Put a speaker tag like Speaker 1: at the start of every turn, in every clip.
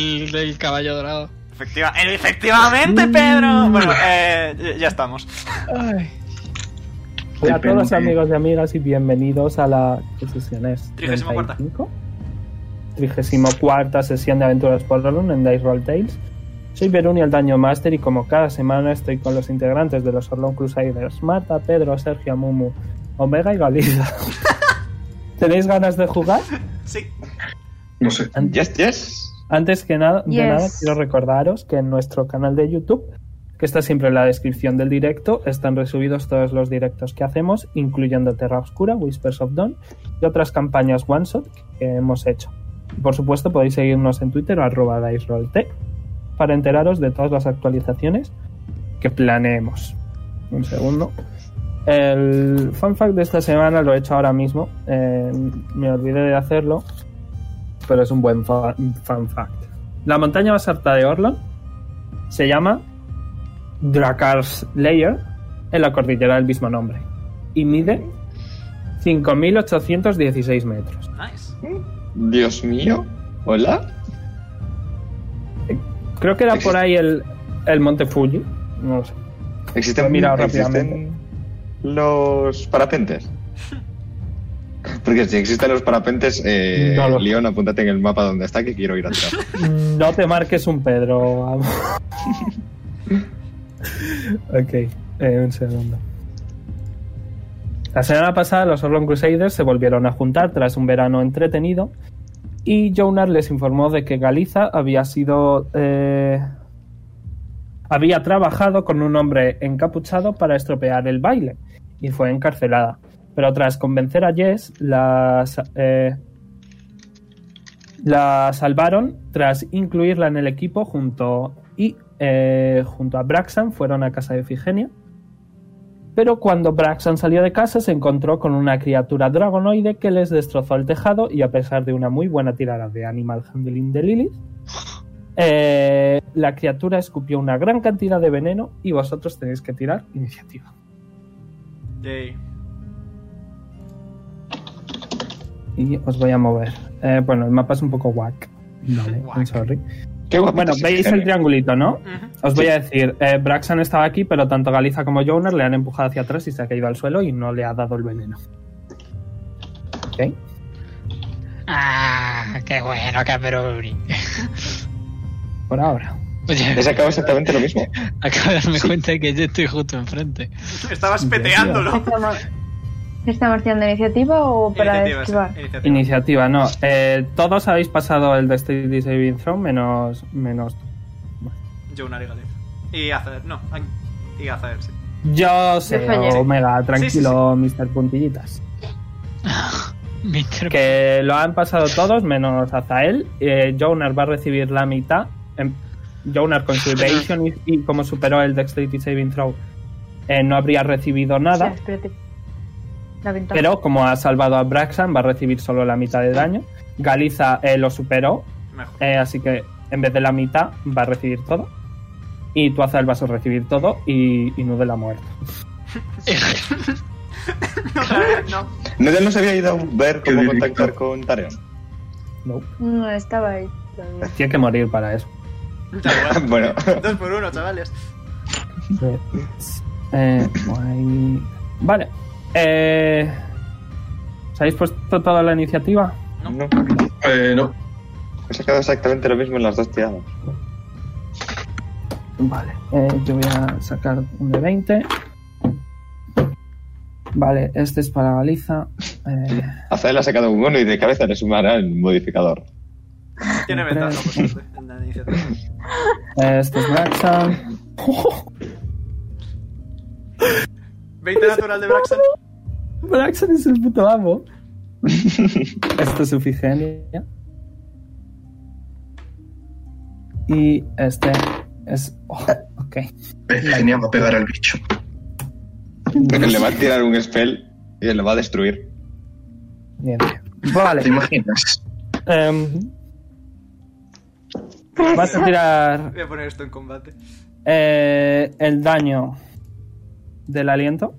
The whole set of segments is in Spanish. Speaker 1: el del caballo dorado.
Speaker 2: Efectiva- eh, efectivamente, Pedro. Bueno, eh, ya estamos.
Speaker 1: Ay.
Speaker 3: Hola a
Speaker 4: Depende.
Speaker 3: todos amigos y amigas y bienvenidos a la ¿qué sesión es?
Speaker 2: 34ª.
Speaker 3: 35? 34ª sesión de Aventuras por Rolun en Dice Roll Tales. Soy Peruni el Daño Master y como cada semana estoy con los integrantes de los Orlon Crusaders, Marta, Pedro, Sergio, Mumu, Omega y Galiza. ¿Tenéis ganas de jugar?
Speaker 2: Sí.
Speaker 4: No sé.
Speaker 3: Ant-
Speaker 4: Yes, yes.
Speaker 3: Antes que nada, de
Speaker 5: Yes.
Speaker 3: nada, quiero recordaros que en nuestro canal de YouTube, que está siempre en la descripción del directo, están resubidos todos los directos que hacemos, incluyendo Terra Oscura, Whispers of Dawn y otras campañas One Shot que hemos hecho. Y por supuesto, podéis seguirnos en Twitter, arroba DiceRollT, para enteraros de todas las actualizaciones que planeemos. Un segundo. El fun fact de esta semana lo he hecho ahora mismo. eh, me olvidé de hacerlo, pero es un buen fa- fun fact. La montaña más alta de Orlon se llama Dracar's Layer en la cordillera del mismo nombre y mide 5.816 metros.
Speaker 2: Nice.
Speaker 4: Dios mío. Hola.
Speaker 3: Creo que era por ahí el, el monte Fuji. No lo sé. Lo he
Speaker 4: Existen,
Speaker 3: mirado
Speaker 4: existen los parapentes. Porque si existen los parapentes, eh,
Speaker 3: No lo sé.
Speaker 4: León, apúntate en el mapa donde está que quiero ir a tirar.
Speaker 3: No te marques un Pedro. amo. ok, eh, un segundo. La semana pasada los Orlon Crusaders se volvieron a juntar tras un verano entretenido y Jonar les informó de que Galiza había sido... eh, había trabajado con un hombre encapuchado para estropear el baile y fue encarcelada. Pero tras convencer a Jess, las... eh, la salvaron tras incluirla en el equipo junto y eh, junto a Braxan fueron a casa de Ifigenia. Pero cuando Braxan salió de casa se encontró con una criatura dragonoide que les destrozó el tejado y a pesar de una muy buena tirada de Animal Handling de Lilith, eh, la criatura escupió una gran cantidad de veneno y vosotros tenéis que tirar iniciativa.
Speaker 2: Yay.
Speaker 3: Y os voy a mover. Eh, bueno, el mapa es un poco guac. Vale,
Speaker 2: Guac.
Speaker 3: I'm sorry.
Speaker 4: Qué guapo
Speaker 3: Bueno,
Speaker 4: estás,
Speaker 3: veis el
Speaker 4: Eugenio.
Speaker 3: triangulito, ¿no?
Speaker 2: Ujú.
Speaker 3: Os
Speaker 4: Sí.
Speaker 3: voy a decir, eh, Braxan estaba aquí, pero tanto Galiza como Joner le han empujado hacia atrás y se ha caído al suelo y no le ha dado el veneno. Ok.
Speaker 1: Ah, qué bueno, Caperoni.
Speaker 3: Por ahora.
Speaker 4: He
Speaker 1: Oye,
Speaker 4: sacado exactamente lo mismo.
Speaker 1: acabo de darme cuenta de que yo estoy justo enfrente.
Speaker 2: Estabas
Speaker 3: Ya,
Speaker 2: peteándolo.
Speaker 5: ¿Estamos, estamos tirando iniciativa o para
Speaker 2: Iniciativa, sí,
Speaker 5: esquivar?
Speaker 2: iniciativa.
Speaker 3: Iniciativa, no. Eh, todos habéis pasado el Destiny Saving Throw menos... menos tú.
Speaker 2: Yo una regalé. Y Azael, no. Y Azael, sí.
Speaker 3: Yo sé,
Speaker 5: fallé.
Speaker 3: Omega,
Speaker 2: Sí, sí,
Speaker 3: tranquilo, Mr. Puntillitas.
Speaker 1: Mister-
Speaker 3: Que lo han pasado todos menos Azael. Eh, Jonar va a recibir la mitad. Em, Jonar con su evasion y, y como superó el Dexterity Saving Throw, eh, no habría recibido
Speaker 5: O sea,
Speaker 3: nada.
Speaker 5: espérate. La ventana.
Speaker 3: Pero como ha salvado a Braxan, va a recibir solo la mitad de daño. Galiza eh, lo superó,
Speaker 2: Mejor.
Speaker 3: eh, así que en vez de la mitad va a recibir todo. Y tú, Azael, vas a recibir todo y, y Nudel ha muerto.
Speaker 2: Otra vez, no.
Speaker 4: Nedel nos había ido a ver
Speaker 6: Qué
Speaker 4: cómo
Speaker 6: directo.
Speaker 4: contactar con Tareon.
Speaker 3: No,
Speaker 5: No estaba ahí. todavía.
Speaker 3: tiene que morir para eso.
Speaker 2: Da igual.
Speaker 4: Bueno,
Speaker 2: Dos por uno, chavales.
Speaker 3: Eh, guay. Vale. Eh, ¿Os habéis puesto toda la iniciativa?
Speaker 4: no.
Speaker 6: Eh, no.
Speaker 4: He sacado exactamente lo mismo en las dos tiradas.
Speaker 3: Vale, eh, yo voy a sacar un de 20. Vale, este es para Galiza. Eh,
Speaker 4: Azael ha sacado un uno y de cabeza le sumará el modificador.
Speaker 2: Tiene
Speaker 3: Tres.
Speaker 2: ventaja, por suerte. en la iniciativa.
Speaker 3: Este es Braxan.
Speaker 2: 20 natural de Braxton.
Speaker 3: Braxan es el puto amo. Esto Este es Ifigenia. Y este es. oh, ok.
Speaker 6: Genia va a pegar al bicho.
Speaker 4: le va a tirar un spell y le va a destruir.
Speaker 3: Bien.
Speaker 6: ¿Te
Speaker 3: Vale.
Speaker 6: imaginas?
Speaker 3: em, vas a tirar
Speaker 2: Voy a poner esto en combate.
Speaker 3: eh, el daño del aliento.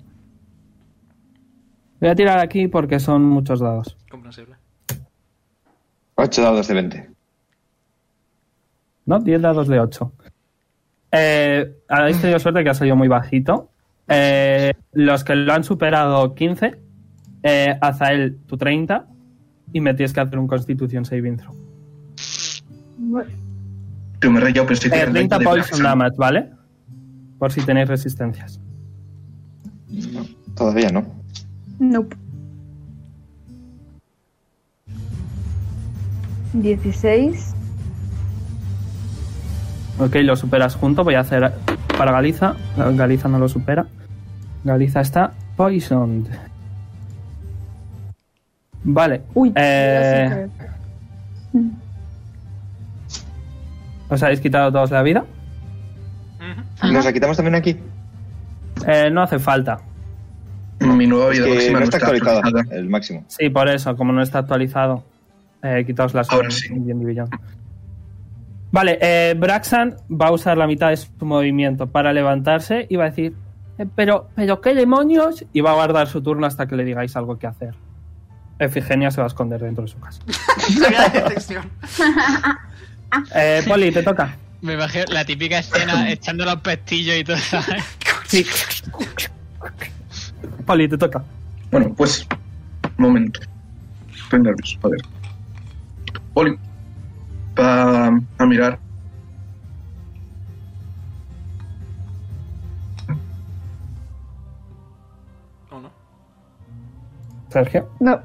Speaker 3: Voy a tirar aquí porque son muchos dados.
Speaker 2: Comprensible.
Speaker 4: 8 dados de 20.
Speaker 3: ¿no? 10 dados de 8. Eh, habéis tenido suerte que ha salido muy bajito. Eh, los que lo han superado 15, eh, Azael tu 30 y me tienes que hacer un Constitución Saving Throw.
Speaker 6: Tío, me he rayado, pensé que
Speaker 3: Eh,
Speaker 6: era el
Speaker 3: 30
Speaker 6: de Black
Speaker 3: poison
Speaker 6: Sun.
Speaker 3: damage, ¿vale? Por si tenéis resistencias.
Speaker 4: Todavía no.
Speaker 5: Nope. 16.
Speaker 3: Ok, lo superas junto. Voy a hacer para Galiza. Galiza no lo supera. Galiza está poisoned. Vale.
Speaker 5: Uy,
Speaker 3: eh,
Speaker 5: me dio sin querer.
Speaker 3: ¿Os habéis quitado todos la vida?
Speaker 2: Ujú.
Speaker 4: ¿Nos la quitamos también aquí?
Speaker 3: Eh, no hace falta.
Speaker 6: No, Mi nueva
Speaker 4: Es
Speaker 6: vida
Speaker 4: que
Speaker 6: máxima
Speaker 4: no está actualizada
Speaker 6: actualizada.
Speaker 4: el máximo.
Speaker 3: Sí, por eso, como no está actualizado, eh, quitaos las
Speaker 6: Ahora sí.
Speaker 3: Bien dividido. Vale, eh, Braxan va a usar la mitad de su movimiento para levantarse y va a decir, "Eh, pero, pero qué demonios, y va a guardar su turno hasta que le digáis algo que hacer. Efigenia se va a esconder dentro de su casa.
Speaker 2: Área de detección.
Speaker 3: Eh, Poli, te toca.
Speaker 1: Me imagino la típica escena echando los pestillos y todo, ¿sabes?
Speaker 3: Sí. Poli, te toca.
Speaker 6: Bueno, pues. Un momento. Estoy nervioso, joder. Oli. Va a mirar.
Speaker 2: ¿O no?
Speaker 3: Sergio.
Speaker 5: No.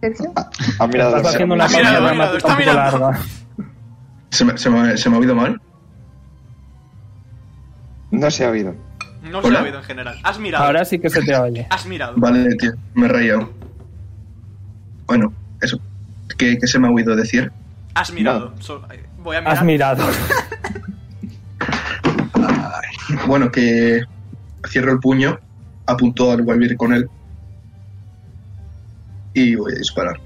Speaker 5: Sergio.
Speaker 2: Ah.
Speaker 4: Ha mirado
Speaker 3: Estás haciendo una
Speaker 2: Está
Speaker 3: pausa
Speaker 2: mirando,
Speaker 3: dramática
Speaker 2: está
Speaker 3: un poco
Speaker 2: mirando.
Speaker 3: larga.
Speaker 6: ¿Se me, se me- se me ha oído mal?
Speaker 4: No se ha oído.
Speaker 2: No se lo
Speaker 6: Hola.
Speaker 2: ha oído en general. Has mirado.
Speaker 3: Ahora sí que se te oye.
Speaker 2: Has mirado.
Speaker 6: Vale, tío, me he rayado. Bueno, eso. ¿Qué, qué se me ha oído decir?
Speaker 2: Has mirado. So- eh, voy a mirar.
Speaker 3: Has mirado.
Speaker 6: Bueno, que cierro el puño, apunto al guaybir con él y voy a disparar.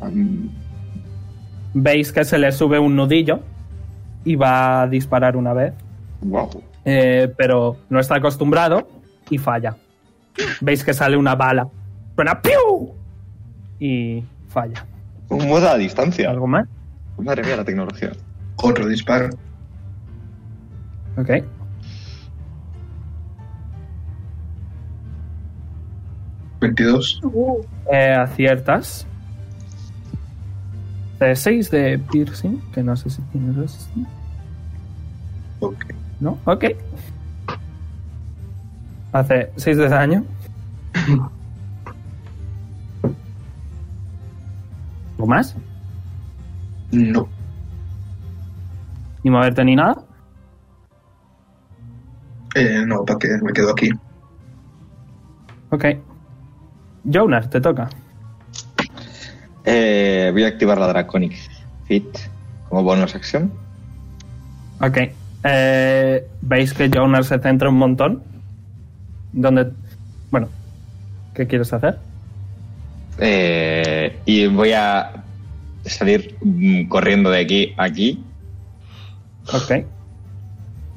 Speaker 4: Mm,
Speaker 3: Veis que se le sube un nudillo y va a disparar una vez,
Speaker 4: Wow.
Speaker 3: eh, pero no está acostumbrado y falla. Veis que sale una bala. Suena ¡piu! Y falla.
Speaker 4: Un modo a distancia.
Speaker 3: ¿Algo más?
Speaker 4: Madre mía, la tecnología.
Speaker 6: Otro disparo.
Speaker 3: Ok.
Speaker 6: ¿22?
Speaker 5: Uh,
Speaker 3: Eh, aciertas. De 6 de piercing, que no sé si tiene resistir.
Speaker 6: Ok.
Speaker 3: ¿No? Ok. Hace 6 de daño. ¿Algo más?
Speaker 6: No.
Speaker 3: Ni moverte ni nada.
Speaker 6: Eh, no, para que me quedo aquí.
Speaker 3: Ok. Jonas, te toca.
Speaker 4: Eh, voy a activar la Draconic Fit como bonus acción.
Speaker 3: Ok. Eh, Veis que Jonas se centra un montón. Donde. Bueno, ¿qué quieres hacer?
Speaker 4: Eh, y voy a salir mm, corriendo de aquí a aquí.
Speaker 3: Ok.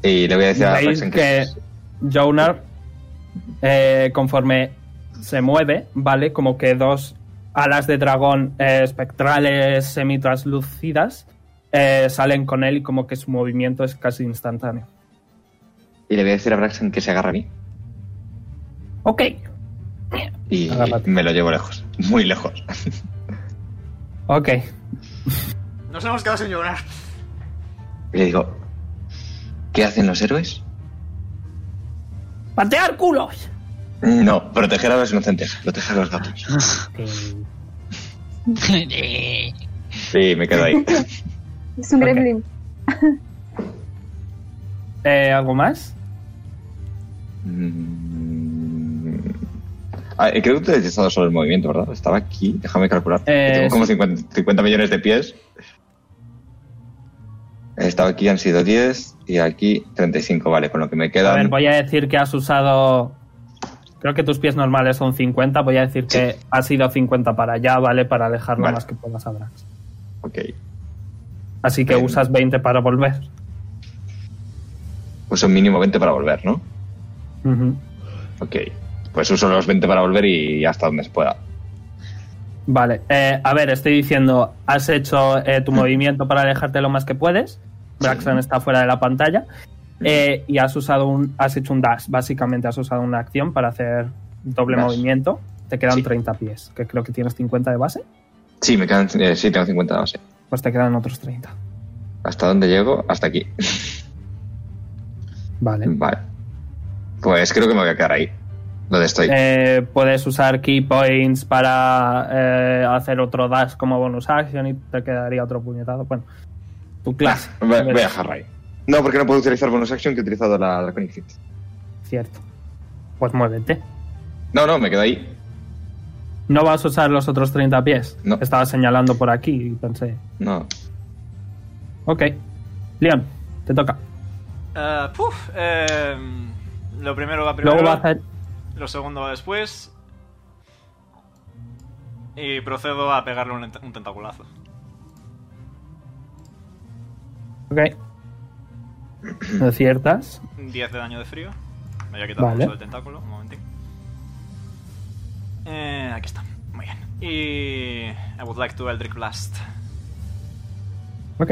Speaker 4: Y le voy a decir a
Speaker 3: Veis
Speaker 4: Jackson
Speaker 3: que Jonar, eh, conforme se mueve, ¿vale? Como que dos alas de dragón eh, espectrales semitraslúcidas eh, salen con él y como que su movimiento es casi instantáneo.
Speaker 4: Y le voy a decir a Braxton que se agarre a mí.
Speaker 3: Ok.
Speaker 4: Y
Speaker 3: Agárrate.
Speaker 4: me lo llevo lejos. Muy lejos.
Speaker 3: Ok.
Speaker 2: Nos hemos quedado sin llorar.
Speaker 4: Y le digo, ¿qué hacen los héroes?
Speaker 3: ¡Patear culos!
Speaker 4: No, proteger a los inocentes, proteger a los gatos. Sí, me quedo ahí.
Speaker 5: es un
Speaker 3: Ok.
Speaker 5: gremlin.
Speaker 3: Eh, ¿Algo más?
Speaker 4: Mm. Ah, eh, creo que tú has estado sobre el movimiento, ¿verdad? Estaba aquí, déjame calcular.
Speaker 3: Eh,
Speaker 4: Tengo como
Speaker 3: sí.
Speaker 4: 50, 50 millones de pies. He estado aquí, han sido 10 y aquí 35, vale, con lo que me
Speaker 3: A ver,
Speaker 4: quedan.
Speaker 3: voy a decir que has usado... Creo que tus pies normales son 50, voy a decir que ha sido 50 para allá, ¿vale? Para alejarlo
Speaker 4: Vale.
Speaker 3: más que puedas a Drax.
Speaker 4: Ok,
Speaker 3: Así que
Speaker 4: Bien.
Speaker 3: usas 20 para volver.
Speaker 4: pues un mínimo 20 para volver, ¿no?
Speaker 3: Ujú.
Speaker 4: Ok, pues uso los 20 para volver y hasta donde se pueda. Mm.
Speaker 3: Vale, eh, a ver, estoy diciendo, has hecho eh, tu movimiento para alejarte lo más que puedes Braxton está fuera de la pantalla. Eh, y has usado un. Has hecho un dash. Básicamente has usado una acción para hacer doble
Speaker 4: Dash.
Speaker 3: movimiento. Te quedan
Speaker 4: Sí.
Speaker 3: 30 pies, que creo que tienes 50 de base.
Speaker 4: Sí, me quedan, eh, sí, tengo 50 de base.
Speaker 3: Pues te quedan otros 30.
Speaker 4: ¿Hasta dónde llego? Hasta aquí.
Speaker 3: Vale.
Speaker 4: Vale. Pues creo que me voy a quedar ahí. Donde estoy.
Speaker 3: Eh, puedes usar key points para eh, hacer otro dash como bonus action y te quedaría otro puñetado. Bueno, tu clase.
Speaker 4: Voy, voy a dejarla ahí. No, porque no puedo utilizar bonus action que he utilizado la Draconic Fit.
Speaker 3: Cierto. Pues muévete.
Speaker 4: No, no, me quedo ahí.
Speaker 3: No vas a usar los otros 30 pies.
Speaker 4: No.
Speaker 3: Estaba señalando por aquí y pensé.
Speaker 4: No.
Speaker 3: Ok. Leon, te toca.
Speaker 7: Ah, puf, em, lo primero va primero.
Speaker 3: Luego vas a.
Speaker 7: Lo segundo va después. Y procedo a pegarle un, ent- un tentaculazo.
Speaker 3: Ok. No aciertas.
Speaker 7: 10 de daño de frío. Me voy a quitar
Speaker 3: Vale.
Speaker 7: el uso del tentáculo, un momentito. Eh, aquí está. Muy bien. Y. I would like to Eldritch Blast.
Speaker 3: Ok.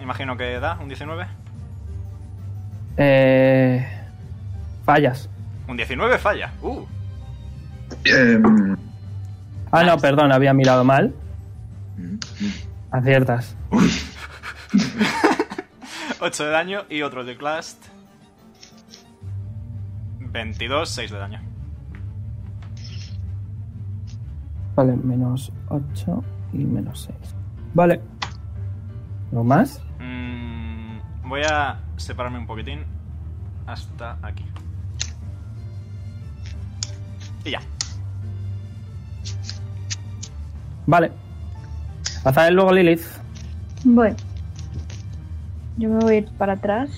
Speaker 7: Imagino que da un 19.
Speaker 3: Eh, fallas. Ah,
Speaker 7: Un 19 falla. Uh.
Speaker 6: Em,
Speaker 3: Ah, no, perdón, había mirado mal.
Speaker 4: Mm.
Speaker 3: Aciertas.
Speaker 7: 8 de daño y otro Eldritch Blast. 22, 6 de daño.
Speaker 3: Vale, menos 8 y menos 6. Vale. ¿No más?
Speaker 7: Mm, voy a separarme un poquitín hasta aquí. Y ya.
Speaker 3: Vale. Azael, luego Lilith.
Speaker 8: Voy. Yo me voy a ir para atrás.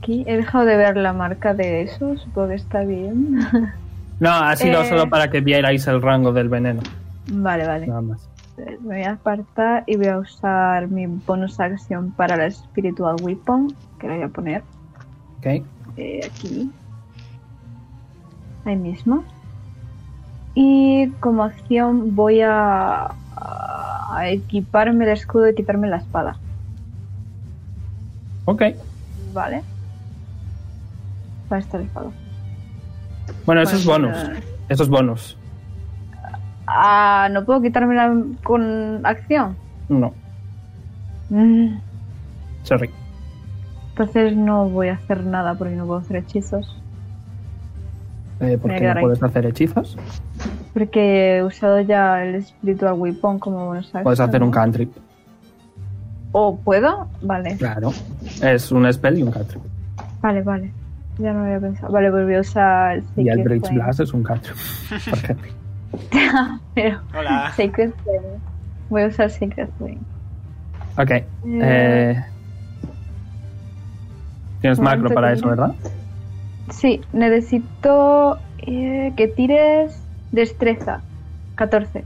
Speaker 8: Aquí he dejado de ver la marca de eso, supongo que está bien.
Speaker 3: No, ha sido
Speaker 8: Eh.
Speaker 3: solo para que vierais el rango del veneno.
Speaker 8: vale, vale.
Speaker 3: Nada más.
Speaker 8: Me voy a apartar y voy a usar mi bonus acción para la Spiritual Weapon, que la voy a poner
Speaker 3: Ok.
Speaker 8: eh, aquí. Ahí mismo. Y como acción voy a, a equiparme el escudo y quitarme la espada.
Speaker 3: Ok.
Speaker 8: Vale. Para estar espada.
Speaker 3: Bueno, eso es
Speaker 8: Bueno,
Speaker 3: bonus. Eso es bonus.
Speaker 8: Ah, no puedo quitármela con acción.
Speaker 3: No,
Speaker 8: Mm,
Speaker 3: sorry.
Speaker 8: Entonces no voy a hacer nada porque no puedo hacer hechizos.
Speaker 3: Eh,
Speaker 8: Voy a
Speaker 3: porque no
Speaker 8: quedar ahí. Pues
Speaker 3: puedes hacer hechizos.
Speaker 8: Porque he usado ya el Spiritual Weapon como bonus action.
Speaker 3: Puedes hacer un
Speaker 8: ¿no?
Speaker 3: cantrip.
Speaker 8: ¿O puedo? Vale,
Speaker 3: Claro. Es un spell y un cantrip.
Speaker 8: vale, vale. Ya no lo había pensado. Vale, pues voy a usar el
Speaker 3: Y el
Speaker 8: Sacred
Speaker 3: Bridge
Speaker 8: Flame.
Speaker 3: Blast es un cantrip. Por ejemplo.
Speaker 8: Pero
Speaker 7: Hola.
Speaker 8: Sacred Flame. Voy a usar Sacred Flame.
Speaker 3: Ok. eh, Tienes
Speaker 8: momento
Speaker 3: macro para
Speaker 8: que
Speaker 3: eso,
Speaker 8: miro.
Speaker 3: ¿verdad?
Speaker 8: Sí, necesito eh, que tires destreza. 14.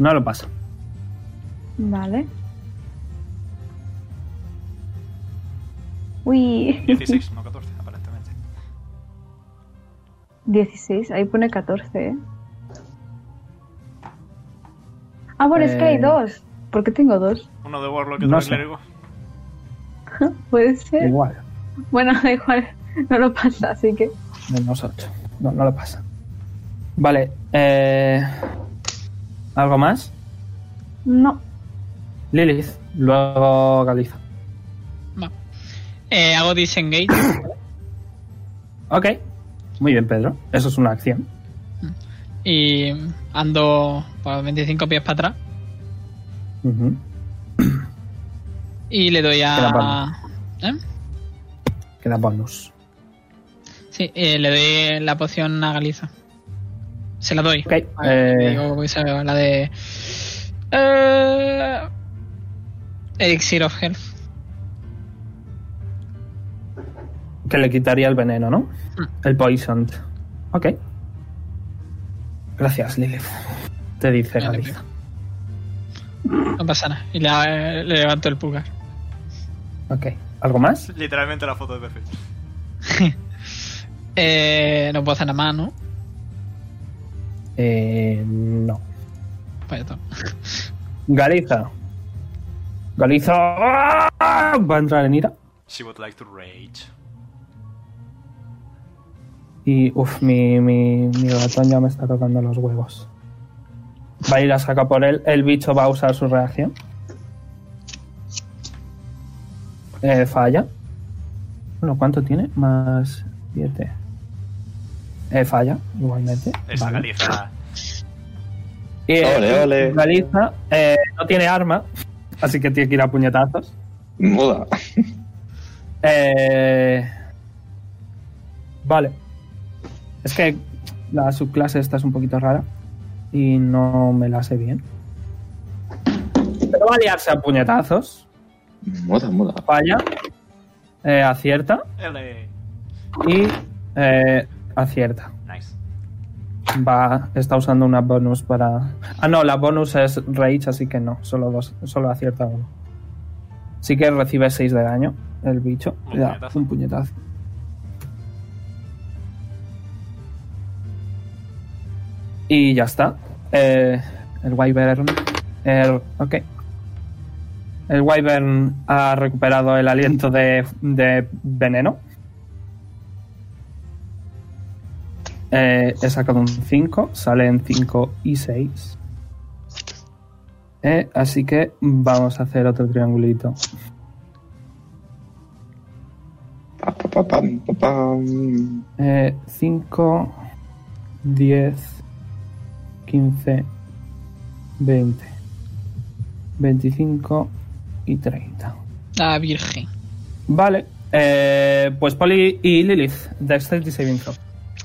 Speaker 3: No lo pasa.
Speaker 8: Vale. Uy,
Speaker 7: 16, no 14, aparentemente.
Speaker 8: 16, ahí pone 14, ¿eh? Ah, bueno, es que
Speaker 3: Eh.
Speaker 8: hay dos. ¿Por qué tengo dos?
Speaker 7: Uno de Warlock y otro
Speaker 3: No
Speaker 7: de
Speaker 3: sé.
Speaker 7: Clérigo.
Speaker 8: Puede ser.
Speaker 3: Igual.
Speaker 8: Bueno, da igual, no lo pasa, así que.
Speaker 3: Menos 8. No, no lo pasa. Vale. eh, ¿Algo más?
Speaker 8: No.
Speaker 3: Lilith. Luego Galiza.
Speaker 1: Eh, hago disengage.
Speaker 3: Ok. Muy bien, Pedro. Eso es una acción.
Speaker 1: y ando pues, 25 pies para atrás.
Speaker 3: Ujú.
Speaker 1: Y le doy
Speaker 3: Queda
Speaker 1: a.
Speaker 3: palma.
Speaker 1: ¿Eh?
Speaker 3: Queda bonus.
Speaker 1: Sí, eh, le doy la poción a Galiza. Se la doy.
Speaker 3: Ok,
Speaker 1: A ver,
Speaker 3: eh.
Speaker 1: digo, pues, eh, la de. Eh, Elixir of Health.
Speaker 3: Que le quitaría el veneno, ¿no? El poisoned. Ok. Gracias, Lilith. Te dice
Speaker 1: Vale,
Speaker 3: Galiza.
Speaker 1: No pasa nada. Y la- le levanto el pulgar.
Speaker 3: Ok. ¿Algo más?
Speaker 7: Literalmente la foto de perfil.
Speaker 1: Eh, no puedo hacer nada más, ¿no?
Speaker 3: Eh, no.
Speaker 1: Payetón.
Speaker 3: Galiza. Galiza ¡ah! va a entrar en ira.
Speaker 2: She would like to rage.
Speaker 3: Y uff, mi, mi, mi ratón ya me está tocando los huevos. Va a ir a sacar por él. El bicho va a usar su reacción. Eh, falla. Bueno, ¿cuánto tiene? Más 7. Eh, falla, igualmente.
Speaker 2: Esa
Speaker 3: Vale.
Speaker 2: Galiza.
Speaker 3: Y, eh,
Speaker 4: Ole, ole.
Speaker 3: Galiza eh, no tiene arma, así que tiene que ir a puñetazos.
Speaker 4: Muda.
Speaker 3: Eh, vale. Es que la subclase esta es un poquito rara y no me la sé bien. Pero va a liarse a puñetazos.
Speaker 4: Muda, muda.
Speaker 3: Falla. Eh, acierta.
Speaker 2: Ele.
Speaker 3: Y eh, acierta.
Speaker 2: Nice.
Speaker 3: Va, está usando una bonus para. Ah, no, la bonus es Rage, así que no, solo dos, solo acierta uno. Así que recibe 6 de daño el bicho.
Speaker 2: Un
Speaker 3: Le da
Speaker 2: puñetazo.
Speaker 3: un puñetazo. Y ya está. Eh, el Wyvern. El, ok. El Wyvern ha recuperado el aliento de, de veneno. Eh, he sacado un 5, salen 5 y 6. así que vamos a hacer otro triangulito.
Speaker 4: Pa, pa, pa, pam, pa, pam.
Speaker 3: Eh, 5, 10, 15, 20, 25 y 30.
Speaker 1: La Virgen.
Speaker 3: Vale, eh, pues Polly y Lilith, Dexterity Saving Throw.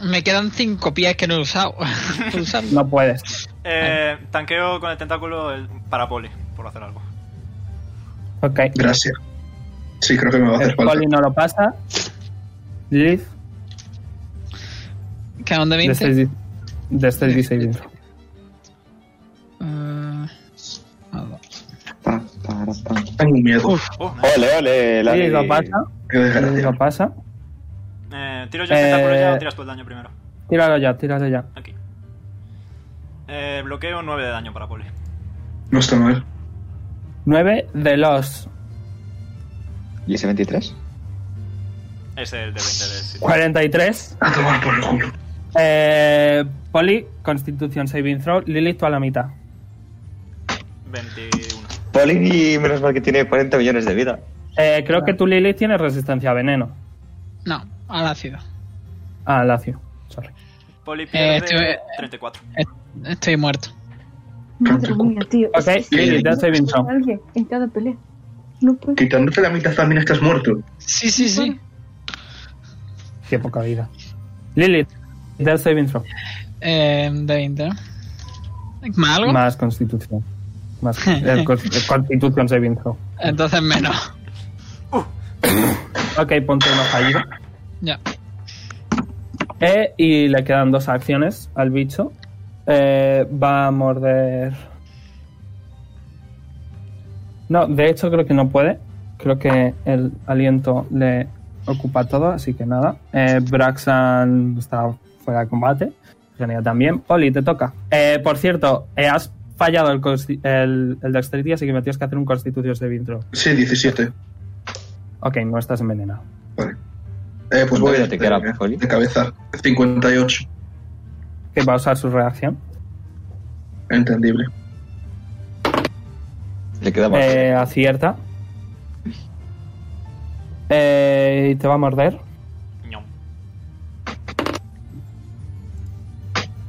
Speaker 1: Me quedan cinco pies que no he usado. Por usarlo.
Speaker 3: No puedes.
Speaker 2: Eh, tanqueo con el tentáculo el, para poli, por hacer algo.
Speaker 3: Ok,
Speaker 6: Gracias. Sí, creo que me va a hacer
Speaker 3: Eh,
Speaker 6: falta.
Speaker 3: Polly no lo pasa. Lilith,
Speaker 1: Quedan de 20.
Speaker 3: Dexterity Dexterity Saving Throw.
Speaker 1: Eh, a dos.
Speaker 4: Pa, para, pam.
Speaker 6: Tengo miedo.
Speaker 2: Oh, nice.
Speaker 4: Ole, ole. La
Speaker 3: Lilith lo
Speaker 4: Lili.
Speaker 3: pasa.
Speaker 6: Qué
Speaker 3: Lilith lo
Speaker 6: desgracia.
Speaker 3: pasa.
Speaker 2: Eh, ¿Tiro yo el tentáculo ya
Speaker 3: Eh,
Speaker 2: o tiras tú el daño primero?
Speaker 3: Tíralo ya, tíralo ya.
Speaker 2: Aquí. Eh, bloqueo 9 de daño para poli.
Speaker 6: No está mal.
Speaker 3: 9 de los
Speaker 4: ¿Y ese 23?
Speaker 2: Es el de 20 de sí.
Speaker 3: 43.
Speaker 6: A tomar por el culo.
Speaker 3: Eh, Poli, Constitución Saving Throw, Lilith tú a la mitad.
Speaker 2: 21.
Speaker 4: Poli, menos mal que tiene 40 millones de vida.
Speaker 3: Eh, creo que tú, Lilith, tienes resistencia a veneno.
Speaker 1: No, al ácido.
Speaker 3: Ah, Lacio. Sorry.
Speaker 2: Poli
Speaker 1: Eh,
Speaker 2: pierde
Speaker 1: estoy-
Speaker 2: 34.
Speaker 1: Eh, Estoy muerto.
Speaker 5: Madre mía, tío.
Speaker 3: Ok, Lilith, Death Saving Throw.
Speaker 5: Alguien en cada pelea. No puedo.
Speaker 6: Quitándote la mitad también estás muerto.
Speaker 1: Sí, sí, sí.
Speaker 3: Qué poca vida. Lilith, Death Saving Throw.
Speaker 1: Eh, de 20, ¿no? ¿Más algo?
Speaker 3: Más Constitución. Más eh, con- eh, Constitución Saving Throw.
Speaker 1: Entonces menos.
Speaker 3: Ok, ponte una fallida.
Speaker 1: Ya.
Speaker 3: Eh, y le quedan dos acciones al bicho. Eh, va a morder. No, de hecho creo que no puede. Creo que el aliento le ocupa todo, así que nada. Eh, Braxan está fuera de combate. Genio también. Poli, te toca. Eh, por cierto, eh, has fallado el, consti- el, el dexterity, así que me tienes que hacer un constitución de vitro.
Speaker 6: Sí, 17.
Speaker 3: Ok, no estás envenenado.
Speaker 6: Vale. Eh, pues voy
Speaker 4: Mira,
Speaker 6: a
Speaker 4: te queda, Poli.
Speaker 6: de cabeza. 58.
Speaker 3: Que va a usar su reacción.
Speaker 6: Entendible.
Speaker 4: Le queda más.
Speaker 3: Eh, acierta. Eh, y te va a morder.
Speaker 2: Ñom.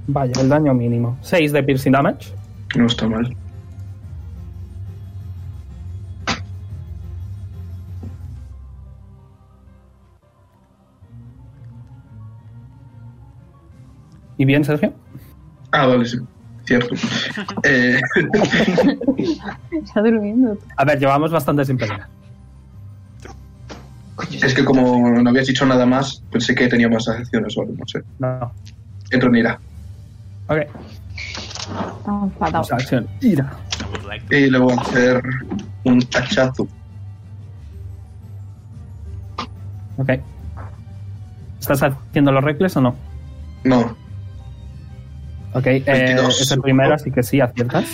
Speaker 3: Vaya, el daño mínimo. 6 de piercing damage.
Speaker 6: No está mal.
Speaker 3: Y bien, Sergio.
Speaker 6: Ah, vale, sí. Cierto. Eh,
Speaker 5: Está durmiendo.
Speaker 3: A ver, llevamos bastante sin pelear.
Speaker 6: es que como no habías dicho nada más, pensé que tenía más acciones o algo, no sé.
Speaker 3: No, no.
Speaker 6: Entro en ira.
Speaker 3: Ok.
Speaker 5: Está enfadado.
Speaker 3: Usa acción. Ira.
Speaker 2: I would like to.
Speaker 6: Y le voy a hacer un tachazo.
Speaker 3: Ok. ¿Estás haciendo los recles o no?
Speaker 6: No.
Speaker 3: Ok, eh,
Speaker 6: 22.
Speaker 3: es el primero, así que sí, aciertas.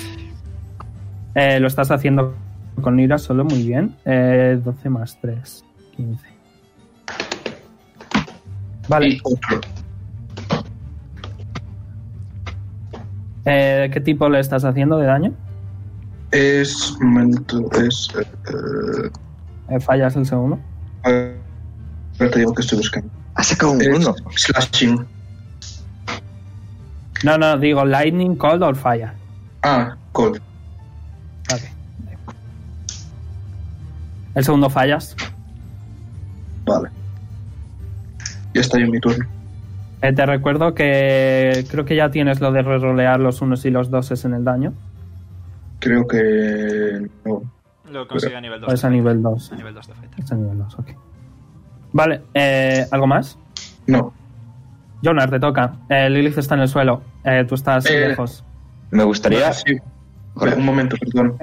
Speaker 3: Eh, lo estás haciendo con ira solo, muy bien. Eh, 12 más 3, 15. Vale,
Speaker 6: Y otro.
Speaker 3: eh, ¿qué tipo le estás haciendo de daño?
Speaker 6: Es. un momento, es. eh, eh,
Speaker 3: Eh, fallas el segundo.
Speaker 6: a ver, ahora te digo que estoy buscando.
Speaker 4: Ha sacado un
Speaker 6: Es
Speaker 4: uno.
Speaker 6: slashing.
Speaker 3: No, no, digo lightning, cold o falla.
Speaker 6: Ah, cold.
Speaker 3: Ok. El segundo fallas.
Speaker 6: Vale. Ya está en mi turno.
Speaker 3: Eh, te recuerdo que creo que ya tienes lo de rerolear los unos y los doses en el daño.
Speaker 6: Creo que. No.
Speaker 2: Lo consigue a nivel 2.
Speaker 3: Pues a nivel 2.
Speaker 2: A nivel 2 de fighter.
Speaker 3: Es a nivel 2, ok. Vale, eh, ¿algo más?
Speaker 6: No.
Speaker 3: Jonar, te toca. Eh, Lilith está en el suelo. Eh, tú estás
Speaker 6: Eh,
Speaker 3: lejos.
Speaker 4: Me gustaría.
Speaker 6: Sí.
Speaker 4: Correcto.
Speaker 6: Un momento, perdón.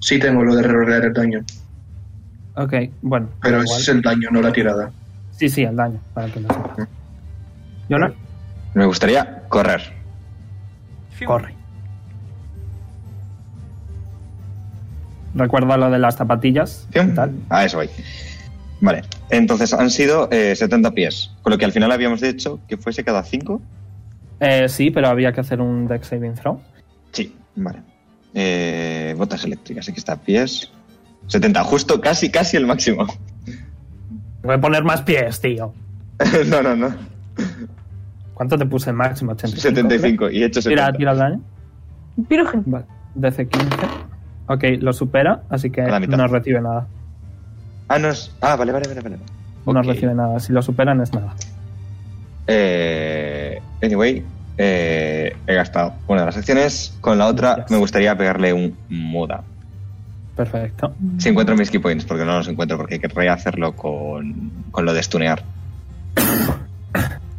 Speaker 6: Sí tengo lo de rerolear el daño.
Speaker 3: Ok, bueno.
Speaker 6: Pero
Speaker 3: da
Speaker 6: ese
Speaker 3: igual.
Speaker 6: es el daño, no la tirada.
Speaker 3: Sí, sí, el daño, para que lo sepas. Jonar,
Speaker 4: Me gustaría correr.
Speaker 2: Fiu.
Speaker 3: corre. Recuerda lo de las zapatillas. ¿Qué
Speaker 4: ¿Acción?
Speaker 3: tal?
Speaker 4: A eso voy. Vale. Entonces han sido eh, 70 pies. Con lo que al final habíamos dicho que fuese cada 5.
Speaker 3: Eh, sí, pero había que hacer un deck saving throw.
Speaker 4: Sí, vale. Eh, botas eléctricas, aquí está, pies. 70, justo casi, casi el máximo.
Speaker 3: Voy a poner más pies, tío.
Speaker 4: no, no, no.
Speaker 3: ¿Cuánto te puse el máximo? 85.
Speaker 4: 75 y he hecho 70.
Speaker 3: Tira, tira el daño.
Speaker 5: Virgen.
Speaker 3: Vale, DC 15. Ok, lo supera, así que
Speaker 4: A la mitad.
Speaker 3: no recibe nada.
Speaker 4: Ah, no es- Ah, vale, vale, vale. vale.
Speaker 3: No
Speaker 4: Ok.
Speaker 3: recibe nada. Si lo superan es nada.
Speaker 4: Eh, anyway, eh, he gastado una de las acciones. Con la otra
Speaker 3: Yes.
Speaker 4: me gustaría pegarle un muda.
Speaker 3: Perfecto.
Speaker 4: Si encuentro mis key points, porque no los encuentro, porque querría hacerlo con, con lo de stunear.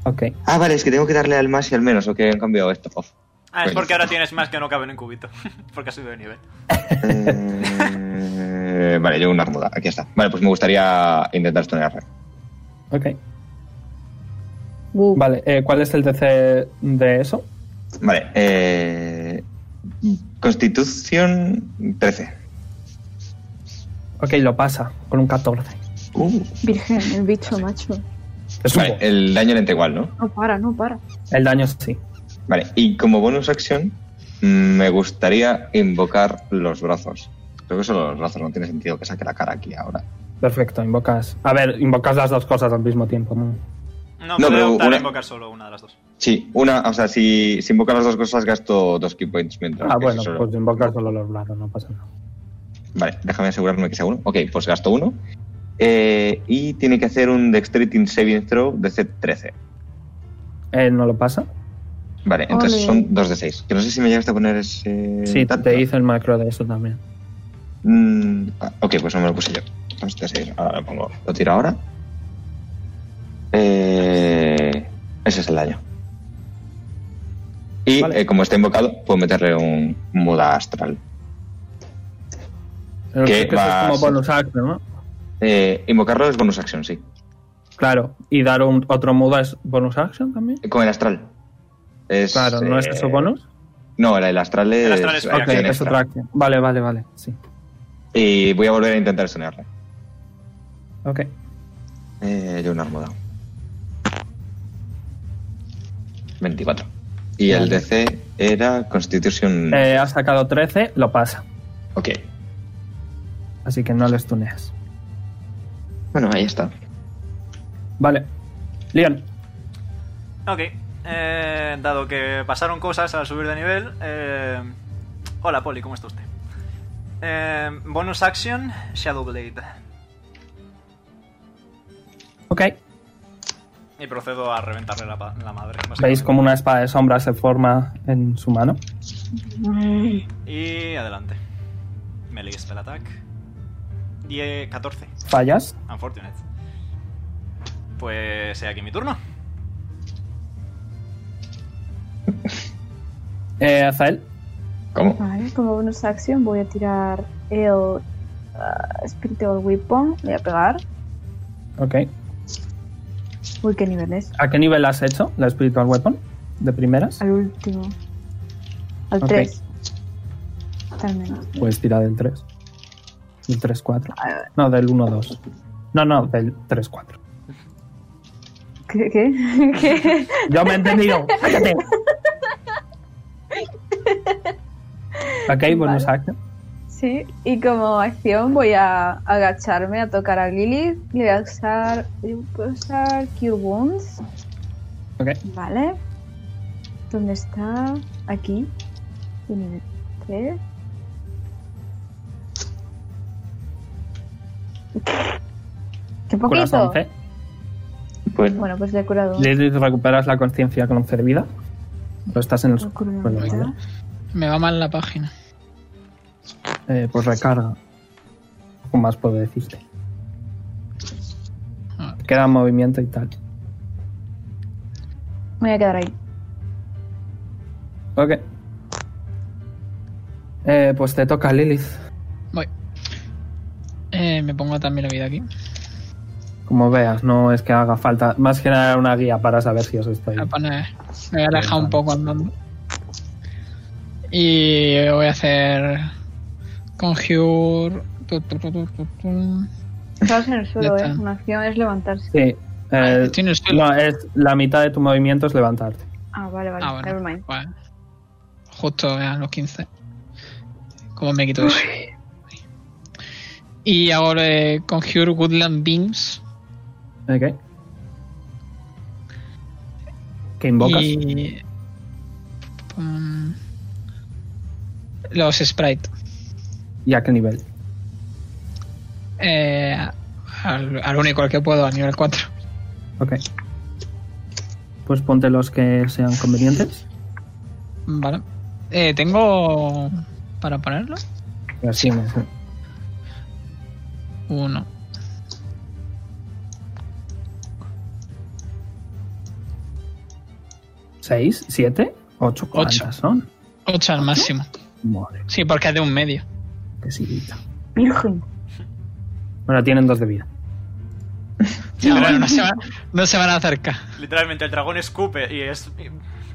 Speaker 3: Ok.
Speaker 4: Ah, vale, es que tengo que darle al más y al menos, o que han cambiado esto. Off.
Speaker 2: Ah, es
Speaker 3: Pues
Speaker 4: Coño.
Speaker 2: porque ahora tienes más que no caben en cubito. porque ha subido de nivel.
Speaker 4: Eh, vale, yo una armuda, aquí está. Vale, pues me gustaría intentar stunearle.
Speaker 3: Ok.
Speaker 5: Uh,
Speaker 3: Vale, eh, ¿cuál es el DC de eso?
Speaker 4: Vale, eh, Constitución 13.
Speaker 3: Ok, lo pasa con un 14.
Speaker 4: Uh,
Speaker 5: Virgen, el bicho, macho.
Speaker 3: Es
Speaker 4: vale, eh. el daño lenta igual, ¿no?
Speaker 5: No para, no para.
Speaker 3: El daño sí.
Speaker 4: Vale, y como bonus acción, mm, me gustaría invocar los brazos. Creo que solo los brazos, no tiene sentido que saque la cara aquí ahora.
Speaker 3: Perfecto, invocas. A ver, invocas las dos cosas al mismo tiempo. Mm.
Speaker 2: No,
Speaker 4: No,
Speaker 2: puede
Speaker 4: pero
Speaker 2: optar
Speaker 4: una-
Speaker 2: a invocar solo una de las dos.
Speaker 4: Sí, una, o sea, si, si invoco las dos cosas, gasto dos key points mientras.
Speaker 3: Ah,
Speaker 4: que
Speaker 3: bueno,
Speaker 4: eso solo-
Speaker 3: pues invocas solo los brazos, no pasa nada.
Speaker 4: Vale, déjame asegurarme que sea uno. Ok, pues gasto uno. Eh, y tiene que hacer un Dexterity Saving Throw de C13.
Speaker 3: Eh, ¿No lo pasa?
Speaker 4: Mm, Vale, entonces
Speaker 5: Ole.
Speaker 4: son dos de seis. Que no sé si me llegaste a poner ese.
Speaker 3: Sí,
Speaker 4: dato.
Speaker 3: te hizo el macro de eso también.
Speaker 4: Mm, ah, ok, pues no me lo puse yo. Dos de seis. Ahora lo pongo. Lo tiro ahora. Eh, ese es el daño. Y
Speaker 3: Vale.
Speaker 4: eh, como está invocado, puedo meterle un muda astral.
Speaker 3: Pero
Speaker 4: ¿Qué
Speaker 3: creo que eso
Speaker 4: vas?
Speaker 3: es como bonus action, ¿no?
Speaker 4: Eh, invocarlo es bonus action, sí.
Speaker 3: Claro, y dar un, otro muda es bonus action también.
Speaker 4: Con el astral. Es,
Speaker 3: Claro, ¿no es
Speaker 4: eh,
Speaker 3: eso bonus?
Speaker 4: No, el, el astral es.
Speaker 2: El astral es
Speaker 3: Ok,
Speaker 2: acción
Speaker 3: es otra acción. Vale, vale, vale. Sí.
Speaker 4: Y voy a volver a intentar sonearle.
Speaker 3: Ok.
Speaker 4: Eh, yo una armuda. 24. Y el
Speaker 3: Vale.
Speaker 4: DC era Constitution.
Speaker 3: Eh, has sacado 13, lo pasa.
Speaker 4: Ok.
Speaker 3: Así que no le stuneas.
Speaker 4: Bueno, ahí está.
Speaker 3: Vale. Leon,
Speaker 2: Ok, eh, dado que pasaron cosas al subir de nivel. eh, Hola, Poli, ¿cómo está usted? Eh, bonus action, Shadow Blade.
Speaker 3: ok.
Speaker 2: Y procedo a reventarle la, pa- la madre.
Speaker 3: Veis
Speaker 2: básicamente.
Speaker 3: como una espada de sombra se forma en su mano.
Speaker 5: Mm,
Speaker 2: Y adelante. Melee Spell Attack. 10, 14.
Speaker 3: Fallas.
Speaker 2: Unfortunate. Pues sea aquí mi turno.
Speaker 3: Eh, Azael,
Speaker 4: ¿Cómo?
Speaker 5: Vale, como bonus acción voy a tirar el ah, Spiritual Weapon. Voy a pegar.
Speaker 3: ok.
Speaker 5: Uy, qué nivel es.
Speaker 3: ¿A qué nivel has hecho la Spiritual Weapon? de primeras.
Speaker 8: Al último. Al
Speaker 3: Ok.
Speaker 8: 3. También.
Speaker 3: Pues tira del 3. Del 3-4. No, del 1-2. No, no, del 3-4.
Speaker 8: ¿Qué? ¿Qué? ¿Qué?
Speaker 3: ¡Yo me he entendido! ¡Cállate! Ok, bonus
Speaker 8: Vale.
Speaker 3: action.
Speaker 8: Sí, y como acción voy a agacharme a tocar a Lilith y voy a usar, voy a usar Cure Wounds.
Speaker 3: Ok.
Speaker 8: Vale. ¿Dónde está? Aquí. De nivel 3. ¡Qué
Speaker 3: Curas
Speaker 8: poquito!
Speaker 3: 11.
Speaker 4: Pues
Speaker 8: Bueno, pues le he curado. un-
Speaker 3: Lilith, recuperas la conciencia con 11 de vida. Pero estás en el
Speaker 8: le he
Speaker 3: suelo.
Speaker 8: curado
Speaker 3: Bueno,
Speaker 8: la mitad.
Speaker 3: vale.
Speaker 1: Me va mal la página.
Speaker 3: Eh, pues recarga. Poco más puedo decirte.
Speaker 1: Ah.
Speaker 3: Queda movimiento y tal.
Speaker 8: Me voy a quedar ahí.
Speaker 3: Ok. Eh, pues te toca Lilith.
Speaker 1: Voy. Eh, me pongo también la vida aquí.
Speaker 3: Como veas, no es que haga falta. Más que nada una guía para saber si os estoy.
Speaker 1: Voy a poner- me voy a alejar un poco andando. Y voy a hacer conjure. tu, tu, tu, tu, tu, tu.
Speaker 8: Estás en el suelo,
Speaker 1: Ya
Speaker 8: ¿eh?
Speaker 1: está.
Speaker 8: Una acción es levantarse.
Speaker 3: Sí. eh,
Speaker 1: estoy en el suelo.
Speaker 3: no, es la mitad de tu movimiento es levantarte.
Speaker 8: Ah, vale, vale.
Speaker 1: Ah, bueno.
Speaker 8: Nevermind.
Speaker 1: pues, justo a los 15. ¿Cómo me quito eso? Y ahora eh, conjure Woodland Beams.
Speaker 3: Ok. Que invocas.
Speaker 1: Y. mm, los sprites.
Speaker 3: ¿Y a qué nivel?
Speaker 1: Eh, al, al único al que puedo, al nivel 4.
Speaker 3: Ok. Pues ponte los que sean convenientes.
Speaker 1: Vale. Eh, ¿Tengo para ponerlo?
Speaker 3: Y así, no sé.
Speaker 1: Uno.
Speaker 3: ¿Seis? ¿Siete? ¿Ocho? ¿Cuántas
Speaker 1: Ocho.
Speaker 3: son?
Speaker 1: Ocho al máximo.
Speaker 3: Madre,
Speaker 1: Sí, porque es de un medio.
Speaker 3: Ah, qué sillita.
Speaker 8: Virgen.
Speaker 3: Bueno, tienen dos de vida.
Speaker 1: Ya, bueno, no se, van, no se van a acercar.
Speaker 7: Literalmente, el dragón escupe y es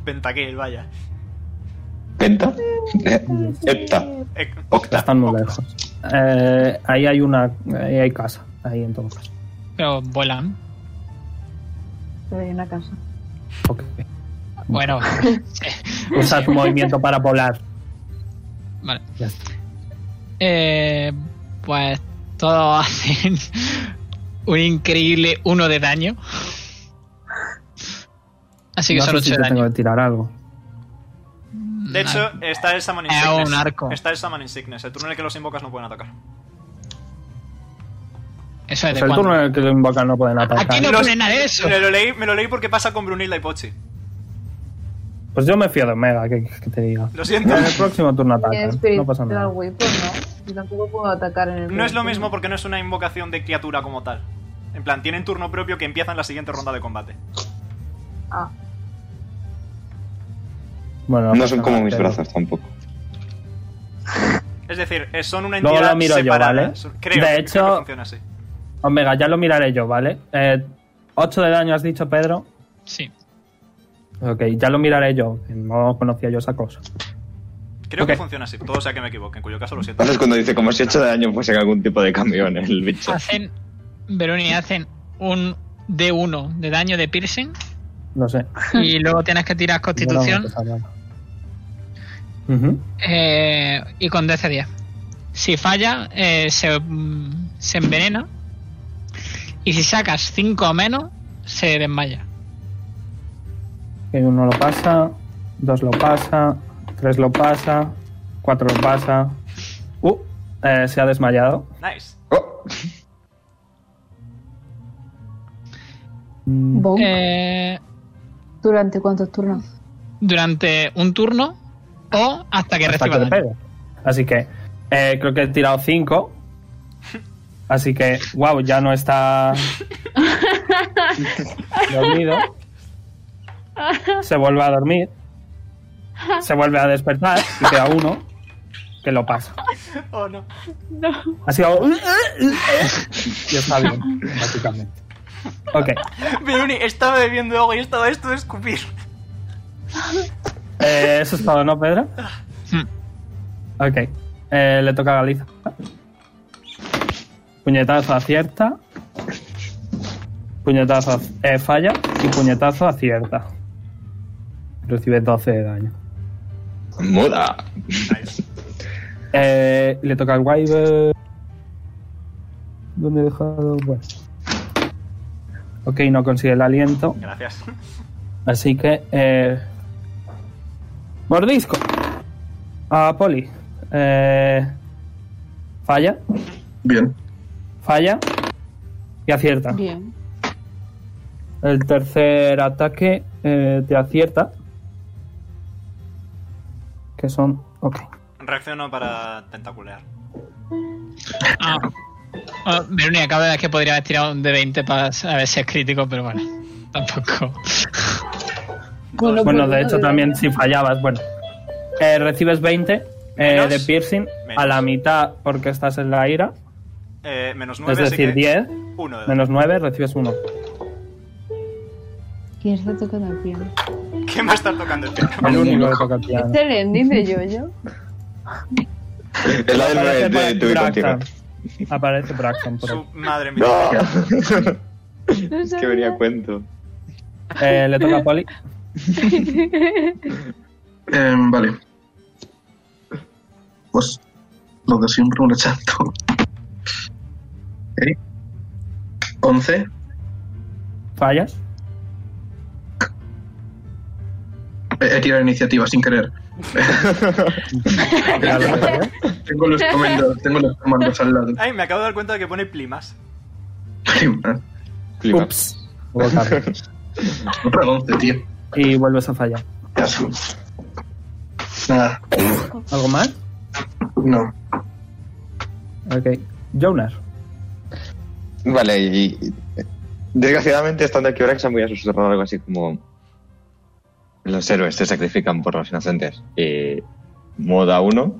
Speaker 7: pentakill, vaya.
Speaker 4: ¿Penta? Hepta.
Speaker 7: Eh,
Speaker 4: Octa.
Speaker 3: Están muy lejos. Eh, ahí hay una. Ahí hay casa. Ahí en todo caso.
Speaker 1: Pero vuelan.
Speaker 8: Pero hay una casa.
Speaker 3: Ok.
Speaker 1: Bueno,
Speaker 3: Usa tu movimiento para volar.
Speaker 1: vale.
Speaker 3: Ya está.
Speaker 1: Eh, pues todos hacen un increíble uno de daño. Así que
Speaker 3: no
Speaker 1: solo
Speaker 3: sé si
Speaker 1: ocho de
Speaker 3: te
Speaker 1: daño.
Speaker 3: tengo que tirar algo.
Speaker 7: De hecho, está el Summoning
Speaker 1: Eh,
Speaker 3: oh,
Speaker 7: Sickness.
Speaker 1: un arco.
Speaker 7: Está el Summoning Sickness. El turno en el que los invocas no pueden atacar.
Speaker 1: Eso es
Speaker 3: Es
Speaker 1: de
Speaker 3: Pues el
Speaker 1: cuando.
Speaker 3: turno en el que lo invocan no pueden atacar.
Speaker 1: Aquí no
Speaker 7: Los-
Speaker 1: ponen nada de eso.
Speaker 7: Me lo leí, me lo leí porque pasa con Brunilda y Pochi.
Speaker 3: Pues yo me fío de Omega, que, que te diga.
Speaker 7: Lo siento.
Speaker 3: En el próximo turno ataca. ¿eh?
Speaker 8: Tiene Spirit
Speaker 3: No pasa nada.
Speaker 8: Weapon, ¿no? Yo tampoco puedo atacar en el
Speaker 7: No es lo mismo porque no es una invocación de criatura como tal. En plan, tienen turno propio que empieza en la siguiente ronda de combate.
Speaker 8: Ah,
Speaker 3: Bueno,
Speaker 4: No
Speaker 3: pasa
Speaker 4: son como
Speaker 3: nada,
Speaker 4: mis
Speaker 3: pero-
Speaker 4: brazos tampoco.
Speaker 7: Es decir, eh, son una
Speaker 3: Luego
Speaker 7: entidad
Speaker 3: lo miro yo,
Speaker 7: separada.
Speaker 3: ¿vale?
Speaker 7: Son- Creo,
Speaker 3: De
Speaker 7: creo
Speaker 3: hecho-
Speaker 7: que funciona así.
Speaker 3: Omega, ya lo miraré yo, ¿vale? Eh, 8 de daño has dicho, Pedro.
Speaker 1: Sí.
Speaker 3: Ok, ya lo miraré yo. No conocía yo esa cosa.
Speaker 7: Creo
Speaker 3: Ok.
Speaker 7: que funciona así. Todo sea que me equivoque, en cuyo caso lo siento.
Speaker 4: Entonces cuando dice como si he hecho daño fuese algún tipo de cambio en el bicho.
Speaker 3: Ah.
Speaker 1: Hacen. Veroni, hacen un D1 de daño de piercing.
Speaker 3: No sé.
Speaker 1: Y luego tienes que tirar constitución.
Speaker 3: No lo vamos a pasar, ¿no? Ujú.
Speaker 1: eh, y con DC10. Si falla, eh, se, mm, se envenena. Y si sacas 5 o menos, se desmaya.
Speaker 3: Que uno lo pasa, dos lo pasa, tres lo pasa, cuatro lo pasa. Uh, eh, se ha desmayado.
Speaker 7: Nice.
Speaker 4: Oh,
Speaker 3: Mm,
Speaker 8: bonk.
Speaker 1: Eh,
Speaker 8: ¿Durante cuántos turnos?
Speaker 1: durante un turno o hasta que
Speaker 3: hasta que
Speaker 1: reciba daño.
Speaker 3: le pegue. Así que eh, creo que he tirado cinco. Así que, wow, ya no está dormido. Se vuelve a dormir. Se vuelve a despertar y queda uno que lo pasa.
Speaker 7: Oh, no.
Speaker 3: Ha sido. y está bien, básicamente. Ok.
Speaker 7: Veruni, estaba bebiendo agua y estaba esto de escupir.
Speaker 3: Eh, eso es todo, ¿no, Pedro? Ok. Eh, le toca a Galiza. Puñetazo acierta. Puñetazo eh, falla. Y puñetazo acierta. Recibe 12 de daño.
Speaker 4: Moda.
Speaker 7: Nice.
Speaker 3: Eh, le toca al Wyvern. ¿Dónde he dejado? Bueno. Ok, no consigue el aliento.
Speaker 7: Gracias.
Speaker 3: Así que. Eh, mordisco. A Poli. Eh, falla.
Speaker 6: Bien.
Speaker 3: Falla. Y acierta.
Speaker 8: Bien.
Speaker 3: El tercer ataque eh, te acierta. Que son. Ok.
Speaker 7: Reacciono para tentaculear.
Speaker 1: Ah. Ah, Verónica, acabo de ver que podría haber tirado un de 20 para ver si es crítico, pero bueno, tampoco.
Speaker 3: Bueno, de
Speaker 8: pues,
Speaker 3: hecho,
Speaker 8: no,
Speaker 3: también si fallabas, bueno. Eh, recibes 20 eh,
Speaker 7: Menos.
Speaker 3: de piercing a la mitad porque estás en la ira.
Speaker 7: Eh, menos 9,
Speaker 3: Es decir, 10.
Speaker 7: 1 de
Speaker 3: Menos 9, recibes 1.
Speaker 8: ¿Quién está tocando el piano?
Speaker 7: daño. ¿Quién va a estar tocando el piano?
Speaker 3: El único que toca el piano.
Speaker 8: ¿Es el ending de Jojo?
Speaker 4: Es la del
Speaker 3: Aparece
Speaker 4: de, de tu y contigo.
Speaker 3: Braxton. Aparece Braxton por ahí.
Speaker 7: Su madre mía.
Speaker 4: No.
Speaker 8: No
Speaker 4: es que
Speaker 8: sabía.
Speaker 4: venía a cuento.
Speaker 3: Eh, le toca a Poli.
Speaker 6: Eh, vale. Pues lo de siempre, un rechazo. Ok. 11.
Speaker 3: Fallas.
Speaker 6: He he tirado iniciativa sin querer.
Speaker 3: Ya lo veo.
Speaker 6: Tengo los comandos, tengo los comandos al lado.
Speaker 7: Ay, me acabo de dar cuenta de que pone plimas.
Speaker 4: Clima.
Speaker 3: Ups. Hubo cambio.
Speaker 6: Otra 11, tío.
Speaker 3: Y vuelves a fallar.
Speaker 6: Qué asco. Nada,
Speaker 3: ¿Algo más?
Speaker 6: no.
Speaker 3: Ok. Jonas.
Speaker 4: Vale, y. y- Desgraciadamente, estando aquí, Braxton voy a susurrar algo así como. Los héroes se sacrifican por los inocentes. Y. Moda 1.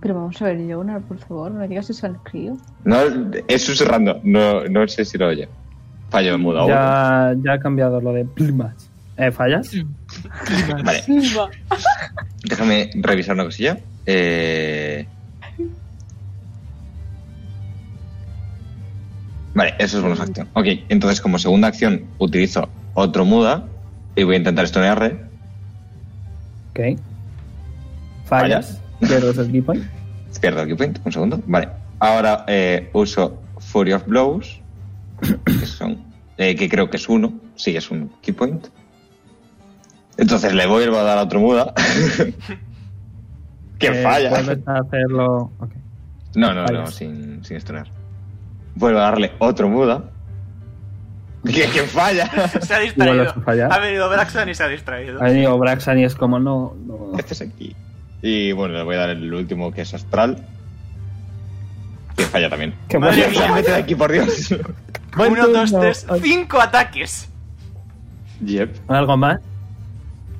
Speaker 8: Pero vamos a ver, Jonar, por favor, no le digas eso al crío.
Speaker 4: No, es susurrando. No, no sé si lo oye. Fallo en moda 1.
Speaker 3: Ya, ya ha cambiado lo de plumas. Eh, ¿Fallas?
Speaker 4: Vale,
Speaker 8: Silva.
Speaker 4: déjame revisar una cosilla. Eh... Vale, eso es bonus acción. Ok, entonces como segunda acción utilizo otro muda y voy a intentar stunearle.
Speaker 3: Ok. ¿Fallas? Pierdes el equipo.
Speaker 4: Pierdo el key point, un segundo. Vale, ahora eh, uso Fury of Blows, que, son, eh, que creo que es uno, sí, es un key point. Entonces le voy a dar a otro muda. que
Speaker 3: Eh,
Speaker 4: falla.
Speaker 3: Vuelves a hacerlo. Ok.
Speaker 4: No, no, no,
Speaker 3: Fallas.
Speaker 4: sin, sin stunear. Vuelvo a darle otro muda. Que, que falla.
Speaker 7: Se ha
Speaker 3: Igual
Speaker 7: distraído.
Speaker 3: vas a fallar.
Speaker 7: Ha venido Braxton y se ha distraído.
Speaker 3: Ahí digo, Braxan y es como no. no.
Speaker 4: este es aquí. Y bueno, le voy a dar el último que es astral. Que falla también.
Speaker 3: Qué
Speaker 7: Madre
Speaker 4: Dios,
Speaker 7: mía.
Speaker 4: vete de aquí, por Dios.
Speaker 3: Buen
Speaker 7: Uno, dos,
Speaker 3: turno.
Speaker 7: tres,
Speaker 3: Ay.
Speaker 7: cinco ataques.
Speaker 4: yep.
Speaker 3: ¿Algo más?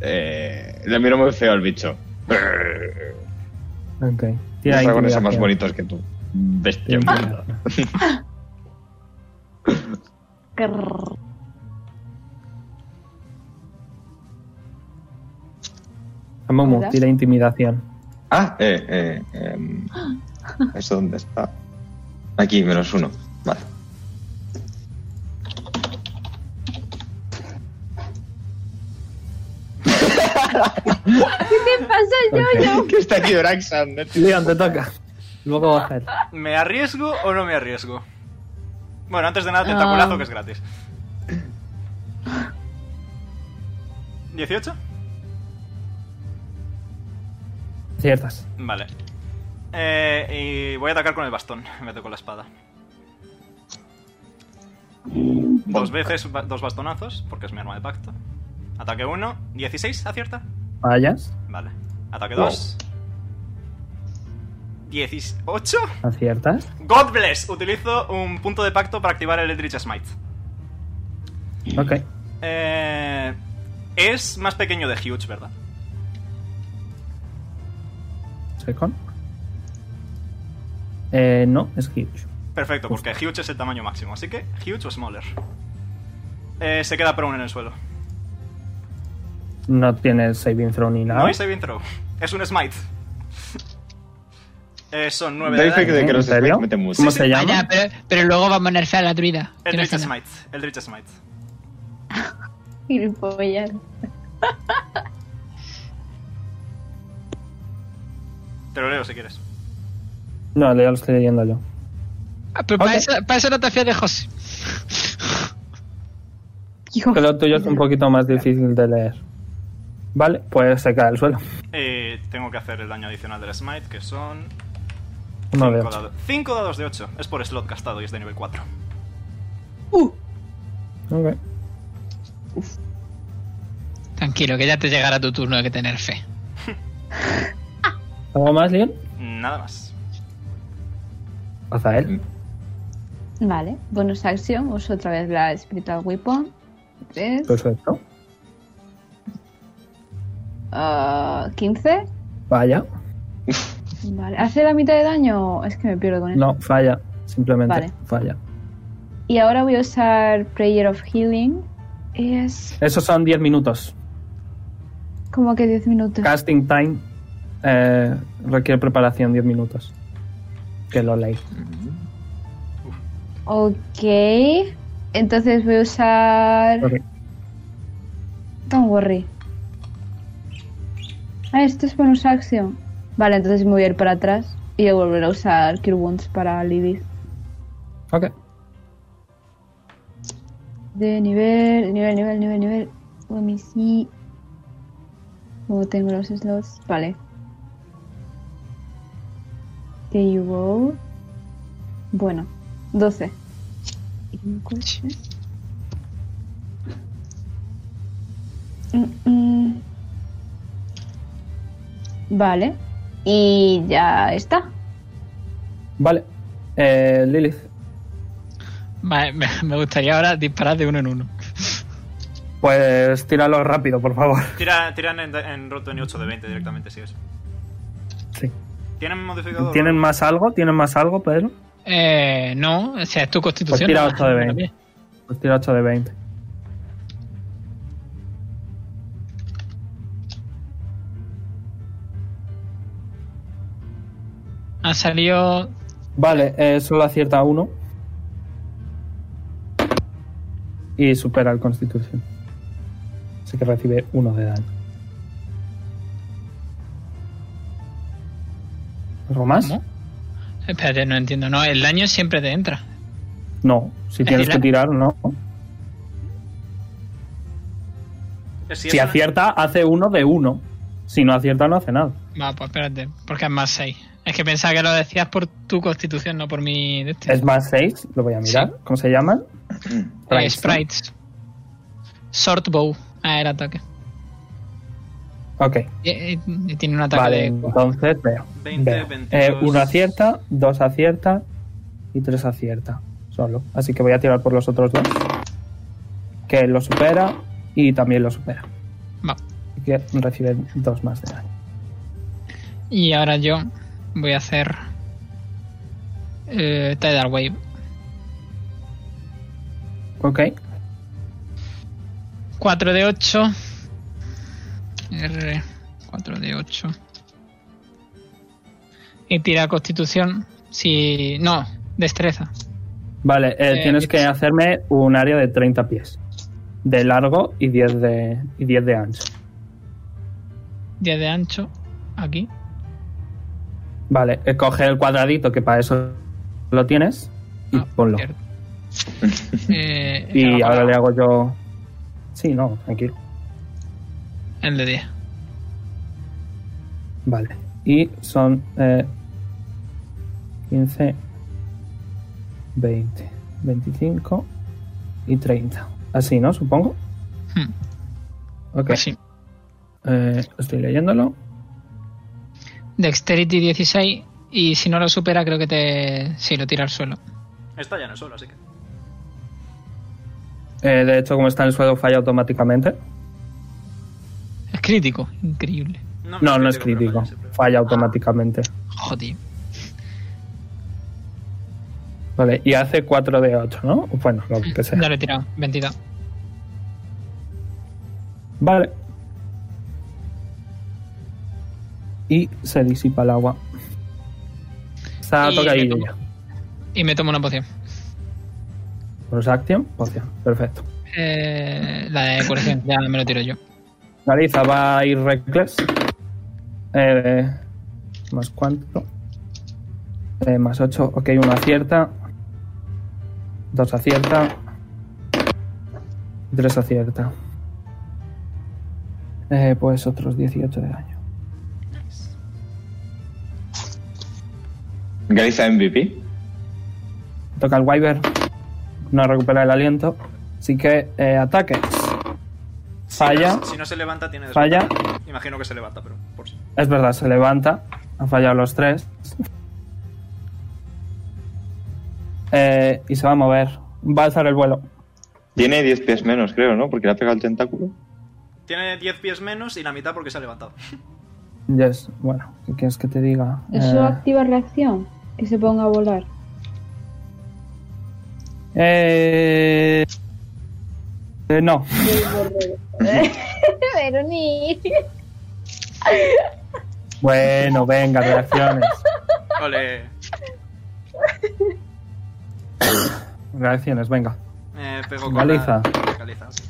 Speaker 4: Eh, le miro muy feo al bicho.
Speaker 3: Ok.
Speaker 4: Los dragones son más
Speaker 3: intimidación.
Speaker 4: bonitos que tú. Bestia.
Speaker 3: Tira
Speaker 4: muerta.
Speaker 3: intimidación.
Speaker 8: Grrr.
Speaker 3: Amumu,
Speaker 8: ¿Verdad?
Speaker 3: tira intimidación.
Speaker 4: Ah, eh, eh, em, ¿Eso dónde está? Aquí, menos uno. Vale.
Speaker 9: ¿Qué pasa, Jojo?
Speaker 4: Que está aquí Braxan. no tiene-
Speaker 3: Leon, te toca. Luego va a hacer.
Speaker 7: ¿Me arriesgo o no me arriesgo? Bueno, antes de nada, tentaculazo que es gratis. ¿18?
Speaker 3: Ciertas.
Speaker 7: Vale. Eh, y voy a atacar con el bastón en vez de con la espada. Dos veces, ba- dos bastonazos, porque es mi arma de pacto. Ataque 1, 16, acierta.
Speaker 3: Fallas.
Speaker 7: Vale. Ataque 2. 18.
Speaker 3: Aciertas.
Speaker 7: God bless. Utilizo un punto de pacto para activar el Eldritch Smite.
Speaker 3: Ok.
Speaker 7: Eh, es más pequeño de Huge, ¿verdad?
Speaker 3: Second. Eh, no, es huge.
Speaker 7: Perfecto, porque Huge es el tamaño máximo. Así que Huge o Smaller. Eh, se queda prone en el suelo.
Speaker 3: No tiene saving throw ni nada.
Speaker 2: No hay saving throw. Es un smite. Eh, son 9 de
Speaker 4: Doy fe
Speaker 2: daño.
Speaker 4: de que
Speaker 3: ¿En
Speaker 4: los
Speaker 3: serio?
Speaker 4: Smite meten mucho.
Speaker 3: ¿Cómo se
Speaker 1: Ah,
Speaker 3: llama?
Speaker 1: ya, pero, pero luego vamos a nerfear a la druida. que
Speaker 2: Eldritch
Speaker 1: no hace nada.
Speaker 2: Smite. Eldritch Smite.
Speaker 8: Gilipollas.
Speaker 2: Te lo leo si quieres.
Speaker 3: No, ya lo estoy leyendo yo.
Speaker 1: Ah, Pero para,
Speaker 3: Ok.
Speaker 1: eso, para eso no te fías de José.
Speaker 3: Que lo tuyo es un poquito más difícil de leer. Vale, pues se cae al suelo.
Speaker 2: Y Eh, tengo que hacer el daño adicional del Smite, que son
Speaker 3: Uno de
Speaker 2: 5
Speaker 3: ocho.
Speaker 2: dados, cinco dados de 8. Es por slot gastado y es de nivel 4.
Speaker 3: Ok.
Speaker 1: Tranquilo, que ya te llegará tu turno de que tener fe.
Speaker 3: ¿Algo más, Leon?
Speaker 2: Nada más.
Speaker 3: Azael.
Speaker 8: Vale, bonus acción, uso otra vez la Spiritual Weapon. ¿Ves?
Speaker 3: Perfecto.
Speaker 8: Ah, 15.
Speaker 3: Vaya.
Speaker 8: Vale. ¿Hace la mitad de daño? Es que me pierdo con él.
Speaker 3: No, falla. Simplemente
Speaker 8: Vale.
Speaker 3: falla.
Speaker 8: Y ahora voy a usar Prayer of Healing. Es
Speaker 3: Esos son 10 minutos.
Speaker 8: como que 10 minutos.
Speaker 3: Casting time eh, requiere preparación 10 minutos. Que lo leí.
Speaker 8: Ok. Entonces voy a usar.
Speaker 3: Ok.
Speaker 8: Don't worry. Ah, esto es bonus acción. Vale, entonces me voy a ir para atrás y yo volver a usar Cure Wounds para Lilith.
Speaker 3: Ok.
Speaker 8: De nivel, nivel, nivel, nivel, nivel. Let me see. ¿Cómo tengo los slots? Vale. There you go. Bueno, 12. Mm, mm. Vale. Y ya está.
Speaker 3: Vale. Eh, Lilith.
Speaker 1: Vale, me, me gustaría ahora disparar de uno en uno.
Speaker 3: Pues tíralo rápido, por favor.
Speaker 2: Tira, tiran en, en roll 28 de 20 directamente, si es.
Speaker 3: Sí.
Speaker 2: ¿Tienen modificador?
Speaker 3: ¿Tienen más algo? ¿Tienen más algo, Pedro?
Speaker 1: Eh, no, o sea, es tu constitución.
Speaker 3: Pues tira
Speaker 1: ¿no?
Speaker 3: ocho de veinte.
Speaker 1: Bien.
Speaker 3: Pues tira 8 de 20.
Speaker 1: Ha salido.
Speaker 3: Vale, eh, solo acierta uno. Y supera el Constitución. Así que recibe uno de daño. ¿Algo más?
Speaker 1: ¿Cómo? Espérate, no entiendo. No, el daño siempre te entra.
Speaker 3: No, si tienes que
Speaker 1: Decirle-
Speaker 3: tirar, no.
Speaker 2: Eh, si es
Speaker 3: Si
Speaker 2: una-
Speaker 3: acierta, hace uno de uno. Si no acierta, no hace nada.
Speaker 1: Va, pues espérate, porque es más 6. Es que pensaba que lo decías por tu constitución, no por mi. de este.
Speaker 3: Es más 6, lo voy a mirar.
Speaker 1: Sí.
Speaker 3: ¿Cómo se llaman?
Speaker 1: Eh,
Speaker 3: Sprites, ¿no?
Speaker 1: sprites. Short bow. Ah, era ataque.
Speaker 3: Ok,
Speaker 1: Eh, eh, tiene un ataque
Speaker 3: vale,
Speaker 1: de.
Speaker 3: entonces veo.
Speaker 2: 20,
Speaker 3: veo.
Speaker 2: 22.
Speaker 3: Eh, uno acierta, dos acierta y tres acierta solo. Así que voy a tirar por los otros dos. Que lo supera y también lo supera.
Speaker 1: Va.
Speaker 3: Así que reciben dos más de daño.
Speaker 1: Y ahora yo voy a hacer. Eh, Tidal Wave.
Speaker 3: Ok,
Speaker 1: 4 de 8. R. 4 de 8. Y tira constitución. Si. No, destreza.
Speaker 3: vale, eh,
Speaker 1: Eh,
Speaker 3: tienes que hacerme un área de 30 pies. De largo y 10 de, y 10 de ancho.
Speaker 1: 10 de ancho. Aquí.
Speaker 3: Vale, eh, coge el cuadradito que para eso lo tienes y
Speaker 1: Ah,
Speaker 3: ponlo.
Speaker 1: cierto. Eh,
Speaker 3: Y
Speaker 1: abajo,
Speaker 3: ahora le hago yo... Sí, no, tranquilo.
Speaker 1: El de 10.
Speaker 3: Vale. Y son eh, 15, 20, 25 y 30. Así, ¿no? Supongo.
Speaker 1: Hmm. pues
Speaker 3: Ok.
Speaker 1: Así.
Speaker 3: Eh, estoy leyéndolo.
Speaker 1: Dexterity 16. Y si no lo supera, creo que te. Sí, lo tira al suelo.
Speaker 2: Está ya en el suelo, así que.
Speaker 3: Eh, de hecho, como está en el suelo, falla automáticamente.
Speaker 1: Es crítico. Increíble.
Speaker 3: No, no es crítico.
Speaker 2: pero falla, sí,
Speaker 3: Falla automáticamente.
Speaker 1: Joder.
Speaker 3: Vale. Y hace 4 de 8, ¿no? Bueno, lo que sea.
Speaker 1: Ya lo he tirado. 22.
Speaker 3: Vale. y se disipa el agua. Está
Speaker 1: Y me
Speaker 3: tocadillo
Speaker 1: tomo-
Speaker 3: ya.
Speaker 1: Y me tomo una poción.
Speaker 3: Bonus action, poción. Perfecto.
Speaker 1: Eh, la de curación, ya me lo tiro yo.
Speaker 3: Galiza va a ir reckless. Eh, más cuánto. Eh, más 8. Ok, uno acierta. Dos acierta. Tres acierta. Eh, pues otros 18 de daño.
Speaker 4: Galiza MVP.
Speaker 3: Toca el Wyvern. No recupera el aliento. Así que eh, ataques. Falla.
Speaker 2: Si no se levanta, tiene desventaja.
Speaker 3: Falla.
Speaker 2: Imagino que se levanta, pero por si.
Speaker 3: Es verdad, se levanta. Han fallado los tres. Eh, y se va a mover. Va a alzar el vuelo.
Speaker 4: Tiene 10 pies menos, creo, ¿no? Porque le ha pegado el tentáculo.
Speaker 3: Pues-
Speaker 2: Tiene 10 pies menos y la mitad porque se ha levantado.
Speaker 3: Yes, bueno, ¿qué quieres que te diga?
Speaker 8: ¿Eso
Speaker 3: Eh,
Speaker 8: activa reacción? Que se ponga a volar.
Speaker 3: eh, eh, no,
Speaker 5: Pero ni.
Speaker 3: bueno, venga, reacciones.
Speaker 2: Ole.
Speaker 3: Reacciones, venga.
Speaker 2: Eh, pego con
Speaker 3: Galiza.
Speaker 2: La... Galiza, sí.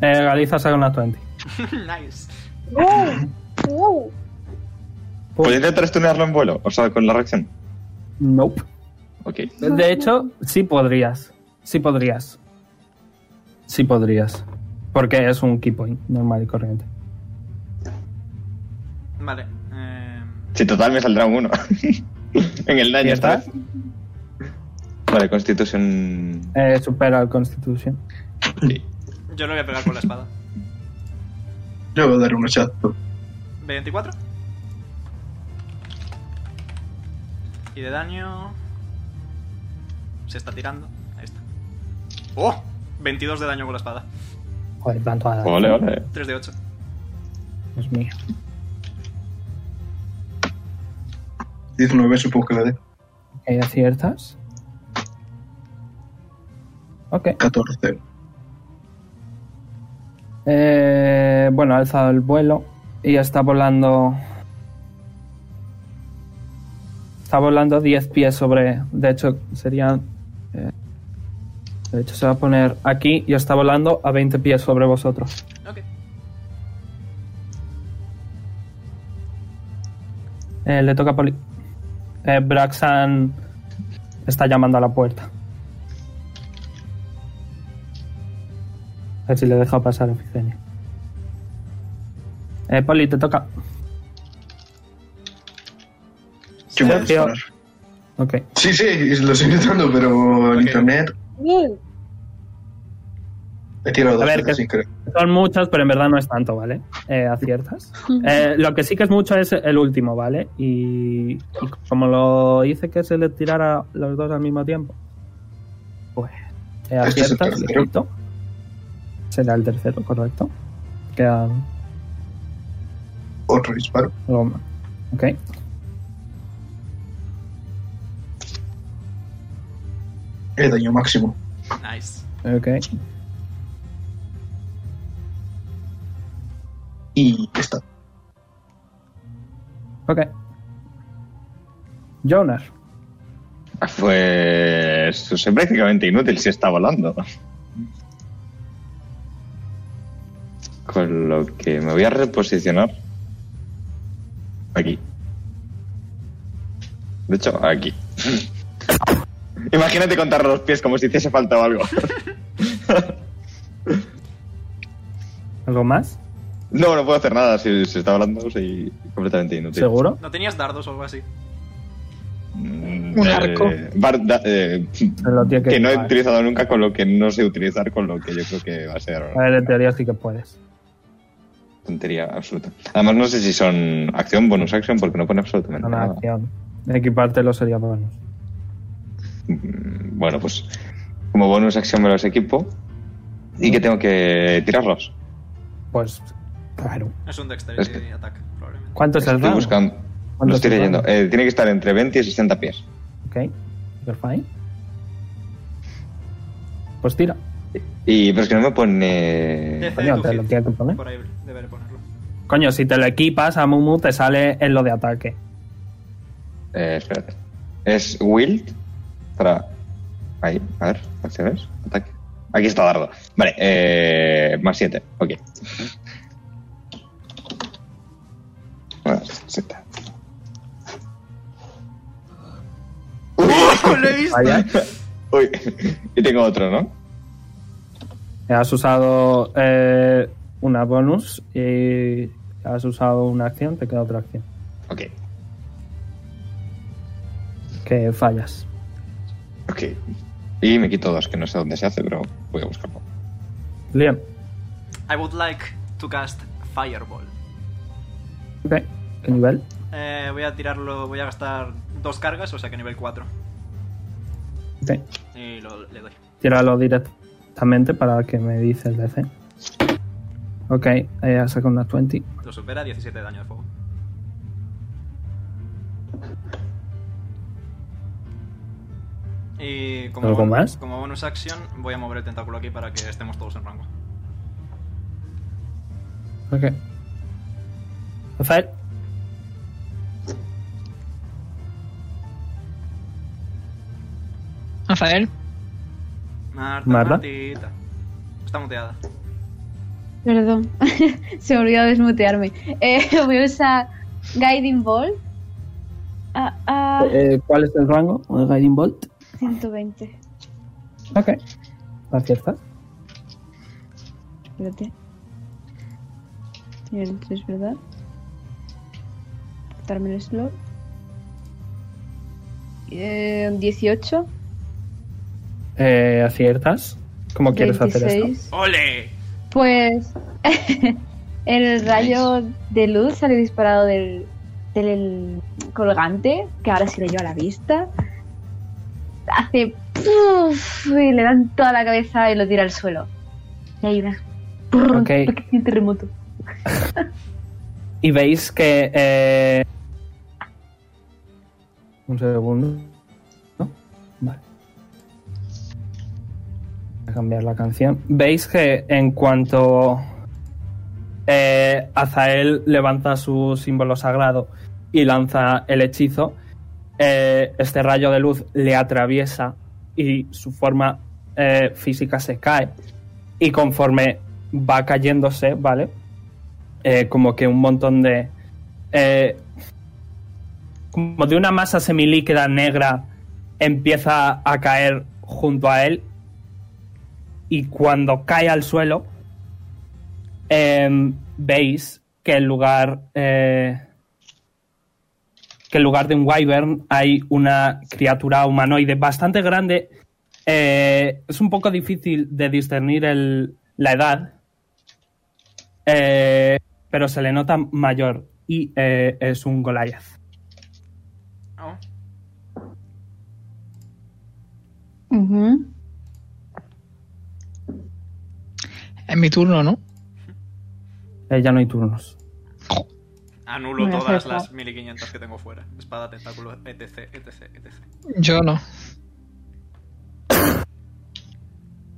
Speaker 3: Eh, Galiza saca una 20.
Speaker 2: nice.
Speaker 4: ¿Puedes intentar stunearlo en vuelo? O sea, con la reacción.
Speaker 3: Nope.
Speaker 4: Ok.
Speaker 3: De hecho, sí podrías. Sí podrías. Sí podrías. Porque es un key point normal y corriente.
Speaker 2: Vale. Eh,
Speaker 4: Si total me saldrá un uno. en el daño esta
Speaker 3: ¿Ciertas?
Speaker 4: vez. Vale, Constitution.
Speaker 3: Eh, supera el Constitution.
Speaker 4: Sí.
Speaker 2: yo le voy a pegar con la espada.
Speaker 6: Yo voy a dar un hachazo.
Speaker 2: ¿24? Y de daño. Se está tirando. Ahí está. ¡Oh! 22 de daño con la espada.
Speaker 3: Joder, tanto a
Speaker 4: Ole, ole.
Speaker 2: 3 de 8.
Speaker 3: Dios mío.
Speaker 6: 19 supongo que le dé.
Speaker 3: Ok, aciertas. Ok.
Speaker 6: 14.
Speaker 3: Eh, bueno, ha alzado el vuelo y está volando. Está volando 10 pies sobre. De hecho, serían. eh, de hecho, se va a poner aquí y está volando a 20 pies sobre vosotros.
Speaker 2: Ok.
Speaker 3: Eh, le toca a Poli. Eh, Braxan está llamando a la puerta. A ver si le deja pasar Efigenia. Eh, Poli, te toca.
Speaker 6: ¿Qué me
Speaker 3: Sergio.
Speaker 6: disparar?
Speaker 3: Ok.
Speaker 6: Sí, sí, lo estoy intentando, pero el internet. He tirado dos
Speaker 3: A ver,
Speaker 6: veces
Speaker 3: ¿qué-
Speaker 6: sin querer.
Speaker 3: Son muchos, pero en verdad no es tanto, ¿vale? Eh, aciertas. Eh, lo que sí que es mucho es el último, ¿vale? Y, y como lo hice que se le tirara los dos al mismo tiempo, pues eh,
Speaker 6: Este es el
Speaker 3: aciertas,
Speaker 6: tercero.
Speaker 3: listo. Será el tercero, correcto. Queda
Speaker 6: Otro disparo.
Speaker 3: algo más. Ok.
Speaker 6: El daño máximo.
Speaker 2: Nice.
Speaker 3: Ok.
Speaker 6: Y ya está.
Speaker 3: Ok. Jonas.
Speaker 4: Pues. Es prácticamente inútil si está volando. Con lo que me voy a reposicionar. Aquí. De hecho, aquí. Imagínate contar los pies como si hiciese falta o algo.
Speaker 3: ¿Algo más?
Speaker 4: No, no puedo hacer nada si se está hablando, soy completamente inútil.
Speaker 3: ¿Seguro?
Speaker 2: ¿No tenías dardos o algo así?
Speaker 4: Mm,
Speaker 1: Un
Speaker 4: eh,
Speaker 1: arco.
Speaker 4: bar- da- eh,
Speaker 3: Se lo tiene que
Speaker 4: que no he
Speaker 3: llevar.
Speaker 4: utilizado nunca, con lo que no sé utilizar, con lo que yo creo que va a ser
Speaker 3: A ver, en teoría sí que puedes.
Speaker 4: una tontería absoluta. Además, no sé si son acción, bonus action, porque no pone absolutamente
Speaker 3: Una
Speaker 4: nada.
Speaker 3: acción. Equipártelo sería bonus.
Speaker 4: Mm, Bueno, pues como bonus action me los equipo y que tengo que tirarlos.
Speaker 3: Pues, claro.
Speaker 2: Es un dexterity
Speaker 4: Es que-
Speaker 2: attack, probablemente.
Speaker 3: ¿Cuánto es el
Speaker 4: estoy
Speaker 3: rango?
Speaker 4: buscando.
Speaker 3: ¿Cuánto
Speaker 4: Lo
Speaker 3: es
Speaker 4: estoy
Speaker 3: el
Speaker 4: leyendo.
Speaker 3: rango?
Speaker 4: Eh, tiene que estar entre 20 y 60 pies.
Speaker 3: Ok, you're fine. Pues tira.
Speaker 4: Y, pero es que no me pone.
Speaker 2: DC
Speaker 3: Coño,
Speaker 2: tu
Speaker 3: te
Speaker 2: hit.
Speaker 3: lo
Speaker 2: ¿Eh?
Speaker 3: tiene que poner.
Speaker 2: Por ahí deberé ponerlo.
Speaker 3: Coño, si te lo equipas a Mumu te sale en lo de ataque.
Speaker 4: Eh, espérate. Es Wild. Para. Ahí, a ver, acciones, ataque. Aquí está Dardo. Vale, eh, más 7. Ok. Bueno, sí está.
Speaker 2: ¡Lo he visto!
Speaker 3: Vaya.
Speaker 4: Uy, y tengo otro, ¿no?
Speaker 3: Has usado eh, una bonus y has usado una acción, te queda otra acción.
Speaker 4: Ok,
Speaker 3: Que fallas.
Speaker 4: ok. Y me quito dos, que no sé dónde se hace, pero voy a buscarlo.
Speaker 3: Leon.
Speaker 2: I would like to cast Fireball.
Speaker 3: Ok. ¿Qué nivel?
Speaker 2: Eh, voy a tirarlo, voy a gastar dos cargas, o sea que nivel 4.
Speaker 3: Ok.
Speaker 2: Y lo, le doy.
Speaker 3: Tíralo directamente para que me dice el DC. Ok, ahí ha sacado una 20.
Speaker 2: Lo supera 17 de daño de fuego. Y como,
Speaker 3: ¿Algo
Speaker 2: bonus-
Speaker 3: más?
Speaker 2: como bonus action, voy a mover el tentáculo aquí para que estemos todos en rango.
Speaker 3: Ok. Rafael.
Speaker 1: Rafael,
Speaker 2: Marta,
Speaker 3: ¿Marta?
Speaker 2: Martita. Está muteada.
Speaker 8: Perdón, se me olvidó desmutearme. Eh, voy a usar Guiding Ball. Ah, ah,
Speaker 3: eh, ¿Cuál es el rango? El Guiding Bolt.
Speaker 8: 120.
Speaker 3: Ok. Aciertas.
Speaker 8: Espérate. Nivel 3, ¿verdad? Quitarme el slot. Eh, 18.
Speaker 3: Eh, aciertas. ¿Cómo quieres hacer esto?
Speaker 8: 26.
Speaker 2: ¡Ole!
Speaker 8: Pues el rayo de luz sale disparado del, del el colgante, que ahora sí lo lleva a la vista. Hace ¡puf! y le dan toda la cabeza y lo tira al suelo. Y hay una ¡prrr! un
Speaker 3: Ok.
Speaker 8: pequeño terremoto.
Speaker 3: Y veis que. eh, Un segundo. ¿No? Vale. Voy a cambiar la canción. Veis que en cuanto. eh, Azael levanta su símbolo sagrado y lanza el hechizo. eh, este rayo de luz le atraviesa y su forma eh, física se cae. Y conforme va cayéndose, ¿vale? eh, como que un montón de. eh, como de una masa semilíquida negra empieza a caer junto a él. Y cuando cae al suelo, em, veis que en lugar. eh, que en lugar de un wyvern hay una criatura humanoide bastante grande. Eh, es un poco difícil de discernir el- la edad, eh, pero se le nota mayor y eh, es un Goliath.
Speaker 2: Oh.
Speaker 1: es mi turno, ¿no?
Speaker 3: Eh, ya no hay turnos.
Speaker 2: Anulo
Speaker 8: Me
Speaker 2: todas
Speaker 8: acerco.
Speaker 2: las 1500 que tengo fuera. Espada, tentáculo, etc, etc, etc.
Speaker 1: Yo no.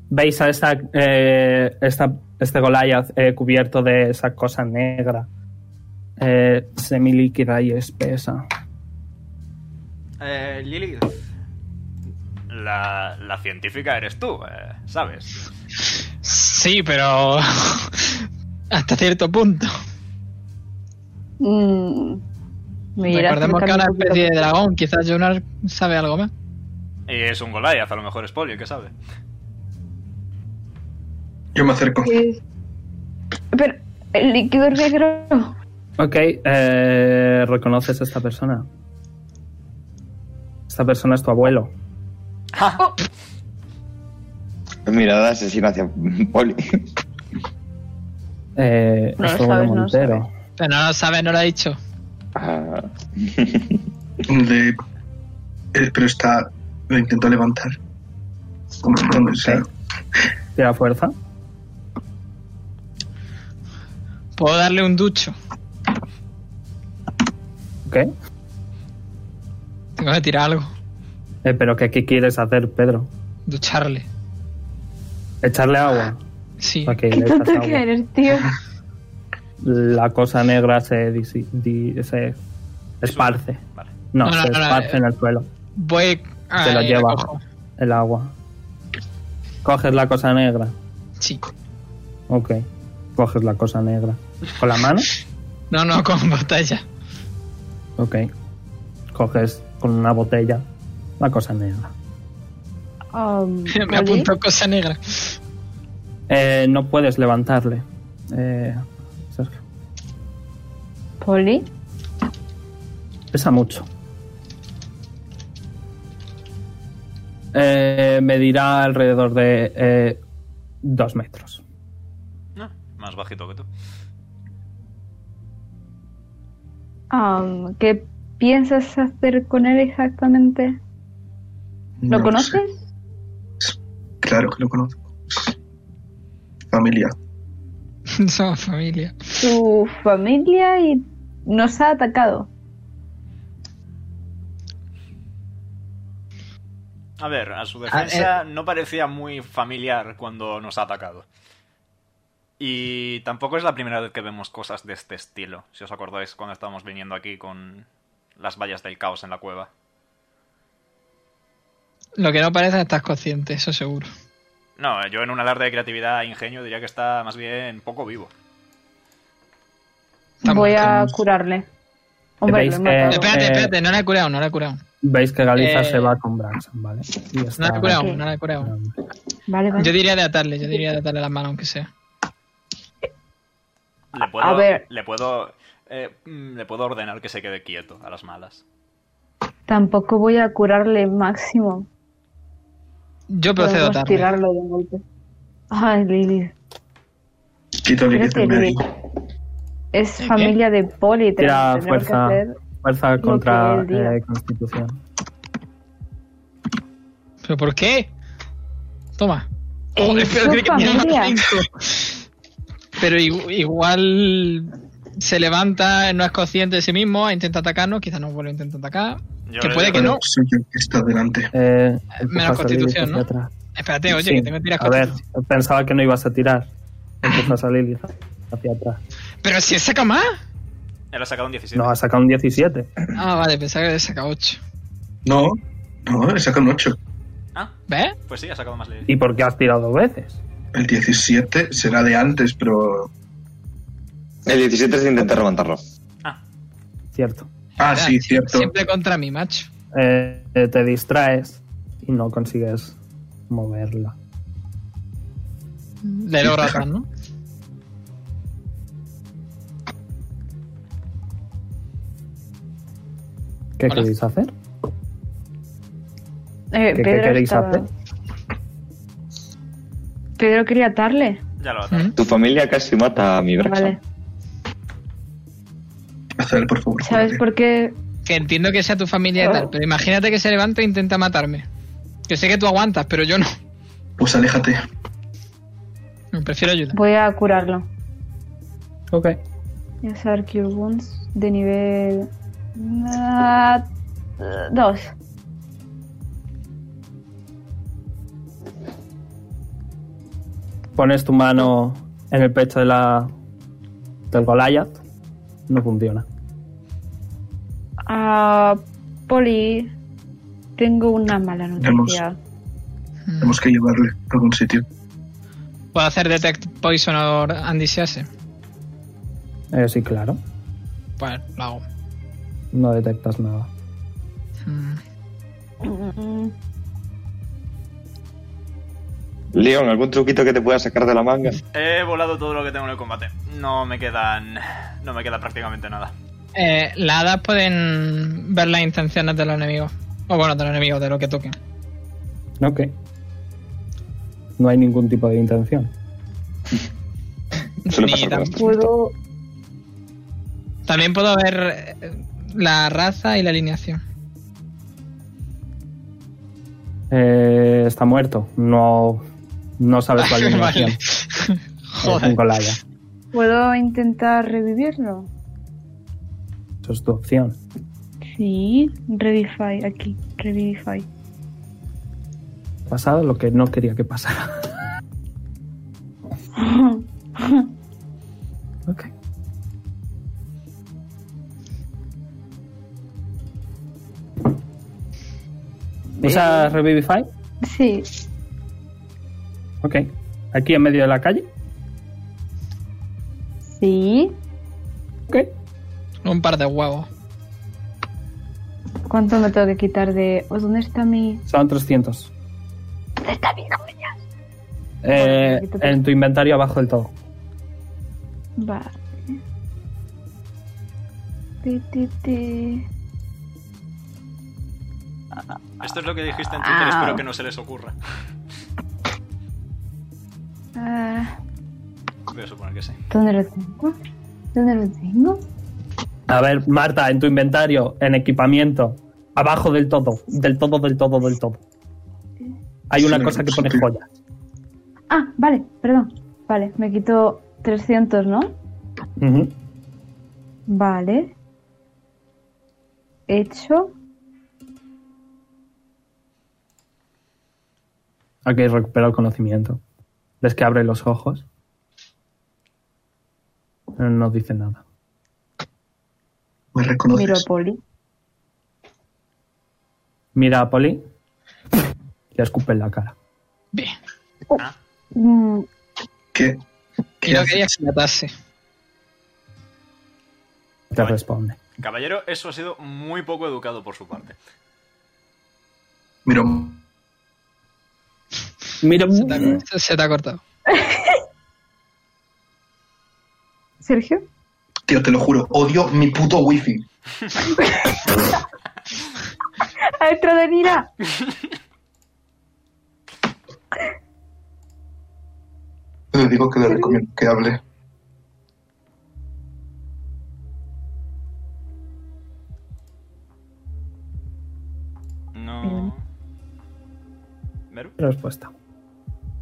Speaker 3: Veis a esta, eh, esta- este Goliath eh, cubierto de esa cosa negra, eh, semilíquida y espesa.
Speaker 2: Eh, Lilith.
Speaker 7: La, la científica eres tú, eh, ¿sabes?
Speaker 1: Sí, pero. hasta cierto punto.
Speaker 8: Mm, me irá
Speaker 1: Recordemos que ahora
Speaker 8: acercando un
Speaker 1: es
Speaker 8: poquito
Speaker 1: especie de dragón, quizás Jonar sabe algo más.
Speaker 7: Y es un Goliath, a lo mejor es polio, ¿qué sabe?
Speaker 6: Yo me acerco.
Speaker 5: Es- Pero, el líquido negro.
Speaker 3: Ok, eh, reconoces a esta persona. Esta persona es tu abuelo.
Speaker 4: Mirada asesina hacia Poli.
Speaker 3: Eh,
Speaker 8: No
Speaker 3: es
Speaker 8: lo
Speaker 3: tu abuelo
Speaker 8: sabes, no lo
Speaker 3: Montero.
Speaker 8: sabes.
Speaker 1: Pero no lo sabe, no lo ha dicho.
Speaker 4: Ah,
Speaker 6: Le- eh, pero está. Lo intento levantar. Con- o sea,
Speaker 3: Tira fuerza.
Speaker 1: Puedo darle un ducho.
Speaker 3: Ok. Eh,
Speaker 1: Tengo que tirar algo.
Speaker 3: pero ¿qué, ¿qué quieres hacer, Pedro?
Speaker 1: Ducharle.
Speaker 3: ¿Echarle agua?
Speaker 1: Sí.
Speaker 3: Ok,
Speaker 5: Qué
Speaker 3: le echas
Speaker 5: tonto
Speaker 3: agua.
Speaker 5: que eres, tío.
Speaker 3: la cosa negra se, disi- di- se esparce.
Speaker 7: Vale.
Speaker 3: No,
Speaker 1: No, no,
Speaker 3: se
Speaker 1: no, no,
Speaker 3: esparce
Speaker 1: eh.
Speaker 3: en el suelo.
Speaker 1: Voy a.
Speaker 3: Te lo
Speaker 1: la
Speaker 3: lleva
Speaker 1: cojo.
Speaker 3: el agua. Coges la cosa negra.
Speaker 1: Sí.
Speaker 3: Ok. Coges la cosa negra. ¿Con la mano?
Speaker 1: No, no, con botella.
Speaker 3: Ok. Coges con una botella la cosa negra.
Speaker 8: Um,
Speaker 1: Me
Speaker 8: ¿vale?
Speaker 1: apunto cosa negra.
Speaker 3: Eh, no puedes levantarle. Eh, Sergio.
Speaker 8: Poli.
Speaker 3: Pesa mucho. Eh, medirá alrededor de eh, dos metros.
Speaker 7: Ah, más bajito que tú.
Speaker 8: um, ¿Qué piensas hacer con él exactamente?
Speaker 6: No
Speaker 8: ¿Lo
Speaker 6: sé.
Speaker 8: conoces?
Speaker 6: Claro que lo conozco. Familia.
Speaker 1: Somos familia.
Speaker 8: Su familia y nos ha atacado.
Speaker 7: A ver, a su defensa no parecía muy familiar cuando nos ha atacado. Y tampoco es la primera vez que vemos cosas de este estilo, si os acordáis cuando estábamos viniendo aquí con las vallas del caos en la cueva.
Speaker 1: Lo que no parece estás consciente, eso seguro.
Speaker 7: No, yo en un alarde de creatividad e ingenio diría que está más bien poco vivo.
Speaker 1: Está
Speaker 8: Voy
Speaker 1: muerto,
Speaker 8: a
Speaker 1: ¿no?
Speaker 8: curarle. Hombre,
Speaker 3: ¿Veis
Speaker 8: lo he
Speaker 3: que-
Speaker 8: matado.
Speaker 1: Espérate,
Speaker 3: Eh,
Speaker 1: espérate, no la he curado, no la he curado.
Speaker 3: Veis que Galiza
Speaker 1: Eh,
Speaker 3: se va con Branson, ¿vale? Y
Speaker 1: No la
Speaker 3: está-
Speaker 1: he curado,
Speaker 8: Ok.
Speaker 1: no la he curado.
Speaker 8: Vale, vale.
Speaker 1: Yo diría de atarle, yo diría de atarle la mano, aunque sea.
Speaker 7: Le puedo,
Speaker 8: a ver.
Speaker 7: Le puedo, eh, mm, le puedo ordenar que se quede quieto a las malas.
Speaker 8: Tampoco voy a curarle máximo.
Speaker 1: Yo procedo a
Speaker 8: Podemos
Speaker 1: atarle.
Speaker 8: tirarlo de un golpe. Ay, Lilith.
Speaker 6: Quito el
Speaker 8: Creo
Speaker 6: límite
Speaker 8: que
Speaker 6: en medio.
Speaker 8: Lilith es
Speaker 1: ¿Qué?
Speaker 8: familia de Poli.
Speaker 3: Tira
Speaker 8: tenemos que
Speaker 3: fuerza,
Speaker 8: hacer-
Speaker 3: fuerza
Speaker 8: que
Speaker 3: contra
Speaker 8: él diga.
Speaker 3: eh, Constitución.
Speaker 1: ¿Pero por qué? Toma.
Speaker 8: Eh,
Speaker 1: Joder, pero
Speaker 8: su
Speaker 1: tiene que tirar más
Speaker 8: familia.
Speaker 1: cinco. Pero igu- igual se levanta, no es consciente de sí mismo, intenta atacarnos, quizás no vuelve a intentar atacar.
Speaker 7: Yo
Speaker 1: Que
Speaker 7: le
Speaker 1: puede
Speaker 7: digo-
Speaker 1: que no.
Speaker 6: Bueno, soy yo el que está delante.
Speaker 3: Eh, empujas a Lilith
Speaker 1: Constitución,
Speaker 3: hacia
Speaker 1: ¿no?
Speaker 3: atrás.
Speaker 1: Espérate, oye,
Speaker 3: Sí.
Speaker 1: que tengo que tirar
Speaker 3: A ver,
Speaker 1: constitución.
Speaker 3: pensaba que no ibas a tirar. Empujas a Lilith hacia atrás.
Speaker 1: Pero si he sacado más.
Speaker 7: Él ha sacado un 17.
Speaker 3: No, ha sacado un 17.
Speaker 1: Ah, vale, pensaba que había sacado 8.
Speaker 6: No, no, le saca un 8.
Speaker 7: Ah,
Speaker 1: ¿Ves?
Speaker 7: pues sí, ha sacado más ley.
Speaker 3: ¿Y por qué has tirado dos veces?
Speaker 6: El 17 será de antes, pero.
Speaker 4: El 17 se intenta remontarlo.
Speaker 7: Ah,
Speaker 3: Cierto.
Speaker 6: Ah,
Speaker 1: Verdad,
Speaker 6: sí, cierto.
Speaker 1: Siempre contra mí, macho.
Speaker 3: Eh, eh, te distraes y no consigues moverla.
Speaker 1: Le logro atar, ¿no?
Speaker 3: ¿Qué
Speaker 1: Hola.
Speaker 3: queréis hacer?
Speaker 8: Eh,
Speaker 3: ¿Qué, qué
Speaker 8: Pedro
Speaker 3: queréis
Speaker 8: estaba-
Speaker 3: hacer?
Speaker 8: Pedro quería atarle.
Speaker 7: ya lo ha
Speaker 1: Mm.
Speaker 7: dado.
Speaker 4: Tu familia casi mata a mi Braxton.
Speaker 8: Vale.
Speaker 6: Hacer, por favor.
Speaker 8: ¿Sabes
Speaker 6: júrate.
Speaker 8: por qué?
Speaker 1: Que entiendo que sea tu familia y tal, pero imagínate que se levanta e intenta matarme. Yo sé que tú aguantas, pero yo no.
Speaker 6: Pues aléjate.
Speaker 1: Prefiero ayuda.
Speaker 8: Voy a curarlo.
Speaker 3: Ok.
Speaker 8: Voy a usar Cure Wounds de nivel ah, 2.
Speaker 3: Pones tu mano en el pecho de la del Goliath. No funciona.
Speaker 8: A Poli, Ah, tengo una mala noticia.
Speaker 6: Tenemos que llevarle a algún sitio.
Speaker 1: Puedo hacer Detect Poison or Andisiase.
Speaker 3: Eh, sí, claro.
Speaker 1: Pues lo hago.
Speaker 3: No detectas nada.
Speaker 1: Mm.
Speaker 8: Mm,
Speaker 4: Leon, ¿algún truquito que te pueda sacar de la manga?
Speaker 7: He volado todo lo que tengo en el combate. No me quedan. No me queda prácticamente nada.
Speaker 1: Eh, las hadas pueden ver las intenciones de los enemigos. O bueno, de los enemigos, de lo que toquen.
Speaker 3: Ok. No hay ningún tipo de intención.
Speaker 4: Suele
Speaker 1: Ni
Speaker 4: pasar con
Speaker 1: tam-
Speaker 4: esto.
Speaker 8: Puedo.
Speaker 1: También puedo ver eh, la raza y la alineación.
Speaker 3: Eh, está muerto. No, no sabes cuál es la
Speaker 1: Vale.
Speaker 3: alineación. Es un
Speaker 1: Joder.
Speaker 3: Goliath.
Speaker 8: ¿Puedo intentar revivirlo?
Speaker 3: Eso es tu opción.
Speaker 8: Sí, Revivify, aquí, Revivify.
Speaker 3: Ha Pasado lo que no quería que pasara. ok. ¿Usas Revivify?
Speaker 8: Sí.
Speaker 3: Ok. ¿Aquí en medio de la calle?
Speaker 8: Sí.
Speaker 3: Ok.
Speaker 1: Un par de huevos.
Speaker 8: ¿Cuánto me tengo que quitar de... oh, ¿Dónde está mi...
Speaker 3: Son 300.
Speaker 8: ¿Dónde está mi joya?
Speaker 3: Eh, en tu inventario abajo del todo.
Speaker 8: Vale. Ti, ti, ti.
Speaker 7: Esto es lo que dijiste en Twitter,
Speaker 8: Ah.
Speaker 7: espero que no se les ocurra.
Speaker 8: Ah,
Speaker 7: Voy a suponer que sí.
Speaker 8: ¿Dónde lo tengo? ¿Dónde lo tengo?
Speaker 3: A ver, Marta, en tu inventario, en equipamiento, abajo del todo, del todo, del todo, del todo. Hay una
Speaker 6: Sí,
Speaker 3: cosa que pone
Speaker 6: sí.
Speaker 3: joya.
Speaker 8: Ah, vale, perdón. Vale, me quito 300, ¿no?
Speaker 3: Ujú.
Speaker 8: Vale. Hecho.
Speaker 3: Ok, recupera el conocimiento. Ves que abre los ojos. Pero No dice nada.
Speaker 6: Me
Speaker 8: Miro a
Speaker 6: reconoces.
Speaker 8: Poli.
Speaker 3: Mira a Poli. Le escupe en la cara.
Speaker 1: Bien.
Speaker 8: Mm,
Speaker 6: ¿Qué?
Speaker 1: Y
Speaker 6: ¿Qué
Speaker 1: no
Speaker 6: haces?
Speaker 1: quería que me atase.
Speaker 3: Te
Speaker 7: Vale.
Speaker 3: responde.
Speaker 7: Caballero, eso ha sido muy poco educado por su parte.
Speaker 6: Miro.
Speaker 3: Mira,
Speaker 1: Se te ha- se- se te ha cortado.
Speaker 8: Sergio.
Speaker 6: Tío, te lo juro, odio mi puto wifi.
Speaker 8: ¡Adentro de Nira!
Speaker 6: Le digo que le recomiendo que hable.
Speaker 7: No. ¿Meru?
Speaker 3: respuesta.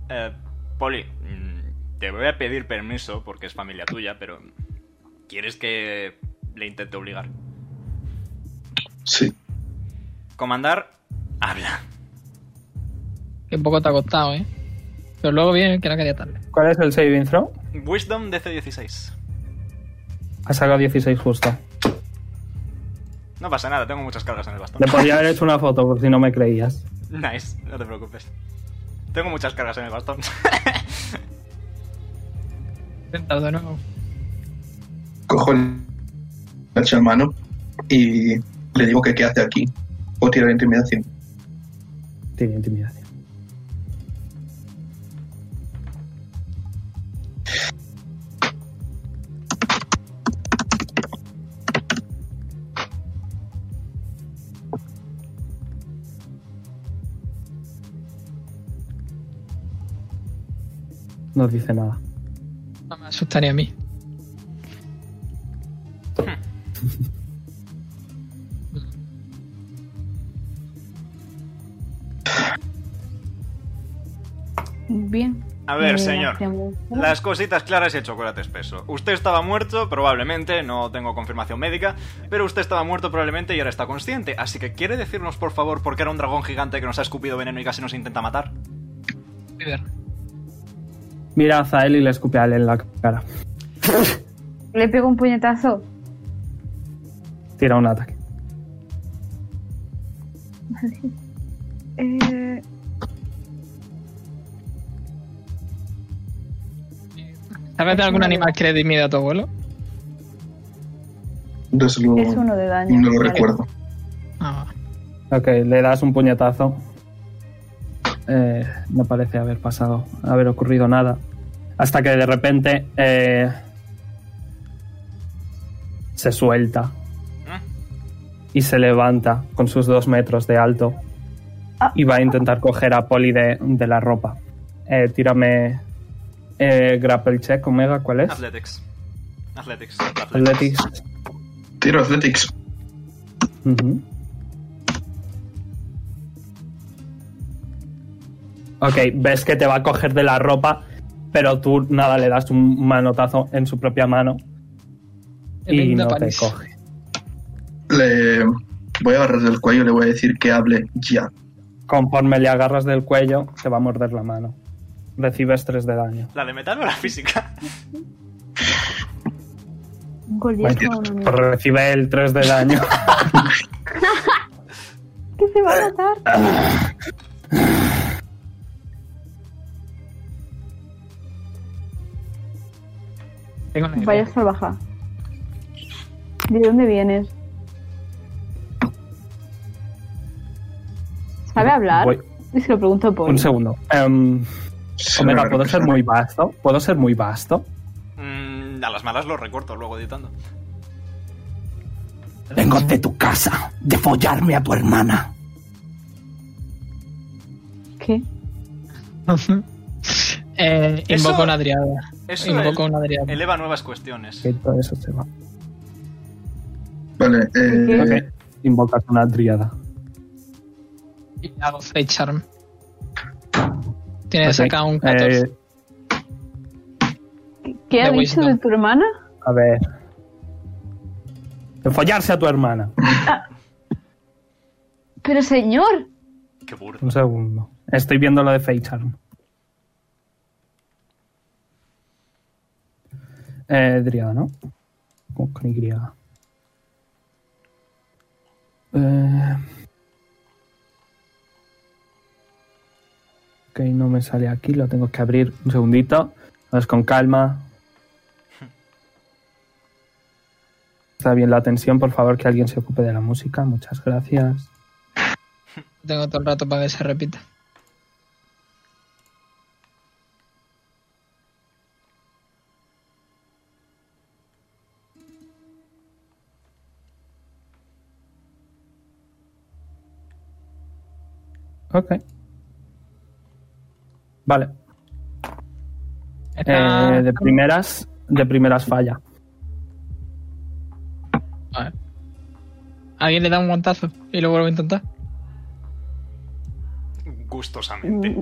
Speaker 7: Eh, Poli, mm, te voy a pedir permiso porque es familia tuya, pero. ¿Quieres que le intente obligar?
Speaker 6: Sí.
Speaker 7: Comandar, habla.
Speaker 1: Que un poco te ha costado, ¿eh? Pero luego viene el que no quería tarde.
Speaker 3: ¿Cuál es el saving throw?
Speaker 7: Wisdom DC16.
Speaker 3: Ha sacado 16 justo.
Speaker 7: No pasa nada, tengo muchas cargas en el bastón.
Speaker 3: Le podría haber hecho una foto por si no me creías.
Speaker 7: Nice, no te preocupes. Tengo muchas cargas en el bastón.
Speaker 1: Intentado de nuevo.
Speaker 6: Cojo el, el chamano y le digo que qué hace aquí. O tirar intimidación.
Speaker 3: Tiene intimidación. No dice nada.
Speaker 1: No me asustaría a mí.
Speaker 8: Bien.
Speaker 7: A ver,
Speaker 8: Eh,
Speaker 7: señor.
Speaker 8: hacemos-
Speaker 7: Las cositas claras y el chocolate espeso. Usted estaba muerto, probablemente, no tengo confirmación médica, pero usted estaba muerto probablemente y ahora está consciente. Así que, ¿quiere decirnos, por favor, por qué era un dragón gigante que nos ha escupido veneno y casi nos intenta matar?
Speaker 1: River.
Speaker 3: Mira a Zael y le escupe a él en la cara.
Speaker 8: Le pego un puñetazo.
Speaker 3: Tira un ataque.
Speaker 8: Eh,
Speaker 1: ¿Sabes de algún animal que le dé miedo a tu abuelo?
Speaker 6: Desde luego,
Speaker 8: es uno de daño.
Speaker 6: Oh, no lo
Speaker 8: Vale.
Speaker 6: recuerdo.
Speaker 1: Ah,
Speaker 3: Ok, le das un puñetazo. Eh, no parece haber pasado, haber ocurrido nada. Hasta que de repente eh, se suelta
Speaker 7: ¿Mm?
Speaker 3: y se levanta con sus dos metros de alto
Speaker 8: Ah.
Speaker 3: y va a intentar coger a Poli de, de la ropa. Eh, tírame eh, grapple check, Omega, ¿cuál es?
Speaker 7: Athletics. Athletics.
Speaker 3: Athletics.
Speaker 6: Tiro Athletics.
Speaker 3: Ujú. Ok, ves que te va a coger de la ropa, pero tú nada, le das un manotazo en su propia mano
Speaker 1: qué
Speaker 3: y
Speaker 1: linda
Speaker 3: no te
Speaker 1: paliza.
Speaker 3: coge.
Speaker 6: Le voy a agarrar del cuello y le voy a decir que hable ya.
Speaker 3: Conforme le agarras del cuello, te va a morder la mano. Recibes 3 de daño.
Speaker 7: ¿La de metal o la física?
Speaker 8: Un gol diez
Speaker 6: Vale.
Speaker 8: con-
Speaker 3: Recibe el 3 de daño.
Speaker 8: ¿Qué
Speaker 5: te va a matar.
Speaker 6: Ah,
Speaker 1: Tengo una idea.
Speaker 5: Vaya salvaja. ¿De dónde vienes? ¿Sabe hablar?
Speaker 3: Voy-
Speaker 5: Y se lo pregunto a Paul.
Speaker 3: Un segundo. Em,
Speaker 6: Se me
Speaker 3: Omega,
Speaker 6: va
Speaker 3: ¿puedo ser
Speaker 6: recortando.
Speaker 3: muy vasto? ¿Puedo ser muy vasto?
Speaker 7: Mm, a las malas lo recorto luego editando.
Speaker 10: Vengo de tu casa, de follarme a tu hermana.
Speaker 5: ¿Qué?
Speaker 1: Eh,
Speaker 7: Eso-
Speaker 1: invoco una driada.
Speaker 7: Eso
Speaker 1: Invoco
Speaker 7: el-
Speaker 1: una driada.
Speaker 7: eleva nuevas cuestiones.
Speaker 3: Que todo eso se va.
Speaker 6: Vale, eh,
Speaker 3: Ok. Invocas una triada.
Speaker 1: Y hago Fate Charm. Tienes
Speaker 3: Ok,
Speaker 1: acá un 14.
Speaker 3: Pues eh,
Speaker 5: ¿Qué ha
Speaker 1: De
Speaker 5: dicho
Speaker 1: wisdom.
Speaker 5: de tu hermana?
Speaker 3: a ver. De follarse a tu hermana.
Speaker 8: Pero señor,
Speaker 7: Qué burdo.
Speaker 3: Un segundo. Estoy viendo lo de Facecharm. Eh, Driada, ¿no? Con, con Y. Eh... Ok, no me sale aquí, lo tengo que abrir un segundito. Vamos con calma. Está bien la atención, por favor, que alguien se ocupe de la música. Muchas gracias.
Speaker 1: Tengo todo el rato para que se repita.
Speaker 3: Ok. Vale.
Speaker 1: Está-
Speaker 3: Eh, de primeras, de primeras falla.
Speaker 1: Vale. Alguien le da un guantazo y lo vuelve a intentar.
Speaker 7: Gustosamente.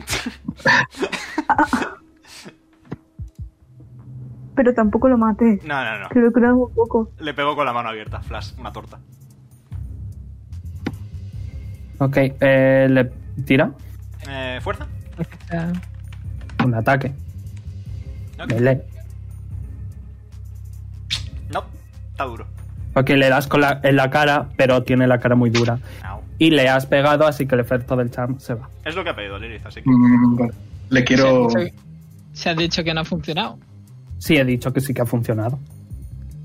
Speaker 5: Pero tampoco lo maté.
Speaker 7: No, no, no.
Speaker 5: Que lo creo un poco.
Speaker 7: Le pego con la mano abierta. Flash, una torta.
Speaker 3: Ok, eh, le tira
Speaker 7: Eh, ¿Fuerza?
Speaker 1: Eh,
Speaker 3: un ataque.
Speaker 7: Ok.
Speaker 3: Melee.
Speaker 7: No, está duro.
Speaker 3: Ok, le das con la- en la cara, pero tiene la cara muy dura.
Speaker 7: Au.
Speaker 3: Y le has pegado, así que el efecto del charm se va.
Speaker 7: Es lo que ha pedido Lilith, así que.
Speaker 6: mm, vale. Le quiero.
Speaker 1: Se, se ha dicho que no ha funcionado.
Speaker 3: Sí, he dicho que sí que ha funcionado.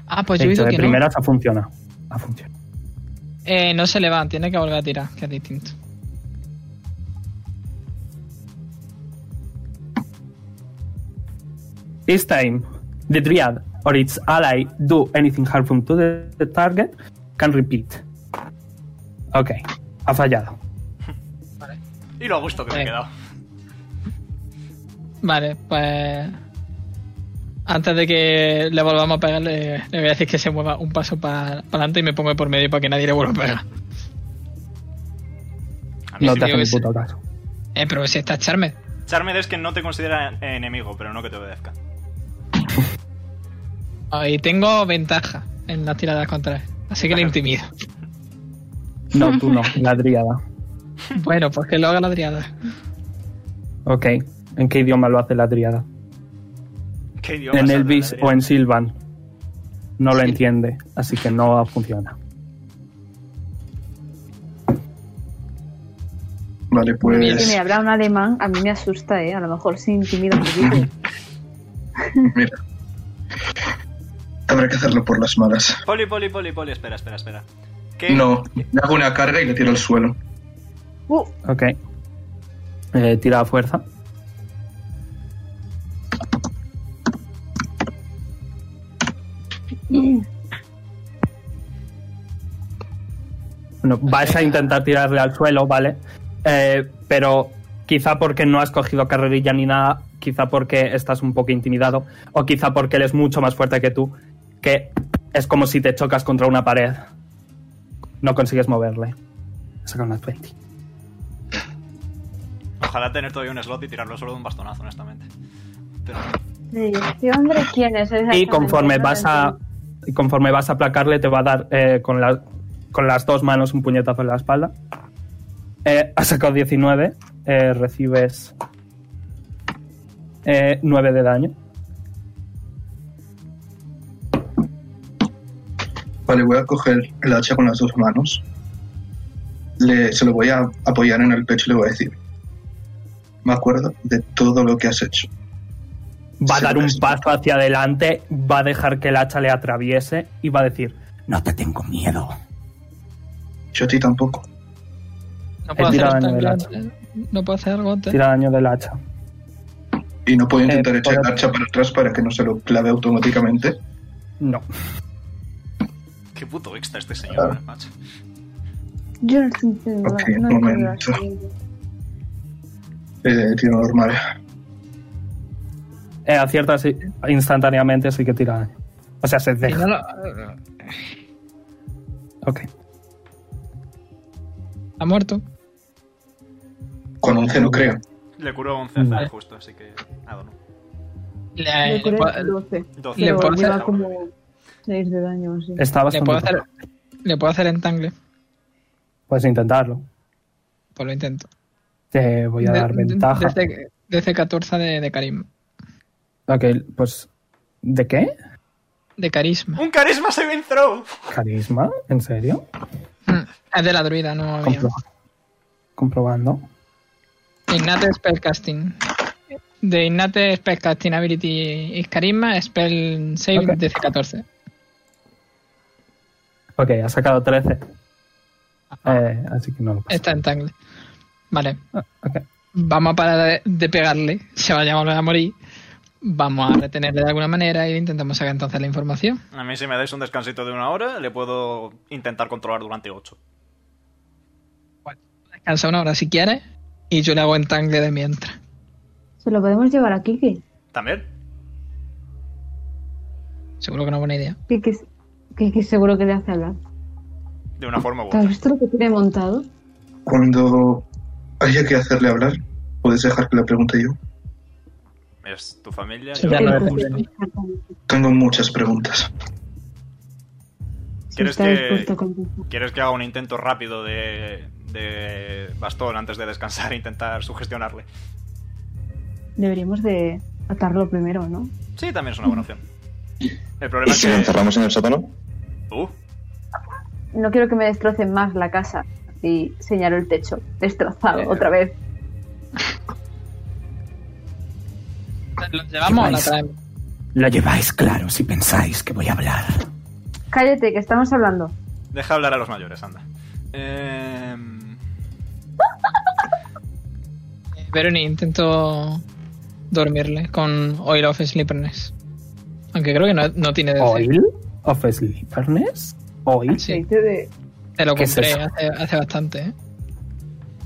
Speaker 1: Ah, pues
Speaker 3: He
Speaker 1: yo he
Speaker 3: dicho,
Speaker 1: visto
Speaker 3: de
Speaker 1: que no.
Speaker 3: primeras ha funcionado. Ha funcionado.
Speaker 1: Eh, no se le va, tiene que volver a tirar, que es distinto.
Speaker 3: This time, the Dryad or its ally do anything harmful to the, the target can repeat. Ok, ha fallado.
Speaker 7: Y lo a gusto que me he
Speaker 1: Venga.
Speaker 7: quedado.
Speaker 1: Vale, pues. Antes de que le volvamos a pegar, le, le voy a decir que se mueva un paso para adelante y me pongo por medio para que nadie le vuelva a pegar.
Speaker 7: A mí
Speaker 3: No
Speaker 7: sí
Speaker 1: digo
Speaker 7: me-
Speaker 3: te hace ni
Speaker 1: que sí.
Speaker 3: puto caso.
Speaker 1: Eh, pero si está Charmed.
Speaker 7: Charmed es que no te considera enemigo, pero no que te obedezca.
Speaker 1: Ah, Y tengo ventaja en las tiradas contra él. Así que le intimido.
Speaker 3: No, tú no, la driada.
Speaker 1: Bueno, pues que lo haga la triada.
Speaker 3: Ok. ¿En qué idioma lo hace la triada?
Speaker 7: ¿Qué idioma
Speaker 3: En
Speaker 7: sabe
Speaker 3: Elvis
Speaker 7: la
Speaker 3: o
Speaker 7: Lilith?
Speaker 3: en Silvan. No lo entiende, así que no funciona.
Speaker 6: Vale,
Speaker 8: que me
Speaker 6: pues.
Speaker 8: habla un alemán, a mí me asusta, ¿eh? A lo mejor se intimida un poquito.
Speaker 6: Mira. Habrá que hacerlo por las malas.
Speaker 7: Poli, poli, poli, poli. Espera, espera, espera. ¿Qué?
Speaker 6: No, le hago una carga y le tiro al suelo.
Speaker 3: Ok. Eh, tira a fuerza. Bueno, vas a intentar tirarle al suelo, ¿vale? Eh, pero quizá porque no has cogido carrerilla ni nada, quizá porque estás un poco intimidado, o quizá porque él es mucho más fuerte que tú, que es como si te chocas contra una pared. No consigues moverle. Saca una 20.
Speaker 7: Ojalá tener todavía un slot y tirarlo solo de un bastonazo, honestamente. Pero
Speaker 8: Sí, ¿Qué hombre quién es?
Speaker 3: y
Speaker 8: exactamente?
Speaker 3: conforme
Speaker 8: No lo
Speaker 3: vas a
Speaker 8: entiendo.
Speaker 3: y conforme vas a aplacarle te va a dar eh, con, la- con las dos manos un puñetazo en la espalda eh, has sacado 19 eh, recibes eh, 9 de daño
Speaker 6: Vale, voy a coger el hacha con las dos manos. le- se lo voy a apoyar en el pecho y le voy a decir, me acuerdo de todo lo que has hecho.
Speaker 3: Va a
Speaker 6: Sí,
Speaker 3: dar un
Speaker 6: sí.
Speaker 3: paso hacia adelante, va a dejar que el hacha le atraviese y va a decir:
Speaker 10: No te tengo miedo.
Speaker 6: Yo a ti tampoco.
Speaker 1: No puedo,
Speaker 3: He
Speaker 1: hacer
Speaker 3: tirado
Speaker 1: esto en
Speaker 3: nivel
Speaker 1: plan- eh, no puedo hacer algo.
Speaker 3: Tira daño del hacha.
Speaker 6: Y no puedo intentar
Speaker 3: Eh,
Speaker 6: echar el
Speaker 3: por-
Speaker 6: hacha para atrás para que no se lo clave automáticamente.
Speaker 3: No.
Speaker 7: Qué puto extra este señor, macho.
Speaker 8: Yo no estoy entendiendo.
Speaker 6: Ok,
Speaker 8: no
Speaker 6: un
Speaker 8: entiendo
Speaker 6: momento.
Speaker 8: las cosas.
Speaker 6: Eh, tiro normal.
Speaker 3: Eh, acierta así- instantáneamente, así que tira daño. O sea, se
Speaker 1: Y no
Speaker 3: deja.
Speaker 1: lo-
Speaker 3: Ok.
Speaker 1: ha muerto.
Speaker 6: Con 11 no creo.
Speaker 7: Le curó 11 a
Speaker 3: Vale.
Speaker 7: Zed justo, así que. Nada, no.
Speaker 1: Le,
Speaker 5: Le
Speaker 1: le puedo-
Speaker 5: curé 12,
Speaker 7: 12.
Speaker 1: pues, Le
Speaker 5: pero
Speaker 1: puedo
Speaker 5: lleva
Speaker 1: hacer-
Speaker 5: como 6 de daño así.
Speaker 3: Está
Speaker 1: le
Speaker 3: bastante.
Speaker 1: puedo hacer,
Speaker 3: tocado.
Speaker 1: le puedo hacer entangle.
Speaker 3: Puedes intentarlo.
Speaker 1: Pues lo intento.
Speaker 3: Te voy a
Speaker 1: De-
Speaker 3: dar
Speaker 1: de-
Speaker 3: ventaja.
Speaker 1: Desde, desde 14 de, de carisma.
Speaker 3: Ok, pues. ¿De qué?
Speaker 1: De carisma.
Speaker 7: ¡Un carisma saving throw!
Speaker 3: ¿Carisma? ¿En serio?
Speaker 1: Mm, Es de la druida, no mía.
Speaker 3: Compro- Comprobando.
Speaker 1: Innate Spellcasting. De Innate Spellcasting Ability is Carisma, Spell Save
Speaker 3: Ok.
Speaker 1: DC 14.
Speaker 3: Ok, ha sacado 13. Eh, así que no lo pasa.
Speaker 1: Está entangle. Vale.
Speaker 7: Este.
Speaker 3: Ah, ok.
Speaker 1: Vamos a parar de, de pegarle. Se vaya a volver a morir. Vamos a retenerle de alguna manera y intentamos sacar entonces la información.
Speaker 7: A mí, si me dais un descansito de una hora, le puedo intentar controlar durante 8.
Speaker 1: Descansa una hora si quieres. Y yo le hago entangle de mientras.
Speaker 8: Se lo podemos llevar a Kike.
Speaker 7: ¿También?
Speaker 1: Seguro que no es buena idea.
Speaker 8: Kike, es- Kike seguro que le hace hablar.
Speaker 7: De una forma u
Speaker 8: ¿Te has
Speaker 7: otra.
Speaker 8: visto lo que tiene montado?
Speaker 6: Cuando haya que hacerle hablar, puedes dejar que le pregunte yo.
Speaker 7: Es tu familia.
Speaker 1: Sí,
Speaker 7: yo-
Speaker 1: ya no
Speaker 8: Entonces,
Speaker 1: depende de mí.
Speaker 6: Tengo muchas preguntas.
Speaker 8: si
Speaker 7: ¿Quieres
Speaker 8: está
Speaker 7: que-
Speaker 8: dispuesto a contestar.
Speaker 7: ¿Quieres que haga un intento rápido de, de bastón antes de descansar e intentar sugestionarle?
Speaker 8: Deberíamos de atarlo primero, ¿no?
Speaker 7: Sí, también es una buena opción. El
Speaker 4: ¿Y
Speaker 7: problema es
Speaker 4: si lo
Speaker 7: que...
Speaker 4: encerramos en el sótano?
Speaker 7: Uh,
Speaker 8: No quiero que me destrocen más la casa. Y señalo el techo. Destrozado,
Speaker 7: Eh.
Speaker 8: otra vez.
Speaker 1: ¿Lo llevamos o la traemos?
Speaker 10: Lo lleváis claro si pensáis que voy a hablar.
Speaker 8: Cállate, que estamos hablando.
Speaker 7: deja hablar a los mayores, anda. Em,
Speaker 1: Eh, Veroni, intento dormirle con Oil of Sleeperness. Aunque creo que no, no tiene DC.
Speaker 3: Oil of Sleeperness. Oil.
Speaker 1: Sí,
Speaker 5: Dice de-
Speaker 1: te lo
Speaker 3: ¿Qué es
Speaker 1: compré
Speaker 3: eso?
Speaker 1: hace, hace bastante. ¿eh?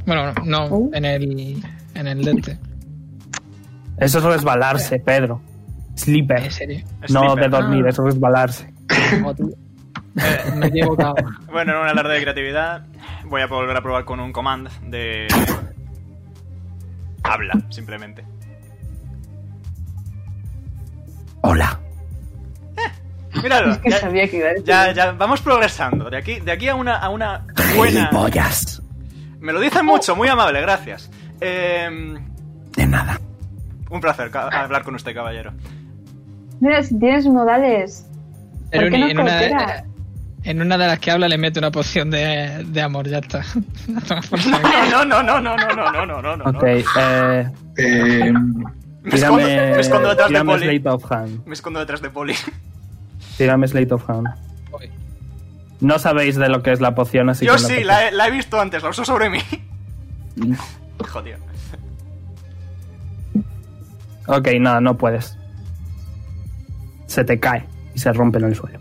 Speaker 1: Bueno, no,
Speaker 8: ¿Oh?
Speaker 1: en el en el dente.
Speaker 3: Eso es resbalarse, Pedro. Sleeper.
Speaker 1: En serio.
Speaker 3: No
Speaker 7: Este. Sleeper.
Speaker 3: de dormir,
Speaker 1: Ah.
Speaker 3: eso es resbalarse.
Speaker 1: Como tú. Eh, me he equivocado.
Speaker 7: Bueno, en un alarde de creatividad voy a volver a probar con un command de... Habla, simplemente.
Speaker 10: Hola.
Speaker 7: Míralo.
Speaker 5: Es que
Speaker 7: ya-
Speaker 5: sabía que iba a decir.
Speaker 7: Ya, ya, vamos progresando. De aquí, de aquí a una, a una buena.
Speaker 10: Gilipollas.
Speaker 7: Me lo dicen mucho, muy amable, gracias. Eh,
Speaker 10: De nada.
Speaker 7: un placer ca- hablar con usted, caballero.
Speaker 8: Mira, si tienes modales. ¿Por qué
Speaker 1: Veroni,
Speaker 8: no
Speaker 1: en, una de,
Speaker 8: cooperas?
Speaker 1: en una de las que habla le meto una poción de, de amor, ya está. A tomar por saco.
Speaker 7: No, no, no, no, no, no, no, no, no, no.
Speaker 3: Ok, eh,
Speaker 6: Eh,
Speaker 7: Me escondo, me
Speaker 3: tírame,
Speaker 7: escondo Ah. detrás de
Speaker 3: tírame
Speaker 7: Poli.
Speaker 3: Slate of Hand.
Speaker 7: Me escondo detrás de Poli.
Speaker 3: Tírame Slate of Hand.
Speaker 1: Voy.
Speaker 3: No sabéis de lo que es la Mm. poción, así
Speaker 7: Yo
Speaker 3: que no
Speaker 7: sí,
Speaker 3: te-
Speaker 7: la he, la he visto antes, la usó sobre mí. Hijo, tío.
Speaker 3: Ok, nada, no puedes. Se te cae y se rompe en el suelo.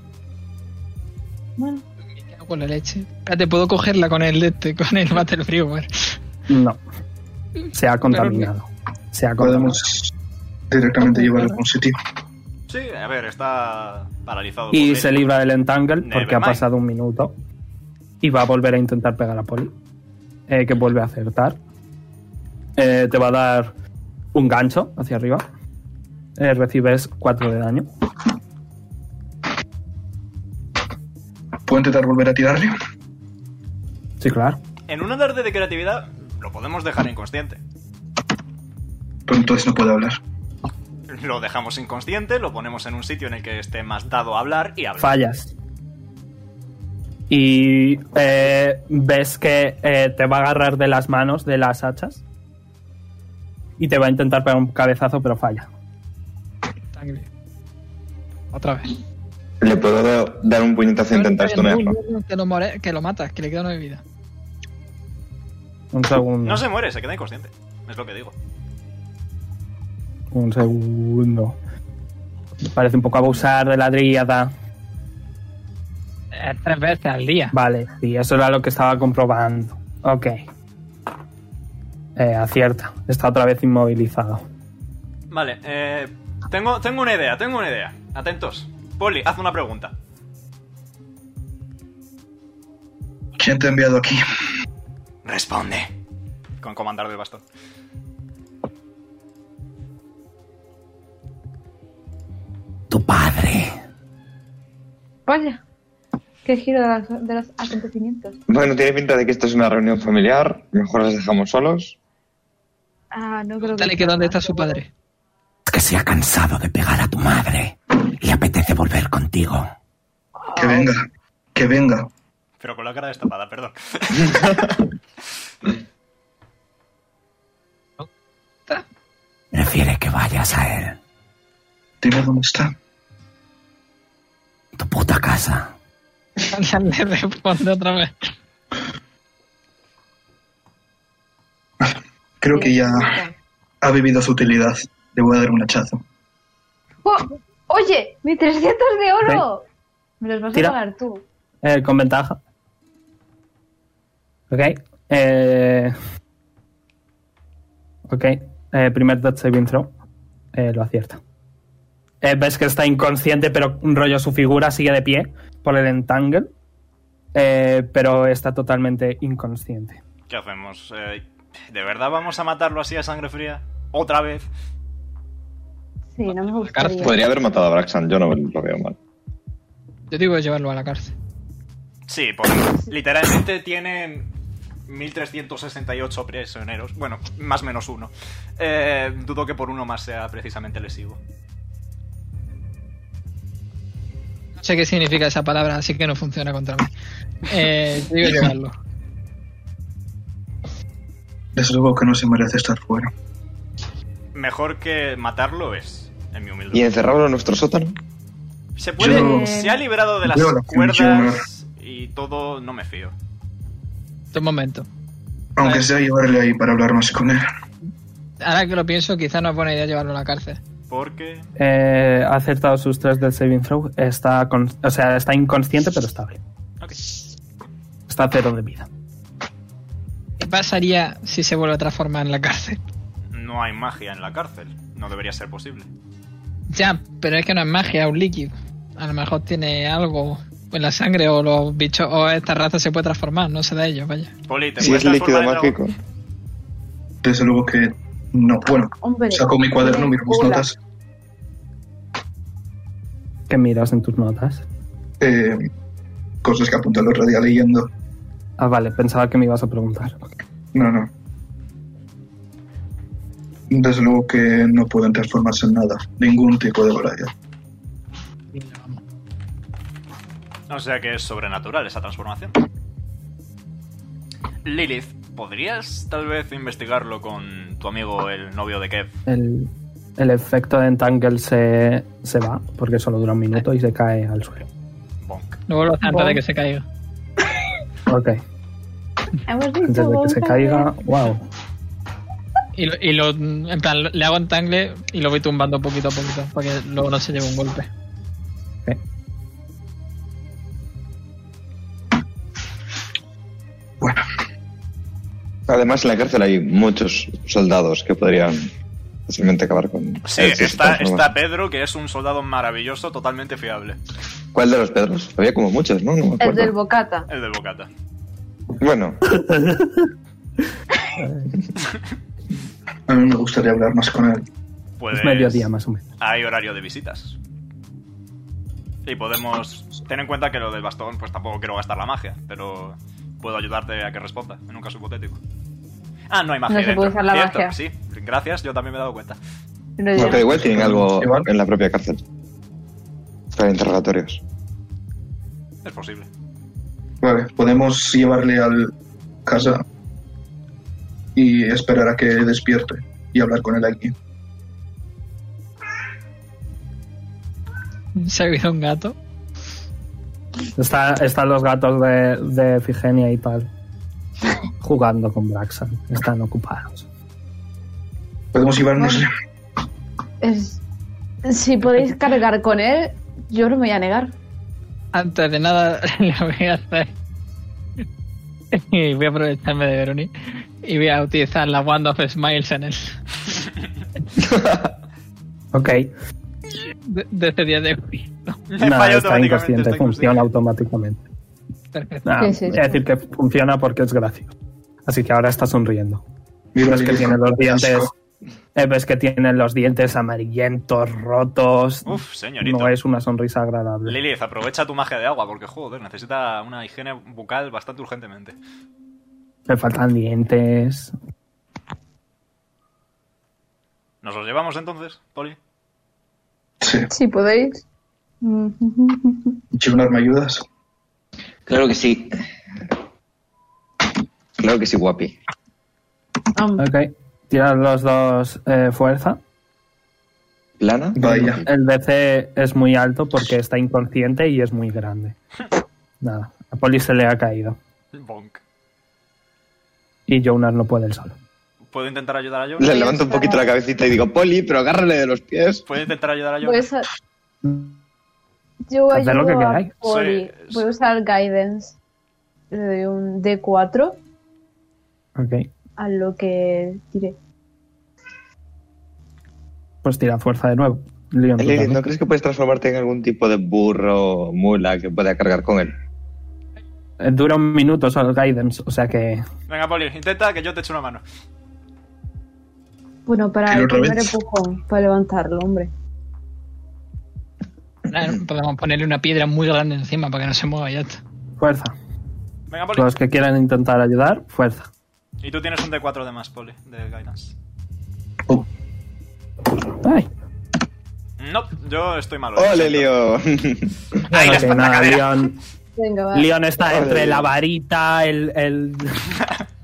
Speaker 8: Bueno,
Speaker 1: Me quedo con la leche. Espérate, puedo cogerla con el dente, con el Battle Brewer.
Speaker 3: No. Se ha contaminado. Se ha contaminado.
Speaker 6: podemos directamente llevarlo a un sitio.
Speaker 7: Sí, a ver, está paralizado.
Speaker 3: Y
Speaker 7: por
Speaker 3: se
Speaker 7: él.
Speaker 3: libra del entangle porque ha
Speaker 7: Nevermind.
Speaker 3: pasado un minuto. Y va a volver a intentar pegar a Poli. eh, que vuelve a acertar. Eh, te va a dar un gancho hacia arriba. Eh, recibes 4 de daño.
Speaker 6: ¿Puedo intentar volver a tirarle?
Speaker 3: Sí, claro.
Speaker 7: En un alarde de creatividad lo podemos dejar inconsciente.
Speaker 6: Pero entonces no puedo hablar.
Speaker 7: Lo dejamos inconsciente, lo ponemos en un sitio en el que esté más dado a hablar y habla.
Speaker 3: Fallas. Y eh, ves que eh, te va a agarrar de las manos de las hachas. Y te va a intentar pegar un cabezazo, pero falla.
Speaker 1: Sangre. Otra vez.
Speaker 4: Le puedo da- dar un puñetazo e intentar
Speaker 1: No, no,
Speaker 4: stunearlo.
Speaker 1: no, que, lo more- que lo matas, que le queda una de vida.
Speaker 3: Un segundo.
Speaker 7: No se muere, se queda inconsciente. Es lo que digo.
Speaker 3: Un segundo. Parece un poco abusar de la driada.
Speaker 1: Eh, tres veces al día.
Speaker 3: Vale, sí, eso era lo que estaba comprobando. Ok. Eh, acierta. Está otra vez inmovilizado.
Speaker 7: Vale, eh, tengo, tengo una idea, tengo una idea. Atentos. Poli, haz una pregunta.
Speaker 6: ¿Quién te ha enviado aquí?
Speaker 7: Responde. Con comandar del bastón.
Speaker 10: Tu padre.
Speaker 8: Vaya. Qué giro de los, de los acontecimientos.
Speaker 4: Bueno, tiene pinta de que esto es una reunión familiar. Mejor los dejamos solos.
Speaker 8: Ah, no creo
Speaker 1: Dale que dónde está su padre.
Speaker 10: Es que se ha cansado de pegar a tu madre. Le apetece volver contigo.
Speaker 6: Que venga, que venga.
Speaker 7: Pero con la cara destapada, perdón.
Speaker 10: Prefiere que vayas a él.
Speaker 6: Dime dónde está.
Speaker 10: Tu puta casa.
Speaker 1: le responde otra vez.
Speaker 6: Creo que ya ha vivido su utilidad. Le voy a dar un hachazo.
Speaker 8: ¡Oh! ¡Oye! ¡Mi 300 de oro! Me los vas
Speaker 3: Tira.
Speaker 8: a pagar tú.
Speaker 3: Eh, con ventaja. Ok. Eh, ok. Eh, primer dot saving throw. Eh, lo acierta. Eh, ves que está inconsciente, pero un rollo su figura sigue de pie por el entangle. Eh, pero está totalmente inconsciente.
Speaker 7: ¿Qué hacemos? Eh, ¿De verdad vamos a matarlo así a sangre fría? ¿Otra vez?
Speaker 8: Sí, no me
Speaker 1: cárcel.
Speaker 8: gustaría.
Speaker 4: Podría haber matado a Braxan, yo no lo veo mal.
Speaker 1: Yo digo llevarlo a la cárcel.
Speaker 7: Sí, pues literalmente tienen 1368 prisioneros. Bueno, más menos uno. Eh, dudo que por uno más sea precisamente lesivo.
Speaker 1: No sé qué significa esa palabra, así que no funciona contra mí. Eh, yo digo llevarlo.
Speaker 6: Desde luego que no se merece estar fuera.
Speaker 7: Mejor que matarlo es, en mi humilde
Speaker 4: ¿Y encerrarlo en nuestro sótano?
Speaker 7: Se puede.
Speaker 6: Yo-
Speaker 7: Se ha librado de las
Speaker 6: Yo la
Speaker 7: cuerdas y todo. No me fío.
Speaker 1: Un momento.
Speaker 6: Aunque sea llevarle ahí para hablar más con él.
Speaker 1: Ahora que lo pienso, quizá no es buena idea llevarlo a la cárcel.
Speaker 7: Porque.
Speaker 3: Eh, ha acertado sus tres del saving throw. Está con- o sea, está inconsciente, pero estable.
Speaker 7: Ok.
Speaker 3: Está a cero de vida.
Speaker 1: ¿Qué pasaría si se vuelve a transformar en la cárcel?
Speaker 7: No hay magia en la cárcel. No debería ser posible.
Speaker 1: Ya, pero es que no es magia, es un líquido. A lo mejor tiene algo en la sangre o los bichos o esta raza se puede transformar, no sé de ellos, vaya.
Speaker 7: Poli, te
Speaker 4: Si
Speaker 7: puedes
Speaker 4: es líquido
Speaker 7: transformar en dragón?
Speaker 4: mágico.
Speaker 6: Desde luego que no. Bueno,
Speaker 8: Hombre,
Speaker 6: saco mi cuaderno, miro mis
Speaker 8: hola.
Speaker 6: notas.
Speaker 3: ¿Qué miras en tus notas?
Speaker 6: Eh, cosas que apunté el otro día leyendo.
Speaker 3: Ah, vale, pensaba que me ibas a preguntar.
Speaker 6: No, no. Desde luego que no pueden transformarse en nada. Ningún tipo de baralla.
Speaker 7: O sea que es sobrenatural esa transformación. Lilith, ¿podrías tal vez investigarlo con tu amigo, el novio de Kev?
Speaker 3: El, el efecto de entangle se, se va, porque solo dura un minuto y se cae al suelo.
Speaker 7: Bonk.
Speaker 1: No vuelvo a hacer antes de que se caiga.
Speaker 3: Ok,
Speaker 8: Hemos
Speaker 3: antes de
Speaker 8: dicho
Speaker 3: que se
Speaker 8: bonza,
Speaker 3: caiga, wow.
Speaker 1: Y, lo- y lo, en plan, lo- le hago entangle y lo voy tumbando poquito a poquito para que luego no se lleve un golpe.
Speaker 6: Bueno,
Speaker 4: Además, en la cárcel hay muchos soldados que podrían fácilmente acabar con.
Speaker 7: Sí,
Speaker 4: el sistema.
Speaker 7: está, está Pedro, que es un soldado maravilloso, totalmente fiable.
Speaker 4: ¿Cuál de los Pedros? Había como muchos, ¿no? No me
Speaker 8: El del
Speaker 4: acuerdo.
Speaker 8: bocata.
Speaker 7: El de Bocata.
Speaker 4: Bueno,
Speaker 6: a mí me gustaría hablar más con él.
Speaker 7: Puedes...
Speaker 3: Es mediodía más o menos.
Speaker 7: hay horario de visitas. Y podemos tener en cuenta que lo del bastón, pues tampoco quiero gastar la magia, pero puedo ayudarte a que responda en un caso hipotético. Ah, no hay magia.
Speaker 8: No
Speaker 7: ahí
Speaker 8: se puede
Speaker 7: dentro,
Speaker 8: usar la
Speaker 7: cierto,
Speaker 8: magia.
Speaker 7: Sí, gracias, yo también me he dado cuenta.
Speaker 8: No, ya.
Speaker 4: pero igual tienen algo
Speaker 6: Igual.
Speaker 4: en la propia cárcel. Para interrogatorios.
Speaker 7: Es posible.
Speaker 4: Bueno,
Speaker 6: Vale, podemos llevarle al casa y esperar a que despierte y hablar con él aquí.
Speaker 1: ¿Se ha habido un gato?
Speaker 3: Está, están los gatos de, de Figenia y tal jugando con Braxan. Están ocupados.
Speaker 6: Podemos llevarnos.
Speaker 8: Es- si podéis cargar con él, yo no me voy a negar.
Speaker 1: Antes de nada, le voy a hacer. Y voy a aprovecharme de Veroni. Y voy a utilizar la Wand of Smiles en él.
Speaker 3: Ok.
Speaker 1: De- Desde día de hoy.
Speaker 3: Nada,
Speaker 7: Falla
Speaker 3: está
Speaker 7: automáticamente,
Speaker 3: inconsciente,
Speaker 7: está
Speaker 3: funciona automáticamente.
Speaker 1: Perfecto.
Speaker 3: Ah,
Speaker 8: Sí, sí,
Speaker 3: es
Speaker 8: sí.
Speaker 3: decir, que funciona porque es gracioso. Así que ahora está sonriendo.
Speaker 6: Mira,
Speaker 3: Ves que
Speaker 6: Lidia,
Speaker 3: tiene los dientes.
Speaker 6: asco.
Speaker 3: eh, Ves que tiene los dientes amarillentos, rotos.
Speaker 7: Uf, señorito.
Speaker 3: Mm, No es una sonrisa agradable.
Speaker 7: Lilith, aprovecha tu magia de agua porque, joder, necesita una higiene bucal bastante urgentemente.
Speaker 3: Le faltan dientes.
Speaker 7: ¿Nos los llevamos entonces, Poli?
Speaker 6: Sí,
Speaker 8: Si podéis. Mm.
Speaker 6: Chivnar, ¿me ayudas?
Speaker 4: Claro que sí. Claro que sí, guapi.
Speaker 3: Ok. Tiran los dos eh, fuerza.
Speaker 4: Plana.
Speaker 6: Vaya.
Speaker 3: El DC es muy alto porque está inconsciente y es muy grande. Nada. A Poli se le ha caído.
Speaker 7: Bonk.
Speaker 3: Y Jonas no puede el solo.
Speaker 7: ¿Puedo intentar ayudar a Jonas?
Speaker 4: Le levanto un poquito la cabecita y digo, Poli, pero agárrale de los pies.
Speaker 7: ¿Puedo intentar ayudar a Jonas?
Speaker 8: Pues, a- yo
Speaker 3: Haced lo
Speaker 8: ayudo
Speaker 3: que
Speaker 8: a
Speaker 3: queráis.
Speaker 8: Poli.
Speaker 7: Sí.
Speaker 8: Voy a usar Guidance. Le doy un D4
Speaker 3: Ok.
Speaker 8: a lo que tiré.
Speaker 3: Pues tira fuerza de nuevo. Leon, tú
Speaker 4: Lilith, ¿no
Speaker 3: también.
Speaker 4: crees que puedes transformarte en algún tipo de burro o mula que pueda cargar con él?
Speaker 3: Eh, Dura un minuto solo Guidance, o sea que
Speaker 7: Venga, Poli, intenta que yo te eche una mano.
Speaker 8: Bueno, para
Speaker 6: Tiro
Speaker 8: el
Speaker 6: otra
Speaker 8: primer
Speaker 6: vez.
Speaker 8: empujón, para levantarlo, hombre.
Speaker 1: Claro, Podemos ponerle una piedra muy grande encima para que no se mueva ya. está.
Speaker 3: fuerza.
Speaker 7: Venga, Poli.
Speaker 3: Los que quieran intentar ayudar, fuerza.
Speaker 7: Y tú tienes un D4 de más, Poli, de Guidance.
Speaker 3: Ay.
Speaker 7: No, yo estoy malo.
Speaker 4: ¡Ole,
Speaker 7: Lo siento.
Speaker 4: Leo!
Speaker 7: Ahí
Speaker 3: Ok,
Speaker 7: está, la
Speaker 3: nada,
Speaker 7: cadera.
Speaker 3: Leon,
Speaker 8: Venga, va.
Speaker 3: Leon está
Speaker 4: Joder.
Speaker 3: entre la varita, el, el,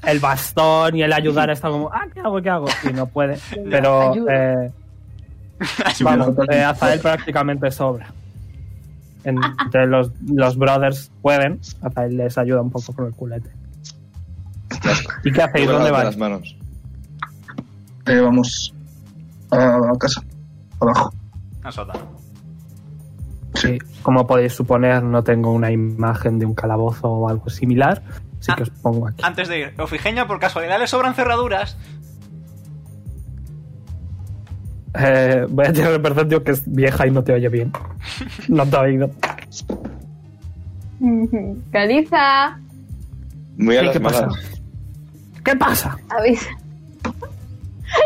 Speaker 3: el bastón y el ayudar. Está como, ah, ¿qué hago? ¿Qué hago? Y no puede. Pero
Speaker 8: Ayuda.
Speaker 3: eh, vamos, eh, Azael prácticamente sobra. Entre los, los brothers pueden. Azael les ayuda un poco con el culete. ¿Y qué hacéis?
Speaker 4: Me
Speaker 3: ¿Dónde
Speaker 4: levanto
Speaker 3: vais?
Speaker 4: las manos.
Speaker 6: Eh, vamos a casa, abajo.
Speaker 7: Al sótano.
Speaker 3: Sí, como podéis suponer, no tengo una imagen de un calabozo o algo similar. Así que os pongo aquí.
Speaker 7: Antes de ir, Ofigeña, por casualidad le sobran cerraduras.
Speaker 3: Eh, voy a tirar el perceptio que es vieja y no te oye bien. No te ha oído.
Speaker 8: Caliza,
Speaker 4: Muy a
Speaker 3: ¿Y
Speaker 4: las
Speaker 3: ¿Qué pasa?
Speaker 4: manos.
Speaker 3: ¿Qué pasa?
Speaker 8: avisa.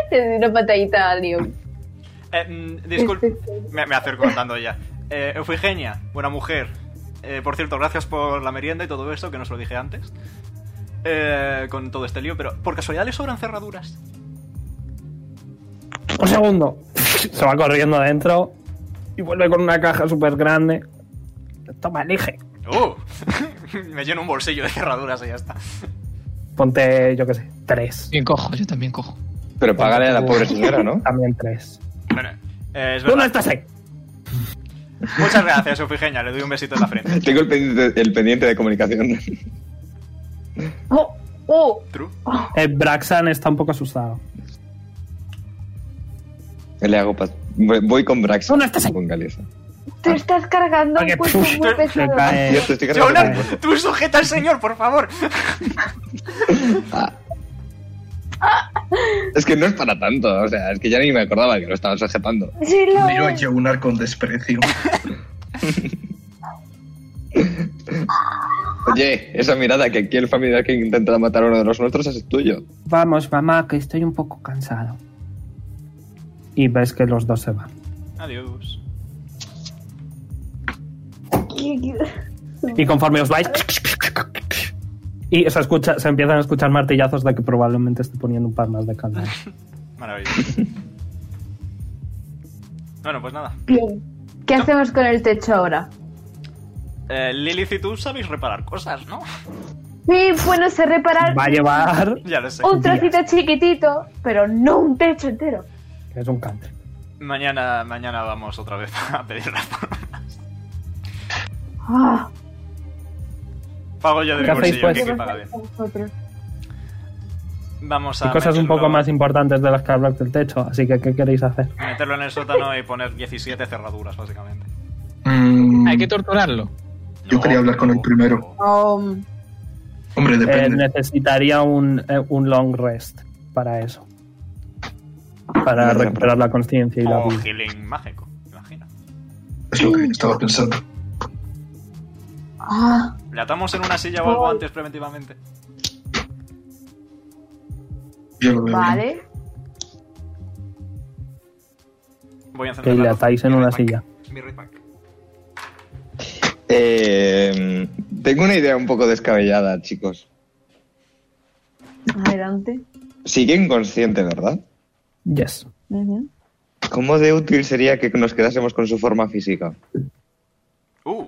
Speaker 8: Te doy una patadita a Leon.
Speaker 7: Eh, mm, disculpe. Me, me acerco andando ya. Eh, Eufigenia, buena mujer. Eh, por cierto, gracias por la merienda y todo eso, que no os lo dije antes. Eh, con todo este lío, pero por casualidad le sobran cerraduras.
Speaker 3: Un segundo. Se va corriendo adentro y vuelve con una caja súper grande. Toma, elige.
Speaker 7: ¡Uh! me lleno un bolsillo de cerraduras y ya está.
Speaker 3: Ponte, yo qué sé, tres.
Speaker 1: Yo cojo, yo también cojo.
Speaker 4: Pero págale a la pobre señora, ¿no?
Speaker 3: También tres.
Speaker 7: Bueno, eh, es
Speaker 3: Tú no
Speaker 7: verdad.
Speaker 3: estás ahí.
Speaker 7: Muchas gracias, Eufigenia. Le doy un besito en la frente.
Speaker 4: Tengo el pendiente, el pendiente de comunicación.
Speaker 8: ¡Oh! ¡Oh!
Speaker 7: True.
Speaker 3: Eh, Braxan está un poco asustado.
Speaker 4: Le hago pas- Voy con Brax.
Speaker 3: No, no, estás ahí.
Speaker 4: Con Galiza.
Speaker 5: Te estás cargando
Speaker 3: Porque,
Speaker 5: un puesto
Speaker 3: puf,
Speaker 5: pues, muy
Speaker 7: se
Speaker 5: pesado.
Speaker 3: pues, cae.
Speaker 4: Dios, te estoy cargando
Speaker 7: Jonar,
Speaker 4: con el cuerpo.
Speaker 7: tú sujeta al señor, por favor.
Speaker 4: Es que no es para tanto, o sea, es que ya ni me acordaba que lo estaba sujetando.
Speaker 5: Sí, lo
Speaker 6: Miro a
Speaker 5: es.
Speaker 6: Jonar con desprecio.
Speaker 4: Oye, esa mirada que aquí el familiar que intenta matar a uno de los nuestros es tuyo.
Speaker 3: Vamos, mamá, que estoy un poco cansado. Y ves que los dos se van.
Speaker 7: Adiós.
Speaker 3: Y conforme os vais. Y se, escucha, se empiezan a escuchar martillazos de que probablemente esté poniendo un par más de calma.
Speaker 7: Maravilloso. Bueno, pues nada.
Speaker 8: Bien. ¿Qué hacemos con el techo ahora?
Speaker 7: Eh, Lilith y tú sabéis reparar cosas, ¿no?
Speaker 8: Sí, bueno, sé reparar
Speaker 3: Va a llevar.
Speaker 7: Ya lo sé.
Speaker 8: un trocito chiquitito, pero no un techo entero.
Speaker 3: que Es un country.
Speaker 7: Mañana, mañana vamos otra vez a pedir reformas.
Speaker 8: Ah,
Speaker 7: Pago yo de mi
Speaker 3: ¿Qué
Speaker 7: bolsillo,
Speaker 3: hacéis, pues?
Speaker 7: que- que
Speaker 8: ¿qué
Speaker 7: paga
Speaker 8: pasa
Speaker 7: bien.
Speaker 8: con vosotros?
Speaker 7: Vamos a
Speaker 3: Y cosas un
Speaker 7: meterlo-
Speaker 3: poco más importantes de las que hablar del techo, así que ¿qué queréis hacer? Eh,
Speaker 7: Meterlo en el sótano y poner 17 cerraduras, básicamente.
Speaker 6: Mm,
Speaker 1: Hay que torturarlo.
Speaker 6: Yo quería hablar
Speaker 7: Oh,
Speaker 6: con el primero.
Speaker 8: Um,
Speaker 6: hombre,
Speaker 3: Eh,
Speaker 6: depende.
Speaker 3: necesitaría un, eh, un long rest para eso. Para recuperar la conciencia y la
Speaker 7: O
Speaker 3: vida.
Speaker 7: oh, healing mágico, me imagino.
Speaker 6: Es lo que estaba pensando.
Speaker 8: ah,
Speaker 7: ¿Le atamos en una silla o algo antes preventivamente?
Speaker 6: Yo lo veo. bien.
Speaker 8: vale.
Speaker 7: Voy a encender
Speaker 3: Que le
Speaker 7: la
Speaker 3: atáis en
Speaker 7: Mi
Speaker 3: una
Speaker 7: ritmac,
Speaker 3: silla.
Speaker 7: mi ritmac.
Speaker 4: Eh, tengo una idea un poco descabellada, chicos.
Speaker 8: Adelante.
Speaker 4: Sigue inconsciente, ¿verdad?
Speaker 3: Yes.
Speaker 8: Ujú.
Speaker 4: ¿Cómo de útil sería que nos quedásemos con su forma física?
Speaker 7: Uh.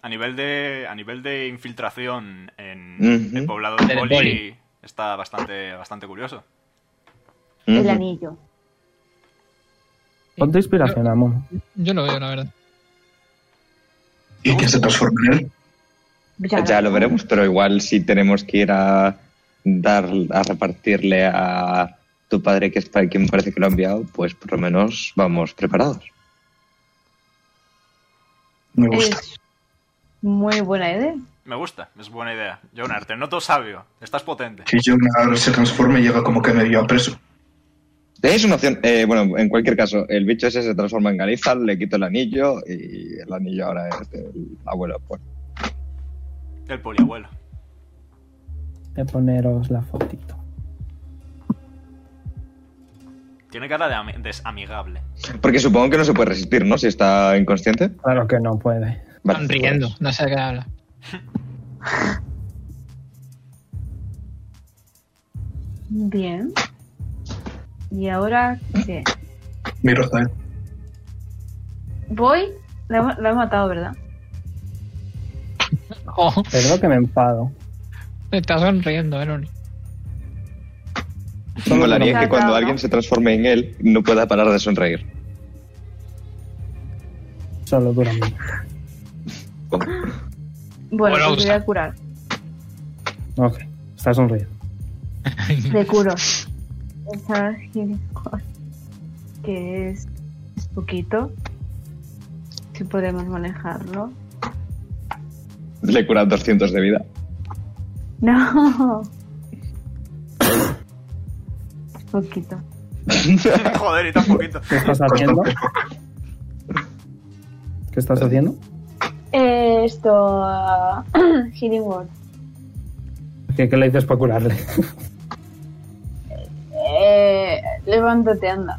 Speaker 7: A nivel de, a nivel de infiltración en
Speaker 4: Ujú.
Speaker 7: el poblado de
Speaker 1: Del
Speaker 7: Poli,
Speaker 1: Poli.
Speaker 7: está bastante, bastante curioso.
Speaker 8: El
Speaker 4: Ujú.
Speaker 8: anillo.
Speaker 3: Ponte inspiración, Amon.
Speaker 1: Yo lo veo, la verdad.
Speaker 6: ¿Y quién se transforma en él?
Speaker 4: Ya lo veremos, pero igual si tenemos que ir a dar a repartirle a tu padre, que es para quien parece que lo ha enviado, pues por lo menos vamos preparados.
Speaker 8: Eh.
Speaker 6: Me gusta.
Speaker 8: Es muy buena idea.
Speaker 7: Me gusta, es buena idea. Jonar, te noto sabio, estás potente.
Speaker 6: Que Jonar se transforme y llega como que medio a preso.
Speaker 4: Es una opción. Eh, bueno, en cualquier caso, el bicho ese se transforma en Garizal, le quito el anillo y el anillo ahora es del abuelo. Pues,
Speaker 7: El poliabuelo.
Speaker 3: Voy a poneros la fotito.
Speaker 7: Tiene cara de ami- desamigable.
Speaker 4: Porque supongo que no se puede resistir, ¿no? Si está inconsciente.
Speaker 3: Claro que no puede.
Speaker 4: Vale,
Speaker 1: Están riendo, no sé de qué habla.
Speaker 8: Bien. ¿Y ahora qué?
Speaker 6: Mi Rafael.
Speaker 8: Voy. La, he- la he matado, ¿verdad?
Speaker 1: Oh,
Speaker 3: Perdón que me enfado.
Speaker 1: te estás sonriendo, Veroni.
Speaker 4: pues, Me molaría que cuando
Speaker 8: Cacao,
Speaker 4: alguien
Speaker 8: ¿no?
Speaker 4: se transforme en él, no pueda parar de sonreír.
Speaker 3: Solo dura un minuto.
Speaker 8: Bueno,
Speaker 1: Bueno,
Speaker 8: pues me voy
Speaker 1: usa.
Speaker 8: a curar.
Speaker 3: Ok. Está sonriendo.
Speaker 8: Te curo. Esa gilipollas, que es, es poquito. Si podemos manejarlo.
Speaker 4: Le curan 200 de vida.
Speaker 8: No. Es poquito.
Speaker 7: Joder, y tan poquito.
Speaker 3: ¿Qué estás haciendo? ¿Qué estás haciendo?
Speaker 8: Eh, esto. ah, Healing Word.
Speaker 3: ¿Qué, qué le dices para curarle?
Speaker 8: Eh, levántate, anda.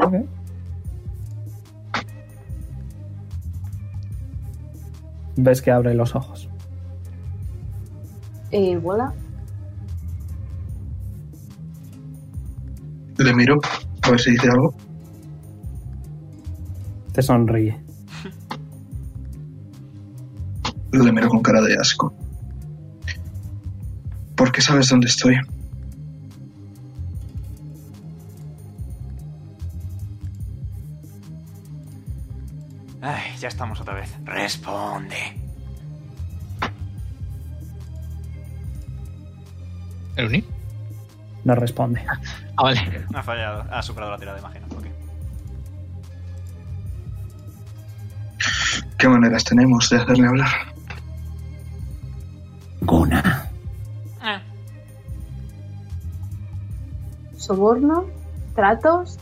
Speaker 3: Ok. Ves que abre los ojos.
Speaker 8: Y Eh, vuela.
Speaker 6: Le miro, a ver si dice algo.
Speaker 3: Te sonríe.
Speaker 6: Le miro con cara de asco. Porque sabes dónde estoy.
Speaker 7: Ay, ya estamos otra vez. Responde.
Speaker 1: ¿Veroni?
Speaker 3: No responde.
Speaker 1: Ah, vale.
Speaker 7: Ha fallado. Ha superado la tirada de magia. ¿no? Ok.
Speaker 6: ¿Qué maneras tenemos de hacerle hablar?
Speaker 10: Guna.
Speaker 8: Soborno. Tratos.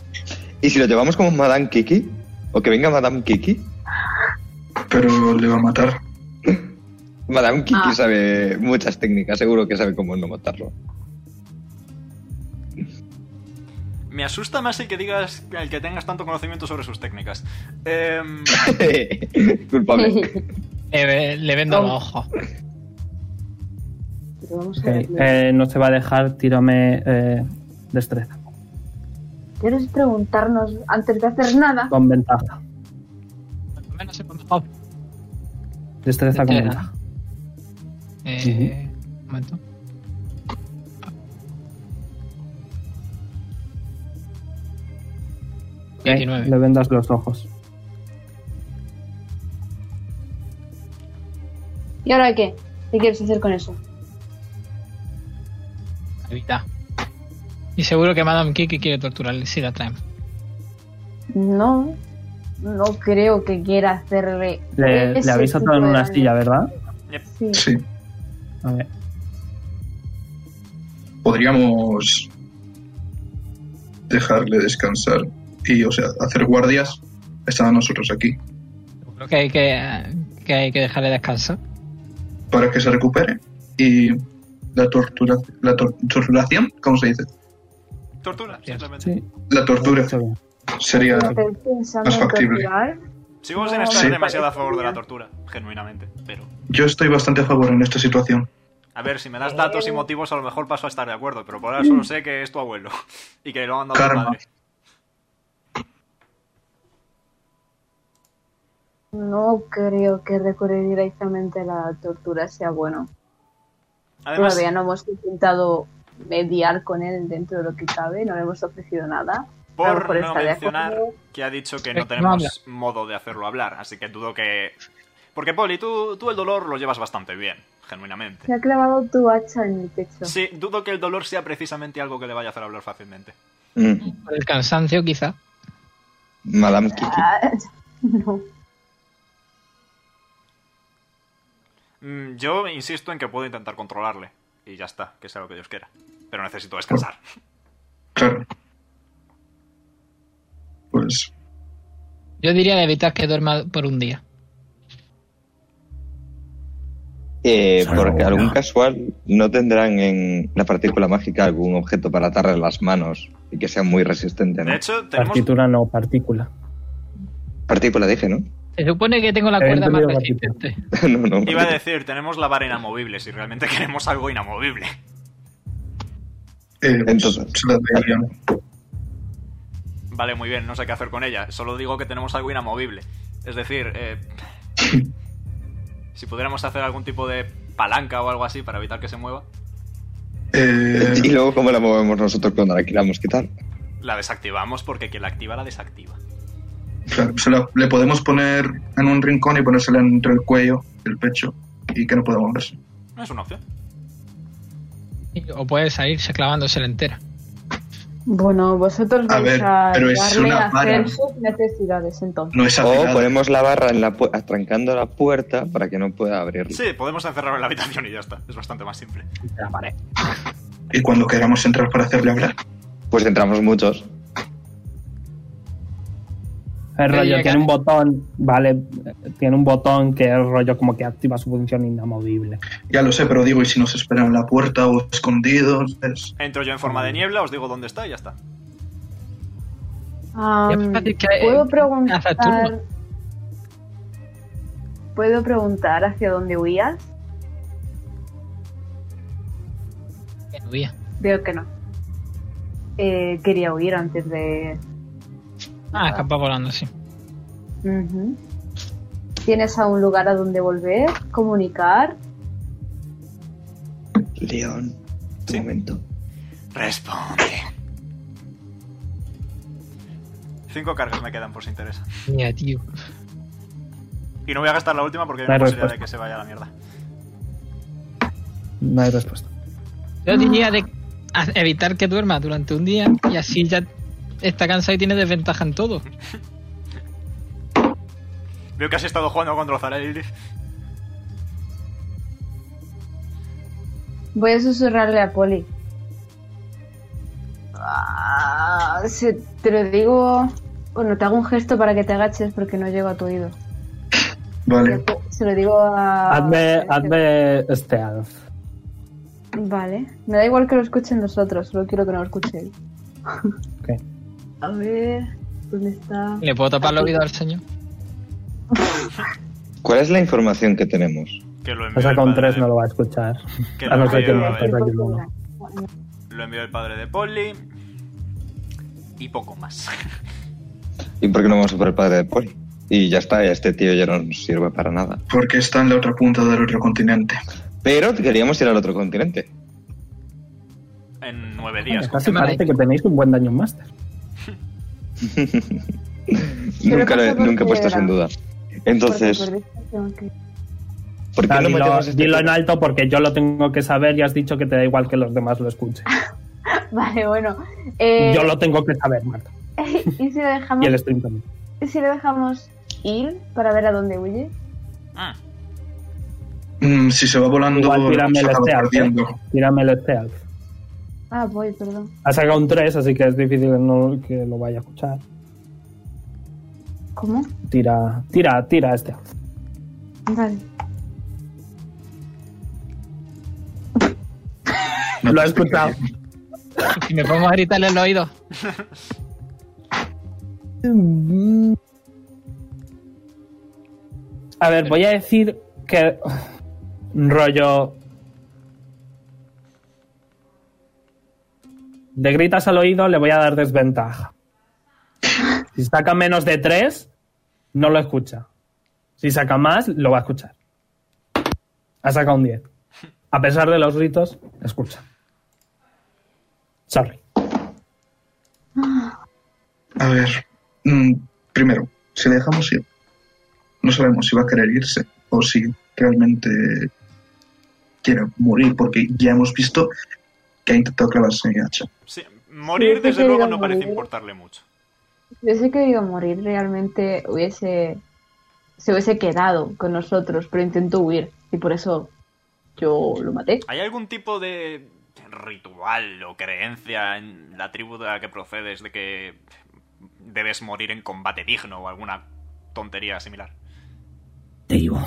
Speaker 4: ¿Y si lo llevamos como Madame Kiki? ¿O que venga Madame Kiki?
Speaker 6: Pero le va a matar.
Speaker 4: Madame Kiki
Speaker 8: Ah.
Speaker 4: sabe muchas técnicas, seguro que sabe cómo no matarlo.
Speaker 7: Me asusta más el que digas el que tengas tanto conocimiento sobre sus técnicas. Em,
Speaker 4: Culpable.
Speaker 1: Le, Eh, ve- le vendo
Speaker 8: No.
Speaker 1: los ojos.
Speaker 8: Pero vamos
Speaker 3: Ok,
Speaker 8: a ver.
Speaker 3: eh, no se va a dejar, tírame eh, destreza.
Speaker 8: ¿Quieres preguntarnos antes de hacer nada?
Speaker 3: Con ventaja.
Speaker 1: menos eh, se mejor.
Speaker 3: Destreza con
Speaker 1: Eh,
Speaker 3: ventaja.
Speaker 1: Eh, un momento.
Speaker 3: Eh,
Speaker 1: 19.
Speaker 3: Le vendas los ojos.
Speaker 8: ¿Y ahora qué? ¿Qué quieres hacer con eso?
Speaker 1: Evita. Y seguro que Madame Kiki quiere torturarle si la traen.
Speaker 8: No, no creo que quiera hacerle.
Speaker 3: Le,
Speaker 8: ese
Speaker 3: le habéis
Speaker 8: tipo
Speaker 3: atado en
Speaker 8: de
Speaker 3: una
Speaker 8: daño.
Speaker 3: silla, ¿verdad?
Speaker 8: Sí.
Speaker 6: Sí.
Speaker 3: A ver.
Speaker 6: Podríamos dejarle descansar y, o sea, hacer guardias estando nosotros aquí
Speaker 1: Creo que hay que, que hay que dejarle descansar.
Speaker 6: para que se recupere y la tortura, la tor- torturación, ¿cómo se dice?
Speaker 7: Tortura,
Speaker 1: Gracias.
Speaker 7: simplemente.
Speaker 3: Sí,
Speaker 6: La tortura
Speaker 3: está bien.
Speaker 6: sería
Speaker 8: Estoy pensando
Speaker 6: Más
Speaker 8: en
Speaker 6: factible.
Speaker 8: torturar.
Speaker 7: Sigo sin
Speaker 8: No,
Speaker 7: estar
Speaker 6: Sí.
Speaker 7: demasiado a favor de la tortura, genuinamente. Pero.
Speaker 6: yo estoy bastante a favor en esta situación.
Speaker 7: A ver, si me das datos y motivos, a lo mejor paso a estar de acuerdo. Pero por ahora solo sé que es tu abuelo. Y que lo han dado a tu
Speaker 6: Karma.
Speaker 7: madre.
Speaker 8: No creo que recurrir directamente a la tortura sea bueno.
Speaker 7: Además,
Speaker 8: Todavía no hemos intentado mediar con él dentro de lo que cabe, no le hemos ofrecido nada. a lo
Speaker 7: por
Speaker 8: mejor
Speaker 7: no
Speaker 8: está de
Speaker 7: mencionar
Speaker 8: acuerdo.
Speaker 7: que ha dicho que
Speaker 1: Eh,
Speaker 7: no
Speaker 1: no habla.
Speaker 7: tenemos modo de hacerlo hablar. Así que dudo que. Porque, Poli, tú, tú el dolor lo llevas bastante bien, genuinamente.
Speaker 8: Se ha clavado tu hacha en mi pecho.
Speaker 7: Sí, dudo que el dolor sea precisamente algo que le vaya a hacer hablar fácilmente.
Speaker 4: Mm,
Speaker 1: Por el cansancio, quizá.
Speaker 4: Madame Kiki.
Speaker 8: Ah, no.
Speaker 7: Mm, Yo insisto en que puedo intentar controlarle. Y ya está, que sea lo que Dios quiera. Pero necesito descansar.
Speaker 1: Pues,
Speaker 6: Claro. Pues
Speaker 1: Yo diría de evitar que duerma por un día.
Speaker 4: Eh,
Speaker 10: Solo
Speaker 4: porque
Speaker 10: una.
Speaker 4: algún casual no tendrán en la partícula mágica algún objeto para atarle las manos y que sea muy resistente, ¿no?
Speaker 7: De hecho, tenemos.
Speaker 3: Partitura no, partícula.
Speaker 4: Partícula dije, ¿no?
Speaker 1: Se supone que tengo la
Speaker 3: Te he
Speaker 1: cuerda más
Speaker 3: entendido, gatito.
Speaker 1: resistente.
Speaker 4: no, no.
Speaker 7: Iba a decir, tenemos la vara inamovible si realmente queremos algo inamovible.
Speaker 6: eh,
Speaker 4: Entonces.
Speaker 6: se la daría.
Speaker 7: Vale, muy bien, no sé qué hacer con ella. Solo digo que tenemos algo inamovible. Es decir, eh, si pudiéramos hacer algún tipo de palanca o algo así para evitar que se mueva,
Speaker 6: Eh,
Speaker 4: Y luego, ¿cómo la movemos nosotros cuando la queramos quitar?
Speaker 7: la desactivamos porque quien la activa la desactiva.
Speaker 6: claro, se la- le podemos poner en un rincón y ponérsela entre el cuello, el pecho y que no pueda moverse.
Speaker 7: No es una opción.
Speaker 1: O puede salirse clavándosela entera.
Speaker 8: Bueno, vosotros
Speaker 6: A
Speaker 8: vais
Speaker 6: ver,
Speaker 8: a
Speaker 6: pero es
Speaker 8: ayudarle
Speaker 6: una
Speaker 8: a hacer
Speaker 6: vara.
Speaker 8: sus necesidades entonces.
Speaker 6: No es
Speaker 4: O
Speaker 6: afinada.
Speaker 4: ponemos la barra en la pu- atrancando la puerta para que no pueda abrirla.
Speaker 7: Sí, podemos encerrarla en la habitación y ya está. Es bastante más simple.
Speaker 6: Y cuando queramos entrar para hacerle hablar,
Speaker 4: Pues entramos muchos.
Speaker 3: El rollo
Speaker 1: llega-
Speaker 3: tiene un botón, vale, eh, tiene un botón que es rollo como que activa su función inamovible.
Speaker 6: ya lo sé, pero digo, ¿y si nos esperan en la puerta o escondidos? Es-
Speaker 7: Entro yo en forma de niebla, os digo dónde está y ya está.
Speaker 8: Am,
Speaker 1: Ya fíjate que, eh,
Speaker 8: puedo
Speaker 1: hasta turno.
Speaker 8: preguntar. Puedo preguntar hacia dónde huías.
Speaker 1: Que no había.
Speaker 8: Veo que no. Eh, quería huir antes de.
Speaker 1: Ah, escapa volando, sí.
Speaker 8: Ujú. ¿Tienes a un lugar a donde volver? ¿Comunicar?
Speaker 4: León,
Speaker 7: Sí.
Speaker 4: momento.
Speaker 7: Responde. Cinco cargas me quedan por si interesa.
Speaker 1: Mira, tío.
Speaker 7: Y no voy a gastar la última porque hay una
Speaker 3: No hay
Speaker 7: posibilidad de
Speaker 3: respuesta.
Speaker 7: que se vaya a la mierda.
Speaker 3: No hay respuesta.
Speaker 1: Yo
Speaker 8: Ah.
Speaker 1: diría de ha- evitar que duerma durante un día y así ya está cansado y tiene desventaja en todo.
Speaker 7: Veo que has estado jugando contra Zarelith.
Speaker 8: Voy a susurrarle a Poli. Ah, se- te lo digo. Bueno, te hago un gesto para que te agaches porque no llego a tu oído.
Speaker 6: Vale,
Speaker 8: Se lo digo a. este
Speaker 3: Hazme, hazme stealth.
Speaker 8: Vale. Me da igual que lo escuchen los otros, solo quiero que no lo escuchen.
Speaker 3: Ok.
Speaker 8: A ver, ¿dónde está?
Speaker 1: ¿Le puedo tapar los oídos al señor?
Speaker 4: ¿Cuál es la información que tenemos?
Speaker 7: Que lo envió
Speaker 3: O sea,
Speaker 7: el
Speaker 3: con
Speaker 7: padre
Speaker 3: tres
Speaker 7: de-
Speaker 3: no lo va a escuchar.
Speaker 7: que
Speaker 3: a
Speaker 7: lo
Speaker 3: no ser que
Speaker 7: envió-
Speaker 3: lo estés ayudando.
Speaker 7: Lo envió el padre de Polly. Y poco más.
Speaker 4: ¿Y por qué no vamos a por el padre de Poli? Y ya está, este tío ya no nos sirve para nada.
Speaker 6: Porque está en la otra punta del otro continente.
Speaker 4: Pero queríamos ir al otro continente.
Speaker 7: En nueve días.
Speaker 3: Casi parece que tenéis un buen daño máster.
Speaker 4: nunca lo he-
Speaker 8: pasa por
Speaker 4: nunca he puesto eso en duda.
Speaker 8: piedra.
Speaker 4: Entonces, ¿por qué
Speaker 3: Ah,
Speaker 4: no
Speaker 3: dilo,
Speaker 4: metemos este
Speaker 3: dilo en
Speaker 4: tema?
Speaker 3: alto porque yo lo tengo que saber y has dicho que te da igual que los demás lo escuchen.
Speaker 8: Vale, bueno. Eh,
Speaker 3: Yo lo tengo que saber, Marta.
Speaker 8: ¿Y si lo dejamos
Speaker 3: Y el stream también.
Speaker 8: ¿Y si le dejamos ir para ver a dónde huye?
Speaker 7: Ah,
Speaker 6: Mm, si se va volando,
Speaker 3: Igual tírame
Speaker 6: se
Speaker 3: el
Speaker 6: acaba
Speaker 3: este alto,
Speaker 6: perdiendo.
Speaker 3: ¿eh? Tírame el este alto.
Speaker 8: Ah, voy, perdón.
Speaker 3: Ha sacado un 3, así que es difícil no que lo vaya a escuchar.
Speaker 8: ¿Cómo?
Speaker 3: Tira, tira, tira este alto.
Speaker 8: Vale.
Speaker 6: No
Speaker 3: lo
Speaker 6: te
Speaker 3: he escuchado.
Speaker 1: Y me pongo a gritarle en el oído.
Speaker 3: Mm. A ver, voy a decir que. Rollo. De gritas al oído le voy a dar desventaja. Si saca menos de 3, no lo escucha. Si saca más, lo va a escuchar. Ha sacado un 10. A pesar de los gritos, escucha. Sorry.
Speaker 6: A ver, mm, primero, si le dejamos ir, no sabemos si va a querer irse o si realmente quiere morir, porque ya hemos visto que ha intentado clavarse mi hacha.
Speaker 7: sí, morir
Speaker 8: Sí, sí,
Speaker 7: desde
Speaker 8: sí,
Speaker 7: luego
Speaker 8: digo,
Speaker 7: no parece
Speaker 8: morir.
Speaker 7: importarle mucho.
Speaker 8: Si hubiese querido morir, realmente hubiese. Se hubiese quedado con nosotros, pero intentó huir. Y por eso yo lo maté.
Speaker 7: ¿Hay algún tipo de ritual o creencia en la tribu de la que procedes de que debes morir en combate digno o alguna tontería similar?
Speaker 10: Tribu.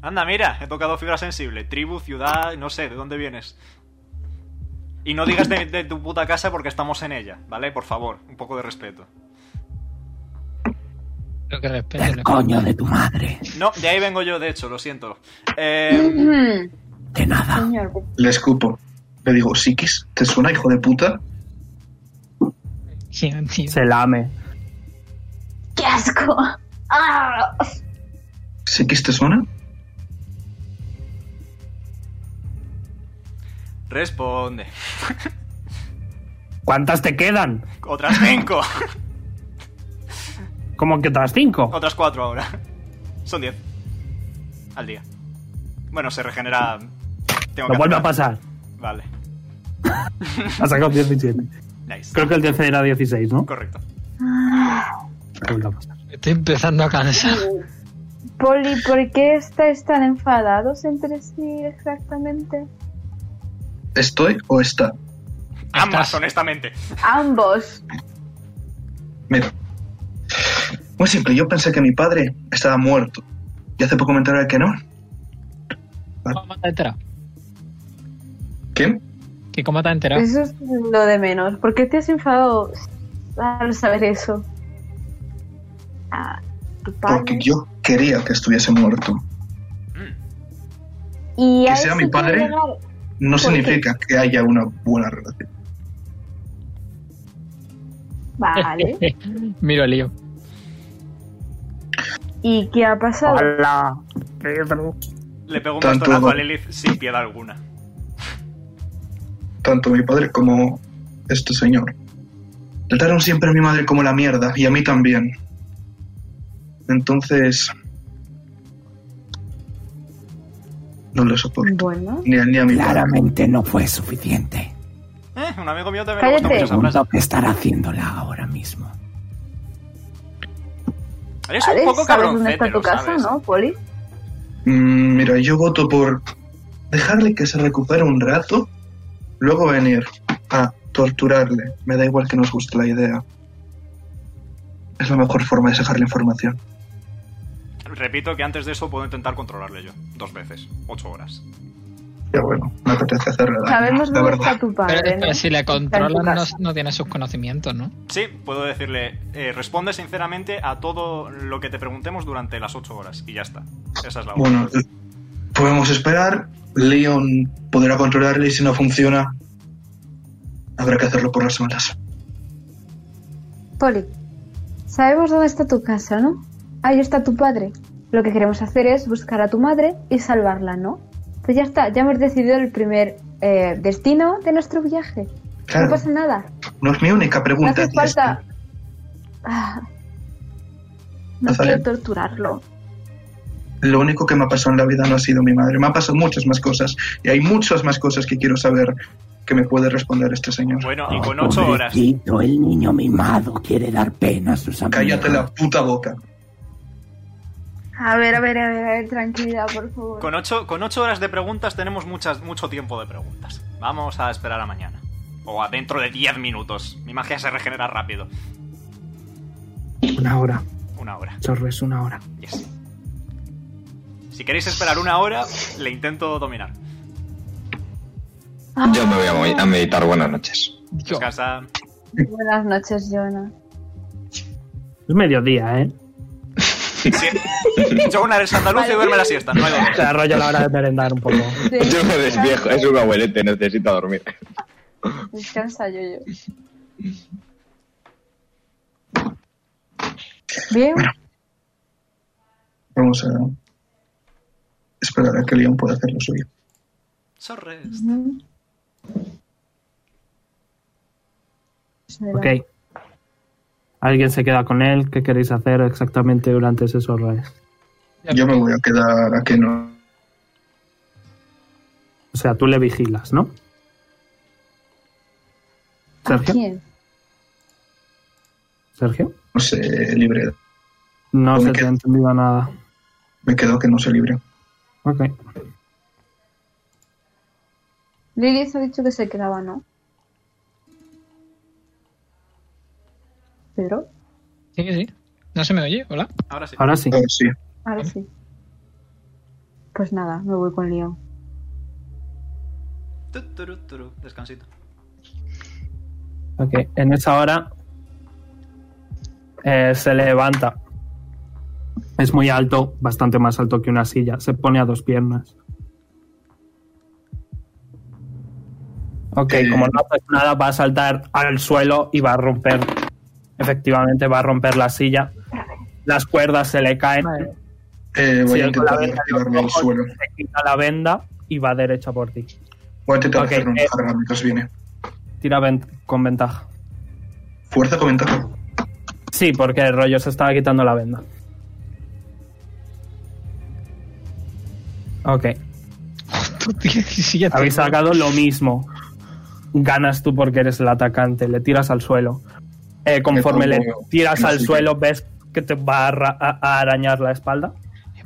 Speaker 7: Anda, mira, he tocado fibra sensible. Tribu, ciudad, no sé, ¿de dónde vienes? Y no digas de, de tu puta casa porque estamos en ella, ¿vale? Por favor, un poco de respeto.
Speaker 1: Creo que respeto.
Speaker 10: Del
Speaker 1: le-
Speaker 10: coño de tu madre.
Speaker 7: No, de ahí vengo yo, de hecho, lo siento. Eh,
Speaker 10: De nada.
Speaker 8: Señor,
Speaker 6: Le escupo. Le digo, Sikis, ¿te suena, hijo de puta?
Speaker 1: Sí, tío.
Speaker 3: Se lame.
Speaker 8: ¡qué asco! ¡Ah!
Speaker 6: ¿Sikis te suena?
Speaker 7: responde.
Speaker 3: ¿Cuántas te quedan?
Speaker 7: Otras cinco.
Speaker 3: ¿Cómo que otras cinco?
Speaker 7: Otras cuatro ahora. Son diez. Al día. Bueno, se regenera. Tengo
Speaker 3: Lo
Speaker 7: que
Speaker 3: vuelve
Speaker 7: hacer-
Speaker 3: a pasar.
Speaker 7: Vale.
Speaker 3: Ha sacado 17.
Speaker 7: Nice.
Speaker 3: Creo que el 13 era 16, ¿no?
Speaker 7: Correcto.
Speaker 3: Lo vuelve a pasar.
Speaker 1: Estoy empezando a cansar.
Speaker 5: Poli, ¿por qué estáis tan enfadados entre sí exactamente?
Speaker 6: ¿Estoy o está?
Speaker 3: Ah,
Speaker 7: Ambas,
Speaker 1: Estás-
Speaker 7: honestamente.
Speaker 8: Ambos.
Speaker 6: Mira. Muy simple, yo pensé que mi padre estaba muerto. Y hace poco me enteré que no.
Speaker 1: ¿Cómo te has enterado?
Speaker 6: ¿Quién?
Speaker 1: ¿Que ¿Cómo te has enterado?
Speaker 8: Eso es lo de menos. ¿Por qué te has enfadado al saber eso? Ah, tu padre.
Speaker 6: Porque yo quería que estuviese muerto.
Speaker 8: y
Speaker 6: que
Speaker 8: a
Speaker 6: sea
Speaker 8: eso
Speaker 6: mi
Speaker 8: quiero
Speaker 6: padre.
Speaker 8: llegar.
Speaker 6: No
Speaker 8: ¿Por qué?
Speaker 6: significa que haya una buena relación.
Speaker 8: Vale.
Speaker 1: Miro el lío.
Speaker 8: ¿Y qué ha pasado?
Speaker 3: Hola, Pedro.
Speaker 7: Le pego un
Speaker 6: Tanto-
Speaker 7: bastonazo a Lilith sin piedad alguna.
Speaker 6: tanto mi padre como este señor. Trataron siempre a mi madre como la mierda y a mí también. Entonces... No lo soporto.
Speaker 8: Bueno,
Speaker 6: Ni a, ni a mi padre.
Speaker 10: Claramente no fue suficiente.
Speaker 7: Eh, un amigo mío también le gusta mucho
Speaker 8: Cállate.
Speaker 7: esa frase.
Speaker 10: Segundo, que estar haciéndola ahora mismo.
Speaker 7: Eres
Speaker 8: ¿sabes,
Speaker 7: un poco
Speaker 8: sabes dónde está
Speaker 7: cabroncétero,
Speaker 8: tu casa,
Speaker 7: ¿sabes?
Speaker 8: no, Poli?
Speaker 6: Mm, mira, yo voto por dejarle que se recupere un rato, luego venir a torturarle. Me da igual que nos guste la idea. Es la mejor forma de sacar la información.
Speaker 7: Repito que antes de eso puedo intentar controlarle yo. Dos veces. Ocho horas.
Speaker 6: Pero bueno, no apetece hacerle daño,
Speaker 8: Sabemos
Speaker 6: la
Speaker 8: dónde
Speaker 6: verdad.
Speaker 8: está tu
Speaker 1: Pero,
Speaker 8: padre.
Speaker 1: pero
Speaker 8: ¿no?
Speaker 1: si le controlan, no,
Speaker 8: casa.
Speaker 1: no tiene sus conocimientos, ¿no?
Speaker 7: Sí, puedo decirle, eh, responde sinceramente a todo lo que te preguntemos durante las ocho horas. Y ya está. Esa es la orden.
Speaker 6: Bueno, podemos esperar. Leon podrá controlarle y si no funciona, habrá que hacerlo por las malas.
Speaker 8: Poli, Sabemos dónde está tu casa, ¿no? Ahí está tu padre. Lo que queremos hacer es buscar a tu madre y salvarla, ¿no? Pues ya está, ya hemos decidido el primer eh, destino de nuestro viaje.
Speaker 6: Claro.
Speaker 8: No pasa nada.
Speaker 6: No es mi única
Speaker 8: No
Speaker 6: pregunta.
Speaker 8: hace
Speaker 6: tía, es que-
Speaker 8: falta. Ah. No
Speaker 6: Nazareno.
Speaker 8: quiero torturarlo.
Speaker 6: Lo único que me ha pasado en la vida no ha sido mi madre. Me han pasado muchas más cosas. Y hay muchas más cosas que quiero saber que me puede responder este señor.
Speaker 7: Bueno, y
Speaker 10: Oh,
Speaker 7: con ocho horas.
Speaker 10: pobrecito, el niño mimado quiere dar pena a sus amigos.
Speaker 6: Cállate la puta boca.
Speaker 8: A ver, a ver, a ver, a ver, tranquilidad, por favor.
Speaker 7: Con ocho, con ocho horas de preguntas tenemos muchas, mucho tiempo de preguntas. Vamos a esperar a mañana. O a dentro de 10 minutos. Mi magia se regenera rápido.
Speaker 3: Una hora.
Speaker 7: Una hora.
Speaker 3: Chorro es una hora.
Speaker 7: Yes. Si queréis esperar una hora, le intento dominar.
Speaker 4: Yo me voy a, mo- a meditar. Buenas noches.
Speaker 1: Yo.
Speaker 3: Pues
Speaker 7: Descansa.
Speaker 8: Buenas noches, Jonah.
Speaker 3: Es mediodía, ¿eh?
Speaker 7: Sí. Jonar es andaluz y duerme la siesta. No hay
Speaker 3: Te
Speaker 7: dolor.
Speaker 3: arrolla la hora de merendar un poco.
Speaker 4: Yo me desviejo. Es un abuelete, necesita dormir.
Speaker 8: Descansa, yo, yo. Bien,
Speaker 6: Vamos a esperar a que Leon pueda hacer lo suyo.
Speaker 7: Sorres.
Speaker 3: Ok. ¿Alguien se queda con él? ¿Qué queréis hacer exactamente durante ese sorrés?
Speaker 6: Yo me voy a quedar a que no.
Speaker 3: O sea, tú le vigilas, ¿no?
Speaker 8: ¿a
Speaker 3: Sergio,
Speaker 8: quién?
Speaker 3: Sergio.
Speaker 6: no se libre.
Speaker 3: No
Speaker 6: Me
Speaker 3: se te
Speaker 6: quedo.
Speaker 3: ha entendido nada.
Speaker 6: Me quedo que no se libre.
Speaker 3: Ok.
Speaker 8: Lilith ha dicho que se quedaba, ¿no? Pero,
Speaker 1: Sí, sí. No se me oye, hola.
Speaker 7: Ahora sí.
Speaker 3: Ahora sí.
Speaker 6: Ah, sí.
Speaker 8: ahora sí. Pues nada, me voy con Leon.
Speaker 7: Tu, turu, turu. Descansito.
Speaker 3: Ok. En esa hora eh, se levanta. Es muy alto, bastante más alto que una silla. Se pone a dos piernas. Ok,
Speaker 6: Eh.
Speaker 3: como no haces nada, va a saltar al suelo y va a romper. Efectivamente, va a romper la silla. Las cuerdas se le caen.
Speaker 6: Eh, voy a
Speaker 3: Sí, con la venda
Speaker 6: intentar
Speaker 3: de los
Speaker 6: activarme al
Speaker 3: ojos,
Speaker 6: suelo.
Speaker 3: Se quita la venda y va derecha por ti.
Speaker 6: Voy a intentar
Speaker 3: Ok,
Speaker 6: hacer una
Speaker 3: eh.
Speaker 6: jarra mientras viene.
Speaker 3: Tira ven- con ventaja.
Speaker 6: Fuerza con ventaja.
Speaker 3: Sí, porque el rollo se estaba quitando la venda. Ok, habéis sacado lo mismo. Ganas tú porque eres el atacante, le tiras al suelo. Eh, conforme le
Speaker 6: Me pongo-
Speaker 3: tiras
Speaker 6: no
Speaker 3: al
Speaker 6: sé
Speaker 3: suelo, ves que te va a, arra- a- a arañar la espalda.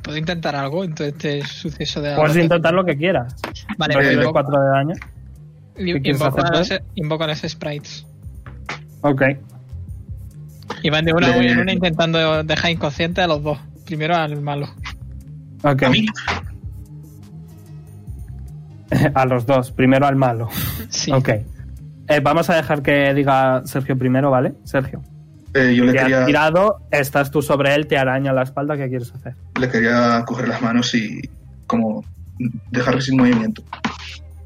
Speaker 1: ¿Puedo intentar algo en todo este suceso de...
Speaker 3: Puedes intentar lo que quieras.
Speaker 1: Vale,
Speaker 6: Vale,
Speaker 1: pero
Speaker 3: Recibes
Speaker 6: luego-
Speaker 1: invoco,
Speaker 3: cuatro de daño. ¿qué quieres
Speaker 1: invoco
Speaker 3: hacer,
Speaker 1: a los, e- invoco a los sprites.
Speaker 3: Ok,
Speaker 1: Y van de una
Speaker 3: Eh,
Speaker 6: Vale.
Speaker 1: en una intentando dejar inconsciente a los dos. Primero al malo.
Speaker 3: ok.
Speaker 6: A mí.
Speaker 3: a los dos, primero al malo.
Speaker 1: Sí.
Speaker 3: Ok. Eh, vamos a dejar que diga Sergio primero, ¿vale? Sergio.
Speaker 6: Eh, yo le
Speaker 3: Te has
Speaker 6: quería,
Speaker 3: tirado, estás tú sobre él, te araña la espalda, ¿qué quieres hacer?
Speaker 6: le quería coger las manos y como dejarle sin movimiento.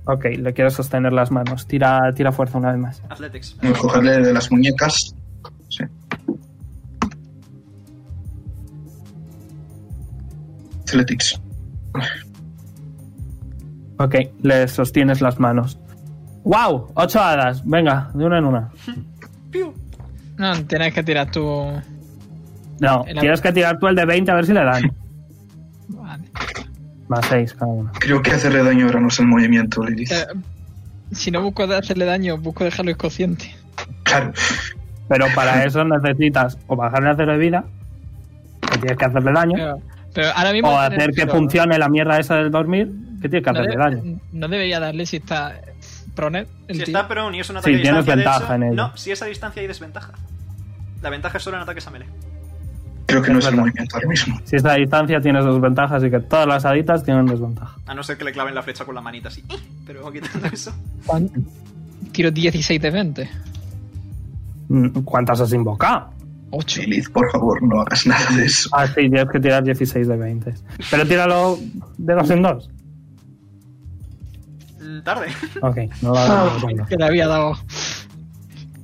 Speaker 3: Ok, le quiero sostener las manos. Tira, tira fuerza una vez más.
Speaker 7: Athletics.
Speaker 6: Eh, Cogerle de las muñecas. Sí. Athletics.
Speaker 3: Ok, le sostienes las manos. ¡Wow! Ocho hadas. Venga, de una en una.
Speaker 1: No, tienes que tirar tu...
Speaker 3: No,
Speaker 1: El-
Speaker 3: tienes que tirar tú el de 20 a ver si le dan.
Speaker 1: Vale.
Speaker 3: Más seis cada uno.
Speaker 6: Creo que hacerle daño ahora no es el movimiento, Lilith.
Speaker 1: Eh, si no busco de hacerle daño, busco dejarlo inconsciente.
Speaker 6: Claro.
Speaker 3: Pero para eso necesitas o bajarle a cero de vida, que tienes que hacerle daño,
Speaker 1: Pero, pero ahora mismo...
Speaker 3: o hacer que
Speaker 1: pero-
Speaker 3: funcione la mierda esa del dormir, que tienes que
Speaker 1: no, de-
Speaker 3: hacerle daño.
Speaker 1: no debería darle si está prone el tío.
Speaker 7: Si está prone y es un
Speaker 3: Sí,
Speaker 7: ataque a
Speaker 3: tienes
Speaker 7: distancia, de
Speaker 3: ventaja
Speaker 7: hecho-
Speaker 3: en ello.
Speaker 7: No, si es a distancia hay desventaja. La ventaja es solo en ataques a melee.
Speaker 6: Creo que no es el
Speaker 3: Verdad.
Speaker 6: movimiento ahora mismo.
Speaker 3: Si es a distancia tienes desventajas, así que todas las haditas tienen desventaja.
Speaker 7: A no ser que le claven la flecha con la manita así. Pero quitando eso.
Speaker 1: Juan, Tiro 16 de 20.
Speaker 3: Mm, ¿Cuántas has invocado?
Speaker 1: 8.
Speaker 6: Lilith, por favor, no hagas nada de eso.
Speaker 3: Ah, sí, tienes que tirar 16 de 20. Pero tíralo de dos en dos.
Speaker 7: Mm, Tarde.
Speaker 1: Ah,
Speaker 3: Ok, no lo hagas de dos en dos.
Speaker 1: Que le había dado.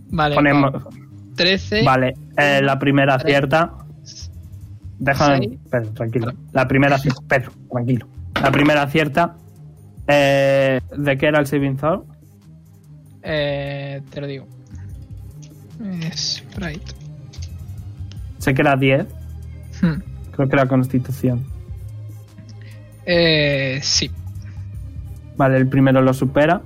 Speaker 1: Vale.
Speaker 3: Ah, Ponemos-
Speaker 1: va. 13.
Speaker 3: Vale, eh, la primera acierta. Déjame. Pedro, tranquilo. La primera acierta. Pedro, tranquilo. La primera acierta. Eh, ¿De qué era el saving throw?
Speaker 1: Eh, te lo digo. Sprite.
Speaker 3: Sé que era 10.
Speaker 1: Hmm.
Speaker 3: Creo que era constitución.
Speaker 1: Eh, sí.
Speaker 3: Vale, el primero lo supera.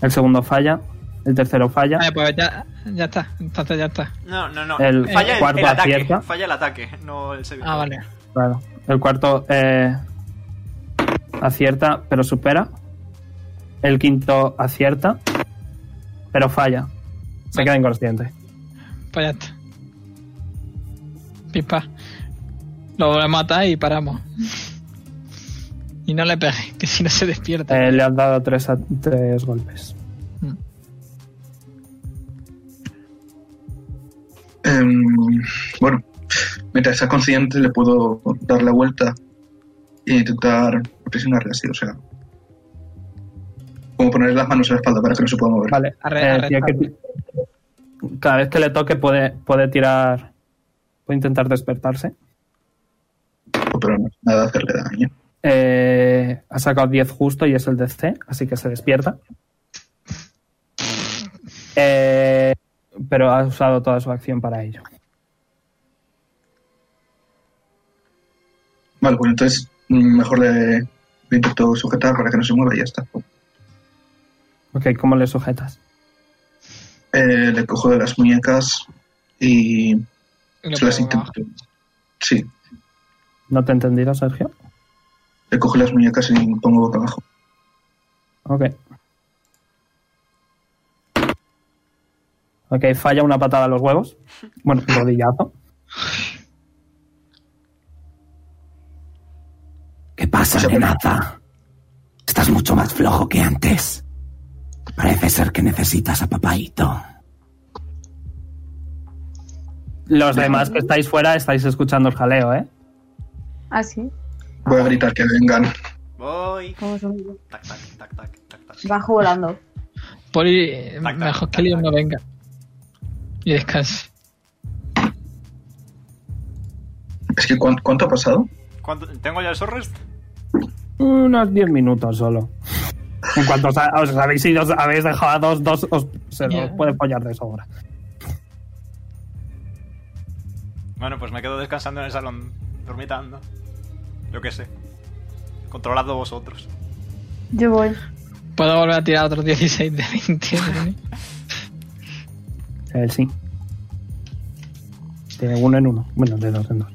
Speaker 3: El segundo falla. El tercero falla.
Speaker 1: Vale, pues ya, ya está. Entonces ya está.
Speaker 7: No, no, no.
Speaker 3: El
Speaker 7: falla el-
Speaker 3: cuarto
Speaker 7: el, ataque.
Speaker 3: acierta.
Speaker 7: Falla el ataque, no el saving
Speaker 1: Ah,
Speaker 7: throw.
Speaker 1: vale.
Speaker 3: Claro. El cuarto eh, acierta, pero supera. El quinto acierta, pero falla. Se queda inconsciente.
Speaker 1: Pues ya está. Pipa. Lo voy a matar y paramos. Y no le pegues, que si no se despierta.
Speaker 3: Eh, le has dado tres, a- tres golpes.
Speaker 6: Em, bueno, mientras está consciente le puedo dar la vuelta e intentar presionarle así, o sea. Como ponerle las manos en la espalda para que no se pueda mover.
Speaker 3: Vale.
Speaker 1: Arre-
Speaker 3: eh,
Speaker 1: arre-
Speaker 3: tiene que ti- cada vez que le toque puede, puede tirar. Puede intentar despertarse.
Speaker 6: Pero no, nada de hacerle daño.
Speaker 3: Eh, ha sacado 10 justo y es el DC, así que se despierta. Eh, pero ha usado toda su acción para ello.
Speaker 6: Vale, bueno, entonces mm, mejor le, le intento sujetar para que no se mueva y ya está.
Speaker 3: Ok, ¿cómo le sujetas?
Speaker 6: Eh, le cojo de las muñecas y
Speaker 1: y lo
Speaker 6: se las
Speaker 1: pongo
Speaker 6: intento.
Speaker 1: abajo.
Speaker 6: Sí,
Speaker 3: ¿No te he entendido, Sergio?
Speaker 6: le cojo las muñecas y pongo boca abajo.
Speaker 3: Ok. Ok, falla una patada a los huevos. Bueno, rodillazo.
Speaker 10: ¿Qué pasa,
Speaker 6: Sí, pero-
Speaker 10: nenaza? Estás mucho más flojo que antes. Parece ser que necesitas a papaito.
Speaker 3: Los demás que estáis fuera estáis escuchando el jaleo, ¿eh?
Speaker 8: Ah, sí.
Speaker 6: Voy a gritar que vengan.
Speaker 7: Voy.
Speaker 8: Vamos a ver.
Speaker 7: Tac, tac, tac, tac, tac, tac.
Speaker 8: Bajo volando.
Speaker 1: Poli, eh,
Speaker 7: Tac, tac,
Speaker 1: mejor
Speaker 7: tac,
Speaker 1: que Leon
Speaker 7: tac.
Speaker 1: no venga. Y descanse.
Speaker 6: Es que, ¿cuán- ¿cuánto ha pasado?
Speaker 7: ¿Cuánto- ¿Tengo ya el short rest?
Speaker 3: Unos 10 minutos solo. En cuanto os, ha- os habéis ido, os habéis dejado a dos, dos, os, se los
Speaker 1: Ya.
Speaker 3: puede follar de sobra.
Speaker 7: Bueno, pues me quedo descansando en el salón, dormitando. Yo qué sé. Controladlo vosotros.
Speaker 8: Yo voy.
Speaker 1: Puedo volver a tirar otros 16 de 20. ¿vale?
Speaker 3: Él sí. De uno en uno. Bueno, de dos en dos.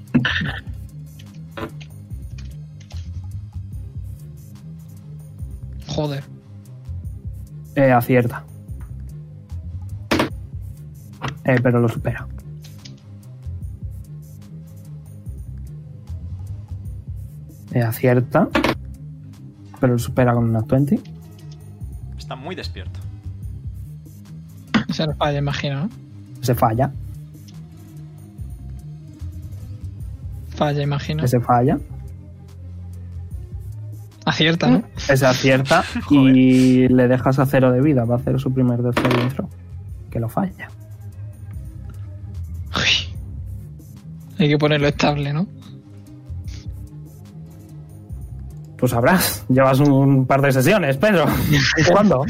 Speaker 1: Joder.
Speaker 3: Eh, acierta. Eh, pero lo supera. Eh, acierta. Pero lo supera con una 20.
Speaker 7: Está muy despierto.
Speaker 1: Eso no falla, imagino, ¿no?
Speaker 3: Se falla.
Speaker 1: Falla, imagino.
Speaker 3: Ese falla.
Speaker 1: Acierta, ¿no?
Speaker 3: Ese acierta. y le dejas a cero de vida. Va a hacer su primer DC dentro. Que lo falla.
Speaker 1: Uy. Hay que ponerlo estable, ¿no?
Speaker 3: Tú Pues sabrás. Llevas un par de sesiones, Pedro. ¿Cuándo?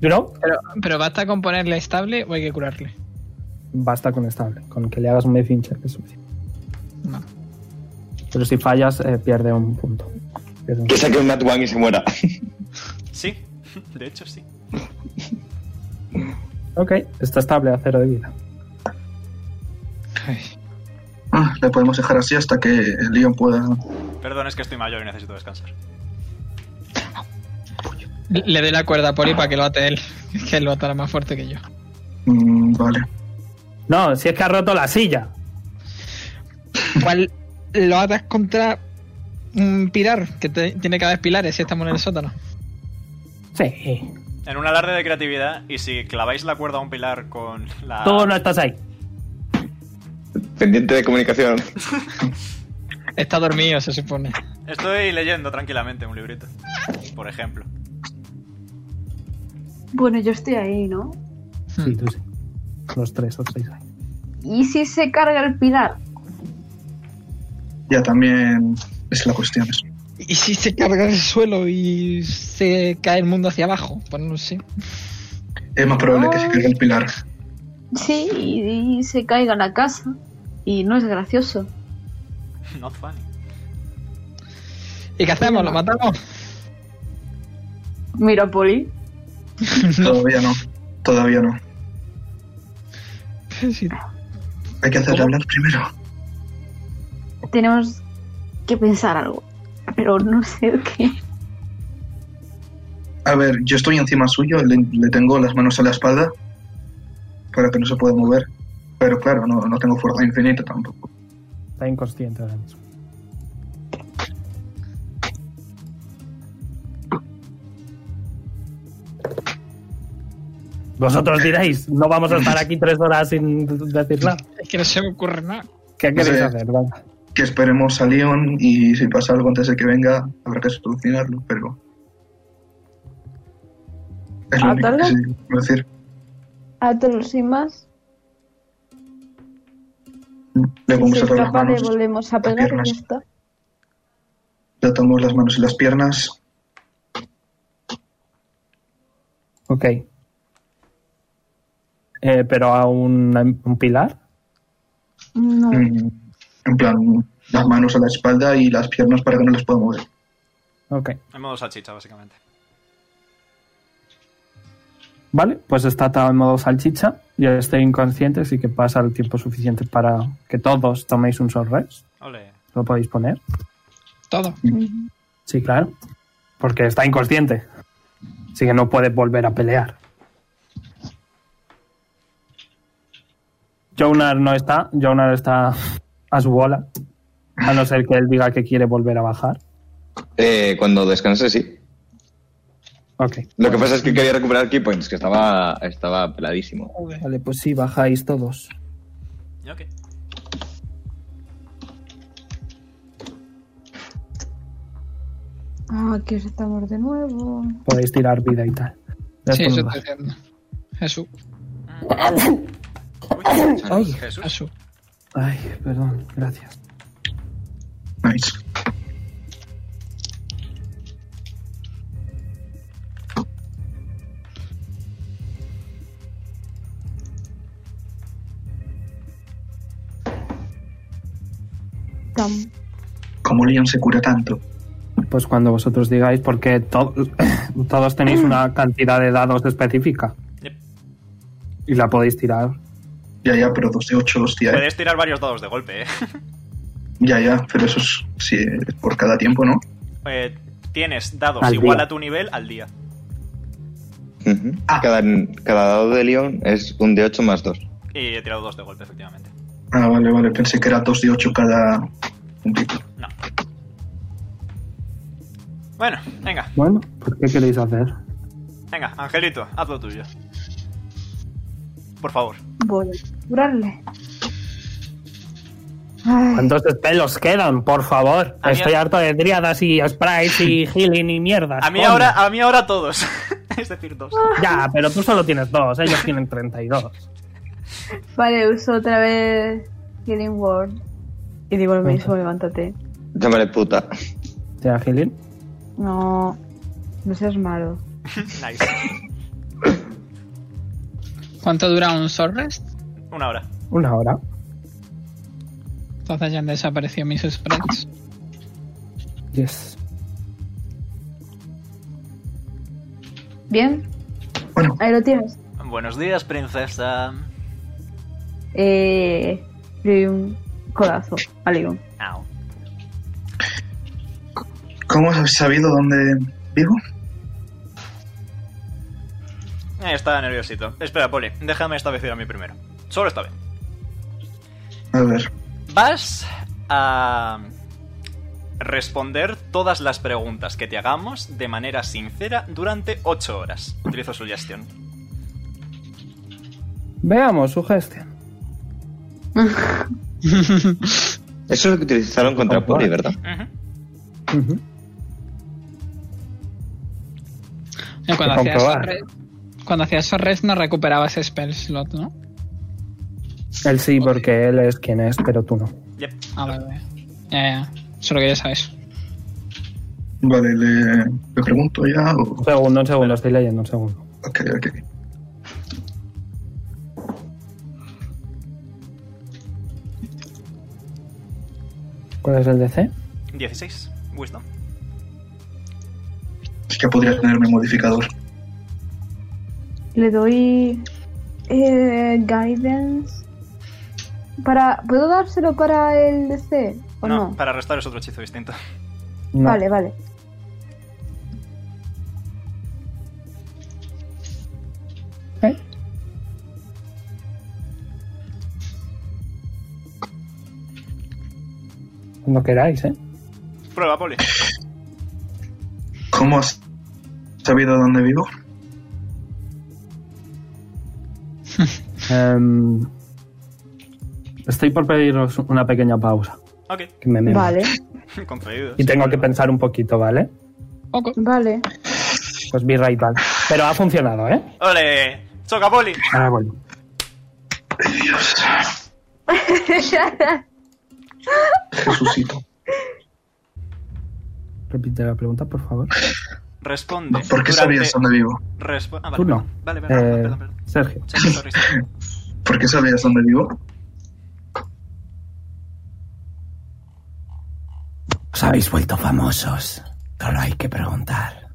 Speaker 3: You know?
Speaker 1: Pero, pero basta con ponerle estable o hay que curarle.
Speaker 3: Basta con estable. Con que le hagas un medicine check es suficiente.
Speaker 1: No.
Speaker 3: Pero si fallas, eh, pierde un punto. Pierde un-
Speaker 4: Que saque un Nat One y se muera.
Speaker 7: Sí, de hecho sí.
Speaker 3: Ok, está estable a cero de vida.
Speaker 1: Ay.
Speaker 6: Ah, le podemos dejar así hasta que el Leon pueda.
Speaker 7: Perdón, es que estoy mayor y necesito descansar.
Speaker 1: Le le doy la cuerda a Poli para que lo ate él. Es que él lo atará más fuerte que yo.
Speaker 6: Mm, vale.
Speaker 3: No, si es que ha roto la silla.
Speaker 1: ¿Cuál lo atas contra un pilar? Que te- tiene que haber pilares si estamos en el sótano.
Speaker 3: Sí.
Speaker 7: En un alarde de creatividad, y si claváis la cuerda a un pilar con la.
Speaker 3: Tú no estás ahí.
Speaker 4: Pendiente de comunicación.
Speaker 1: Está dormido, se supone.
Speaker 7: Estoy leyendo tranquilamente un librito, por ejemplo.
Speaker 8: Bueno, yo estoy ahí, ¿no?
Speaker 1: Hmm.
Speaker 3: Sí, tú sí. Los tres, los seis ahí.
Speaker 8: ¿Y si se carga el pilar?
Speaker 6: Ya también es la cuestión.
Speaker 11: ¿Y si se carga el suelo y se cae el mundo hacia abajo? Pues no sé.
Speaker 6: Es más probable que se caiga el pilar.
Speaker 8: Sí, y, y se caiga la casa. Y no es gracioso.
Speaker 7: Not funny.
Speaker 11: ¿Y qué hacemos? ¿Lo matamos?
Speaker 8: Mira, Poli.
Speaker 6: Todavía no. Todavía no.
Speaker 11: Sí.
Speaker 6: Hay que hacerle hablar primero.
Speaker 8: Tenemos que pensar algo. Pero no sé qué.
Speaker 6: A ver, yo estoy encima suyo, le, le tengo las manos a la espalda para que no se pueda mover. Pero claro, no, no tengo fuerza infinita tampoco.
Speaker 3: Está inconsciente ahora mismo. Vosotros diréis, no vamos a estar aquí tres horas sin decir nada.
Speaker 11: Es que no se me ocurre nada.
Speaker 3: ¿Qué
Speaker 6: No sé,
Speaker 3: queréis hacer? Venga.
Speaker 6: Que esperemos a Leon y si pasa algo antes de que venga, habrá que solucionarlo, pero. Es lo
Speaker 8: Ah,
Speaker 6: único que
Speaker 8: dale.
Speaker 6: sé decir.
Speaker 8: Átalo sin más.
Speaker 6: Le
Speaker 8: Si
Speaker 6: vamos
Speaker 8: se
Speaker 6: a cerrar las
Speaker 8: escapa, le
Speaker 6: manos,
Speaker 8: volvemos a
Speaker 6: las
Speaker 8: pegar y
Speaker 6: piernas.
Speaker 8: ya está.
Speaker 6: le atamos las manos y las piernas.
Speaker 3: Ok. Eh, pero a un, un pilar.
Speaker 8: No.
Speaker 6: mm, En plan, las manos a la espalda y las piernas para que no las pueda mover.
Speaker 3: Ok.
Speaker 7: En modo salchicha, básicamente.
Speaker 3: Vale, pues está atado en modo salchicha. Yo estoy inconsciente, así que pasa el tiempo suficiente para que todos toméis un short rest.
Speaker 7: Ole.
Speaker 3: Lo podéis poner.
Speaker 11: Todo.
Speaker 3: Sí, claro. Porque está inconsciente. Así que no puede volver a pelear. Jonar no está. Jonar está a su bola. A no ser que él diga que quiere volver a bajar.
Speaker 4: Eh, cuando descanse, sí.
Speaker 3: Ok.
Speaker 4: Lo que pasa es que quería recuperar key points, que estaba, estaba peladísimo.
Speaker 1: Joder.
Speaker 3: Vale, pues sí, bajáis todos.
Speaker 7: Ya, ok.
Speaker 8: Ah, aquí estamos de nuevo.
Speaker 3: Podéis tirar vida y tal.
Speaker 1: Sí,
Speaker 3: Después
Speaker 1: eso
Speaker 3: va.
Speaker 1: estoy haciendo. Jesús,
Speaker 3: Ay.
Speaker 7: Jesús.
Speaker 1: Jesús.
Speaker 3: Ay, perdón, gracias.
Speaker 6: Nice.
Speaker 8: Tam.
Speaker 6: Como Leon se cura tanto.
Speaker 3: Pues cuando vosotros digáis, porque to- todos tenéis una cantidad de dados específica.
Speaker 7: Yep.
Speaker 3: Y la podéis tirar.
Speaker 6: Ya, ya, pero dos de ocho, hostia. eh.
Speaker 7: Puedes tirar varios dados de golpe, eh.
Speaker 6: Ya, ya, pero eso es sí, es por cada tiempo, ¿no?
Speaker 7: Eh, tienes dados
Speaker 3: Al
Speaker 7: igual
Speaker 3: día.
Speaker 7: a tu nivel al día.
Speaker 4: Ujú.
Speaker 3: Ah.
Speaker 4: cada, cada dado de León es un de 8 más 2.
Speaker 7: Y he tirado dos de golpe, efectivamente.
Speaker 6: Ah, vale, vale, pensé que era dos de ocho cada puntito.
Speaker 7: No. Bueno, venga,
Speaker 3: Bueno, pues ¿qué queréis hacer?
Speaker 7: venga, Angelito, haz lo tuyo. Por favor.
Speaker 8: Voy a curarle. Ay,
Speaker 3: ¿Cuántos pelos quedan, por favor?
Speaker 7: A mí-
Speaker 3: Estoy harto de driadas y sprites y healing y mierdas.
Speaker 7: A mí
Speaker 3: coño.
Speaker 7: ahora, a mí ahora todos. es decir, dos.
Speaker 3: Ya, pero tú solo tienes dos, ellos tienen 32.
Speaker 8: Vale, uso otra vez Healing Word. Y digo lo mismo, levántate.
Speaker 4: Llámale puta.
Speaker 3: ¿Te da healing?
Speaker 8: No, no seas malo.
Speaker 7: Nice.
Speaker 1: ¿Cuánto dura un short rest?
Speaker 7: Una hora.
Speaker 3: Una hora.
Speaker 1: Entonces ya han desaparecido mis sprites.
Speaker 3: Yes.
Speaker 8: Bien,
Speaker 6: Bueno,
Speaker 8: ahí lo tienes.
Speaker 7: Buenos días, princesa.
Speaker 8: Eh, le di un codazo a Leon.
Speaker 7: Au.
Speaker 6: ¿cómo has sabido dónde vivo?
Speaker 7: Eh, estaba nerviosito. Espera, Poli, déjame esta vez ir a mí primero. Solo esta vez.
Speaker 6: A ver,
Speaker 7: Vas a responder todas las preguntas que te hagamos de manera sincera durante 8 horas. Utilizo sugestión.
Speaker 3: Veamos su gestión.
Speaker 4: Eso es lo que utilizaron contra Poli, ¿verdad?
Speaker 3: Ujú.
Speaker 1: Y Cuando
Speaker 3: Hay que
Speaker 1: hacías, short
Speaker 3: comprobar.
Speaker 1: rest- cuando hacías short rest no recuperabas spell slot, ¿no?
Speaker 3: Él sí, porque él es quien es, pero tú no.
Speaker 7: Yep.
Speaker 1: Ah, vale, vale. Ya, ya. Solo que ya sabes.
Speaker 6: Vale, le, le pregunto ya. O...
Speaker 3: Un segundo, un segundo, estoy leyendo, un segundo.
Speaker 6: Ok, ok.
Speaker 3: ¿Cuál es el DC?
Speaker 7: 16. Wisdom.
Speaker 6: Es que podría tenerme modificador.
Speaker 8: Le doy eh, guidance. Para, ¿Puedo dárselo para el DC? ¿o Pues no,
Speaker 7: para restar es otro hechizo distinto.
Speaker 8: no? Vale, vale.
Speaker 3: No queráis, ¿eh?
Speaker 7: Prueba, Poli.
Speaker 6: ¿Cómo has sabido dónde vivo?
Speaker 3: Em, estoy por pediros una pequeña pausa.
Speaker 7: Ok,
Speaker 3: que me meo.
Speaker 8: Vale,
Speaker 7: concedido.
Speaker 3: Y tengo que pensar un poquito, ¿vale?
Speaker 1: Poco.
Speaker 8: vale.
Speaker 3: Pues be right back. Pero ha funcionado, ¿eh?
Speaker 7: ¡Ole! ¡Choca, Poli!
Speaker 3: Ahora vuelvo.
Speaker 6: Jesucito.
Speaker 3: Repite la pregunta, por favor.
Speaker 7: Responde.
Speaker 6: ¿Por qué sabías dónde vivo?
Speaker 7: Respo- ah, vale,
Speaker 3: Tú no.
Speaker 7: perdón. Vale,
Speaker 3: Eh,
Speaker 7: perdón, perdón, perdón.
Speaker 3: Sergio.
Speaker 7: Sorry, sorry, sorry.
Speaker 6: ¿Por qué sabías dónde vivo?
Speaker 10: Os habéis vuelto famosos. Solo hay que preguntar.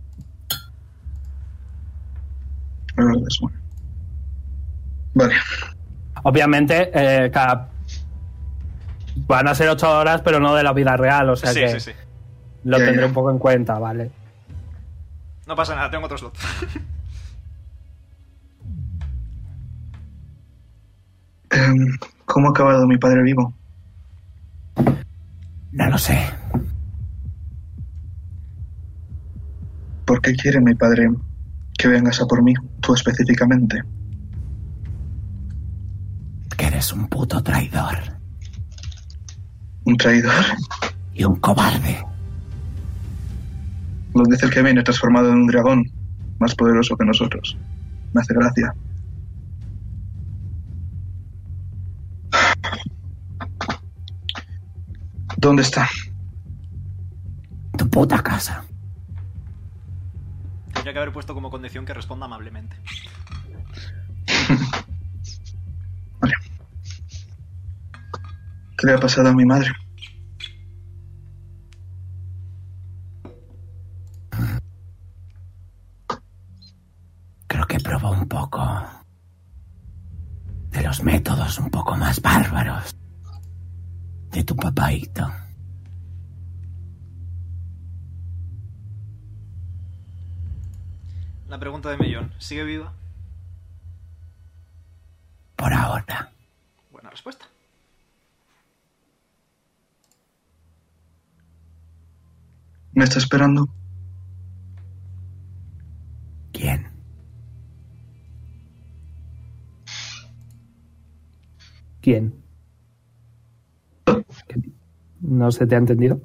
Speaker 6: La verdad es bueno. Vale,
Speaker 3: Obviamente, eh, cada- van a ser ocho horas, pero no de la vida real, o sea
Speaker 7: Sí,
Speaker 3: que
Speaker 7: sí, sí.
Speaker 3: lo
Speaker 6: Ya,
Speaker 3: tendré
Speaker 6: ya.
Speaker 3: un poco en cuenta, ¿vale?
Speaker 7: No pasa nada, tengo otro slot.
Speaker 6: Em, ¿cómo ha acabado mi padre vivo?
Speaker 10: No lo sé.
Speaker 6: ¿Por qué quiere mi padre que vengas a por mí, tú específicamente?
Speaker 10: Que eres un puto traidor.
Speaker 6: ¿Un traidor?
Speaker 10: Y un cobarde.
Speaker 6: Lo dice el que viene transformado en un dragón más poderoso que nosotros. Me hace gracia. ¿Dónde está?
Speaker 10: Tu puta casa.
Speaker 7: Tendría que haber puesto como condición que responda amablemente.
Speaker 6: ¿Qué le ha pasado a mi madre?
Speaker 10: Creo que probó un poco de los métodos un poco más bárbaros de tu papaito.
Speaker 7: La pregunta de Millón, ¿sigue viva?
Speaker 10: Por ahora.
Speaker 7: Buena respuesta.
Speaker 6: ¿Me está esperando?
Speaker 10: ¿Quién?
Speaker 3: ¿Quién? ¿No se te ha entendido?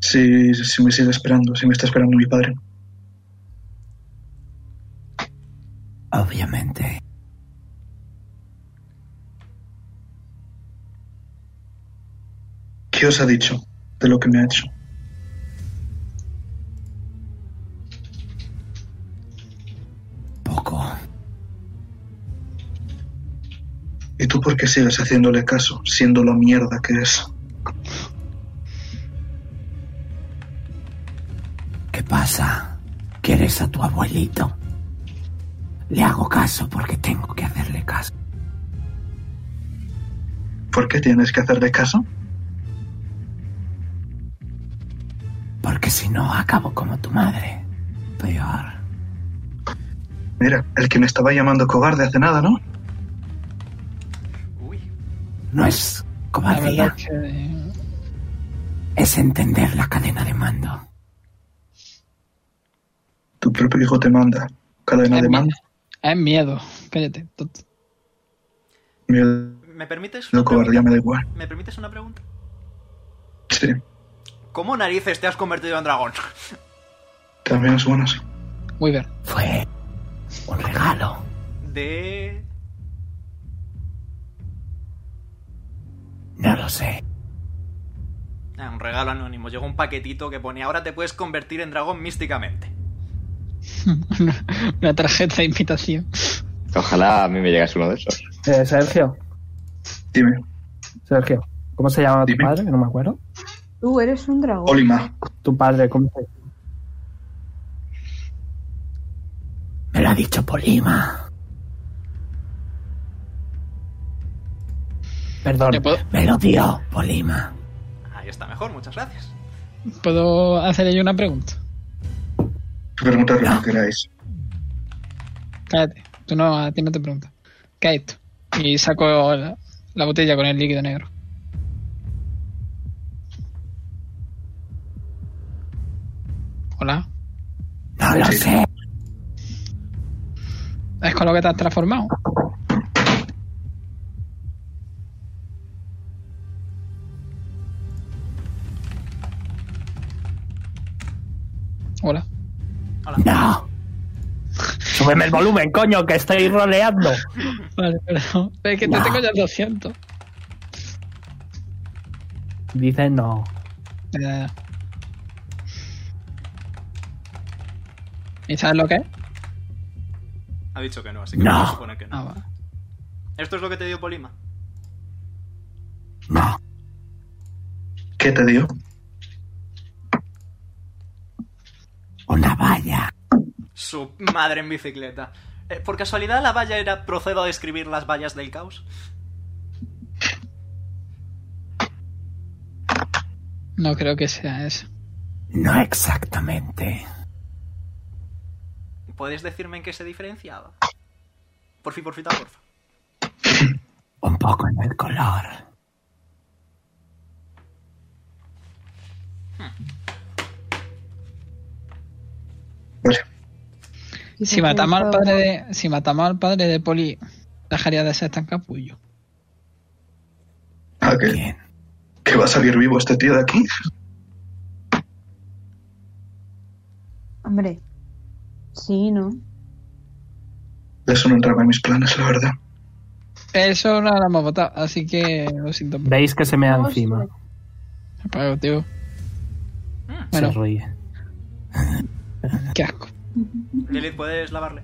Speaker 6: Sí, sí me sigue esperando, sí me está esperando mi padre.
Speaker 10: Obviamente.
Speaker 6: ¿Qué os ha dicho de lo que me ha hecho?
Speaker 10: Poco.
Speaker 6: ¿Y tú por qué sigues haciéndole caso, siendo la mierda que es?
Speaker 10: ¿Qué pasa? ¿Quieres a tu abuelito? Le hago caso porque tengo que hacerle caso.
Speaker 6: ¿Por qué tienes que hacerle caso?
Speaker 10: Porque si no, acabo como tu madre. Peor.
Speaker 6: Mira, el que me estaba llamando cobarde hace nada, ¿no?
Speaker 7: Uy,
Speaker 10: No es
Speaker 1: La
Speaker 10: cobardía,
Speaker 1: verdad es que. eh,
Speaker 10: es entender la cadena de mando.
Speaker 6: Tu propio hijo te manda. Cadena de mando.
Speaker 1: Es miedo. Cállate. tonto.
Speaker 6: Miedo,
Speaker 7: ¿me permites una
Speaker 6: no cobardía,
Speaker 7: pregunta?
Speaker 6: me da igual.
Speaker 7: ¿Me permites una pregunta?
Speaker 6: Sí,
Speaker 7: ¿Cómo narices te has convertido en dragón?
Speaker 6: también es bueno. sí.
Speaker 1: Muy bien.
Speaker 10: Fue un regalo.
Speaker 7: De...
Speaker 10: No lo sé.
Speaker 7: Ah, un regalo anónimo. Llegó un paquetito que pone ahora te puedes convertir en dragón místicamente.
Speaker 1: una, una tarjeta de invitación.
Speaker 4: Ojalá a mí me llegase uno de esos.
Speaker 12: Eh, Sergio.
Speaker 6: Dime.
Speaker 12: Sergio, ¿cómo se llama
Speaker 6: Dime.
Speaker 12: tu padre? Que no me acuerdo.
Speaker 8: Tú eres un dragón.
Speaker 6: Olima.
Speaker 12: Tu padre, ¿cómo se llama?
Speaker 10: Me lo ha dicho Polima.
Speaker 12: Perdón.
Speaker 1: ¿Le puedo,
Speaker 10: Me lo dio Polima.
Speaker 7: Ahí está mejor, muchas gracias.
Speaker 1: puedo hacerle yo una pregunta?
Speaker 6: Preguntad lo que queráis.
Speaker 1: Cállate. Tú no, a ti no te pregunto. ¿Qué hay esto? Y saco la, la botella con el líquido negro. Hola.
Speaker 10: No lo sé.
Speaker 1: ¿Es con lo que te has transformado? Hola.
Speaker 10: No.
Speaker 3: Súbeme el volumen, coño, que estoy roleando.
Speaker 1: Vale, perdón. Es que te tengo ya el 200.
Speaker 3: Dice no.
Speaker 1: Ya, ya, ya. ¿Y sabes lo que es?
Speaker 7: Ha dicho que no, así que
Speaker 10: No.
Speaker 7: vamos a suponer que no.
Speaker 1: Ah, vale.
Speaker 7: Esto es lo que te dio Polima.
Speaker 10: No.
Speaker 6: ¿Qué te dio?
Speaker 10: Una valla.
Speaker 7: Su madre en bicicleta. Eh, ¿Por casualidad la valla era procedo a describir las vallas del caos?
Speaker 1: No creo que sea eso.
Speaker 10: No exactamente.
Speaker 7: ¿Puedes decirme en qué se diferenciaba? Por fin, por fin, porfa.
Speaker 10: Un poco en el color.
Speaker 6: Vale.
Speaker 1: Si matamos al padre de, si matamos al padre de Poli, dejaría de ser tan capullo.
Speaker 6: Ah, que,
Speaker 10: Bien.
Speaker 6: que va a salir vivo este tío de aquí.
Speaker 8: Hombre. Sí, ¿no?
Speaker 6: Eso no entraba en mis planes, la verdad.
Speaker 1: Eso no lo hemos votado, así que lo siento.
Speaker 3: Veis que se me da encima.
Speaker 8: Pues,
Speaker 1: Apago, tío.
Speaker 3: Se
Speaker 1: Bueno,
Speaker 3: ríe.
Speaker 1: qué asco.
Speaker 7: Lilith, ¿puedes lavarle?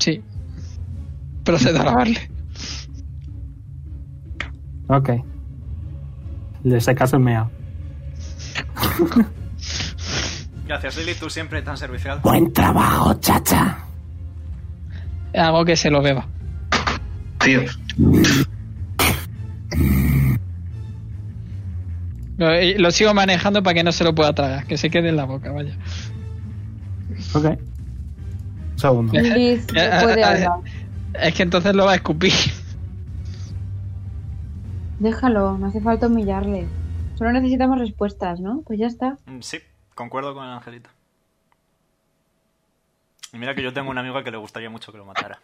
Speaker 1: Sí. Procedo a lavarle.
Speaker 3: Ok. Le secas el mea.
Speaker 7: Gracias, Lilith, tú siempre tan servicial.
Speaker 10: Buen trabajo, chacha.
Speaker 1: Hago que se lo beba.
Speaker 6: Tío,
Speaker 1: Lo, lo sigo manejando para que no se lo pueda tragar, que se quede en la boca, vaya.
Speaker 3: Ok. Un segundo.
Speaker 8: pues, Liz
Speaker 1: Eh, eh,
Speaker 8: no puede
Speaker 1: eh,
Speaker 8: hablar.
Speaker 1: Es que entonces lo va a escupir.
Speaker 8: Déjalo, no hace falta humillarle. Solo necesitamos respuestas, ¿no? Pues ya está.
Speaker 7: Mm, Sí, concuerdo con el angelito. Y mira que yo tengo una amiga que le gustaría mucho que lo matara.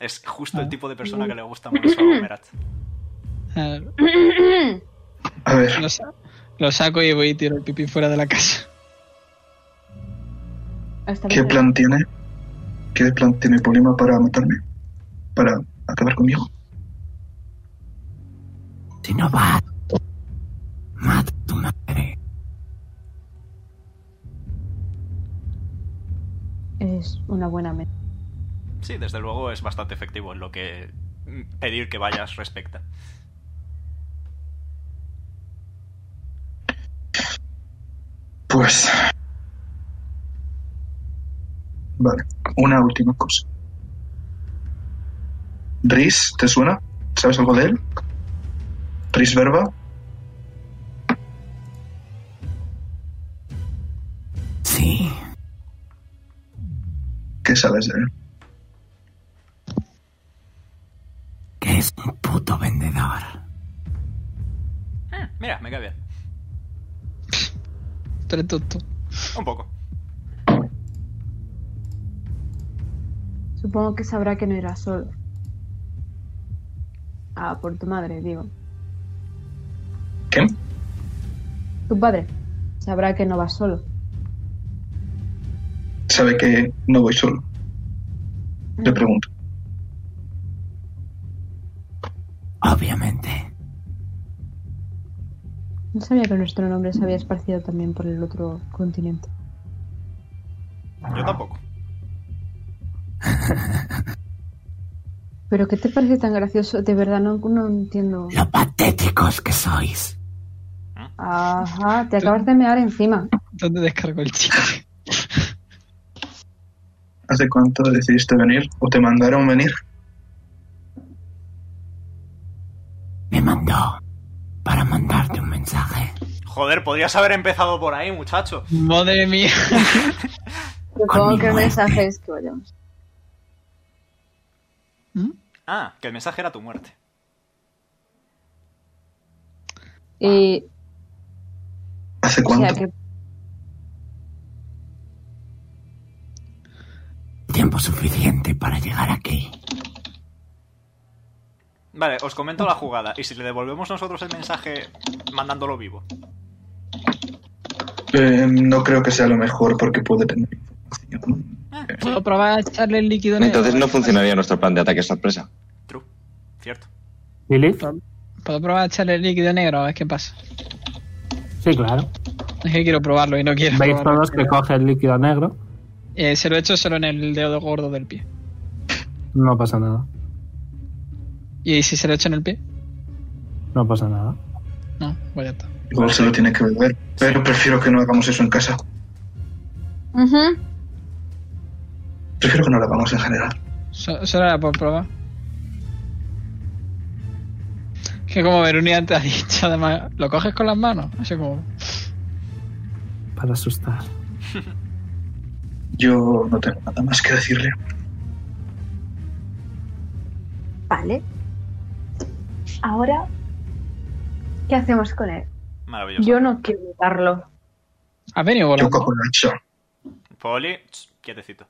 Speaker 7: Es justo el tipo de persona que le gusta mucho a Merat.
Speaker 1: Eh,
Speaker 6: a ver,
Speaker 1: Lo, sa- lo saco y voy y tiro el pipí fuera de la casa.
Speaker 8: Hasta
Speaker 6: ¿qué
Speaker 8: luego.
Speaker 6: plan tiene? ¿Qué plan tiene Polima para matarme? Para acabar conmigo.
Speaker 10: Si no vas, mata a tu madre.
Speaker 8: Es una buena meta.
Speaker 7: Sí, desde luego es bastante efectivo en lo que mm, pedir que vayas respecta.
Speaker 6: Pues. Vale, una última cosa. Riz, ¿te suena? ¿Sabes algo de él? Riz Verba.
Speaker 10: Sí.
Speaker 6: ¿Qué sabes de él?
Speaker 10: Que es un puto vendedor.
Speaker 7: Mm, Mira, me cae bien.
Speaker 1: Tú eres tonto.
Speaker 7: Un poco.
Speaker 8: Supongo que sabrá que no irá solo. Ah, por tu madre, digo.
Speaker 6: ¿Qué?
Speaker 8: Tu padre. Sabrá que no vas solo.
Speaker 6: Sabe que no voy solo.
Speaker 8: Mm.
Speaker 6: Le pregunto.
Speaker 10: Obviamente.
Speaker 8: No sabía que nuestro nombre se había esparcido también por el otro continente.
Speaker 7: Yo tampoco.
Speaker 8: ¿Pero qué te parece tan gracioso? De verdad, no, no entiendo.
Speaker 10: Lo patéticos que sois.
Speaker 8: Ajá, te acabas de mear encima.
Speaker 1: ¿Dónde descargo el chiste?
Speaker 6: ¿Hace cuánto decidiste venir? ¿O te mandaron venir?
Speaker 10: Me mandó para mandarte un mensaje.
Speaker 7: Joder, podrías haber empezado por ahí, muchacho.
Speaker 1: Madre mía.
Speaker 8: Supongo que el mensaje es que vayamos.
Speaker 7: ¿Mm? Ah, que el mensaje era tu muerte.
Speaker 8: Y...
Speaker 6: ¿Hace cuánto?
Speaker 8: O sea que
Speaker 10: Tiempo suficiente para llegar aquí.
Speaker 7: Vale, os comento la jugada. ¿Y si le devolvemos nosotros el mensaje mandándolo vivo?
Speaker 6: Eh, no creo que sea lo mejor porque puede tener información.
Speaker 1: Puedo probar a echarle el líquido en el-
Speaker 4: Entonces no funcionaría nuestro plan de ataque sorpresa.
Speaker 7: True. Cierto.
Speaker 3: ¿Lilith?
Speaker 1: Puedo probar a echarle el líquido negro a ver qué pasa.
Speaker 3: Sí, claro.
Speaker 1: Es que quiero probarlo y no quiero.
Speaker 3: Veis
Speaker 1: probarlo.
Speaker 3: todos que coge el líquido negro.
Speaker 1: Eh, se lo he hecho solo en el dedo gordo del pie.
Speaker 3: No pasa nada.
Speaker 1: ¿Y si se lo echo en el pie?
Speaker 3: No pasa nada.
Speaker 1: No, pues ya está.
Speaker 6: Igual se lo tiene que beber, pero prefiero que no hagamos eso en casa.
Speaker 8: Ujú.
Speaker 6: Prefiero que no lo hagamos en general.
Speaker 1: So- solo era por probar. Que como Veruni antes ha dicho, además, ¿lo coges con las manos? Así como.
Speaker 3: Para asustar.
Speaker 6: Yo no tengo nada más que decirle.
Speaker 13: Vale. Ahora, ¿qué hacemos con él?
Speaker 7: Maravilloso.
Speaker 13: Yo no quiero darlo.
Speaker 1: ¿Has venido
Speaker 6: Yo
Speaker 1: volando?
Speaker 6: cojo el hacha.
Speaker 7: Poli, ch, quietecito.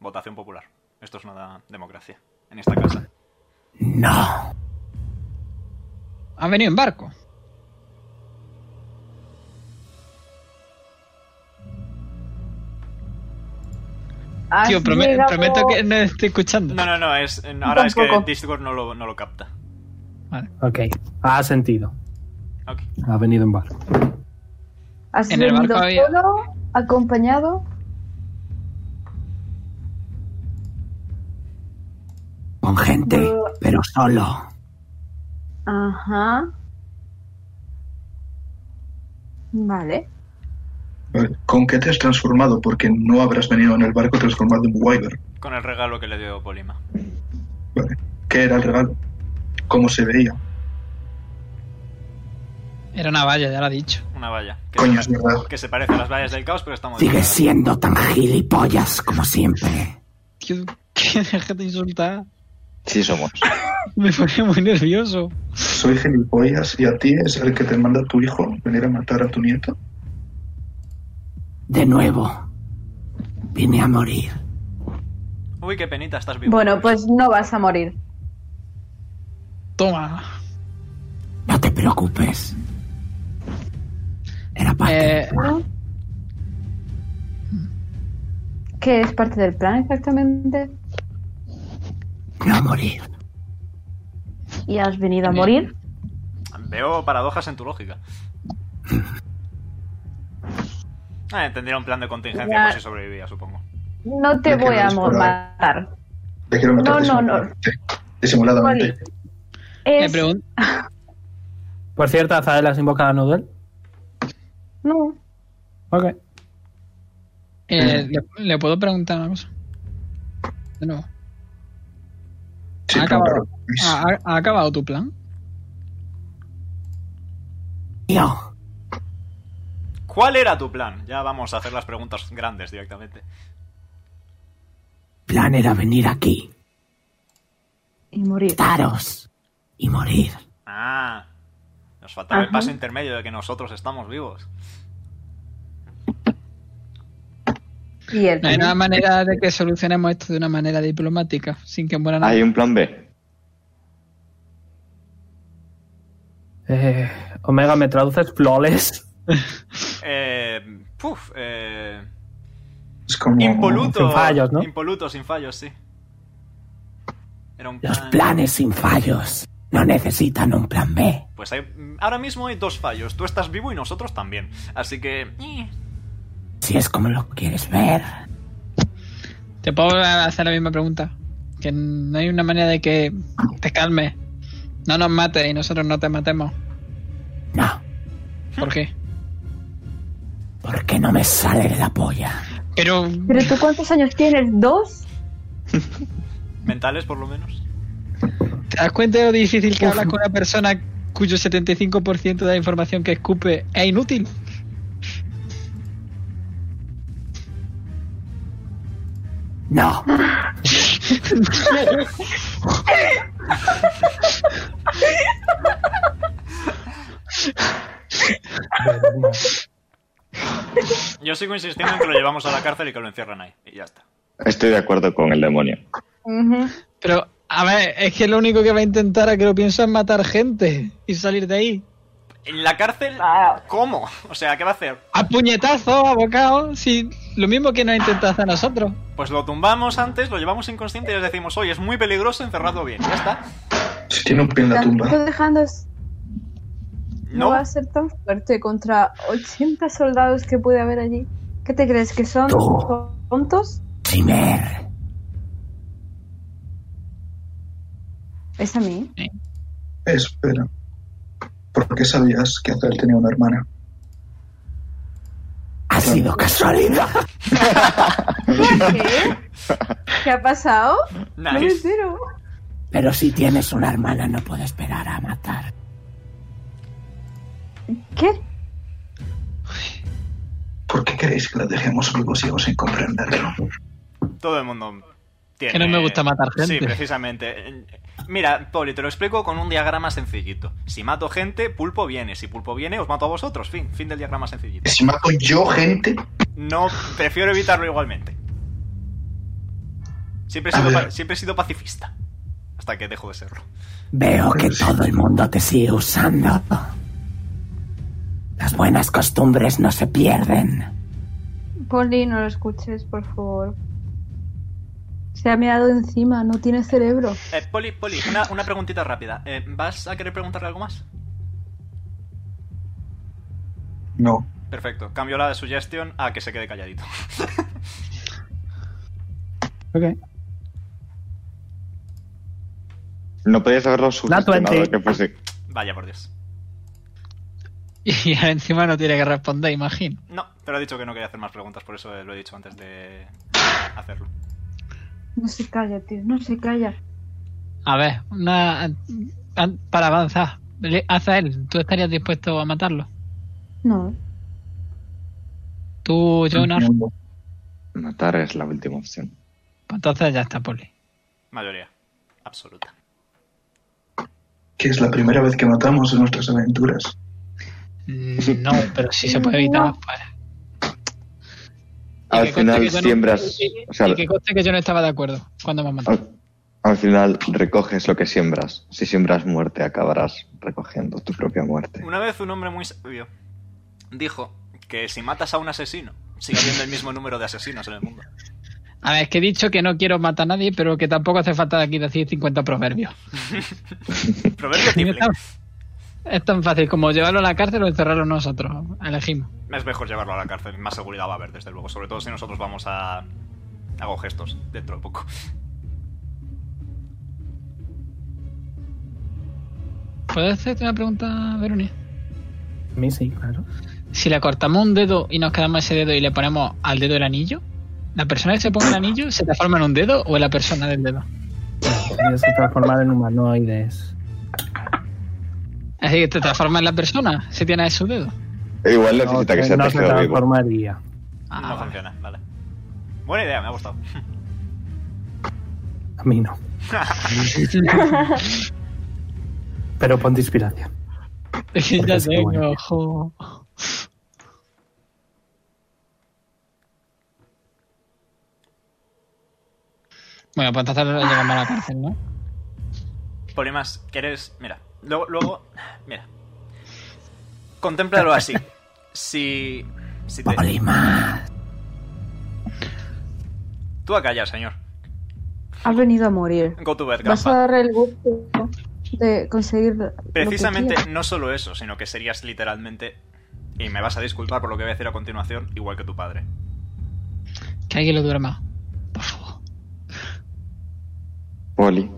Speaker 7: Votación popular. Esto es una democracia. En esta casa.
Speaker 10: No.
Speaker 1: ¿Has venido en barco?
Speaker 13: Has
Speaker 1: Tío, prome-
Speaker 13: llegado-
Speaker 1: prometo que no esté escuchando.
Speaker 7: No, no, no. Es, en- ahora es que
Speaker 13: tampoco.
Speaker 7: Discord no lo, no lo capta.
Speaker 3: Ok. Ha sentido.
Speaker 7: Ok.
Speaker 3: Ha venido en barco.
Speaker 13: Has
Speaker 1: en el barco
Speaker 13: venido
Speaker 1: había-
Speaker 13: solo, acompañado.
Speaker 10: Con gente,
Speaker 13: Yo-
Speaker 10: pero solo.
Speaker 13: Ajá. Vale.
Speaker 6: Vale, Eh, ¿Con qué te has transformado? Porque no habrás venido en el barco transformado en Wyver.
Speaker 7: Con el regalo que le dio Polima.
Speaker 6: Vale. ¿Qué era el regalo? ¿Cómo se veía?
Speaker 1: Era una valla, ya lo ha dicho.
Speaker 7: Una valla. Que,
Speaker 6: Coño, es
Speaker 7: se,
Speaker 6: verdad.
Speaker 7: que se parece a las vallas del caos, pero está
Speaker 10: Sigues
Speaker 7: modificada.
Speaker 10: siendo tan gilipollas como siempre.
Speaker 1: Tío, que deja de insultar.
Speaker 4: Sí somos.
Speaker 1: Me pone muy nervioso.
Speaker 6: Soy gilipollas y a ti es el que te manda tu hijo venir a matar a tu nieto.
Speaker 10: De nuevo. Vine a morir.
Speaker 7: Uy, qué penita, estás vivo.
Speaker 8: Bueno, pues no vas a morir.
Speaker 1: Toma.
Speaker 10: No te preocupes. Era parte
Speaker 1: Eh,
Speaker 10: del plan.
Speaker 8: ¿Qué es parte del plan exactamente?
Speaker 10: No morir.
Speaker 8: ¿Y has venido a
Speaker 1: Eh.
Speaker 8: morir?
Speaker 7: Veo paradojas en tu lógica. Ah, tendría un plan de contingencia
Speaker 8: Ya.
Speaker 7: por si sobrevivía, supongo.
Speaker 8: No te
Speaker 6: Creo que
Speaker 8: voy
Speaker 6: no
Speaker 8: a
Speaker 6: es por ahí.
Speaker 8: matar.
Speaker 6: Te quiero matar
Speaker 8: No, no, no.
Speaker 6: disimuladamente. Disimuladamente.
Speaker 1: me
Speaker 8: Es...
Speaker 1: pregun-
Speaker 3: Por cierto, Azael has invocado a Nudel.
Speaker 8: No.
Speaker 3: Ok.
Speaker 1: eh, ¿le, le puedo preguntar una cosa? De nuevo.
Speaker 6: Sí,
Speaker 1: ha,
Speaker 6: pero
Speaker 1: acabado,
Speaker 6: claro, es-
Speaker 1: ha- ha- ha acabado tu plan?
Speaker 10: Tío,
Speaker 7: ¿Cuál era tu plan? Ya vamos a hacer las preguntas grandes directamente.
Speaker 10: plan era venir aquí,
Speaker 8: Y morir.
Speaker 10: daros y morir.
Speaker 7: Ah, nos faltaba el
Speaker 8: Ajá.
Speaker 7: paso intermedio de que nosotros estamos vivos.
Speaker 8: Y él.
Speaker 1: No hay
Speaker 8: también.
Speaker 1: una manera de que solucionemos esto de una manera diplomática, sin que muera nadie.
Speaker 4: Hay un plan B.
Speaker 3: Eh, Omega, ¿me traduces flores?
Speaker 7: Eh, puf, eh,
Speaker 6: es como...
Speaker 7: impoluto.
Speaker 3: sin fallos, ¿no?
Speaker 7: Impoluto, sin fallos, sí. Era un
Speaker 10: Los
Speaker 7: plan.
Speaker 10: planes sin fallos. No necesitan un plan B.
Speaker 7: Pues hay, ahora mismo hay dos fallos. Tú estás vivo y nosotros también. Así que...
Speaker 10: Si es como lo quieres ver.
Speaker 1: Te puedo hacer la misma pregunta. Que no hay una manera de que te calmes. No nos mates y nosotros no te matemos.
Speaker 10: No.
Speaker 1: ¿Por qué?
Speaker 10: Porque no me sale de la polla.
Speaker 1: Pero...
Speaker 5: ¿Pero tú cuántos años tienes? ¿Dos?
Speaker 7: Mentales, por lo menos.
Speaker 1: ¿Te das cuenta de lo difícil que Uf. hablas con una persona cuyo 75% de la información que escupe es inútil?
Speaker 10: No.
Speaker 7: Yo sigo insistiendo en que lo llevamos a la cárcel y que lo encierran ahí. Y ya está.
Speaker 4: Estoy de acuerdo con el demonio.
Speaker 1: Uh -huh. Pero, a ver, es que lo único que va a intentar, a que lo pienso, es matar gente y salir de ahí.
Speaker 7: ¿En la cárcel? ¿Cómo? O sea, ¿qué va a hacer?
Speaker 1: A puñetazo, a bocado, si lo mismo que nos intenta hacer nosotros.
Speaker 7: Pues lo tumbamos antes, lo llevamos inconsciente y les decimos, oye, es muy peligroso encerrado bien, ya está.
Speaker 6: Si tiene un pie en la tumba.
Speaker 5: Estoy dejando no. no va a ser tan fuerte contra 80 soldados que puede haber allí. ¿Qué te crees? ¿Que son
Speaker 10: Tú.
Speaker 5: tontos?
Speaker 10: Primer.
Speaker 5: ¿Es a mí?
Speaker 6: Espera. ¿Por qué sabías que Azrael tenía una hermana?
Speaker 10: Ha sido casualidad.
Speaker 5: ¿Qué? ¿Qué ha pasado? No me
Speaker 7: Nice.
Speaker 5: entero.
Speaker 10: Pero si tienes una hermana no puedo esperar a matar.
Speaker 5: ¿Qué?
Speaker 6: ¿Por qué queréis que la dejemos luego ciegos sin comprenderlo?
Speaker 7: Todo el mundo tiene...
Speaker 1: Que no me gusta matar gente.
Speaker 7: Sí, precisamente. Mira, Poli, te lo explico con un diagrama sencillito. Si mato gente, Pulpo viene. Si Pulpo viene, os mato a vosotros. Fin, fin del diagrama sencillito.
Speaker 6: Si mato yo gente,
Speaker 7: No, prefiero evitarlo igualmente. Siempre he sido,
Speaker 6: A
Speaker 7: pa-
Speaker 6: ver.
Speaker 7: siempre he sido pacifista. Hasta que dejo de serlo.
Speaker 10: Veo que todo el mundo te sigue usando. Las buenas costumbres no se pierden.
Speaker 5: Polly, no lo escuches, por favor. Se ha mirado encima, no tiene cerebro.
Speaker 7: Eh, Poli, Poli, una, una preguntita rápida. Eh, ¿Vas a querer preguntarle algo más?
Speaker 6: no.
Speaker 7: Perfecto. Cambio la sugestión a que se quede calladito.
Speaker 3: Ok.
Speaker 4: No podías haberlo sugestionado
Speaker 3: 20.
Speaker 4: que fuese.
Speaker 7: Vaya por Dios.
Speaker 1: Y encima no tiene que responder, imagino.
Speaker 7: No, te lo he dicho que no quería hacer más preguntas, por eso lo he dicho antes de hacerlo.
Speaker 5: No se calla, tío, no se calla.
Speaker 1: A ver, una an- para avanzar. Le- Azael, ¿tú estarías dispuesto a matarlo?
Speaker 5: No.
Speaker 1: Tú, Jonas.
Speaker 4: Matar es la última opción.
Speaker 1: Pues Entonces ya está, Poli.
Speaker 7: Mayoría. Absoluta.
Speaker 6: Que es la primera vez que matamos en nuestras aventuras.
Speaker 1: No, pero si se puede evitar, pues. Y
Speaker 4: Al
Speaker 1: que conste que
Speaker 4: final
Speaker 1: yo no-
Speaker 4: siembras.
Speaker 1: y-
Speaker 4: O sea,
Speaker 1: y que conste que yo no estaba de acuerdo cuando me matado.
Speaker 4: al, al final recoges lo que siembras. Si siembras muerte, acabarás recogiendo tu propia muerte.
Speaker 7: Una vez un hombre muy sabio dijo que si matas a un asesino, sigue habiendo el mismo número de asesinos en el mundo.
Speaker 1: A ver, es que he dicho que no quiero matar a nadie, pero que tampoco hace falta de aquí decir 50 proverbios.
Speaker 7: Proverbio tiple.
Speaker 1: Es tan fácil como llevarlo a la cárcel o encerrarlo nosotros. Elegimos.
Speaker 7: Es mejor llevarlo a la cárcel, más seguridad va a haber, desde luego. Sobre todo si nosotros vamos a. Hago gestos dentro de poco.
Speaker 1: ¿Puedo hacerte una pregunta, Verónica?
Speaker 3: A mí sí, claro.
Speaker 1: Si le cortamos un dedo y nos quedamos ese dedo y le ponemos al dedo el anillo, ¿la persona que se ponga el anillo se transforma en un dedo o en la persona del dedo?
Speaker 3: Tienes que transformar en humanoides.
Speaker 1: Así que te transforma en la persona si tienes su dedo.
Speaker 4: Igual
Speaker 3: No,
Speaker 4: necesita que sea
Speaker 3: no se
Speaker 4: tejido vivo.
Speaker 3: transformaría.
Speaker 1: Ah,
Speaker 7: no
Speaker 1: vale.
Speaker 7: funciona, vale. Buena idea, me ha gustado.
Speaker 3: A mí no. Pero ponte inspiración.
Speaker 1: ya
Speaker 3: Porque sí,
Speaker 1: tengo,
Speaker 3: bueno.
Speaker 1: ojo. Bueno, pues entonces lo llevamos a la cárcel, ¿no?
Speaker 7: Polimas, ¿quieres.? Mira. Luego. luego mira. Contémplalo así. Si. Si te.
Speaker 10: Polima.
Speaker 7: Tú a callar, señor.
Speaker 5: Has venido a morir.
Speaker 7: Go to bed,
Speaker 5: Vas a
Speaker 7: grandpa.
Speaker 5: darle el gusto.
Speaker 8: de conseguir.
Speaker 7: Precisamente no solo eso, sino que serías literalmente. Y me vas a disculpar por lo que voy a decir a continuación, igual que tu padre.
Speaker 1: Que alguien lo duerma. Por favor.
Speaker 4: Poli.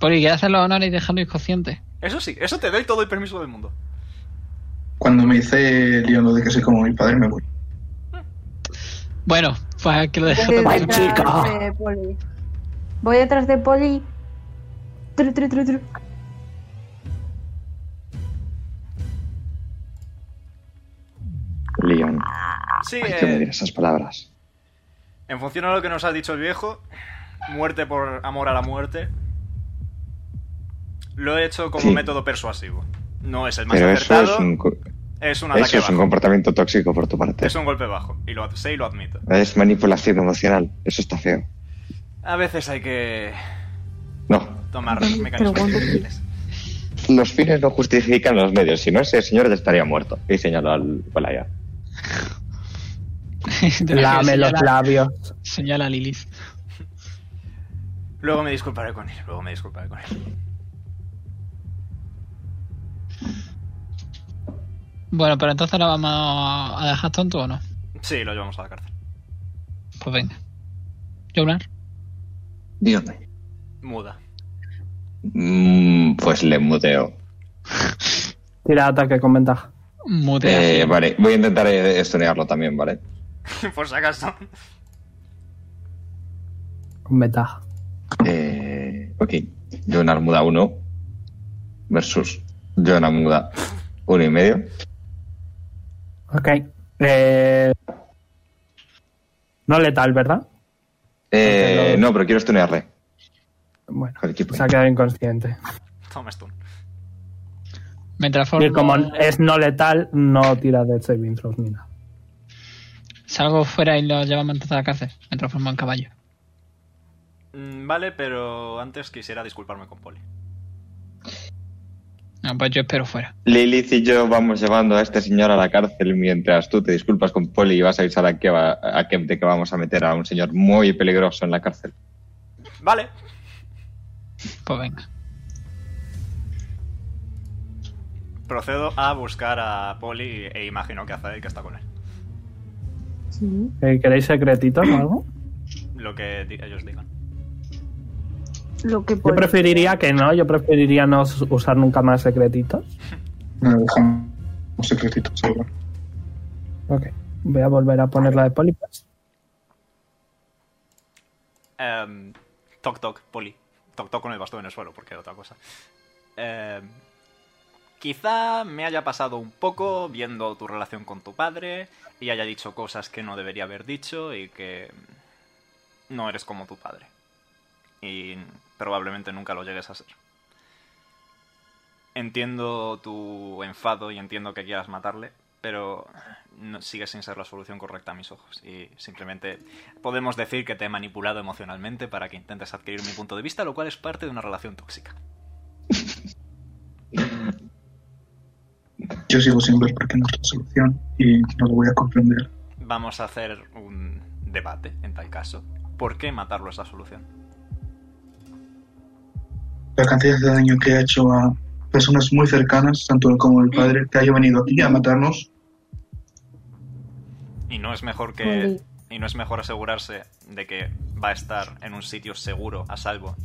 Speaker 1: Poli, que hacer los honores y dejarlo inconsciente.
Speaker 7: Eso sí, eso te doy todo el permiso del mundo.
Speaker 6: Cuando me hice el lío lo de que soy como mi padre, me voy.
Speaker 1: Bueno, pues que lo dejo
Speaker 8: Voy
Speaker 1: tomar.
Speaker 8: detrás de Poli. Voy detrás de Poli. Tru, tru, tru, tru.
Speaker 4: Leon.
Speaker 7: Sí,
Speaker 4: Hay que
Speaker 7: eh,
Speaker 4: medir esas palabras.
Speaker 7: en función a lo que nos ha dicho el viejo, muerte por amor a la muerte. Lo he hecho como
Speaker 4: Sí.
Speaker 7: método persuasivo. No es el más
Speaker 4: Pero eso
Speaker 7: acertado.
Speaker 4: es un, co-
Speaker 7: es un ataque
Speaker 4: eso es un
Speaker 7: bajo.
Speaker 4: comportamiento tóxico por tu parte.
Speaker 7: Es un golpe bajo. Y lo ad- sé y lo admito.
Speaker 4: Es manipulación emocional. Eso está feo.
Speaker 7: A veces hay que
Speaker 4: No.
Speaker 7: tomar mecanismos
Speaker 8: Pregunto.
Speaker 7: difíciles.
Speaker 4: Los fines no justifican los medios. Si no, ese señor ya estaría muerto. Y señaló al Balaya.
Speaker 14: Lame los
Speaker 1: Señala-
Speaker 14: labios.
Speaker 1: Señala a Lilith.
Speaker 7: Luego me disculparé con él. Luego me disculparé con él.
Speaker 1: Bueno, pero entonces lo vamos a dejar tonto o no.
Speaker 7: Sí, lo llevamos a la cárcel.
Speaker 1: Pues venga. Jonar.
Speaker 4: Dígame.
Speaker 7: Muda.
Speaker 4: Mm, pues le muteo.
Speaker 14: Tira ataque con ventaja.
Speaker 1: Mutea.
Speaker 4: Eh, vale, voy a intentar eh, estunearlo también, ¿vale?
Speaker 7: Por si acaso.
Speaker 14: Con ventaja.
Speaker 4: Eh, ok. Jonar muda 1 versus Jonar muda 1 y medio.
Speaker 14: Ok. Eh, no letal, ¿verdad?
Speaker 4: Eh, no, pero quiero estunearle.
Speaker 14: Bueno,
Speaker 4: Joder, qué
Speaker 14: se ha quedado inconsciente.
Speaker 7: Toma esto.
Speaker 1: Me transformo.
Speaker 14: Y como es no letal, no tira de saving throws ni nada.
Speaker 1: Salgo fuera y lo llevamos entonces a la cárcel. Me transformo en caballo.
Speaker 7: Mm, Vale, pero antes quisiera disculparme con Poli.
Speaker 1: No, pues yo espero fuera.
Speaker 4: Lilith y yo vamos llevando a este señor a la cárcel mientras tú te disculpas con Poli y vas a avisar a Kev, a Kev de que vamos a meter a un señor muy peligroso en la cárcel.
Speaker 7: Vale.
Speaker 1: Pues venga.
Speaker 7: Procedo a buscar a Poli e imagino que hace que está con él.
Speaker 8: Sí.
Speaker 14: Eh, ¿Queréis secretitos o algo?
Speaker 7: Lo que di- ellos digan.
Speaker 8: Lo que
Speaker 14: Yo
Speaker 8: Poli.
Speaker 14: preferiría que no, yo preferiría no us- usar nunca más secretitos.
Speaker 6: Me dejan un secretito, seguro.
Speaker 14: Ok. Voy a volver a poner la de polipas.
Speaker 7: Em, toc toc, Poli. Toc toc con el bastón en el suelo, porque otra cosa. Em, quizá me haya pasado un poco viendo tu relación con tu padre y haya dicho cosas que no debería haber dicho y que mm, no eres como tu padre. Y probablemente nunca lo llegues a ser. Entiendo tu enfado y entiendo que quieras matarle, pero no, sigue sin ser la solución correcta a mis ojos. Y simplemente podemos decir que te he manipulado emocionalmente para que intentes adquirir mi punto de vista, lo cual es parte de una relación tóxica.
Speaker 6: Yo sigo sin ver por qué no es la solución y no lo voy a comprender.
Speaker 7: Vamos a hacer un debate en tal caso. ¿Por qué matarlo es la solución?
Speaker 6: La cantidad de daño que ha hecho a personas muy cercanas, tanto él como el padre, que haya venido aquí a matarnos,
Speaker 7: Y no es mejor que
Speaker 8: Poli.
Speaker 7: y no es mejor asegurarse de que va a estar en un sitio seguro, a salvo,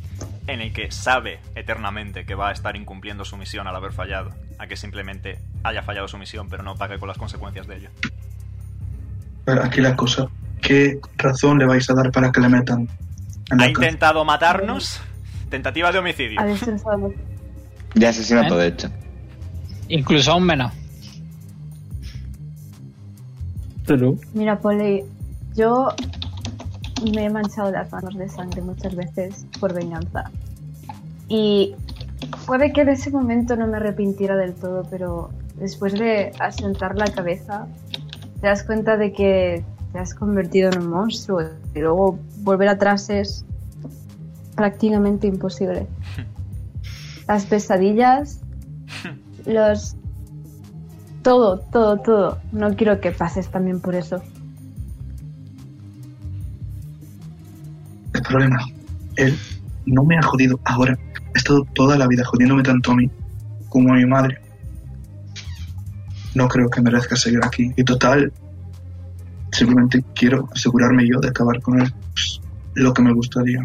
Speaker 7: en el que sabe eternamente que va a estar incumpliendo su misión al haber fallado, a que simplemente haya fallado su misión pero no pague con las consecuencias de ello.
Speaker 6: Pero eh, aquí la cosa. ¿Qué razón le vais a dar para que le metan? en la
Speaker 7: Ha
Speaker 6: cárcel?
Speaker 7: intentado matarnos, tentativa de homicidio.
Speaker 8: Ha destrozado.
Speaker 4: De asesinato, de hecho.
Speaker 1: Incluso aún menos.
Speaker 14: True.
Speaker 8: Mira, Poli, yo me he manchado las manos de sangre muchas veces por venganza. Y puede que en ese momento no me arrepintiera del todo, pero después de asentar la cabeza, te das cuenta de que te has convertido en un monstruo y luego volver atrás es prácticamente imposible. Las pesadillas, los... Todo, todo, todo. No quiero que pases también por eso.
Speaker 6: El problema. Él no me ha jodido ahora. Ha estado toda la vida jodiéndome tanto a mí como a mi madre. No creo que merezca seguir aquí. Y total, simplemente quiero asegurarme yo de acabar con él. Pues, lo que me gustaría.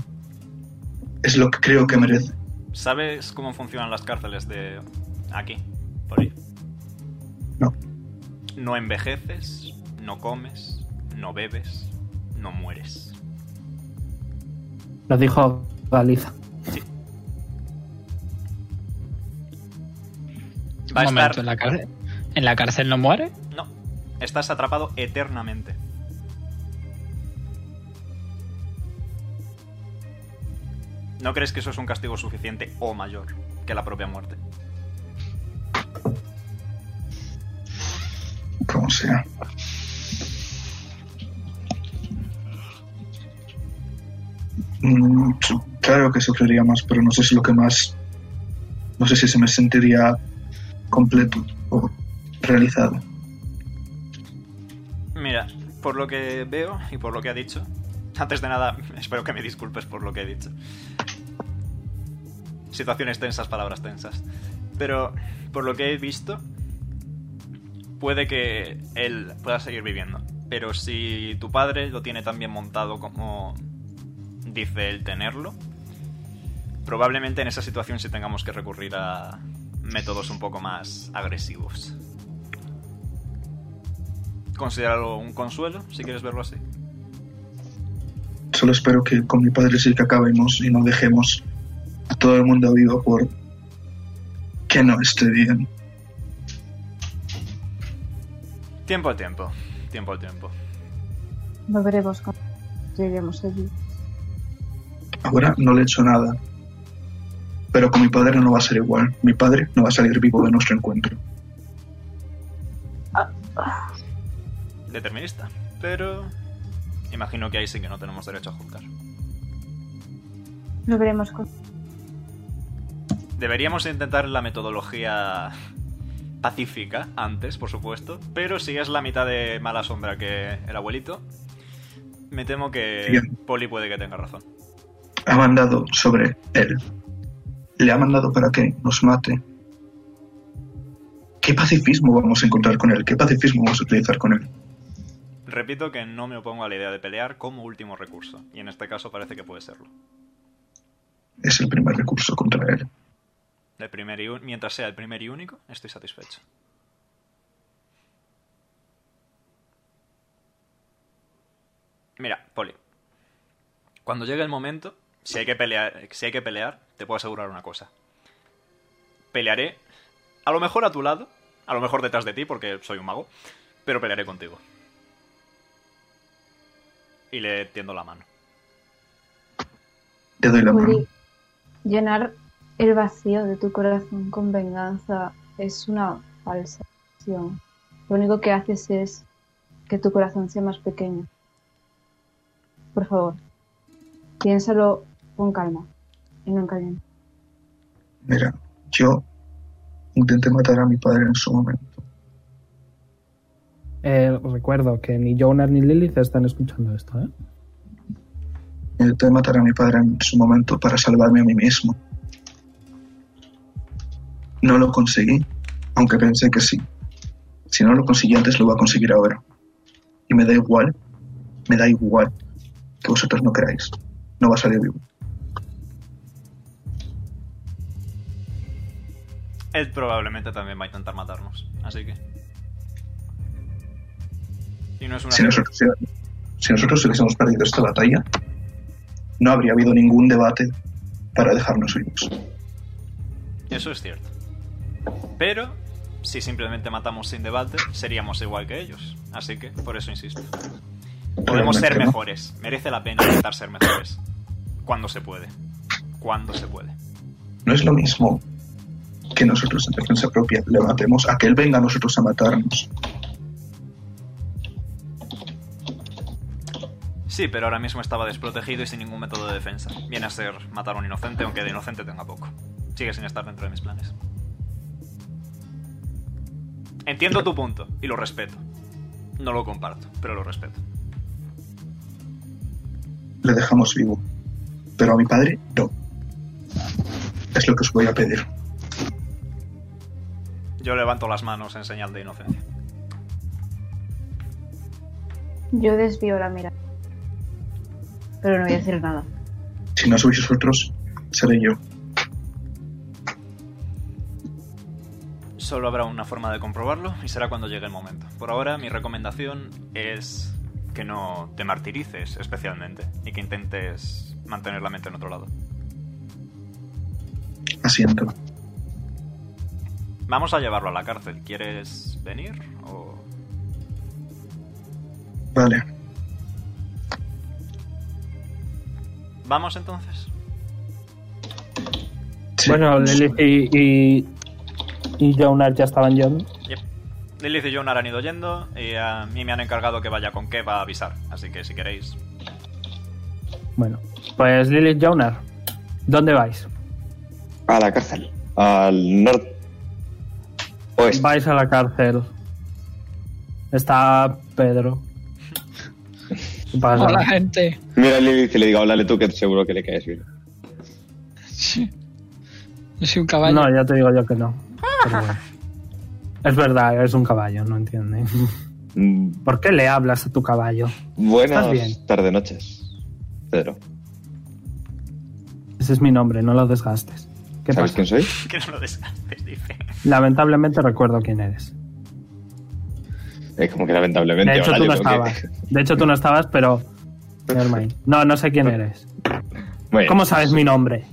Speaker 6: Es lo que creo que merece.
Speaker 7: ¿Sabes cómo funcionan las cárceles de aquí? Por ahí.
Speaker 6: No.
Speaker 7: No envejeces, no comes, no bebes, no mueres.
Speaker 14: Lo dijo Galiza.
Speaker 7: Sí.
Speaker 1: Va a estar... ¿en la, cárcel? ¿en la cárcel no muere?
Speaker 7: No. Estás atrapado eternamente. ¿No crees que eso es un castigo suficiente o mayor que la propia muerte?
Speaker 6: Como sea. Mm, claro que sufriría más, pero no sé si lo que más. No sé si se me sentiría completo o realizado.
Speaker 7: Mira, por lo que veo y por lo que ha dicho, antes de nada, espero que me disculpes por lo que he dicho. Situaciones tensas, palabras tensas. Pero por lo que he visto, puede que él pueda seguir viviendo. Pero si tu padre lo tiene tan bien montado como dice él tenerlo, probablemente en esa situación sí tengamos que recurrir a métodos un poco más agresivos. Considéralo un consuelo, si quieres verlo así
Speaker 6: solo espero que con mi padre sí que acabemos y no dejemos a todo el mundo vivo por que no esté bien.
Speaker 7: Tiempo al tiempo, tiempo al tiempo.
Speaker 5: Lo veremos cuando lleguemos allí.
Speaker 6: Ahora no le he hecho nada, pero con mi padre no va a ser igual. Mi padre no va a salir vivo de nuestro encuentro.
Speaker 7: Ah. Determinista, pero Imagino que ahí sí que no tenemos derecho a juzgar.
Speaker 5: Lo veremos con.
Speaker 7: Deberíamos intentar la metodología pacífica antes, por supuesto, pero si es la mitad de mala sombra que el abuelito, me temo que Bien. Poli puede que tenga razón.
Speaker 6: Ha mandado sobre él. Le ha mandado para que nos mate. ¿Qué pacifismo vamos a encontrar con él? ¿Qué pacifismo vamos a utilizar con él?
Speaker 7: Repito que no me opongo a la idea de pelear como último recurso, y en este caso parece que puede serlo.
Speaker 6: Es el primer recurso contra él.
Speaker 7: El primer y un... Mientras sea el primer y único, estoy satisfecho. Mira, Poli. Cuando llegue el momento, si hay que pelear, si hay que pelear, te puedo asegurar una cosa. Pelearé, a lo mejor a tu lado, a lo mejor detrás de ti, porque soy un mago, pero pelearé contigo y le tiendo la mano.
Speaker 6: Te doy la mano.
Speaker 5: Poli, llenar el vacío de tu corazón con venganza es una falsa acción. Lo único que haces es que tu corazón sea más pequeño. Por favor, piénsalo con calma y no en caliente.
Speaker 6: Mira, yo intenté matar a mi padre en su momento.
Speaker 14: Eh, recuerdo que ni Jonar ni Lilith están escuchando esto, ¿eh?
Speaker 6: Intenté matar a mi padre en su momento para salvarme a mí mismo. No lo conseguí, aunque pensé que sí. Si no lo conseguí antes, lo voy a conseguir ahora. Y me da igual, me da igual que vosotros no queráis. No va a salir vivo.
Speaker 7: Él probablemente también va a intentar matarnos, así que... Y no es una
Speaker 6: si, nosotros, si, si, nosotros hubiésemos perdido esta batalla, no habría habido ningún debate para dejarnos vivos.
Speaker 7: Eso es cierto. Pero si simplemente matamos sin debate, seríamos igual que ellos. Así que por eso insisto. Podemos ser no. mejores. Merece la pena intentar ser mejores. Cuando se puede. Cuando se puede.
Speaker 6: No es lo mismo que nosotros en defensa propia le matemos a que él venga a nosotros a matarnos.
Speaker 7: Sí, pero ahora mismo estaba desprotegido y sin ningún método de defensa. Viene a ser matar a un inocente, aunque de inocente tenga poco. Sigue sin estar dentro de mis planes. Entiendo tu punto y lo respeto. No lo comparto, pero lo respeto.
Speaker 6: Le dejamos vivo. Pero a mi padre, no. Es lo que os voy a pedir.
Speaker 7: Yo levanto las manos en señal de inocencia.
Speaker 8: Yo desvío la mirada. Pero no voy a decir nada.
Speaker 6: Si no sois vosotros, seré yo.
Speaker 7: Solo habrá una forma de comprobarlo y será cuando llegue el momento. Por ahora, mi recomendación es que no te martirices especialmente y que intentes mantener la mente en otro lado.
Speaker 6: Asiento.
Speaker 7: Vamos a llevarlo a la cárcel. ¿Quieres venir o...?
Speaker 6: Vale.
Speaker 7: ¿Vamos entonces?
Speaker 6: Sí.
Speaker 3: Bueno, Lilith y, y, y Jonar ya estaban yendo.
Speaker 7: Yep. Lilith y Jonar han ido yendo y a mí me han encargado que vaya con Kev a avisar. Así que si queréis...
Speaker 3: Bueno, pues Lilith y Jonar, ¿dónde vais?
Speaker 4: A la cárcel. Al norte. Oeste.
Speaker 3: Vais a la cárcel. Está Pedro. ¿Qué pasa?
Speaker 1: Hola, gente.
Speaker 4: Mira a Lilith y le digo, háblale tú que seguro que le caes bien.
Speaker 1: Sí. Yo soy un caballo.
Speaker 3: No, ya te digo yo que no. Pero bueno. Es verdad, es un caballo, no entiende.
Speaker 4: Mm,
Speaker 3: ¿Por qué le hablas a tu caballo? ¿Estás bien?
Speaker 4: Buenas tardes, noches. Pedro.
Speaker 3: Ese es mi nombre, no lo desgastes. ¿Qué
Speaker 4: ¿Sabes
Speaker 3: pasa?
Speaker 4: quién soy?
Speaker 7: Que no lo desgastes, dice.
Speaker 3: Lamentablemente recuerdo quién eres.
Speaker 4: Es como que lamentablemente.
Speaker 3: De hecho,
Speaker 4: ahora
Speaker 3: tú
Speaker 4: yo
Speaker 3: no
Speaker 4: creo que-
Speaker 3: estabas. De hecho, tú no estabas, pero. Nevermind. No, no sé quién eres.
Speaker 4: Bueno,
Speaker 3: ¿Cómo sabes mi nombre?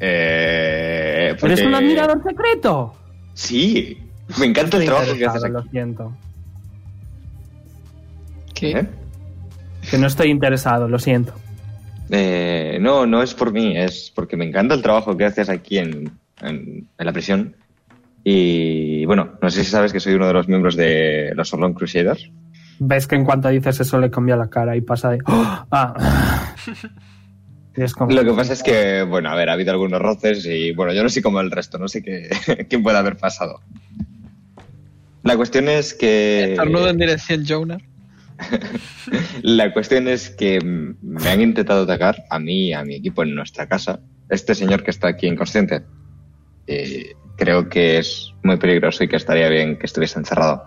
Speaker 4: Eh, porque-
Speaker 3: ¿Eres un admirador secreto?
Speaker 4: Sí. Me encanta el trabajo que haces
Speaker 3: Interesado, Lo
Speaker 4: aquí.
Speaker 3: siento.
Speaker 1: ¿Qué?
Speaker 4: ¿Eh?
Speaker 3: Que no estoy interesado, lo siento.
Speaker 4: Eh, no, no es por mí, es porque me encanta el trabajo que haces aquí en, en- en la prisión. Y bueno, no sé si sabes que soy uno de los miembros de los Orlon Crusaders.
Speaker 3: Ves que en cuanto dices eso le cambia la cara y pasa de. ¡Oh! Ah. Y es como-
Speaker 4: Lo que pasa es que, bueno, a ver, ha habido algunos roces y bueno, yo no sé cómo el resto, no sé qué, qué puede haber pasado. La cuestión es que...
Speaker 1: Estornudo en dirección Jonar.
Speaker 4: La cuestión es que mm, me han intentado atacar a mí y a mi equipo en nuestra casa. Este señor que está aquí inconsciente. eh, creo que es muy peligroso y que estaría bien que estuviese encerrado.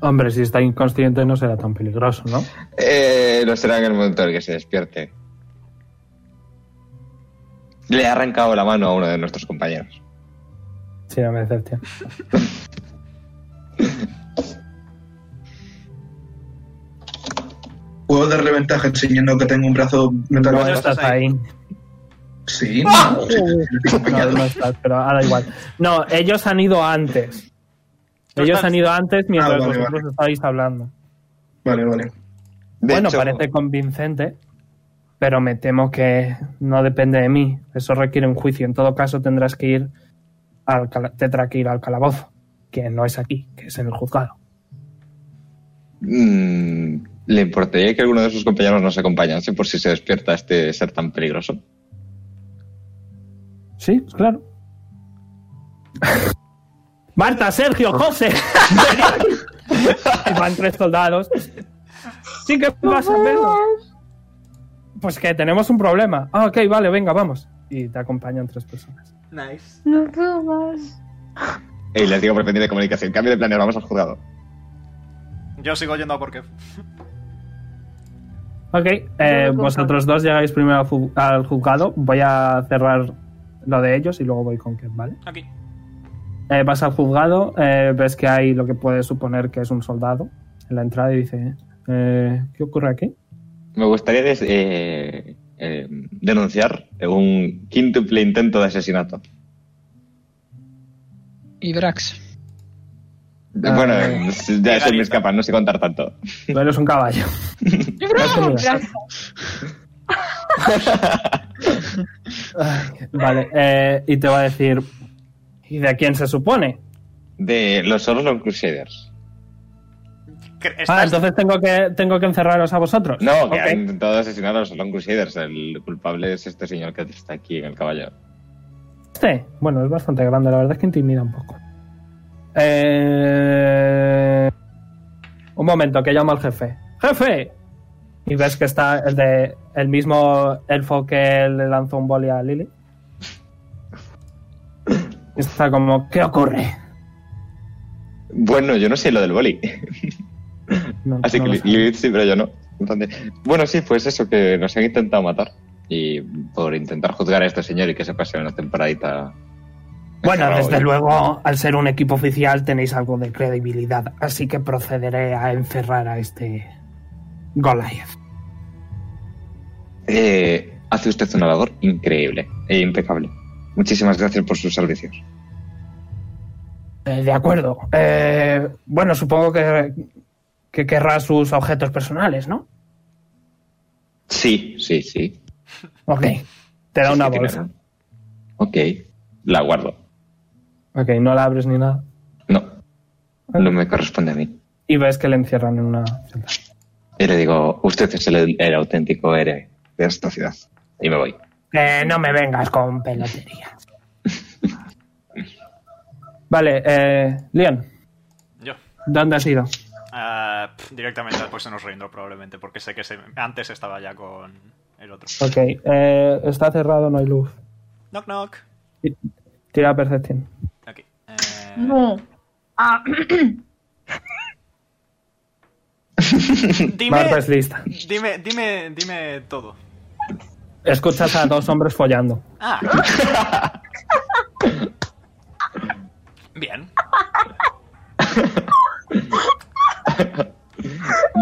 Speaker 3: Hombre, si está inconsciente no será tan peligroso, ¿no?
Speaker 4: Eh, lo será en el momento en el que se despierte. Le ha arrancado la mano a uno de nuestros compañeros.
Speaker 3: Sí, no me decepciona.
Speaker 6: ¿Puedo darle ventaja enseñando que tengo un brazo metal?
Speaker 3: No
Speaker 7: no
Speaker 3: estás
Speaker 7: estás
Speaker 3: ahí.
Speaker 6: Sí,
Speaker 3: Ah.
Speaker 6: no, sí, sí,
Speaker 3: No, no estás, pero ahora igual. No, ellos han ido antes. Ellos
Speaker 7: estás-
Speaker 3: han ido antes mientras
Speaker 6: Ah, vale,
Speaker 3: vosotros
Speaker 6: vale.
Speaker 3: estabais hablando.
Speaker 6: Vale, vale.
Speaker 4: De
Speaker 3: bueno,
Speaker 4: hecho,
Speaker 3: parece convincente, pero me temo que no depende de mí. Eso requiere un juicio. En todo caso, tendrás que ir al cala- tendrá que ir al calabozo, que no es aquí, que es en el juzgado.
Speaker 4: mm, ¿Le importaría que alguno de sus compañeros nos acompañase por si se despierta este ser tan peligroso?
Speaker 3: Sí, claro. Marta, Sergio, José. Y Van tres soldados. Sí, ¿qué pasa, Pedro? Pues que tenemos un problema. Ah, ok, vale, venga, vamos. Y te acompañan tres personas.
Speaker 7: Nice.
Speaker 8: No puedo más.
Speaker 4: Y les digo por pendiente de comunicación, cambio de planes, vamos al juzgado.
Speaker 7: Yo sigo yendo a por Kev.
Speaker 3: Ok, eh, vosotros dos llegáis primero al ju- al juzgado. Voy a cerrar lo de ellos y luego voy con que, ¿vale?
Speaker 7: Aquí.
Speaker 3: Eh, vas al juzgado, eh, ves que hay lo que puedes suponer que es un soldado en la entrada y dice, eh, ¿qué ocurre aquí?
Speaker 4: Me gustaría des- eh, eh, denunciar un quíntuple intento de asesinato.
Speaker 1: Y Brax.
Speaker 3: Ah,
Speaker 4: bueno,
Speaker 3: eh,
Speaker 4: ya se me
Speaker 7: legalista.
Speaker 4: escapa, no sé contar tanto.
Speaker 3: Tú eres un caballo. vale, eh, y te va a decir, ¿y de quién se supone?
Speaker 4: De los Orlon Crusaders.
Speaker 7: Cre- estás-
Speaker 3: Ah, entonces tengo que, tengo que encerraros a vosotros.
Speaker 4: No, que
Speaker 3: Ok.
Speaker 4: han intentado asesinar a los Orlon Crusaders. El culpable es este señor que está aquí en el caballo.
Speaker 3: Este, bueno, es bastante grande, la verdad es que intimida un poco. Eh, Un momento, que llamo al jefe. ¡Jefe! Y ves que está el de el mismo elfo que le lanzó un boli a Lily. Está como, ¿qué ocurre?
Speaker 4: Bueno, yo no sé lo del boli.
Speaker 3: No,
Speaker 4: Así
Speaker 3: no
Speaker 4: que
Speaker 3: lo
Speaker 4: Lilith
Speaker 3: sé.
Speaker 4: sí, pero yo no. Entonces, bueno, sí, pues eso, que nos han intentado matar. Y por intentar juzgar a este señor y que se pase una temporadita.
Speaker 3: Bueno,
Speaker 4: encerrado
Speaker 3: desde
Speaker 4: ahí.
Speaker 3: luego, al ser un equipo oficial tenéis algo de credibilidad, así que procederé a encerrar a este Goliath.
Speaker 4: Eh, hace usted una labor increíble e impecable. Muchísimas gracias por sus servicios.
Speaker 3: Eh, de acuerdo. Eh, bueno, supongo que, que querrá sus objetos personales, ¿no?
Speaker 4: Sí, sí, sí.
Speaker 3: Ok. Te da
Speaker 4: Sí,
Speaker 3: una
Speaker 4: sí,
Speaker 3: bolsa.
Speaker 4: claro. Ok, la guardo.
Speaker 3: Ok, no la abres ni nada.
Speaker 4: No, no me corresponde a mí.
Speaker 3: Y ves que le encierran en una celda.
Speaker 4: Y le digo, usted es el, el auténtico héroe de esta ciudad. Y me voy.
Speaker 3: Eh, no me vengas con pelotería. vale, eh, Leon,
Speaker 7: Yo.
Speaker 3: ¿dónde has ido?
Speaker 7: Ah, pf, directamente después se nos rindo probablemente, porque sé que se- antes estaba ya con el otro.
Speaker 3: Ok, eh, está cerrado, no hay luz.
Speaker 7: Knock, knock.
Speaker 3: Tira percepción.
Speaker 7: Ok. eh,
Speaker 8: No. Ah,
Speaker 7: Dime,
Speaker 3: Marta es lista.
Speaker 7: dime, dime, dime todo.
Speaker 3: Escuchas a dos hombres follando.
Speaker 7: Ah. Bien.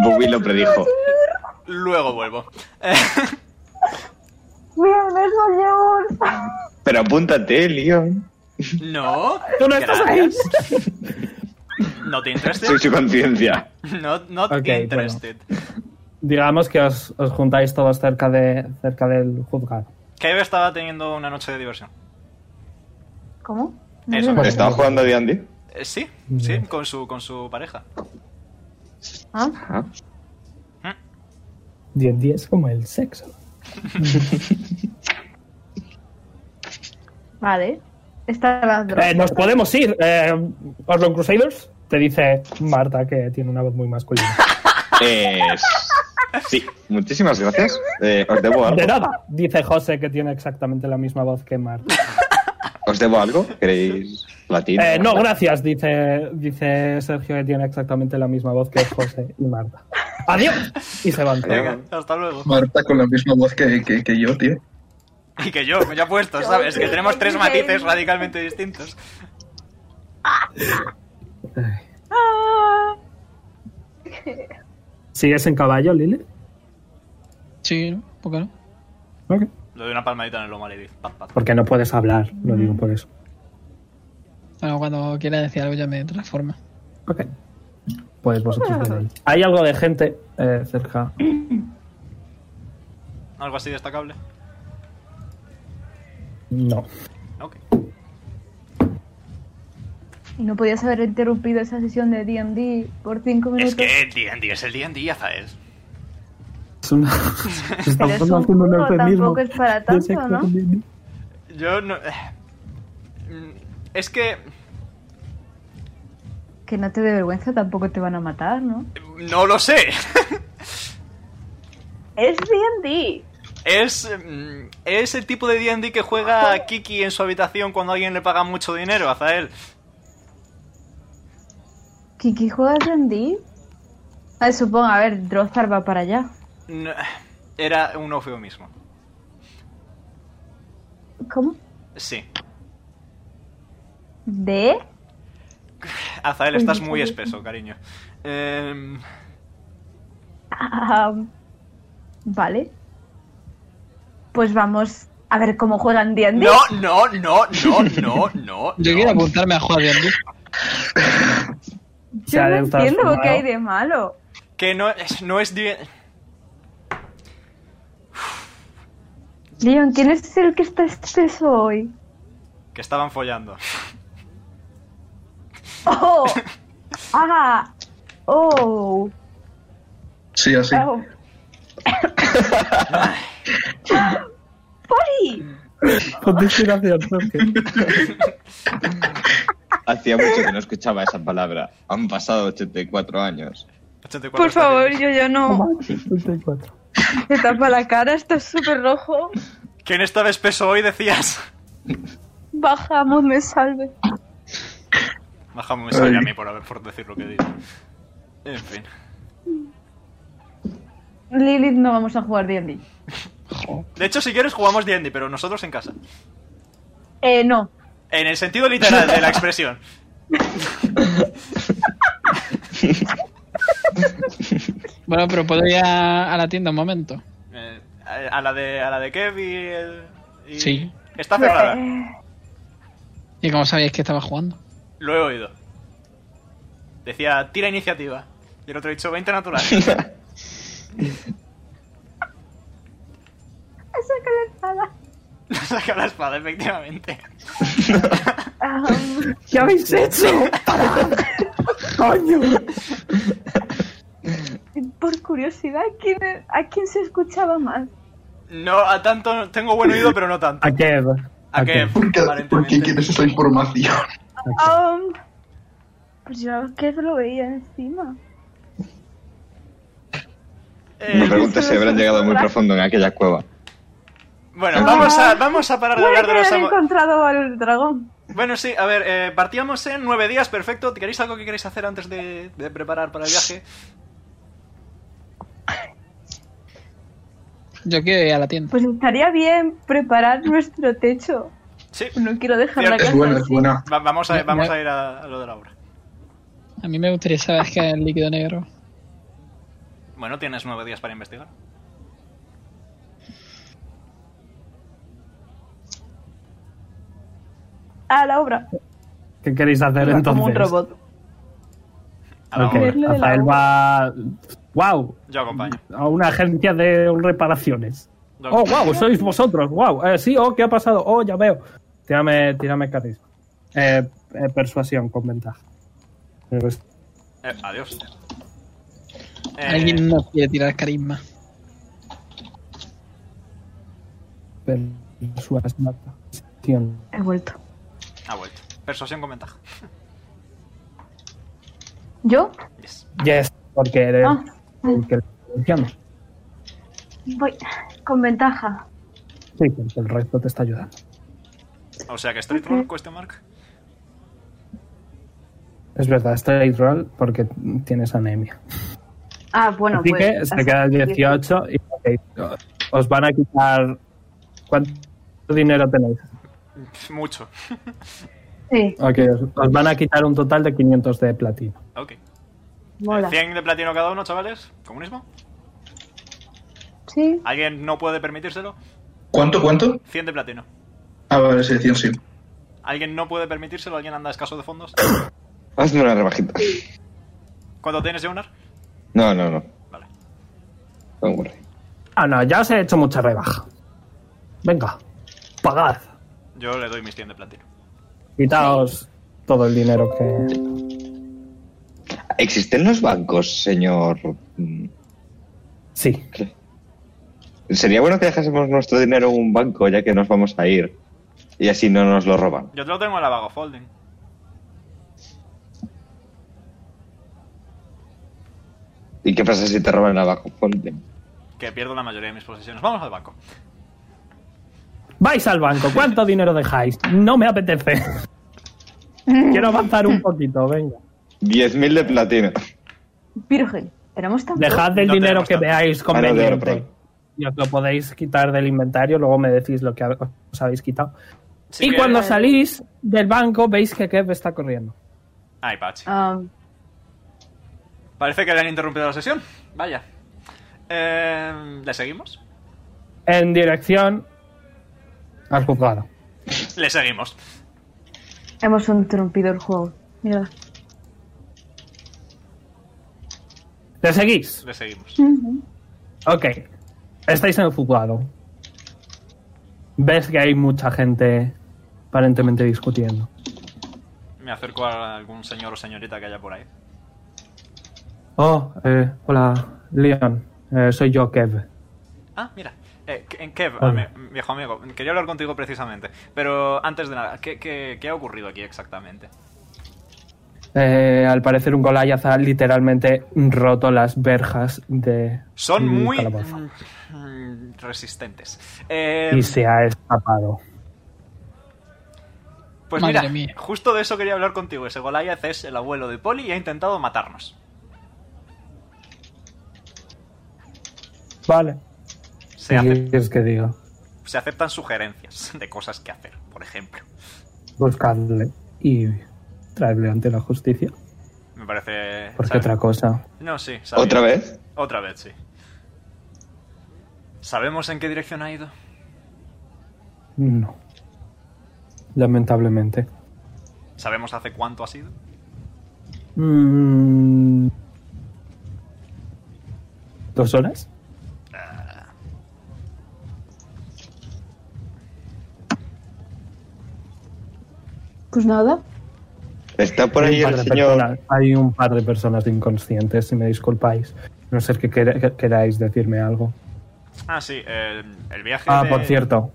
Speaker 4: Bobby lo predijo.
Speaker 7: Luego vuelvo. Eh,
Speaker 8: Bien, eso llevo.
Speaker 4: Pero apúntate, Leon.
Speaker 7: no.
Speaker 3: ¡Tú no estás ahí!
Speaker 7: gracias. Not interested.
Speaker 4: Soy su conciencia.
Speaker 7: Not, not
Speaker 3: Ok, bueno.
Speaker 7: interested.
Speaker 3: Digamos que os, os juntáis todos cerca, de, cerca del juzgado.
Speaker 7: Kev estaba teniendo una noche de diversión.
Speaker 8: ¿Cómo?
Speaker 7: Eso.
Speaker 3: Pues-
Speaker 4: ¿Estaba jugando a D&D?
Speaker 7: Eh, sí, sí, con su, con su pareja.
Speaker 8: Ah,
Speaker 4: Ajá.
Speaker 3: 10 10 como el sexo.
Speaker 8: Vale. Está la droga.
Speaker 3: Eh, Nos podemos ir. Eh, Oslo Crusaders te dice Marta que tiene una voz muy masculina.
Speaker 4: Eh, sí, muchísimas gracias. Eh, os debo algo.
Speaker 3: De nada, dice José que tiene exactamente la misma voz que Marta.
Speaker 4: ¿Os debo algo? ¿Queréis platino?
Speaker 3: Eh, no, gracias, dice, dice Sergio que tiene exactamente la misma voz que José y Marta. ¡Adiós! Y se van.
Speaker 4: Adiós.
Speaker 7: Venga, hasta luego.
Speaker 6: Marta con la misma voz que, que- que yo, tío.
Speaker 7: Y que yo, ya puesto, ¿sabes? Que tenemos tres matices radicalmente distintos.
Speaker 3: ¿Sigues en caballo, Lili?
Speaker 1: Sí, ¿no? ¿Por qué no?
Speaker 7: Le doy una palmadita en el lomo a Lady. Pat, pat.
Speaker 3: Porque no puedes hablar, lo digo por eso.
Speaker 1: Bueno, cuando quiera decir algo ya me transforma.
Speaker 3: Ok. Pues vosotros veréis. Hay algo de gente eh, cerca.
Speaker 7: ¿Algo así destacable?
Speaker 3: No.
Speaker 7: Ok.
Speaker 8: Y no podías haber interrumpido esa sesión de D&D por cinco minutos.
Speaker 7: Es que el D&D es el D&D, Azael.
Speaker 3: Es una.
Speaker 8: Pero es un juego, tampoco es para tanto, ¿no?
Speaker 7: Yo no... eh. Mm, Es que...
Speaker 8: Que no te dé vergüenza, tampoco te van a matar, ¿no?
Speaker 7: No lo sé.
Speaker 8: Es D&D.
Speaker 7: Es, mm, es el tipo de D&D que
Speaker 8: Ah, pues.
Speaker 7: juega Kiki en su habitación cuando alguien le paga mucho dinero, Azael.
Speaker 8: ¿Kiki juega D&D? Ah, supongo, a ver, Drozar va para allá.
Speaker 7: No, Era un eufemismo.
Speaker 8: ¿Cómo?
Speaker 7: Sí.
Speaker 8: ¿De?
Speaker 7: Azael, estás muy espeso, cariño. Em,
Speaker 8: Ah, vale. Pues vamos a ver cómo juegan D&D.
Speaker 7: No, no, no, no, no,
Speaker 1: Yo
Speaker 7: no. no.
Speaker 1: quiero apuntarme a jugar bien.
Speaker 3: Se
Speaker 8: Yo
Speaker 3: ha
Speaker 8: no entiendo
Speaker 3: transformado.
Speaker 8: lo que hay de malo.
Speaker 7: Que no es, no es D-
Speaker 8: Leon, ¿quién es el que está exceso hoy?
Speaker 7: Que estaban follando.
Speaker 8: ¡Oh! ¡Ah! ¡Oh!
Speaker 6: Sí, así.
Speaker 8: ¡Oh! ¡Poli!
Speaker 4: Hacía mucho que no escuchaba esa palabra. Han pasado 84 años.
Speaker 7: 84
Speaker 8: Por
Speaker 7: está
Speaker 8: favor,
Speaker 7: bien.
Speaker 8: yo ya no. Te tapa la cara, estás súper rojo.
Speaker 7: ¿Quién estaba espeso hoy, decías?
Speaker 8: Bajamos, me salve.
Speaker 7: Bajamos me salve a mí por, haber- por decir lo que digo. En fin.
Speaker 8: Lilith no vamos a jugar D&D.
Speaker 7: De hecho, si quieres, jugamos D&D, pero nosotros en casa.
Speaker 8: Eh, no.
Speaker 7: En el sentido literal de la expresión.
Speaker 1: Bueno, pero puedo ir a, a la tienda un momento.
Speaker 7: Eh, a a la de a la de Kev y, el- y-
Speaker 1: Sí.
Speaker 7: Está
Speaker 8: Ah.
Speaker 7: cerrada.
Speaker 8: Eh,
Speaker 1: ¿Y cómo sabíais que estaba jugando?
Speaker 7: Lo he oído. Decía, tira iniciativa. Y el otro ha dicho 20 natural.
Speaker 8: Saca la espada.
Speaker 7: Saca la espada, efectivamente.
Speaker 8: Ah,
Speaker 3: ¿Qué habéis hecho? ¡Coño!
Speaker 8: por curiosidad, ¿quién es- ¿a quién se escuchaba más?
Speaker 7: No, a tanto tengo buen oído, pero no tanto.
Speaker 3: ¿A qué?
Speaker 7: A Kev,
Speaker 6: ¿Por qué, por qué
Speaker 7: aparentemente.
Speaker 6: quieres esa información?
Speaker 8: Ah, um, pues yo a Kev lo veía encima.
Speaker 4: Me
Speaker 7: Eh,
Speaker 4: pregunto si habrán llegado muy profundo en aquella cueva.
Speaker 7: bueno, vamos a, vamos a parar de
Speaker 8: Puede
Speaker 7: hablar
Speaker 8: que
Speaker 7: de los
Speaker 8: hayan
Speaker 7: amo-
Speaker 8: encontrado al dragón.
Speaker 7: Bueno, sí, a ver, eh, partíamos en nueve días, perfecto. ¿Queréis algo que queréis hacer antes de, de preparar para el viaje?
Speaker 1: Yo quiero ir a la tienda.
Speaker 8: Pues estaría bien preparar nuestro techo.
Speaker 7: Sí,
Speaker 8: No quiero dejar la
Speaker 7: Cierto.
Speaker 6: Es
Speaker 8: casa
Speaker 6: buena, es
Speaker 8: así.
Speaker 6: buena.
Speaker 7: va- vamos, a,
Speaker 1: Me-
Speaker 7: vamos
Speaker 1: me-
Speaker 7: a ir a, a lo de la obra.
Speaker 1: A mí me gustaría saber qué es el líquido negro.
Speaker 7: Bueno, tienes nueve días para investigar.
Speaker 8: A la obra.
Speaker 3: ¿Qué queréis hacer entonces?
Speaker 8: Como un robot.
Speaker 7: A la
Speaker 3: Ok,
Speaker 7: obra.
Speaker 8: Hacerle de la
Speaker 3: Rafael
Speaker 8: obra.
Speaker 3: va. ¡Wow!
Speaker 7: Yo acompaño.
Speaker 3: A una agencia de reparaciones.
Speaker 7: Yo
Speaker 3: Oh,
Speaker 7: acompaño.
Speaker 3: wow, sois vosotros. Wow, eh, sí, oh, ¿qué ha pasado? Oh, ya veo. Tírame, tírame carisma. Eh, eh, persuasión con ventaja. Pero es-
Speaker 7: Eh, adiós. Eh,
Speaker 1: Alguien no quiere tirar carisma.
Speaker 3: Persuasión.
Speaker 8: He vuelto.
Speaker 7: Ha vuelto. Persuasión con ventaja.
Speaker 8: ¿Yo?
Speaker 7: Yes.
Speaker 3: Yes, porque eres
Speaker 8: Ah,
Speaker 3: el que llama.
Speaker 8: voy. Con ventaja.
Speaker 3: Sí, porque el resto te está ayudando.
Speaker 7: O sea que Street Roll, question mark.
Speaker 3: Es verdad, straight roll porque tienes anemia.
Speaker 8: Ah, bueno,
Speaker 3: Así
Speaker 8: pues.
Speaker 3: que se
Speaker 8: así-
Speaker 3: queda el 18 y ok, os van a quitar. ¿Cuánto dinero tenéis?
Speaker 7: Mucho.
Speaker 8: Sí,
Speaker 3: Ok, os, os van a quitar un total de 500 de platino.
Speaker 7: Ok. Eh,
Speaker 8: mola.
Speaker 7: 100 de platino cada uno, chavales. ¿Comunismo?
Speaker 8: Sí,
Speaker 7: ¿Alguien no puede permitírselo?
Speaker 6: ¿Cuánto, cuánto?
Speaker 7: 100 de platino.
Speaker 6: Ah, vale, sí, 100, sí.
Speaker 7: ¿Alguien no puede permitírselo? ¿Alguien anda escaso de fondos?
Speaker 4: Hazme Ah, una rebajita.
Speaker 7: ¿Cuánto tienes, Jonar?
Speaker 4: No, no, no.
Speaker 7: Vale.
Speaker 4: Don't worry.
Speaker 3: Ah, no, ya os he hecho mucha rebaja. Venga, pagad.
Speaker 7: Yo le doy mis 100 de platino.
Speaker 3: Quitaos todo el dinero que.
Speaker 4: ¿Existen los bancos, señor? Mm,
Speaker 3: Sí,
Speaker 4: ¿qué? Sería bueno que dejásemos nuestro dinero en un banco ya que nos vamos a ir y así no nos lo roban.
Speaker 7: Yo te lo tengo en la vago folding.
Speaker 4: ¿Y qué pasa si te roban abajo? Ponte.
Speaker 7: Que pierdo la mayoría de mis posesiones. Vamos al banco.
Speaker 3: vais al banco. ¿Cuánto dinero dejáis? No me apetece. Quiero avanzar un poquito, venga.
Speaker 4: 10.000 de platino.
Speaker 8: Virgen. Tenemos tan.
Speaker 3: Dejad el
Speaker 7: No
Speaker 3: dinero
Speaker 7: tenemos
Speaker 3: que
Speaker 7: tanto.
Speaker 3: veáis
Speaker 4: Ah, no, de oro,
Speaker 3: conveniente.
Speaker 4: perdón.
Speaker 3: Y os lo podéis quitar del inventario, luego me decís lo que os habéis quitado.
Speaker 7: Sí
Speaker 3: y
Speaker 7: que-
Speaker 3: cuando salís del banco veis que Kev está corriendo.
Speaker 7: Ay, Pachi.
Speaker 8: Um,
Speaker 7: Parece que le han interrumpido la sesión. Vaya. Eh, ¿Le seguimos?
Speaker 3: En dirección al juzgado.
Speaker 7: Le seguimos.
Speaker 8: hemos interrumpido el juego. Mira.
Speaker 3: ¿Le seguís?
Speaker 7: Le seguimos.
Speaker 3: Ok. Estáis en el juzgado. Ves que hay mucha gente aparentemente discutiendo.
Speaker 7: Me acerco a algún señor o señorita que haya por ahí.
Speaker 3: Oh, eh, hola, Leon. Eh, soy yo, Kev.
Speaker 7: Ah, mira. Eh, Ke- en Kev,
Speaker 3: Hola.
Speaker 7: ami- viejo amigo, quería hablar contigo precisamente. Pero antes de nada, ¿qué, qué, qué ha ocurrido aquí exactamente?
Speaker 3: Eh, al parecer un Goliath ha literalmente roto las verjas de...
Speaker 7: Son
Speaker 3: del
Speaker 7: muy
Speaker 3: calabozo
Speaker 7: mm, mm, resistentes. Eh,
Speaker 3: Y se ha escapado.
Speaker 7: Pues
Speaker 1: Madre
Speaker 7: mira,
Speaker 1: mía.
Speaker 7: justo de eso quería hablar contigo. Ese Goliath es el abuelo de Poli y ha intentado matarnos.
Speaker 3: Vale.
Speaker 7: Se, ace-
Speaker 3: ¿Qué quieres que diga?
Speaker 7: se aceptan sugerencias de cosas que hacer, por ejemplo.
Speaker 3: Buscadle y traerle ante la justicia.
Speaker 7: Me parece...
Speaker 3: Porque
Speaker 7: ¿sabes?
Speaker 3: otra cosa.
Speaker 7: No, sí. sabía.
Speaker 4: ¿Otra vez?
Speaker 7: Otra vez, sí. ¿Sabemos en qué dirección ha ido?
Speaker 3: No. Lamentablemente.
Speaker 7: ¿Sabemos hace cuánto ha sido?
Speaker 3: Mm. ¿Dos horas?
Speaker 15: Pues nada,
Speaker 4: Está por
Speaker 3: Hay
Speaker 4: ahí
Speaker 3: un
Speaker 4: el
Speaker 3: par de
Speaker 4: señor.
Speaker 3: personas- hay un par de personas inconscientes, si me disculpáis. A No ser que quer- que queráis decirme algo.
Speaker 7: Ah, sí, el, el viaje
Speaker 3: Ah,
Speaker 7: de-
Speaker 3: por cierto,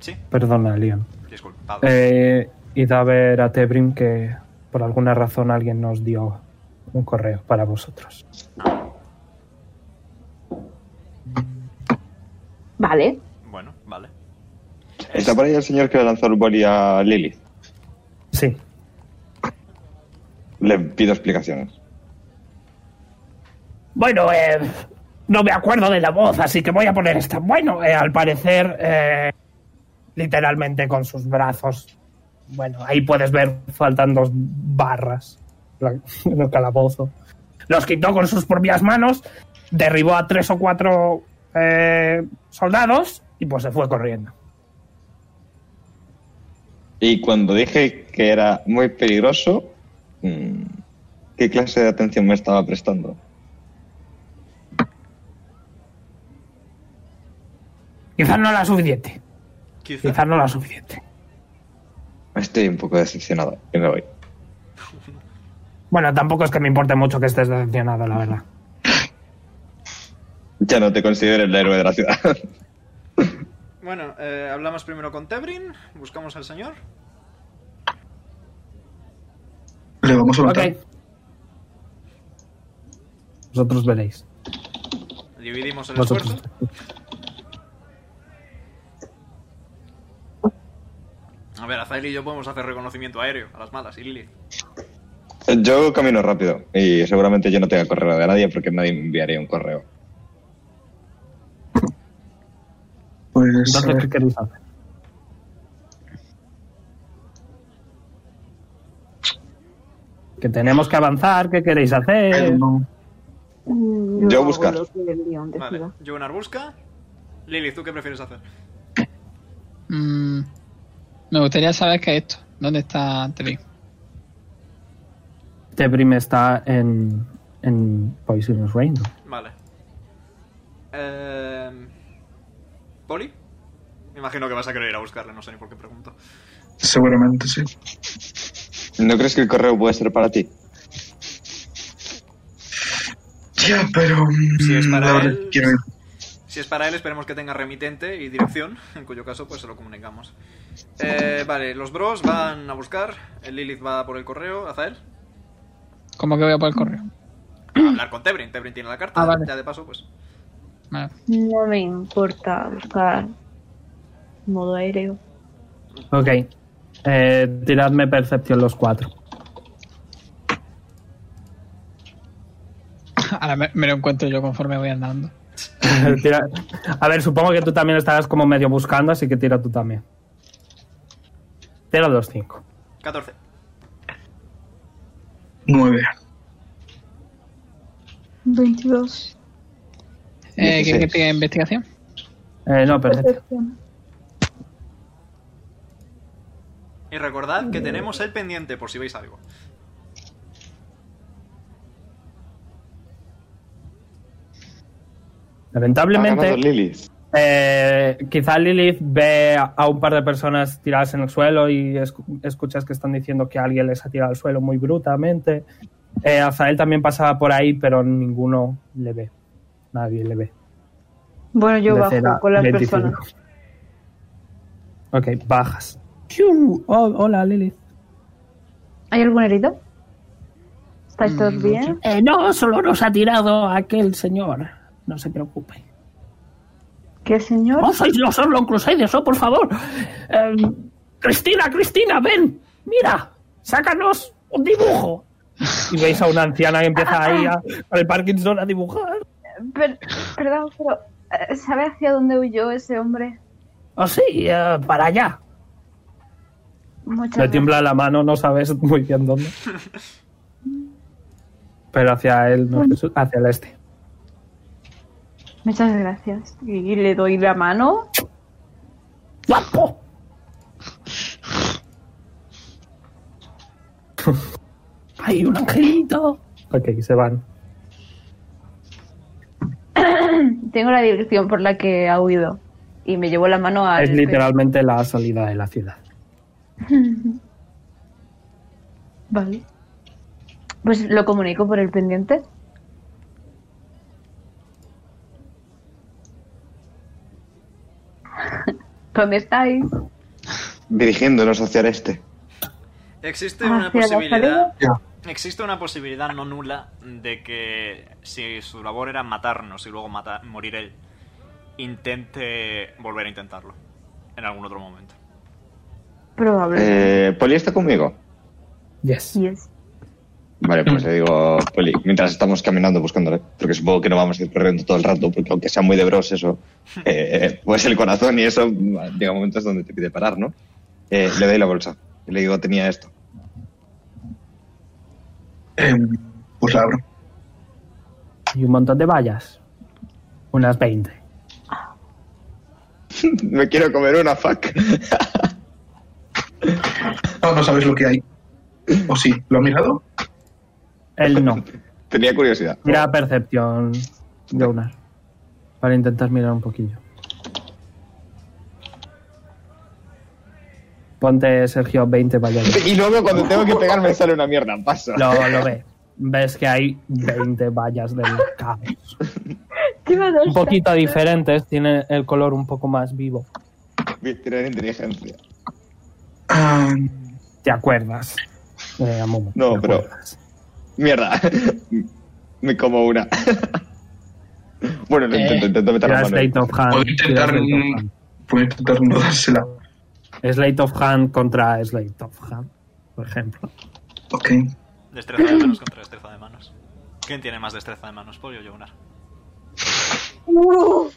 Speaker 7: Sí,
Speaker 3: perdona, Liam.
Speaker 7: disculpad.
Speaker 3: Eh, id a ver a Tebrim que por alguna razón alguien nos dio un correo para vosotros.
Speaker 8: Vale.
Speaker 7: Bueno, vale.
Speaker 4: Está por ahí el señor que le lanzó el boli a Lilith.
Speaker 3: Sí,
Speaker 4: Le pido explicaciones.
Speaker 3: Bueno, eh, no me acuerdo de la voz, así que voy a poner esta. Bueno, eh, al parecer, eh, literalmente con sus brazos. Bueno, ahí puedes ver, faltan dos barras la- en el calabozo. Los quitó con sus propias manos, derribó a tres o cuatro eh, soldados y pues se fue corriendo.
Speaker 4: Y cuando dije que era muy peligroso, mm, ¿qué clase de atención me estaba prestando?
Speaker 3: Quizás no la suficiente,
Speaker 7: Quizá.
Speaker 3: quizás no la suficiente.
Speaker 4: Ah, Estoy un poco decepcionado y me voy.
Speaker 3: Bueno, tampoco es que me importe mucho que estés decepcionado, la verdad.
Speaker 4: Ya no te considero el héroe de la ciudad.
Speaker 7: Bueno, eh, hablamos primero con Tebrin, buscamos al señor.
Speaker 6: Le vamos a matar.
Speaker 3: Vosotros veréis.
Speaker 7: Dividimos el
Speaker 3: Vosotros.
Speaker 7: esfuerzo. A ver, Azael y yo podemos hacer reconocimiento aéreo a las malas y Lilith.
Speaker 4: Yo camino rápido y seguramente yo no tenga correo de nadie porque nadie me enviaría un correo.
Speaker 6: Pues a
Speaker 3: Entonces,
Speaker 6: ver,
Speaker 3: ¿qué queréis hacer? Que tenemos que avanzar, ¿qué queréis hacer?
Speaker 6: no.
Speaker 15: mm,
Speaker 4: Yo
Speaker 15: hago
Speaker 4: buscar.
Speaker 15: lo que el guión
Speaker 7: Vale,
Speaker 15: decida.
Speaker 7: Jonar busca. Lilith, ¿tú qué prefieres hacer?
Speaker 1: Mm, me gustaría saber qué es esto. ¿Dónde está Tebrim?
Speaker 3: Tebrim Este está en, en Poisonous Rain. ¿no?
Speaker 7: Vale. Eh... ¿Poli? Me imagino que vas a querer ir a buscarle, no sé ni por qué pregunto.
Speaker 6: Seguramente sí.
Speaker 4: ¿No crees que el correo puede ser para ti?
Speaker 6: Ya, pero. mm,
Speaker 7: Si es para
Speaker 6: la verdad
Speaker 7: él-
Speaker 6: que quiero ir.
Speaker 7: Si es para él, esperemos que tenga remitente y dirección, en cuyo caso pues se lo comunicamos. Eh, vale, los bros van a buscar, el Lilith va por el correo, Azael,
Speaker 1: ¿Cómo que voy a por el correo?
Speaker 7: a hablar con Tebrin, Tebrin tiene la carta,
Speaker 1: Ah, vale.
Speaker 7: ya de paso pues.
Speaker 1: Vale.
Speaker 8: No me importa buscar modo aéreo.
Speaker 3: Ok. Eh, tiradme percepción los cuatro.
Speaker 1: Ahora me, me lo encuentro yo conforme voy andando.
Speaker 3: Tira- A ver, supongo que tú también estarás como medio buscando, así que tira tú también. Tira los cinco.
Speaker 7: 14.
Speaker 6: Nueve.
Speaker 15: 22.
Speaker 1: Eh, ¿Qué
Speaker 4: 16.
Speaker 1: que tiene investigación?
Speaker 3: Eh, no, perfecto.
Speaker 7: Y recordad que tenemos el pendiente por si veis algo.
Speaker 3: Lamentablemente.
Speaker 4: Ha ganado Lilith.
Speaker 3: Eh, quizá Lilith ve a- a un par de personas tiradas en el suelo y escu- escuchas que están diciendo que alguien les ha tirado al suelo muy brutamente. Eh, Azael también pasaba por ahí, pero ninguno le ve. Nadie le ve.
Speaker 15: Bueno, yo
Speaker 3: De
Speaker 15: bajo
Speaker 3: cera,
Speaker 15: con las
Speaker 3: 25.
Speaker 15: personas.
Speaker 3: Ok, bajas. Chiu. Oh, hola, Lilith.
Speaker 8: ¿Hay algún herido? ¿Estáis todos
Speaker 1: Mm,
Speaker 8: bien?
Speaker 3: Eh, no, solo nos ha tirado aquel señor. No se preocupe.
Speaker 8: ¿Qué señor?
Speaker 3: ¿Ah? oh, sois los Orlon Crusaders, oh, por favor. Cristina, Cristina, ven, mira, sácanos un dibujo. Y veis a una anciana que empieza ahí a- con el Parkinson a dibujar.
Speaker 8: Per- perdón, pero eh, ¿sabe hacia dónde huyó ese hombre?
Speaker 3: Oh, sí, eh, para allá.
Speaker 8: Muchas
Speaker 3: Le tiembla la mano, no sabes muy bien dónde. Pero hacia él, norte- hacia el este.
Speaker 8: Muchas gracias. Y le doy la mano.
Speaker 3: ¡Guapo!
Speaker 10: ¡Hay un angelito!
Speaker 3: Ok, se van.
Speaker 8: Tengo la dirección por la que ha huido. Y me llevo la mano a...
Speaker 3: Es literalmente la salida de la ciudad.
Speaker 8: Vale. Pues lo comunico por el pendiente. ¿Dónde estáis?
Speaker 4: Dirigiéndonos hacia el este.
Speaker 7: Existe
Speaker 1: Ah,
Speaker 8: Hacia
Speaker 7: una
Speaker 8: la
Speaker 7: posibilidad.
Speaker 6: salida.
Speaker 7: Existe una posibilidad no nula de que si su labor era matarnos y luego mata- morir él, intente volver a intentarlo en algún otro momento.
Speaker 8: Probable.
Speaker 4: Eh, Poli está conmigo.
Speaker 3: Yes.
Speaker 8: Yes.
Speaker 4: Vale, pues le digo, Poli, mientras estamos caminando buscándole, porque supongo que no vamos a ir corriendo todo el rato, porque aunque sea muy de bros eso, eh, pues el corazón y eso, llega momentos donde te pide parar, ¿no? Eh, le doy la bolsa. Y le digo, tenía esto.
Speaker 6: Em, pues la abro.
Speaker 3: Y un montón de vallas. Unas 20.
Speaker 4: Me quiero comer una fuck.
Speaker 6: No, no sabes lo que hay. ¿O sí? ¿Lo has mirado?
Speaker 3: Él no.
Speaker 4: Tenía curiosidad.
Speaker 3: Mira percepción, Jonas. Para intentar mirar un poquillo. Ponte, Sergio, 20 vallas.
Speaker 4: Y luego cuando tengo que pegar me sale una mierda, pasa.
Speaker 3: Lo, lo ve. Ves que hay 20 vallas del caos. Un poquito diferentes, tiene el color un poco más vivo.
Speaker 4: Voy a tirar inteligencia.
Speaker 6: Ah,
Speaker 3: ¿Te acuerdas? Eh, Amumu,
Speaker 4: No,
Speaker 3: ¿te
Speaker 4: pero-
Speaker 3: acuerdas?
Speaker 4: Mierda. Me como una. bueno, lo intento, intento meter la
Speaker 3: Tira
Speaker 4: mano.
Speaker 3: Slate of
Speaker 7: Ah,
Speaker 3: Hand.
Speaker 6: puedo
Speaker 3: tira
Speaker 6: intentar,
Speaker 3: Sleight of
Speaker 6: mm,
Speaker 3: Hand.
Speaker 6: puedo intentar no dársela.
Speaker 3: Sleight of Hand contra Slate of Hand, por ejemplo.
Speaker 6: Ok.
Speaker 7: Destreza de manos contra destreza de manos. ¿Quién tiene más destreza de manos, Pollo o Jonar?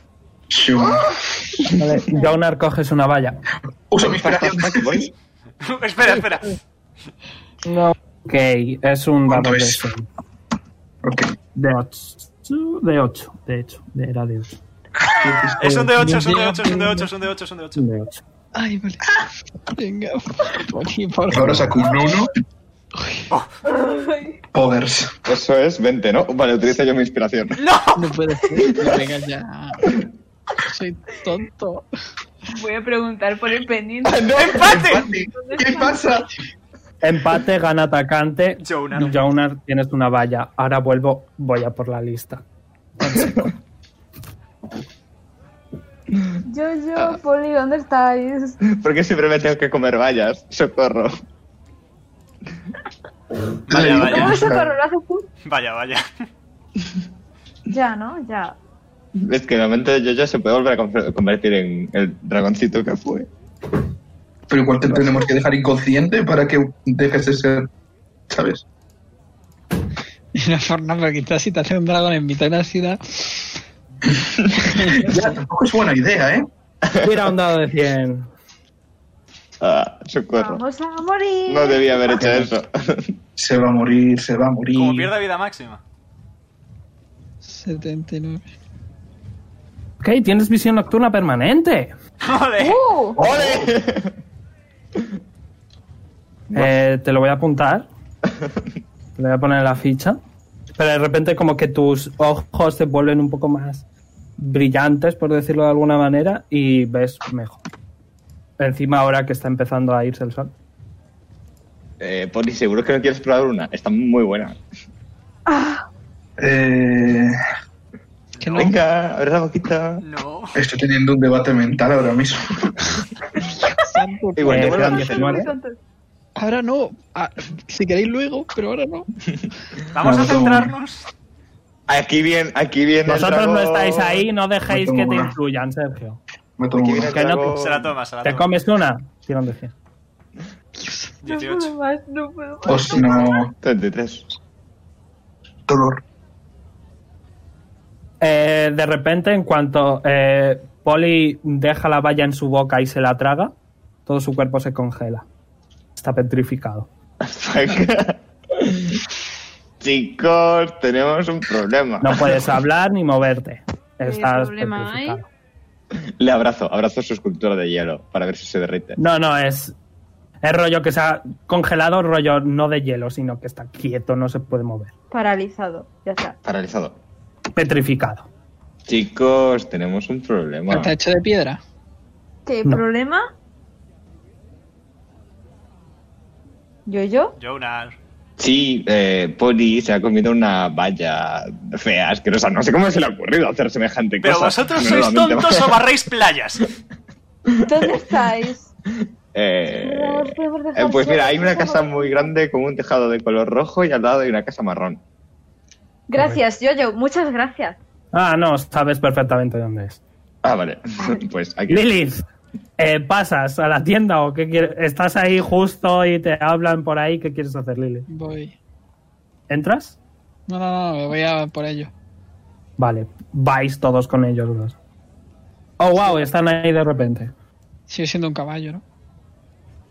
Speaker 6: Shoo.
Speaker 3: Vale, Jonar, coges una valla.
Speaker 6: Uso mi inspiración.
Speaker 4: Voy.
Speaker 7: espera, espera.
Speaker 3: No. Ok, es un
Speaker 6: ¿Cuánto
Speaker 3: dado de
Speaker 6: es?
Speaker 3: seis.
Speaker 6: ok.
Speaker 3: De 8. De 8, de hecho. de- era de 8.
Speaker 7: Es un de 8, es un de 8, es un de 8, es un de 8, es un de 8.
Speaker 3: De 8.
Speaker 1: Ay, vale. Ah. Venga, por aquí, por
Speaker 6: Ahora saco un 1. Powers.
Speaker 4: Eso es 20, ¿no? Vale, utilizo yo mi inspiración.
Speaker 1: No puede ser. Venga, ya. Soy tonto.
Speaker 8: Voy a preguntar por el pendiente.
Speaker 6: ¿Qué pasa?
Speaker 3: Empate, gana atacante.
Speaker 7: Jonar.
Speaker 3: Jonar, tienes una valla. Ahora vuelvo, voy a por la lista.
Speaker 8: Yo,
Speaker 4: Ah.
Speaker 8: yo, Poli, ¿dónde estáis?
Speaker 4: Porque siempre me tengo que comer vallas. Socorro.
Speaker 7: Vaya, vaya.
Speaker 8: ¿Cómo se correlazo tú?
Speaker 7: Vaya, vaya.
Speaker 8: Ya, ¿no? Ya.
Speaker 4: Es que realmente yo ya se puede volver a conver- convertir en el dragoncito que fue.
Speaker 6: Pero igual te tenemos que dejar inconsciente para que dejes de ser. ¿Sabes?
Speaker 1: Una forma, pero quizás si te hace un dragón en mitad de la ciudad.
Speaker 6: Ya, tampoco es buena idea, ¿eh?
Speaker 3: Tira un dado de 100.
Speaker 4: Ah, socorro.
Speaker 8: Vamos a morir.
Speaker 4: No debía haber hecho eso.
Speaker 6: Se va a morir, se va a morir.
Speaker 7: Como pierda vida máxima.
Speaker 1: 79.
Speaker 3: Ok, tienes visión nocturna permanente.
Speaker 7: Joder.
Speaker 8: Uh,
Speaker 4: ¡Ole!
Speaker 3: Eh, te lo voy a apuntar. Te lo voy a poner en la ficha. Pero de repente como que tus ojos se vuelven un poco más brillantes, por decirlo de alguna manera, y ves mejor. Encima ahora que está empezando a irse el sol.
Speaker 4: Eh, Poli, seguro que no quieres probar una. Está muy buena.
Speaker 6: Eh,
Speaker 1: Que no.
Speaker 4: Venga, abre la boquita.
Speaker 7: No.
Speaker 6: estoy teniendo un debate mental ahora mismo.
Speaker 1: santo.
Speaker 4: Igual
Speaker 3: Eh,
Speaker 4: te vuelvo a
Speaker 3: quedan
Speaker 4: decir.
Speaker 3: 19.
Speaker 1: Ahora no. Ah, si queréis luego, pero ahora no.
Speaker 7: Vamos a
Speaker 6: Vamos a morir.
Speaker 7: centrarnos.
Speaker 4: Aquí bien, aquí bien.
Speaker 3: Vosotros no estáis ahí, no
Speaker 6: Me
Speaker 3: dejéis
Speaker 6: tomo
Speaker 3: que te
Speaker 6: una.
Speaker 3: influyan, Sergio.
Speaker 6: Me tomo
Speaker 4: Aquí
Speaker 6: una.
Speaker 4: viene el
Speaker 3: Que no-
Speaker 4: dragón.
Speaker 7: Se la toma, se la
Speaker 3: ¿Te
Speaker 7: toma.
Speaker 3: comes una? Tira un de 100.
Speaker 8: No
Speaker 7: 18.
Speaker 8: puedo más, no puedo más.
Speaker 6: O si no,
Speaker 4: 33.
Speaker 6: dolor.
Speaker 3: Eh, de repente, en cuanto eh, Polly deja la valla en su boca y se la traga, todo su cuerpo se congela. Está petrificado.
Speaker 4: Chicos, tenemos un problema.
Speaker 3: No puedes hablar ni moverte. Estás
Speaker 8: problema hay?
Speaker 3: petrificado.
Speaker 4: Le abrazo, abrazo a su escultura de hielo para ver si se derrite.
Speaker 3: No, no, es. Es rollo que se ha congelado, rollo no de hielo, sino que está quieto, no se puede mover.
Speaker 8: Paralizado, ya está.
Speaker 4: Paralizado.
Speaker 3: Petrificado.
Speaker 4: Chicos, tenemos un problema.
Speaker 1: Está hecho de piedra.
Speaker 8: ¿Qué
Speaker 3: No.
Speaker 8: problema? ¿Yo, yo?
Speaker 7: Jonas.
Speaker 4: Sí, eh, Polly se ha comido una valla fea, asquerosa. No sé cómo se le ha ocurrido hacer semejante
Speaker 7: Pero
Speaker 4: cosa.
Speaker 7: vosotros
Speaker 4: No,
Speaker 7: sois
Speaker 4: nuevamente.
Speaker 7: tontos o barréis playas.
Speaker 8: ¿Dónde estáis?
Speaker 4: Eh,
Speaker 8: Por favor,
Speaker 4: eh, pues mira, hay una
Speaker 8: por
Speaker 4: casa
Speaker 8: favor.
Speaker 4: muy grande con un tejado de color rojo y al lado hay una casa marrón.
Speaker 8: Gracias, Yoyo, muchas gracias.
Speaker 3: Ah, no, sabes perfectamente dónde es.
Speaker 4: Ah, vale. pues aquí.
Speaker 3: Lilith, eh, ¿pasas a la tienda o qué quieres? Estás ahí justo y te hablan por ahí. ¿Qué quieres hacer, Lilith?
Speaker 1: Voy.
Speaker 3: ¿Entras?
Speaker 1: No, no, no, me voy a por ello.
Speaker 3: Vale, vais todos con ellos dos. Oh, wow, están ahí de repente.
Speaker 1: Sigue siendo un caballo, ¿no?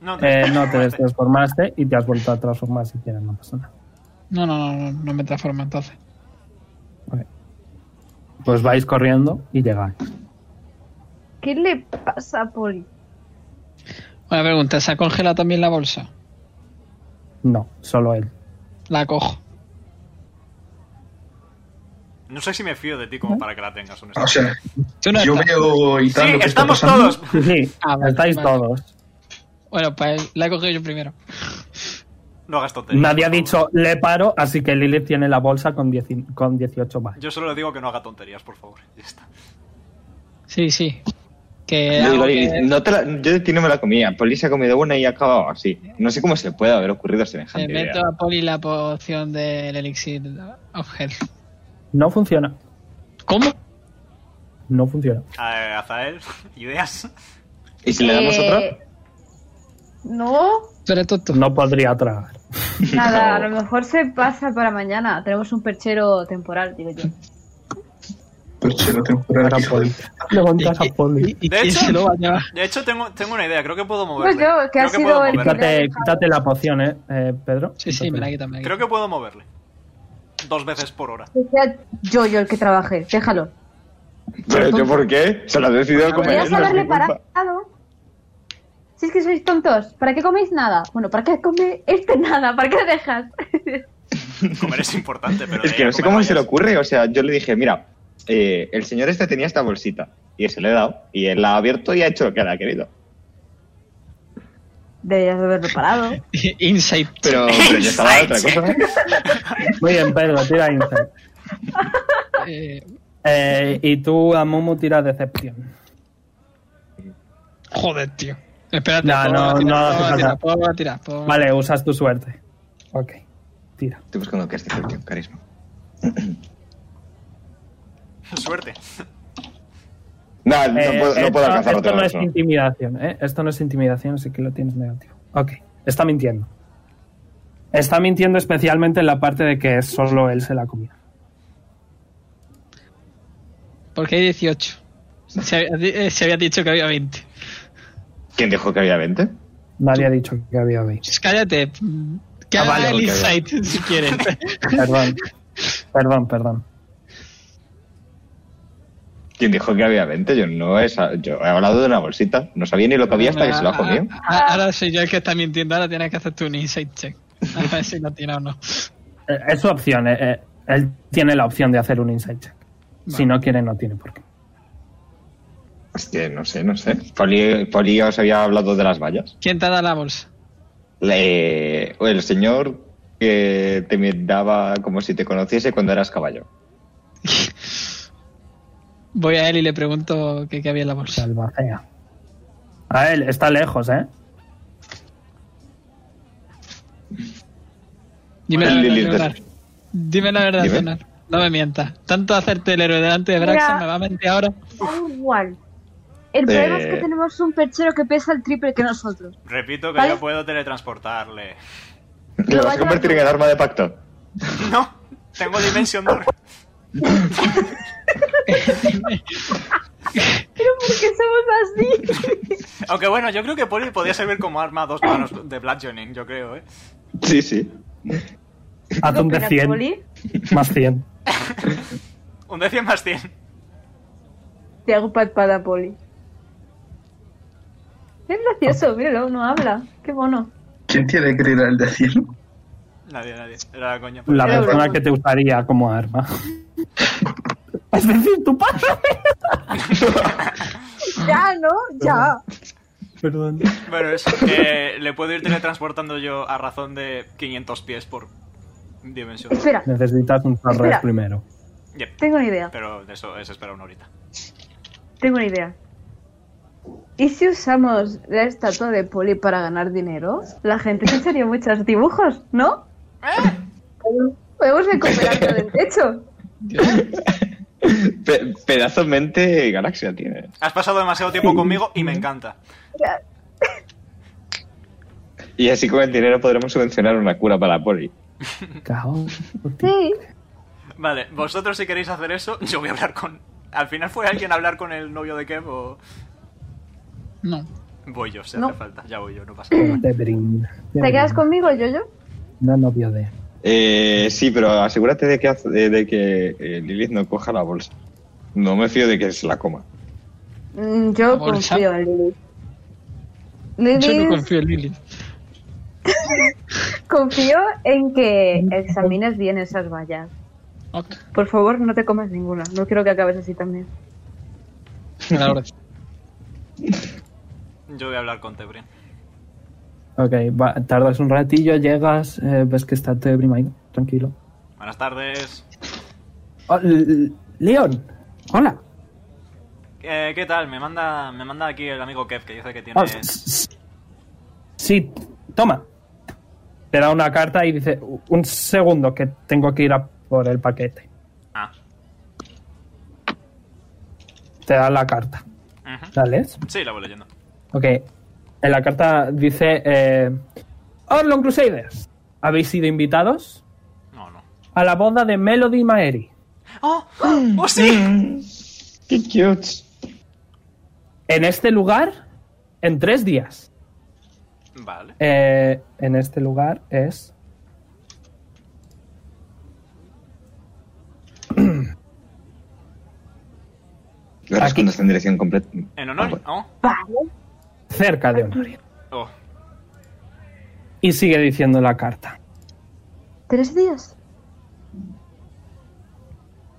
Speaker 7: No, no.
Speaker 3: Eh, no te transformaste y te has vuelto a transformar si quieres, no pasa nada.
Speaker 1: No, no, no, no, no me transformo entonces.
Speaker 3: Pues vais corriendo y llegáis.
Speaker 8: ¿Qué le pasa a Poli?
Speaker 1: Una pregunta, ¿se ha congelado también la bolsa?
Speaker 3: No, solo él.
Speaker 1: La cojo.
Speaker 7: No sé si me fío de ti como para que la tengas,
Speaker 6: O
Speaker 7: honestamente.
Speaker 6: sea,
Speaker 1: Tú no
Speaker 6: yo
Speaker 1: estás.
Speaker 6: veo y tal
Speaker 7: Sí,
Speaker 6: lo que está
Speaker 7: estamos
Speaker 6: pasando.
Speaker 7: todos.
Speaker 3: Sí, sí,
Speaker 1: Ah, vale,
Speaker 3: estáis
Speaker 1: vale.
Speaker 3: todos.
Speaker 1: Bueno, pues la he cogido yo primero.
Speaker 7: No hagas tonterías.
Speaker 3: Nadie ha
Speaker 7: por favor.
Speaker 3: dicho le paro, así que Lilith tiene la bolsa con, 10 con 18 más.
Speaker 7: Yo solo le digo que no haga tonterías, por favor. Ya está.
Speaker 1: Sí, sí. Que,
Speaker 4: Yo,
Speaker 1: hago
Speaker 4: digo,
Speaker 1: que-
Speaker 4: no te la- yo de ti no me la comía. Polly se ha comido una y ha acabado así. No sé cómo se le puede haber ocurrido
Speaker 1: le
Speaker 4: semejante idea.
Speaker 1: meto a Poli la poción del elixir of health.
Speaker 3: No funciona,
Speaker 1: ¿Cómo?
Speaker 3: no funciona.
Speaker 7: Eh, Azael, ideas.
Speaker 4: ¿Y si le damos
Speaker 8: Eh,
Speaker 4: otra?
Speaker 8: No,
Speaker 1: Tú eres tonto.
Speaker 3: No podría tragar.
Speaker 8: nada, a lo mejor se pasa para mañana. Tenemos un perchero temporal, digo yo.
Speaker 6: Pues sí, lo tengo por
Speaker 3: Ahora
Speaker 6: aquí.
Speaker 3: Polly. Levantas a Polly.
Speaker 1: ¿Y, y
Speaker 7: De
Speaker 1: quién
Speaker 7: hecho-
Speaker 1: se lo va a llevar?
Speaker 7: De hecho, tengo, tengo una idea. Creo que puedo moverle.
Speaker 8: Pues yo, que
Speaker 7: Creo
Speaker 8: ha
Speaker 7: que
Speaker 8: sido
Speaker 7: puedo
Speaker 8: el-
Speaker 7: moverle.
Speaker 3: Quítate, quítate la poción, ¿eh, eh, Pedro?
Speaker 1: Sí, sí, me la quitan, me la
Speaker 7: Creo
Speaker 1: quitan.
Speaker 7: que puedo moverle. Dos veces por hora.
Speaker 8: Que sea yo yo el que trabaje, déjalo.
Speaker 4: ¿Pero yo por qué? Se la he decidido comer.
Speaker 8: Podrías
Speaker 4: no es
Speaker 8: haberle
Speaker 4: mi culpa.
Speaker 8: parado. Si es que sois tontos, ¿para qué coméis nada? Bueno, ¿para qué come este nada? ¿Para qué dejas?
Speaker 7: Comer es importante, pero.
Speaker 4: Es
Speaker 7: de
Speaker 4: que no sé
Speaker 7: comer
Speaker 4: cómo se le
Speaker 7: rayas.
Speaker 4: ocurre. O sea, yo le dije, mira, eh, el señor este tenía esta bolsita. Y se le he dado. Y él la ha abierto y ha hecho lo que él ha querido.
Speaker 8: Deberías haberlo parado.
Speaker 1: Insight.
Speaker 4: Pero, pero yo estaba de otra cosa.
Speaker 3: Muy bien, Pedro, tira Insight.
Speaker 1: Eh,
Speaker 3: Eh, y tú, a Momo, tira Decepción.
Speaker 1: joder, tío. Espérate,
Speaker 3: No,
Speaker 1: puedo
Speaker 3: no,
Speaker 1: tirar,
Speaker 3: no hace
Speaker 1: puedo
Speaker 3: falta.
Speaker 1: tirar, puedo tirar, puedo-
Speaker 3: Vale, usas tu suerte. Ok, tira.
Speaker 4: Estoy buscando qué es decepción, carisma.
Speaker 7: Suerte.
Speaker 4: No, no
Speaker 3: Eh,
Speaker 4: puedo, no
Speaker 3: esto,
Speaker 4: puedo alcanzar
Speaker 3: esto
Speaker 4: otro
Speaker 3: no es
Speaker 4: eso.
Speaker 3: intimidación, ¿eh? Esto no es intimidación, así que lo tienes negativo. Ok, está mintiendo. Está mintiendo especialmente en la parte de que solo él se la comía.
Speaker 1: Porque hay 18. Se había, eh, se había dicho que había 20.
Speaker 4: ¿Quién dijo que había 20?
Speaker 3: Nadie ha dicho que había 20.
Speaker 1: Pues cállate. mm, Que
Speaker 4: Ah,
Speaker 1: haga
Speaker 4: vale,
Speaker 1: el
Speaker 4: ok,
Speaker 1: insight si quieres.
Speaker 3: Perdón, perdón, perdón.
Speaker 4: ¿Quién dijo que había 20? Yo no he, sa- yo he hablado de una bolsita. No sabía ni lo que había ¿eh? hasta que se lo ha comido.
Speaker 3: ¿eh?
Speaker 1: Ah, Ahora soy yo el que está mintiendo. Ahora tienes que hacer tú un insight check. A ver si lo tira o no.
Speaker 3: Eh, Es su opción. eh, eh, él tiene la opción de hacer un insight check. Si no quiere, no tiene por qué.
Speaker 4: Es que no sé, no sé. Poli, Poli os había hablado de las vallas.
Speaker 1: ¿Quién te da la bolsa?
Speaker 4: Le- o el señor que te miraba como si te conociese cuando eras caballo.
Speaker 1: Voy a él y le pregunto qué qué había en la bolsa.
Speaker 3: Salvacea. A él, está lejos, ¿eh?
Speaker 1: Dime
Speaker 4: Bueno,
Speaker 1: la verdad,
Speaker 4: Lili,
Speaker 1: Leonard.
Speaker 4: te-
Speaker 1: Dime la verdad,
Speaker 4: Dime.
Speaker 1: Leonard. No me mientas. Tanto hacerte el héroe delante de Braxton
Speaker 8: Mira.
Speaker 1: me va a mentir ahora.
Speaker 8: Da igual. El problema es
Speaker 4: Eh.
Speaker 8: que tenemos un perchero que pesa el triple que nosotros.
Speaker 7: Repito que
Speaker 8: ¿Vale?
Speaker 7: yo puedo teletransportarle.
Speaker 4: ¿Lo vas a convertir en el arma de pacto?
Speaker 7: No, tengo Dimension Door.
Speaker 8: Pero ¿por qué somos así?
Speaker 7: Aunque bueno, yo creo que Poli podría servir como arma a dos manos de bludgeoning, yo creo, ¿eh?
Speaker 4: Sí, sí.
Speaker 3: Haz un de
Speaker 8: Pero,
Speaker 3: 100.
Speaker 8: Poli,
Speaker 3: Más 100.
Speaker 7: Un de 100 más 100.
Speaker 8: Te hago patpada, Poli. Es gracioso, míralo, no habla. Qué mono.
Speaker 6: ¿Quién tiene que ir al de cielo?
Speaker 7: Nadie, nadie. Era la coña.
Speaker 3: La
Speaker 8: Pero
Speaker 3: persona
Speaker 8: bueno.
Speaker 3: que te usaría como arma. es decir, tu padre.
Speaker 8: Ya, ¿no? Ya.
Speaker 3: Perdón.
Speaker 7: Bueno, es que le puedo ir teletransportando yo a razón de 500 pies por dimensión.
Speaker 8: Espera,
Speaker 3: Necesitas un
Speaker 8: Espera.
Speaker 3: torres primero.
Speaker 7: Yep.
Speaker 8: tengo una idea.
Speaker 7: Pero de eso es esperar una horita.
Speaker 8: Tengo una idea. ¿Y si usamos la estatua de Poli para ganar dinero? La gente se echaría muchos dibujos, ¿no? Eh. Podemos recuperarlo del techo.
Speaker 4: Pe- pedazo mente galaxia tiene.
Speaker 7: Has pasado demasiado tiempo conmigo y me encanta.
Speaker 4: Y así con el dinero podremos subvencionar una cura para Poli.
Speaker 3: Cajón.
Speaker 8: Sí.
Speaker 7: Vale, vosotros si queréis hacer eso, yo voy a hablar con... ¿Al final fue alguien a hablar con el novio de Kev o...?
Speaker 1: No.
Speaker 7: Voy yo, si
Speaker 8: No.
Speaker 7: hace falta. Ya voy yo, no pasa nada.
Speaker 3: Te brin.
Speaker 8: ¿Te quedas conmigo, Yoyo?
Speaker 3: No, novio de.
Speaker 4: Eh, sí, pero asegúrate de que, haz- de, de que eh, Lilith no coja la bolsa. No me fío de que se la coma.
Speaker 8: Mm, yo
Speaker 1: Ahora,
Speaker 8: confío en Lilith. Lilith,
Speaker 1: Yo no confío en Lilith.
Speaker 8: confío en que examines bien esas vallas.
Speaker 1: Ok,
Speaker 8: Por favor, no te comas ninguna. No quiero que acabes así también.
Speaker 1: la verdad.
Speaker 7: Yo voy a hablar con Tebrin.
Speaker 3: Ok, va- tardas un ratillo, llegas, eh, ves que está Tebrim ahí, tranquilo.
Speaker 7: Buenas tardes.
Speaker 3: Oh, L- L- Leon, hola.
Speaker 7: Eh, ¿Qué tal? Me manda, me manda aquí el amigo Kev que dice que tiene...
Speaker 3: Oh, s- s- sí, toma. Te da una carta y dice, un segundo que tengo que ir a por el paquete.
Speaker 7: Ah.
Speaker 3: Te da la carta.
Speaker 7: ujú.
Speaker 3: ¿La lees?
Speaker 7: Sí, la voy leyendo.
Speaker 3: Ok. En la carta dice, eh, Orlon Crusaders, habéis sido invitados
Speaker 7: No, no.
Speaker 3: a la boda de Melody Maeri.
Speaker 7: ¡Oh! ¡Oh, sí!
Speaker 4: ¡Qué cute!
Speaker 3: En este lugar, en tres días.
Speaker 7: Vale.
Speaker 3: Eh, en este lugar es.
Speaker 4: Lo respondes en dirección completa. Ah,
Speaker 7: ¿En honor? Oh.
Speaker 3: cerca de Honoria.
Speaker 7: oh.
Speaker 3: Y sigue diciendo la carta.
Speaker 8: ¿Tres días?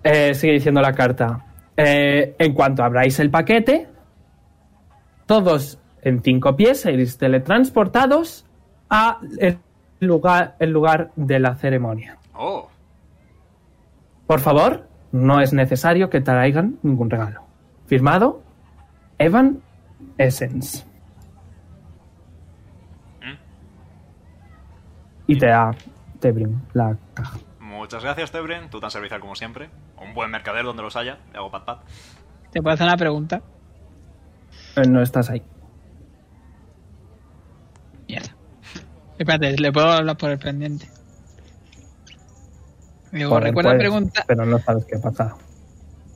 Speaker 3: Eh, sigue diciendo la carta. Eh, en cuanto abráis el paquete, todos en cinco pies seréis teletransportados a el lugar, el lugar de la ceremonia.
Speaker 7: Oh.
Speaker 3: Por favor, no es necesario que traigan ningún regalo. Firmado, Evan Essence. Y te da te brin la caja.
Speaker 7: Muchas gracias, Tebrin. Tú tan servicial como siempre. Un buen mercader donde los haya. Le hago pat pat.
Speaker 1: Te puedo hacer una pregunta.
Speaker 3: Eh, No estás ahí.
Speaker 1: Mierda. Espérate, le puedo hablar por el pendiente. Digo,
Speaker 3: Joder,
Speaker 1: recuerda
Speaker 3: puedes,
Speaker 1: pregunta.
Speaker 3: Pero no sabes qué pasa.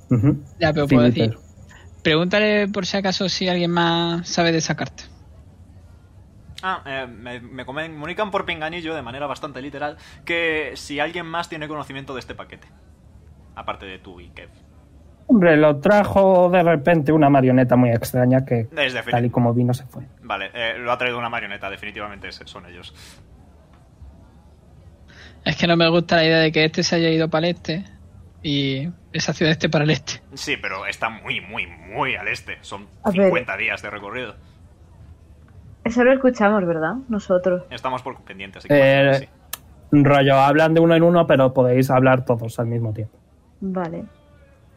Speaker 3: Ujú.
Speaker 1: Ya, pero
Speaker 3: Sí,
Speaker 1: puedo
Speaker 3: Peter.
Speaker 1: decir. Pregúntale por si acaso si alguien más sabe de esa carta.
Speaker 7: Ah, eh, me, me comunican por pinganillo, de manera bastante literal, que si alguien más tiene conocimiento de este paquete. Aparte de tú y Kev.
Speaker 3: Hombre, lo trajo de repente una marioneta muy extraña que
Speaker 7: Desde
Speaker 3: tal y
Speaker 7: Felipe.
Speaker 3: como vino se fue.
Speaker 7: Vale, eh, lo ha traído una marioneta, definitivamente ese- son ellos.
Speaker 1: Es que no me gusta la idea de que este se haya ido para el este y esa ciudad esté para el este.
Speaker 7: Sí, pero está muy, muy, muy al este. Son
Speaker 8: A ver.
Speaker 7: 50 días de recorrido.
Speaker 8: Eso lo escuchamos, ¿verdad? Nosotros.
Speaker 7: Estamos por pendientes, así que
Speaker 3: Eh,
Speaker 7: sí.
Speaker 3: Rollo, hablan de uno en uno, pero podéis hablar todos al mismo tiempo.
Speaker 8: Vale.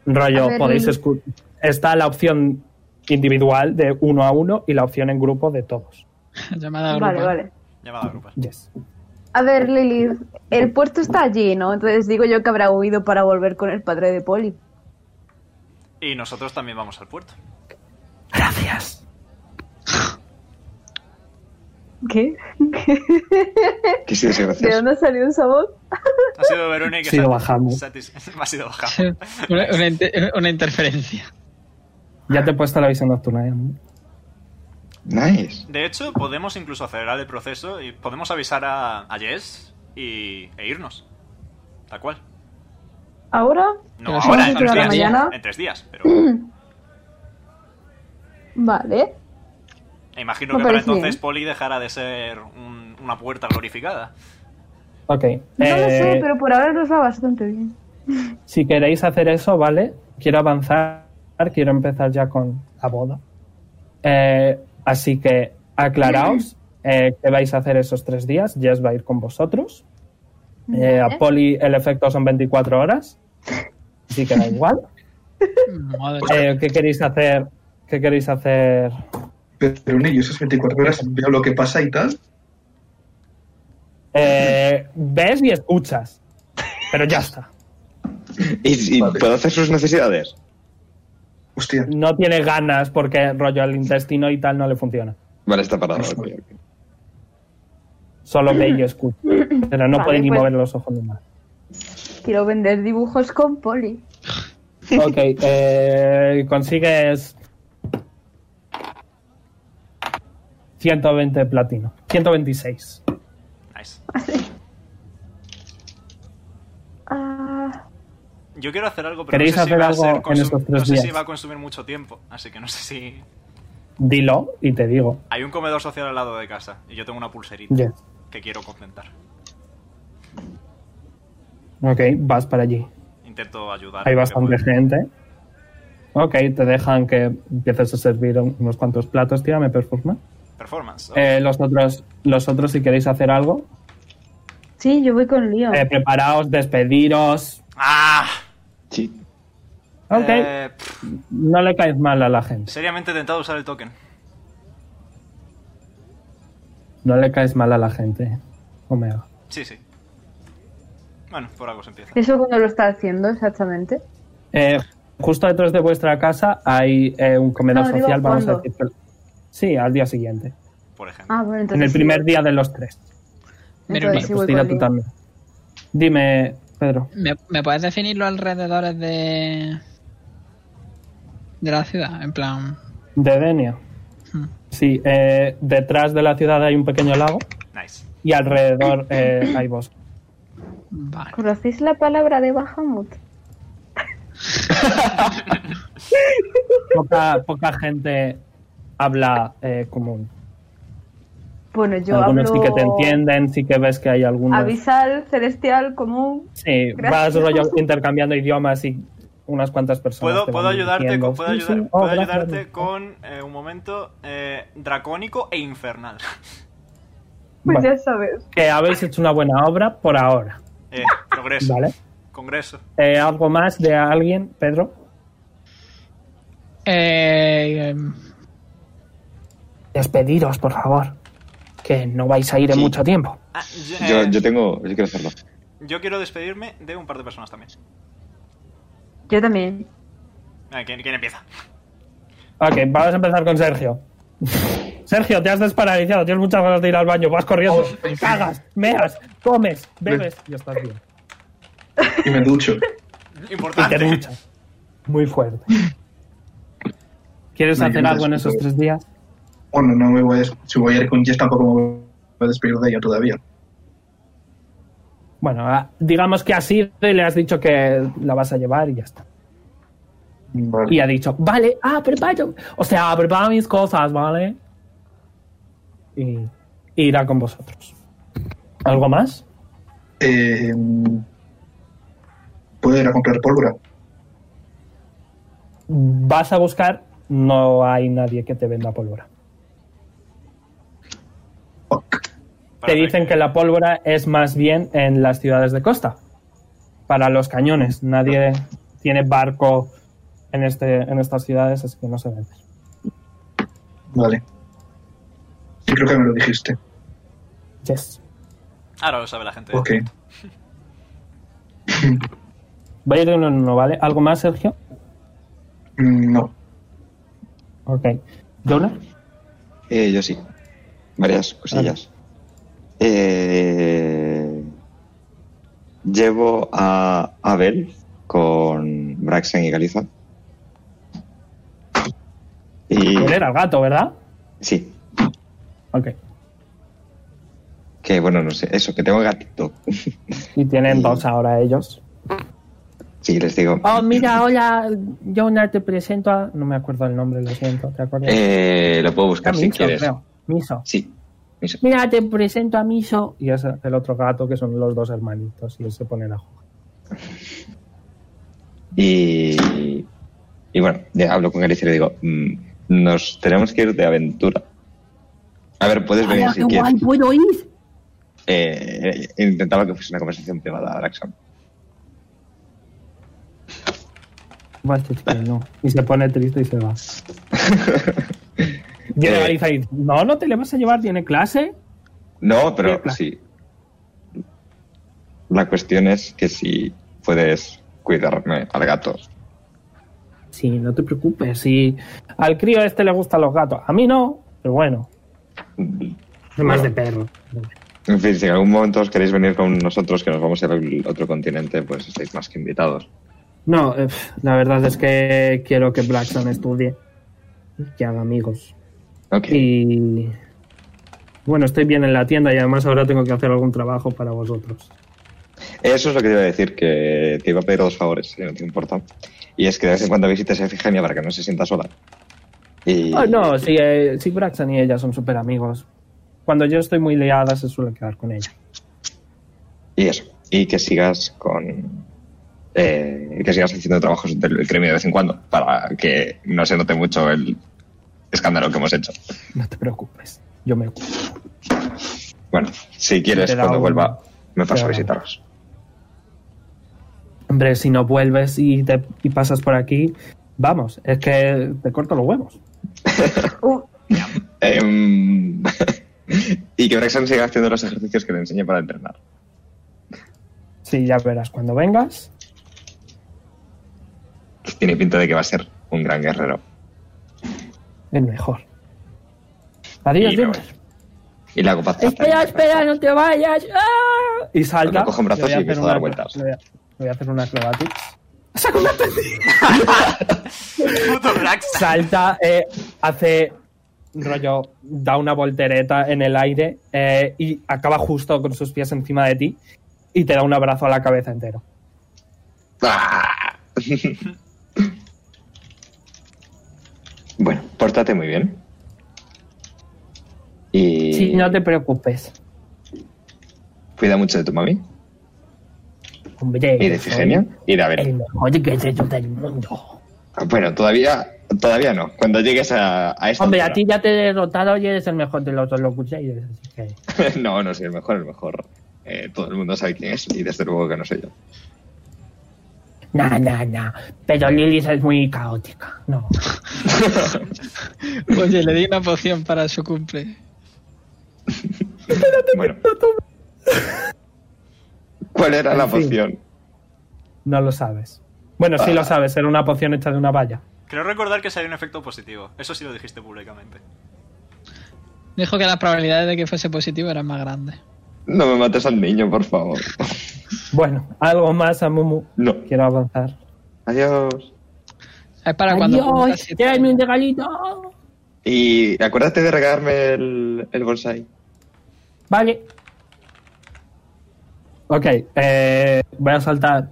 Speaker 8: A
Speaker 3: Rollo,
Speaker 8: ver,
Speaker 3: podéis
Speaker 8: Lili.
Speaker 3: escu- Está la opción individual de uno a uno y la opción en grupo de todos.
Speaker 1: Llamada
Speaker 8: Vale,
Speaker 1: grupal.
Speaker 8: vale.
Speaker 7: Llamada a grupos.
Speaker 3: Yes.
Speaker 8: A ver, Lilith, el puerto está allí, ¿no? Entonces digo yo que habrá huido para volver con el padre de Poli.
Speaker 7: Y nosotros también vamos al puerto.
Speaker 16: gracias.
Speaker 8: ¿Qué?
Speaker 4: ¿Qué sí, sí,
Speaker 8: ¿De
Speaker 4: gracias.
Speaker 8: dónde salió un sabor?
Speaker 7: Ha sido Verónica.
Speaker 3: Ha sido Bahamut.
Speaker 7: Ha sido Bahamut.
Speaker 1: Una, una inter- una interferencia.
Speaker 3: Ya te he puesto la visión nocturna. ¿eh?
Speaker 4: Nice.
Speaker 7: De hecho, podemos incluso acelerar el proceso y podemos avisar a, a Jess y, e irnos. Tal cual.
Speaker 8: ¿Ahora?
Speaker 1: Pero
Speaker 7: No, ahora,
Speaker 1: sí,
Speaker 7: en
Speaker 1: pero
Speaker 7: tres,
Speaker 1: la
Speaker 7: días,
Speaker 8: mañana.
Speaker 7: en tres días. Pero
Speaker 8: Vale.
Speaker 7: imagino
Speaker 8: Me
Speaker 7: que para
Speaker 8: parece
Speaker 7: entonces
Speaker 8: bien.
Speaker 7: Polly dejará de ser un- una puerta glorificada.
Speaker 3: Ok.
Speaker 8: No lo sé,
Speaker 3: eh,
Speaker 8: pero por ahora nos va bastante bien.
Speaker 3: Si queréis hacer eso, ¿vale? Quiero avanzar, quiero empezar ya con la boda. Eh, así que aclaraos eh, qué vais a hacer esos tres días. Jess va a ir con vosotros. Eh, A
Speaker 8: Vale.
Speaker 3: Poli el efecto son 24 horas. Así que da igual.
Speaker 1: Madre
Speaker 3: Eh, ¿Qué queréis hacer? ¿Qué queréis hacer?
Speaker 6: Pero ni yo esas 24 horas veo lo que pasa y tal.
Speaker 3: Eh, ves y escuchas. Pero ya está.
Speaker 4: ¿Y, y puedo hacer sus necesidades?
Speaker 6: Hostia.
Speaker 3: No tiene ganas porque rollo el intestino y tal no le funciona.
Speaker 4: Vale, está parado. ok, ok.
Speaker 3: Solo ve y escucha. Pero no
Speaker 8: Vale,
Speaker 3: puede ni
Speaker 8: pues-
Speaker 3: mover los ojos ni nada.
Speaker 8: Quiero vender dibujos con Poli.
Speaker 3: Ok, eh, consigues 120 platino. 126.
Speaker 7: Nice.
Speaker 8: Ah,
Speaker 7: Yo quiero hacer algo, pero no
Speaker 3: ¿Queréis
Speaker 7: sé, si
Speaker 3: hacer
Speaker 7: va, a
Speaker 3: algo
Speaker 7: ser
Speaker 3: en
Speaker 7: consum-
Speaker 3: estos tres
Speaker 7: no sé
Speaker 3: días?
Speaker 7: si va a consumir mucho tiempo, así que no sé si...
Speaker 3: Dilo y te digo.
Speaker 7: Hay un comedor social al lado de casa y yo tengo una pulserita
Speaker 3: Yes.
Speaker 7: que quiero contentar.
Speaker 3: Ok, vas para allí.
Speaker 7: Intento ayudar.
Speaker 3: Hay
Speaker 7: en lo que
Speaker 3: bastante
Speaker 7: pueda.
Speaker 3: gente. Ok, te dejan que empieces a servir un- unos cuantos platos. Tírame performance.
Speaker 7: Performance. ok.
Speaker 3: Eh, los, otros, los otros, si queréis hacer algo,
Speaker 8: sí, yo voy con Leon.
Speaker 3: eh, preparaos, despediros.
Speaker 7: ¡Ah!
Speaker 4: Sí.
Speaker 3: Ok,
Speaker 7: Eh, pff,
Speaker 3: no le caes mal a la gente.
Speaker 7: seriamente he tentado usar el token.
Speaker 3: No le caes mal a la gente. Omega.
Speaker 7: Sí, sí. Bueno, por algo se empieza.
Speaker 8: Eso cuando lo está haciendo exactamente.
Speaker 3: Eh, justo detrás de vuestra casa hay eh, un comedor
Speaker 8: No, digo,
Speaker 3: social, vamos a
Speaker 8: ¿cuándo?
Speaker 3: decir. que- Sí, al día siguiente.
Speaker 7: Por ejemplo.
Speaker 8: Ah, bueno,
Speaker 3: En
Speaker 8: entonces.
Speaker 3: el primer día de los tres.
Speaker 1: Pero
Speaker 8: Entonces
Speaker 3: Vale,
Speaker 8: sí
Speaker 3: pues
Speaker 8: voy
Speaker 3: tira
Speaker 8: con
Speaker 3: tú
Speaker 8: Leon.
Speaker 3: también. Dime, Pedro.
Speaker 1: ¿Me, me puedes definir los alrededores de. de la ciudad? En plan.
Speaker 3: De Denia.
Speaker 1: Hmm.
Speaker 3: Sí, eh, detrás de la ciudad hay un pequeño lago
Speaker 7: Nice.
Speaker 3: y alrededor eh, hay bosque.
Speaker 1: Vale.
Speaker 8: ¿Conocéis la palabra de Bahamut?
Speaker 3: Poca, poca gente habla eh, común.
Speaker 8: Bueno, yo
Speaker 3: algunos
Speaker 8: hablo...
Speaker 3: sí que te entienden, sí que ves que hay algunos.
Speaker 8: Abisal, celestial, común.
Speaker 3: Sí, vas
Speaker 8: Gracias.
Speaker 3: rollo intercambiando idiomas y unas cuantas personas.
Speaker 7: Puedo,
Speaker 3: te van
Speaker 7: puedo ayudarte,
Speaker 3: diciendo,
Speaker 7: con, puedo,
Speaker 3: "Sí, sí,
Speaker 7: ayudar-
Speaker 3: oh,
Speaker 7: puedo
Speaker 3: gracias".
Speaker 7: ayudarte con eh, un momento eh, dracónico e infernal.
Speaker 8: Pues
Speaker 3: Vale.
Speaker 8: ya sabes.
Speaker 3: que habéis hecho una buena obra por ahora,
Speaker 7: Eh, progreso.
Speaker 3: ¿vale?
Speaker 7: Congreso.
Speaker 3: Eh, ¿Algo más de alguien, Pedro?
Speaker 1: Eh, em,
Speaker 3: Despediros, por favor, que no vais a ir
Speaker 4: en Sí. mucho
Speaker 3: tiempo.
Speaker 7: Ah, yo,
Speaker 4: Yo,
Speaker 7: eh,
Speaker 4: yo tengo. Yo quiero hacerlo.
Speaker 7: yo quiero despedirme de un par de personas también.
Speaker 8: Yo también.
Speaker 7: Ah, ¿quién, quién empieza?
Speaker 3: Ok, vamos a empezar con Sergio. Sergio, te has desparalizado, tienes muchas ganas de ir al baño, vas corriendo, cagas, meas, comes, bebes y estás bien.
Speaker 6: Y me ducho.
Speaker 3: Y te
Speaker 7: Importante.
Speaker 3: duchas. Muy fuerte. ¿Quieres
Speaker 6: Me
Speaker 3: hacer
Speaker 6: encanta
Speaker 3: algo en
Speaker 6: eso.
Speaker 3: esos tres días?
Speaker 6: Bueno, no me voy a... des- Si voy a ir con Jess tampoco me voy a despedir de ella todavía.
Speaker 3: Bueno, ah, digamos que has ido y le has dicho que la vas a llevar y ya está.
Speaker 6: Vale.
Speaker 3: Y ha dicho, vale, ah, preparo. O sea, preparo mis cosas, ¿vale? Y irá con vosotros. ¿Algo más?
Speaker 6: Eh, puedo ir a comprar pólvora.
Speaker 3: Vas a buscar, no hay nadie que te venda pólvora.
Speaker 6: Fuck.
Speaker 3: Te dicen que la pólvora es más bien en las ciudades de costa, para los cañones. Nadie tiene barco en, este, en estas ciudades, así que no se vende.
Speaker 6: Vale. Sí, creo que me lo dijiste.
Speaker 3: Yes.
Speaker 7: Ahora lo sabe la gente.
Speaker 6: Ok.
Speaker 3: Voy a ir de uno en uno, ¿vale? ¿Algo más, Sergio?
Speaker 6: Mm, No.
Speaker 3: Ok.
Speaker 17: ¿Dona?
Speaker 4: Eh, yo sí. Varias cosillas. Eh, llevo a Abel con Braxen y Galiza. Y
Speaker 3: Él era el gato, ¿verdad?
Speaker 4: sí,
Speaker 3: Ok.
Speaker 4: que bueno, no sé, eso, que tengo gatito.
Speaker 3: Y tienen dos ahora ellos.
Speaker 4: Sí, les digo.
Speaker 3: Oh, mira, hola, Jonah, te presento a... No me acuerdo el nombre, lo siento, ¿te acuerdas?
Speaker 4: Eh, lo puedo
Speaker 3: Era
Speaker 4: buscar si
Speaker 3: Miso,
Speaker 4: quieres.
Speaker 3: Ah, creo. Miso.
Speaker 4: Sí. Eso.
Speaker 3: Mira, te presento a Miso. Y es el otro gato, que son los dos hermanitos, y él se ponen a jugar.
Speaker 4: Y, y bueno, ya hablo con Galicia y le digo, mm, nos tenemos que ir de aventura. A ver, puedes venir si quieres.
Speaker 8: puedo ir!
Speaker 4: Eh, intentaba que fuese una conversación privada, Braxton.
Speaker 3: Va este chico, no. Y se pone triste y se va. Y la Galiza dice, no, no te le vas a llevar, tiene clase.
Speaker 4: No, pero
Speaker 3: Claro.
Speaker 4: sí. La cuestión es que si puedes cuidarme al gato.
Speaker 3: Sí, no te preocupes. Sí, al crío este le gustan los gatos. A mí no, pero bueno. Es más de perro.
Speaker 4: En fin, si en algún momento os queréis venir con nosotros, que nos vamos a ir al otro continente, pues estáis más que invitados.
Speaker 3: No, eh, pf, la verdad es que quiero que Blackstone estudie. y Que haga amigos.
Speaker 4: Ok.
Speaker 3: Y... Bueno, estoy bien en la tienda y además ahora tengo que hacer algún trabajo para vosotros.
Speaker 4: Eso es lo que te iba a decir, que te iba a pedir dos favores, si no te importa. Y es que de vez en cuando visites a Efigenia para que no se sienta sola. Y...
Speaker 3: Oh, no, sí, eh, sí, Braxton y ella son súper amigos. Cuando yo estoy muy liada se suele quedar con ella.
Speaker 4: Y eso. Y que sigas con. eh, que sigas haciendo trabajos del gremio de vez en cuando para que no se note mucho el escándalo que hemos hecho.
Speaker 3: No te preocupes, yo me ocupo.
Speaker 4: Bueno, si quieres,
Speaker 3: Te da
Speaker 4: cuando
Speaker 3: un-
Speaker 4: vuelva, me
Speaker 3: te da
Speaker 4: paso a
Speaker 3: un-
Speaker 4: visitaros.
Speaker 3: Hombre, si no vuelves y, te, y pasas por aquí, vamos, es que te corto los huevos.
Speaker 8: Uh,
Speaker 4: Em, y que Braxton siga haciendo los ejercicios que le enseñé para entrenar.
Speaker 3: Sí, ya verás cuando vengas.
Speaker 4: Tiene pinta de que va a ser un gran guerrero.
Speaker 3: Es mejor. Adiós,
Speaker 4: y, me
Speaker 3: Dios.
Speaker 4: voy. Y le hago paz.
Speaker 8: Espera, espera, no te vayas. ¡Ah!
Speaker 3: Y salta.
Speaker 4: Lo cojo en
Speaker 3: Le
Speaker 4: brazos
Speaker 3: voy
Speaker 4: y
Speaker 3: a
Speaker 4: empiezo
Speaker 3: hacer
Speaker 4: a dar
Speaker 3: una-
Speaker 4: vueltas.
Speaker 3: le voy a- le voy a hacer una acrobatics.
Speaker 18: Puto Braxton.
Speaker 3: Salta, eh, hace rollo, da una voltereta en el aire eh, y acaba justo con sus pies encima de ti y te da un abrazo a la cabeza entero.
Speaker 4: ¡Ah! bueno, pórtate muy bien. Y
Speaker 3: Sí, no te preocupes.
Speaker 4: cuida mucho de tu mami
Speaker 3: Hombre,
Speaker 4: y de
Speaker 3: soy
Speaker 4: Figenia y de
Speaker 3: El
Speaker 4: Abel.
Speaker 3: mejor guerrero del mundo.
Speaker 4: Bueno, todavía, todavía no. Cuando llegues a, a esta
Speaker 3: Hombre, a
Speaker 4: altura.
Speaker 3: ti ya te he derrotado y eres el mejor de los Locusators, así que...
Speaker 4: no, no soy el mejor, el mejor. Eh, todo el mundo sabe quién es y desde luego que no soy yo.
Speaker 3: Nah, nah, nah. Pero Lilith es muy caótica. No.
Speaker 1: Oye, le di una poción para su cumple.
Speaker 4: Bueno. ¿Cuál era la
Speaker 3: En fin.
Speaker 4: poción?
Speaker 3: No lo sabes. Bueno, sí lo sabes, era una poción hecha de una valla.
Speaker 7: Creo recordar que salió un efecto positivo. Eso sí lo dijiste públicamente.
Speaker 1: Dijo que las probabilidades de que fuese positivo eran más grandes.
Speaker 4: No me mates al niño, por favor.
Speaker 3: Bueno, algo más a Mumu.
Speaker 4: No.
Speaker 3: Quiero avanzar.
Speaker 4: Adiós.
Speaker 1: Es para cuando. cumpla siete
Speaker 3: tráeme un
Speaker 1: años.
Speaker 3: regalito.
Speaker 4: Y acuérdate de regarme el, el bonsai.
Speaker 3: Vale. Ok, eh, voy a saltar.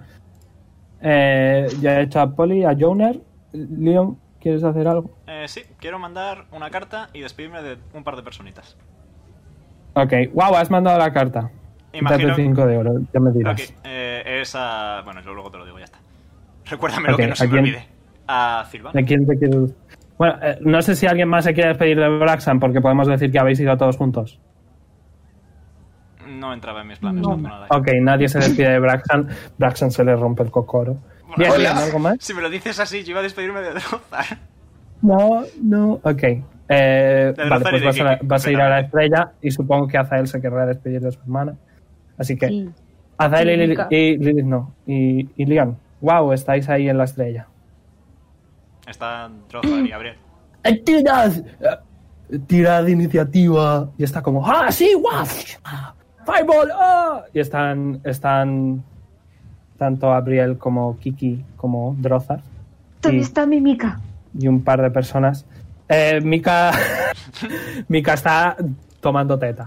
Speaker 3: Eh, ya he hecho a Poli, a Joner. Leon, ¿quieres hacer algo?
Speaker 7: Eh, sí, quiero mandar una carta y despedirme de un par de personitas.
Speaker 3: Ok, wow, has mandado la carta.
Speaker 7: Imagino-
Speaker 3: Quítate 5 de oro, ya me dirás.
Speaker 7: Ok, eh, es a... Bueno, yo luego te lo digo, ya está. Recuérdamelo
Speaker 3: Ok,
Speaker 7: que no se
Speaker 3: ¿a
Speaker 7: me
Speaker 3: quién?
Speaker 7: olvide. A Silvan.
Speaker 3: ¿De quién te quieres? Bueno, eh, no sé si alguien más se quiere despedir de Braxan, porque podemos decir que habéis ido todos juntos.
Speaker 7: No entraba en mis planes, no, hago nada.
Speaker 3: Ok, nadie se despide de Braxan. Braxan se le rompe el cocoro. Bien,
Speaker 4: hola.
Speaker 3: Leon, ¿algo más?
Speaker 7: Si me lo dices así, yo iba a despedirme de Drozar.
Speaker 3: No, no. Ok. Eh,
Speaker 7: De
Speaker 3: vale,
Speaker 7: Drozar
Speaker 3: pues
Speaker 7: y de
Speaker 3: vas a,
Speaker 7: Kiki,
Speaker 3: vas a ir a la
Speaker 7: completamente.
Speaker 3: estrella y supongo que Azael se querrá despedir de su hermana. Así que
Speaker 19: Sí.
Speaker 3: Azael y, Lili-
Speaker 19: Kika.
Speaker 3: y Lilith no. Y, y Leon. Wow, estáis ahí en la estrella.
Speaker 7: Está Drozar y Gabriel.
Speaker 3: ¡Eh, ¡Tirad! Eh, ¡Tirad iniciativa! Y está como, ¡ah, sí! ¡Waf! ¡Fireball! ¡ah! Y están, están tanto Abriel como Kiki como Drozar.
Speaker 20: ¿Dónde está mi mica?
Speaker 3: y un par de personas. Eh, Mika. Mika está tomando teta.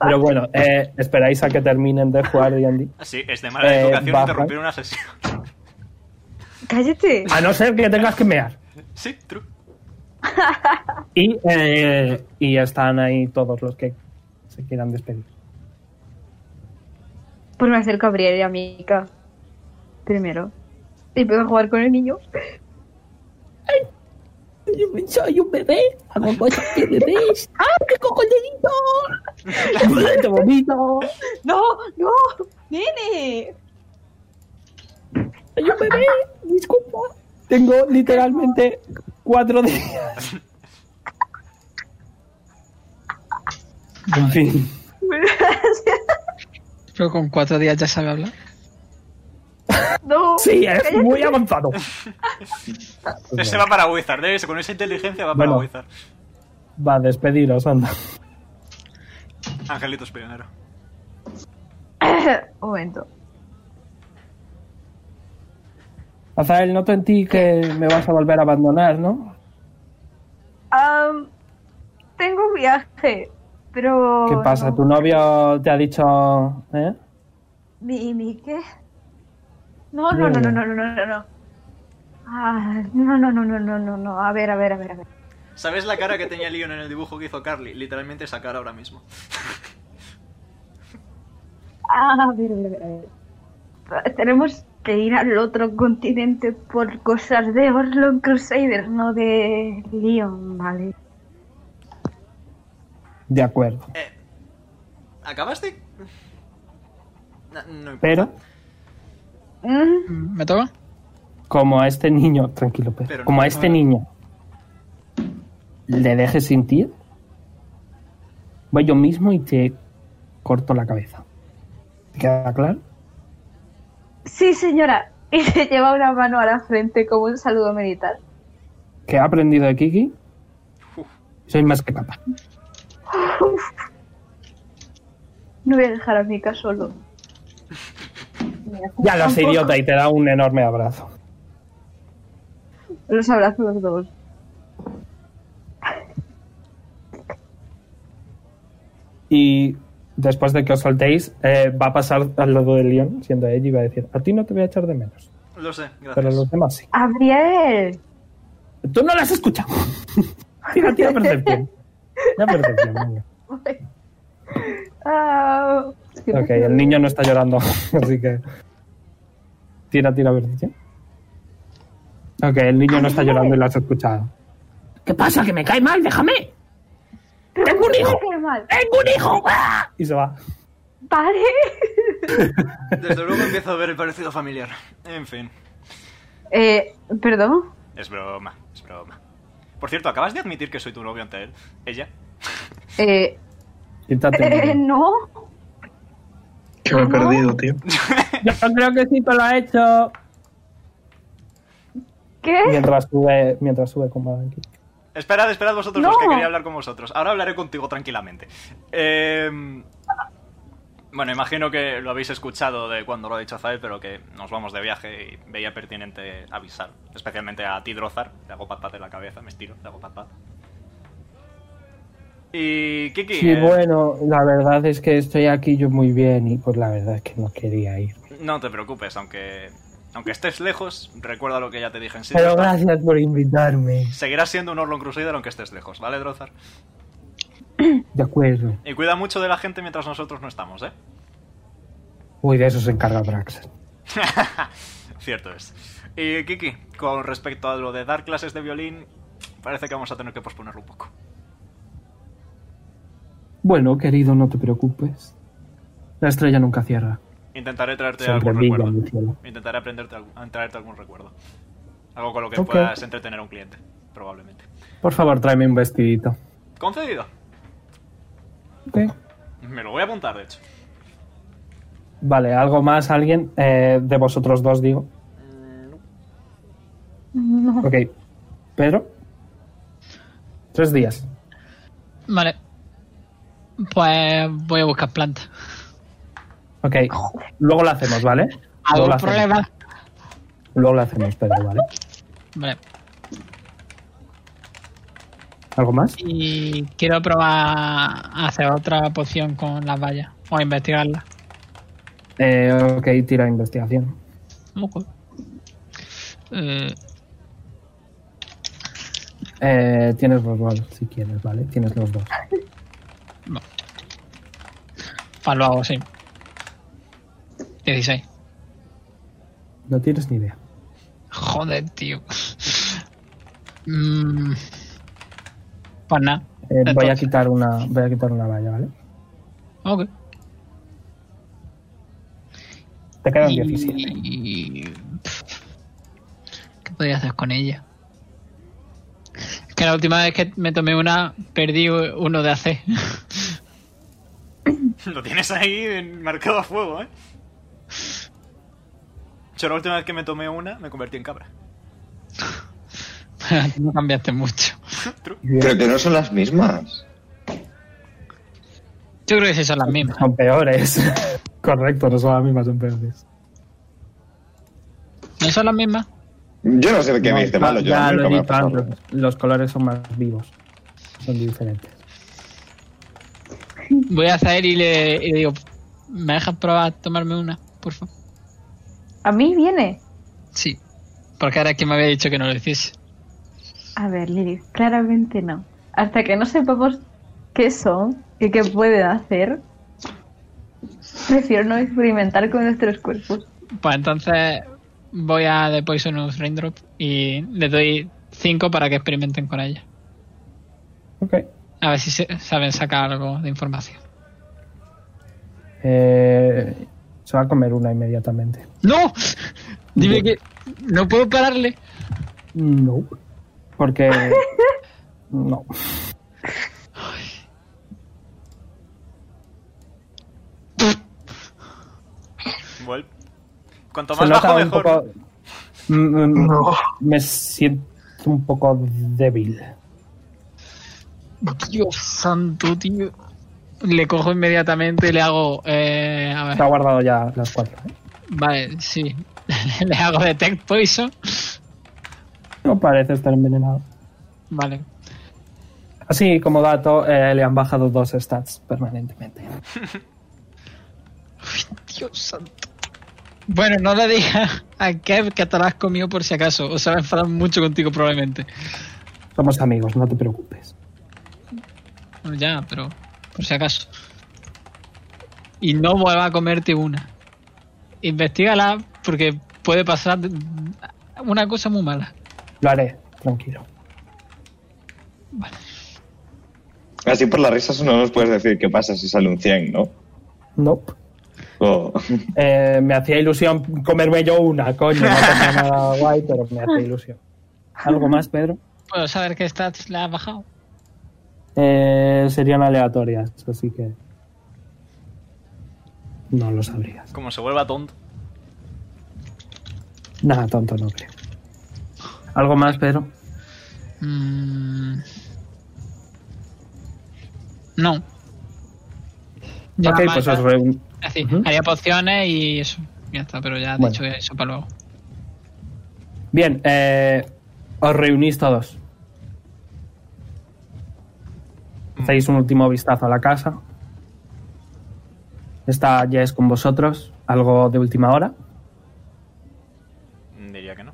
Speaker 3: Pero bueno, eh, esperáis a que terminen de jugar D&D.
Speaker 7: Ah, Sí, es de mala
Speaker 3: Eh,
Speaker 7: educación
Speaker 3: baja.
Speaker 7: interrumpir una sesión.
Speaker 20: Cállate.
Speaker 3: A no ser que tengas que mear.
Speaker 7: sí, true.
Speaker 3: Y, eh, y están ahí todos los que se quieran despedir.
Speaker 8: Pues me acerco a Brielle y a Mika. Primero. Y empiezo a jugar con el niño.
Speaker 3: Soy un bebé, hago cosas de bebés. ¡Ah, qué cojonadito! ¡Te vomito!
Speaker 8: ¡No! ¡No! ¡Nene!
Speaker 3: Soy un bebé, disculpa. Tengo literalmente cuatro días. En fin.
Speaker 1: Pero con cuatro días ya sabe hablar.
Speaker 8: ¡No!
Speaker 3: Sí, es muy avanzado.
Speaker 7: Ese va para Wizard, ¿eh? con esa inteligencia va para
Speaker 3: Bueno.
Speaker 7: Wizard.
Speaker 3: Va, despediros, anda.
Speaker 7: Angelitos primero.
Speaker 8: Un momento.
Speaker 3: Azael, noto en ti que me vas a volver a abandonar, ¿no?
Speaker 8: Am, tengo un viaje, pero...
Speaker 3: ¿Qué pasa?
Speaker 8: Oh, no.
Speaker 3: ¿Tu novio te ha dicho...? ¿Eh?
Speaker 8: ¿Mi, mi qué? No, no, no, no, no, no, no, no, no. Ah, no, no, no, no, no, no, no. A ver, a ver, a ver, a ver.
Speaker 7: ¿Sabes la cara que tenía Leon en el dibujo que hizo Carly? Literalmente esa cara ahora mismo.
Speaker 8: Ah, a ver, a ver, a ver. Tenemos que ir al otro continente por cosas de Orlon Crusader, no de Leon, ¿vale?
Speaker 3: De acuerdo.
Speaker 7: Eh, ¿Acabaste? No, no importa.
Speaker 3: Pero,
Speaker 8: Mm,
Speaker 1: Mm, ¿Me toca?
Speaker 3: como a este niño... Tranquilo, Pedro.
Speaker 7: Pero no.
Speaker 3: como a este niño... ¿Le dejes sentir? Voy yo mismo y te corto la cabeza. ¿Te queda claro?
Speaker 8: Sí, señora. Y se lleva una mano a la frente como un saludo militar.
Speaker 3: ¿Qué he aprendido de Kiki? Soy más que capaz.
Speaker 8: No voy a dejar a Mika solo.
Speaker 3: Ya lo sé, idiota, y te da un enorme abrazo.
Speaker 8: Los abrazo los dos.
Speaker 3: Y después de que os soltéis, eh, va a pasar al lado de Leon, siendo ella, y va a decir, a ti no te voy a echar de menos,
Speaker 7: Lo sé,
Speaker 3: pero a
Speaker 7: gracias.
Speaker 3: los demás sí.
Speaker 8: ¡Abriel!
Speaker 3: Tú no las escuchas. Tira, tira percepción. Tira percepción, venga.
Speaker 8: Ah, es que no
Speaker 3: Ok, el niño no está llorando, así que... Tira, tira percepción. Ok, el niño no está llorando y lo has escuchado.
Speaker 10: ¿Qué pasa? ¿Que me cae mal? ¡Déjame!
Speaker 8: ¡Tengo
Speaker 10: un hijo!
Speaker 8: mal.
Speaker 10: ¡Tengo un hijo! ¡Ah!
Speaker 3: Y se va.
Speaker 8: ¡Pare!
Speaker 7: Desde luego empiezo a ver el parecido familiar. En fin,
Speaker 8: Eh, ¿Perdón?
Speaker 7: es broma, es broma. Por cierto, acabas de admitir que soy tu novio ante él. Ella.
Speaker 8: Eh,
Speaker 3: Quítate.
Speaker 8: eh, ¿No?
Speaker 6: Que me he perdido, tío.
Speaker 3: Yo creo que sí te lo ha hecho.
Speaker 8: ¿Qué?
Speaker 3: Mientras sube, mientras sube con Badanki.
Speaker 7: Esperad, esperad vosotros
Speaker 8: No.
Speaker 7: los que quería hablar con vosotros. Ahora hablaré contigo tranquilamente. Eh, bueno, imagino que lo habéis escuchado de cuando lo ha dicho Zael, pero que nos vamos de viaje y veía pertinente avisar. Especialmente a ti, Drozar. Le hago pat pat en la cabeza, me estiro, le hago pat pat. Y Kiki,
Speaker 3: Sí,
Speaker 7: eh,
Speaker 3: bueno, la verdad es que estoy aquí yo muy bien y pues la verdad es que no quería ir.
Speaker 7: no te preocupes, aunque, aunque estés lejos, recuerda lo que ya te dije en sí.
Speaker 3: Pero gracias por invitarme.
Speaker 7: Seguirás siendo un Orlon Crusader aunque estés lejos, ¿vale, Drozar?
Speaker 3: De acuerdo.
Speaker 7: Y cuida mucho de la gente mientras nosotros no estamos, ¿eh?
Speaker 3: Uy, de eso se encarga Braxas.
Speaker 7: Cierto es. Y Kiki, con respecto a lo de dar clases de violín, parece que vamos a tener que posponerlo un poco.
Speaker 3: Bueno, querido, no te preocupes. La estrella nunca cierra.
Speaker 7: Intentaré traerte
Speaker 3: Siempre
Speaker 7: algún
Speaker 3: brilla
Speaker 7: recuerdo.
Speaker 3: en el cielo.
Speaker 7: Intentaré aprenderte algún- a traerte algún recuerdo. Algo con lo que
Speaker 3: Ok.
Speaker 7: puedas entretener a un cliente, probablemente.
Speaker 3: Por favor, tráeme un vestidito.
Speaker 7: Concedido.
Speaker 3: Ok.
Speaker 7: Me lo voy a apuntar, de hecho.
Speaker 3: Vale, ¿algo más? ¿Alguien? Eh, de vosotros dos, digo.
Speaker 8: No.
Speaker 3: Ok. Pedro. Tres días.
Speaker 1: Vale. Pues voy a buscar plantas.
Speaker 3: Ok. Luego lo hacemos, ¿vale? Luego lo
Speaker 1: ¿Algún
Speaker 3: hacemos.
Speaker 1: problema?
Speaker 3: Luego lo hacemos, Pedro, ¿vale?
Speaker 1: Vale.
Speaker 3: ¿Algo más?
Speaker 1: Y quiero probar a hacer otra poción con las vallas. O investigarla.
Speaker 3: Eh, ok, tira investigación.
Speaker 1: Moco. Eh,
Speaker 3: Eh, tienes los dos, si quieres, ¿vale? Tienes los dos.
Speaker 1: pues lo hago, sí. 16.
Speaker 3: No tienes ni idea.
Speaker 1: Joder, tío. Mm. Pues nada.
Speaker 3: Eh, voy a
Speaker 1: Entonces.
Speaker 3: quitar una voy a quitar una valla, ¿vale?
Speaker 1: Ok.
Speaker 3: Te quedan
Speaker 1: Y-
Speaker 3: 17.
Speaker 1: pf, ¿Qué podría hacer con ella? Es que la última vez que me tomé una, perdí uno de AC.
Speaker 7: Lo tienes ahí en- marcado a fuego, ¿eh? Yo la última vez que me tomé una me convertí en cabra.
Speaker 1: no cambiaste mucho.
Speaker 4: Pero que no son las mismas.
Speaker 1: Yo creo que sí son las mismas.
Speaker 3: Son peores. Correcto, no son las mismas, son peores.
Speaker 1: ¿No son las mismas?
Speaker 4: Yo no sé de qué me diste
Speaker 3: No,
Speaker 4: malo. Yo
Speaker 3: ya lo
Speaker 4: nunca
Speaker 3: he
Speaker 4: me ha
Speaker 3: dicho
Speaker 4: pasado.
Speaker 3: antes, los colores son más vivos. Son diferentes.
Speaker 1: Voy a hacer y le, y le digo, ¿me dejas probar a tomarme una, por favor?
Speaker 8: A mí viene.
Speaker 1: Sí. Porque ahora es que me había dicho que no lo hiciese.
Speaker 8: A ver, Lilith, claramente no. Hasta que no sepamos qué son y qué pueden hacer, prefiero no experimentar con nuestros cuerpos.
Speaker 1: Pues entonces voy a The Poisonous Raindrop y le doy 5 para que experimenten con ella.
Speaker 3: Ok.
Speaker 1: A ver si se- saben sacar algo de información.
Speaker 3: Eh, se va a comer una inmediatamente.
Speaker 1: ¡No! Dime que no puedo pararle.
Speaker 3: No. Porque. no.
Speaker 7: Vuel- Cuanto
Speaker 3: Se
Speaker 7: más
Speaker 3: nota
Speaker 7: bajo,
Speaker 3: un
Speaker 7: mejor.
Speaker 3: poco. Mm, mm,
Speaker 6: No.
Speaker 3: Me siento un poco débil.
Speaker 1: Dios santo, tío. Le cojo inmediatamente y le hago... Eh, a
Speaker 3: Se ha
Speaker 1: ver.
Speaker 3: guardado ya las cuatro. ¿eh?
Speaker 1: Vale, sí. le hago Detect Poison.
Speaker 3: No parece estar envenenado.
Speaker 1: Vale.
Speaker 3: Así como dato, eh, le han bajado dos stats permanentemente.
Speaker 1: Dios santo. Bueno, no le digas a Kev que te la has comido por si acaso. O se va a enfadar mucho contigo probablemente.
Speaker 3: Somos amigos, no te preocupes.
Speaker 1: Bueno, ya, pero por si acaso. Y no vuelva a comerte una. Investígala porque puede pasar una cosa muy mala.
Speaker 3: Lo haré, tranquilo.
Speaker 4: Así por las risas no nos puedes decir qué pasa si sale un 100, ¿no?
Speaker 3: Nope.
Speaker 4: O-
Speaker 3: Eh, me hacía ilusión comerme yo una, coño. No pasa nada guay, pero me hacía ilusión. ¿Algo más, Pedro?
Speaker 1: ¿Puedo saber qué stats le has bajado?
Speaker 3: Eh, serían aleatorias, así que. No lo sabrías.
Speaker 7: Como se vuelva tonto.
Speaker 3: Nada, tonto, no creo. ¿Algo más, Pedro?
Speaker 1: Mm. No. Ya
Speaker 3: ok,
Speaker 1: nada más,
Speaker 3: pues
Speaker 1: ya-
Speaker 3: os reun-
Speaker 1: así,
Speaker 3: Ujú.
Speaker 1: Haría pociones y eso. Ya está, pero ya he
Speaker 3: Bueno.
Speaker 1: dicho eso para luego.
Speaker 3: Bien, eh, os reunís todos.
Speaker 1: Mm.
Speaker 3: Hacéis un último vistazo a la casa. Está Jess con vosotros, algo de última hora.
Speaker 7: Diría que no.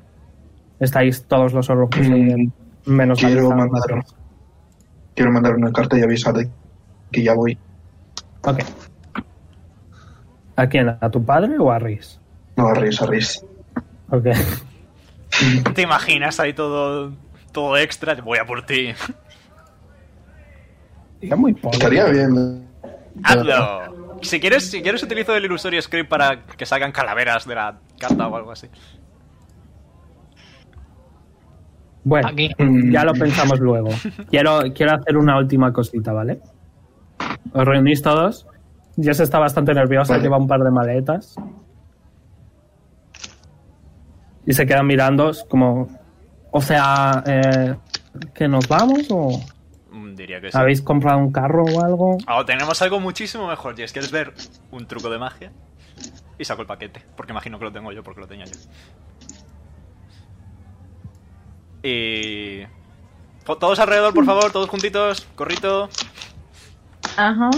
Speaker 3: Estáis todos los orcos
Speaker 6: Mm,
Speaker 3: menos la
Speaker 6: quiero
Speaker 3: lista.
Speaker 6: mandar, quiero mandar una carta y avisarte que ya voy.
Speaker 3: Ok. ¿A quién? ¿A tu padre o a Rhys?
Speaker 6: No, a Riz, a Riz.
Speaker 3: Ok.
Speaker 7: ¿Te imaginas ahí todo, todo extra? Voy a por ti.
Speaker 3: Está muy pobre.
Speaker 6: Estaría bien.
Speaker 7: ¡Hazlo! Si quieres, si quieres utilizo el ilusorio script para que salgan calaveras de la carta o algo así.
Speaker 3: Bueno,
Speaker 1: Aquí.
Speaker 3: ya lo pensamos luego. Quiero, quiero hacer una última cosita, ¿vale? Os reunís todos. Jess está bastante nerviosa,
Speaker 6: Vale.
Speaker 3: lleva un par de maletas. Y se quedan mirando como O sea, eh, ¿que nos vamos o...?
Speaker 7: Mm, Diría que sí.
Speaker 3: ¿Habéis comprado un carro o algo?
Speaker 7: Ahora tenemos algo muchísimo mejor. Jess, ¿quieres ver un truco de magia? Y saco el paquete, porque imagino que lo tengo yo, porque lo tenía yo. Y... Todos alrededor, por favor, todos juntitos, corrito.
Speaker 21: Ajá.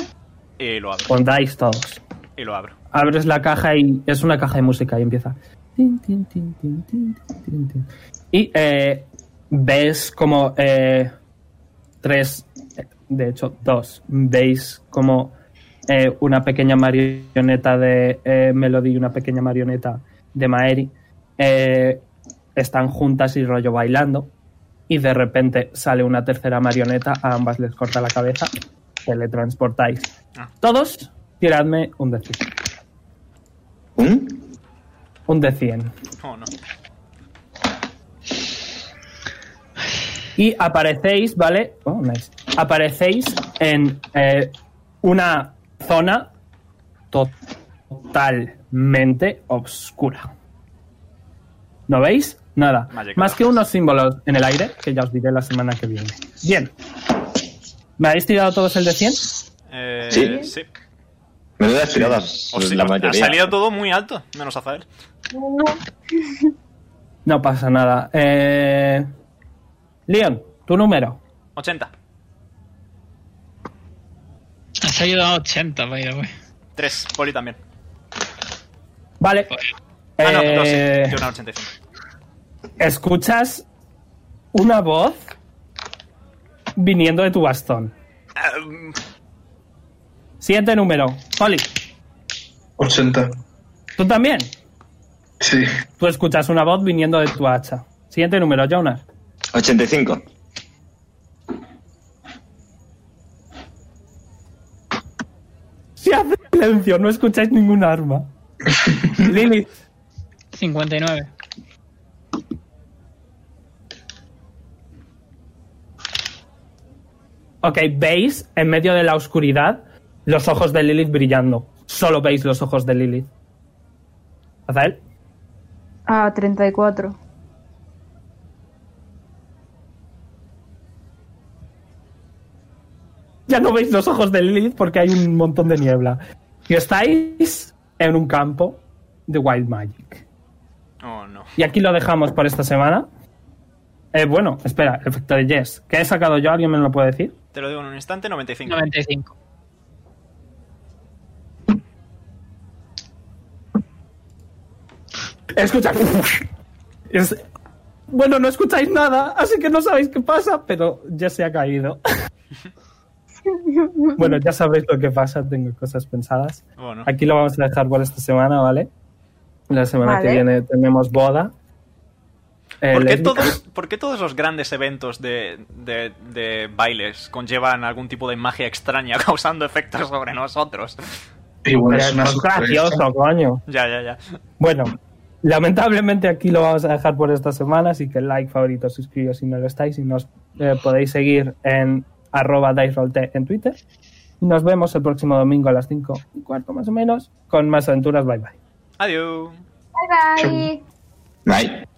Speaker 7: Y lo abro.
Speaker 3: Contáis todos.
Speaker 7: Y lo abro.
Speaker 3: Abres la caja y es una caja de música y empieza. Tin, tin, tin, tin, tin, tin, tin. Y eh, ves como eh, tres, de hecho dos, veis como eh, una pequeña marioneta de eh, Melody y una pequeña marioneta de Maeri eh, están juntas y rollo bailando. Y de repente sale una tercera marioneta, a ambas les corta la cabeza, teletransportáis. Todos, tiradme un de 100.
Speaker 4: ¿Un?
Speaker 3: Un de 100.
Speaker 7: Oh, no.
Speaker 3: Y aparecéis, ¿vale? Oh, nice. Aparecéis en eh, una zona to totalmente oscura. ¿No veis? Nada.
Speaker 7: Magic
Speaker 3: Más que unos símbolos en el aire, que ya os diré la semana que viene. Bien. ¿Me habéis tirado todos el de 100?
Speaker 7: Eh,
Speaker 4: Sí.
Speaker 7: sí.
Speaker 4: Menudas tiradas.
Speaker 7: O sí,
Speaker 4: la
Speaker 7: ha
Speaker 4: mayoría.
Speaker 7: salido todo muy alto, menos Azael.
Speaker 3: No pasa nada. Eh... Leon, tu número.
Speaker 7: 80.
Speaker 1: Has ayudado a 80, vaya, güey.
Speaker 7: 3. Poli también.
Speaker 3: Vale.
Speaker 7: Ah, no, no,
Speaker 3: Eh,
Speaker 7: sí. Yo era 85.
Speaker 3: Escuchas una voz viniendo de tu bastón. Siguiente número. Oli,
Speaker 6: 80.
Speaker 3: tú también.
Speaker 6: Sí.
Speaker 3: Tú escuchas una voz viniendo de tu hacha. Siguiente número, Jonas.
Speaker 4: 85.
Speaker 3: Se hace silencio, no escucháis ningún arma. Lilith,
Speaker 1: 59.
Speaker 3: ok, veis en medio de la oscuridad los ojos de Lilith brillando. Solo veis los ojos de Lilith. Azael,
Speaker 8: Ah, 34.
Speaker 3: ya no veis los ojos de Lilith porque hay un montón de niebla. Y estáis en un campo de Wild Magic.
Speaker 7: Oh, no.
Speaker 3: Y aquí lo dejamos por esta semana. Eh, bueno, espera, efecto de Jess. ¿Qué he sacado yo? ¿Alguien me lo puede decir?
Speaker 7: Te lo digo en un instante, 95.
Speaker 1: 95.
Speaker 3: Escucha. Es- Bueno, no escucháis nada, así que no sabéis qué pasa, pero ya se ha caído. bueno, ya sabéis lo que pasa, tengo cosas pensadas.
Speaker 7: Bueno.
Speaker 3: Aquí lo vamos a dejar por esta semana, ¿vale? La semana que
Speaker 8: Vale.
Speaker 3: viene tenemos boda. Eh,
Speaker 7: ¿Por qué,
Speaker 3: lésbica.
Speaker 7: todos, por qué todos los grandes eventos de, de- de bailes conllevan algún tipo de magia extraña causando efectos sobre nosotros?
Speaker 6: Igual
Speaker 3: Pero
Speaker 6: es una
Speaker 3: es
Speaker 6: sorpresa.
Speaker 3: gracioso, coño.
Speaker 7: Ya, ya, ya.
Speaker 3: Bueno, lamentablemente aquí lo vamos a dejar por esta semana, así que like, favorito, suscribíos si no lo estáis y nos eh, podéis seguir en arroba dicerollt en Twitter. Y nos vemos el próximo domingo a las 5 y cuarto más o menos con más aventuras. Bye bye.
Speaker 7: Adiós.
Speaker 21: Bye bye.
Speaker 4: Bye.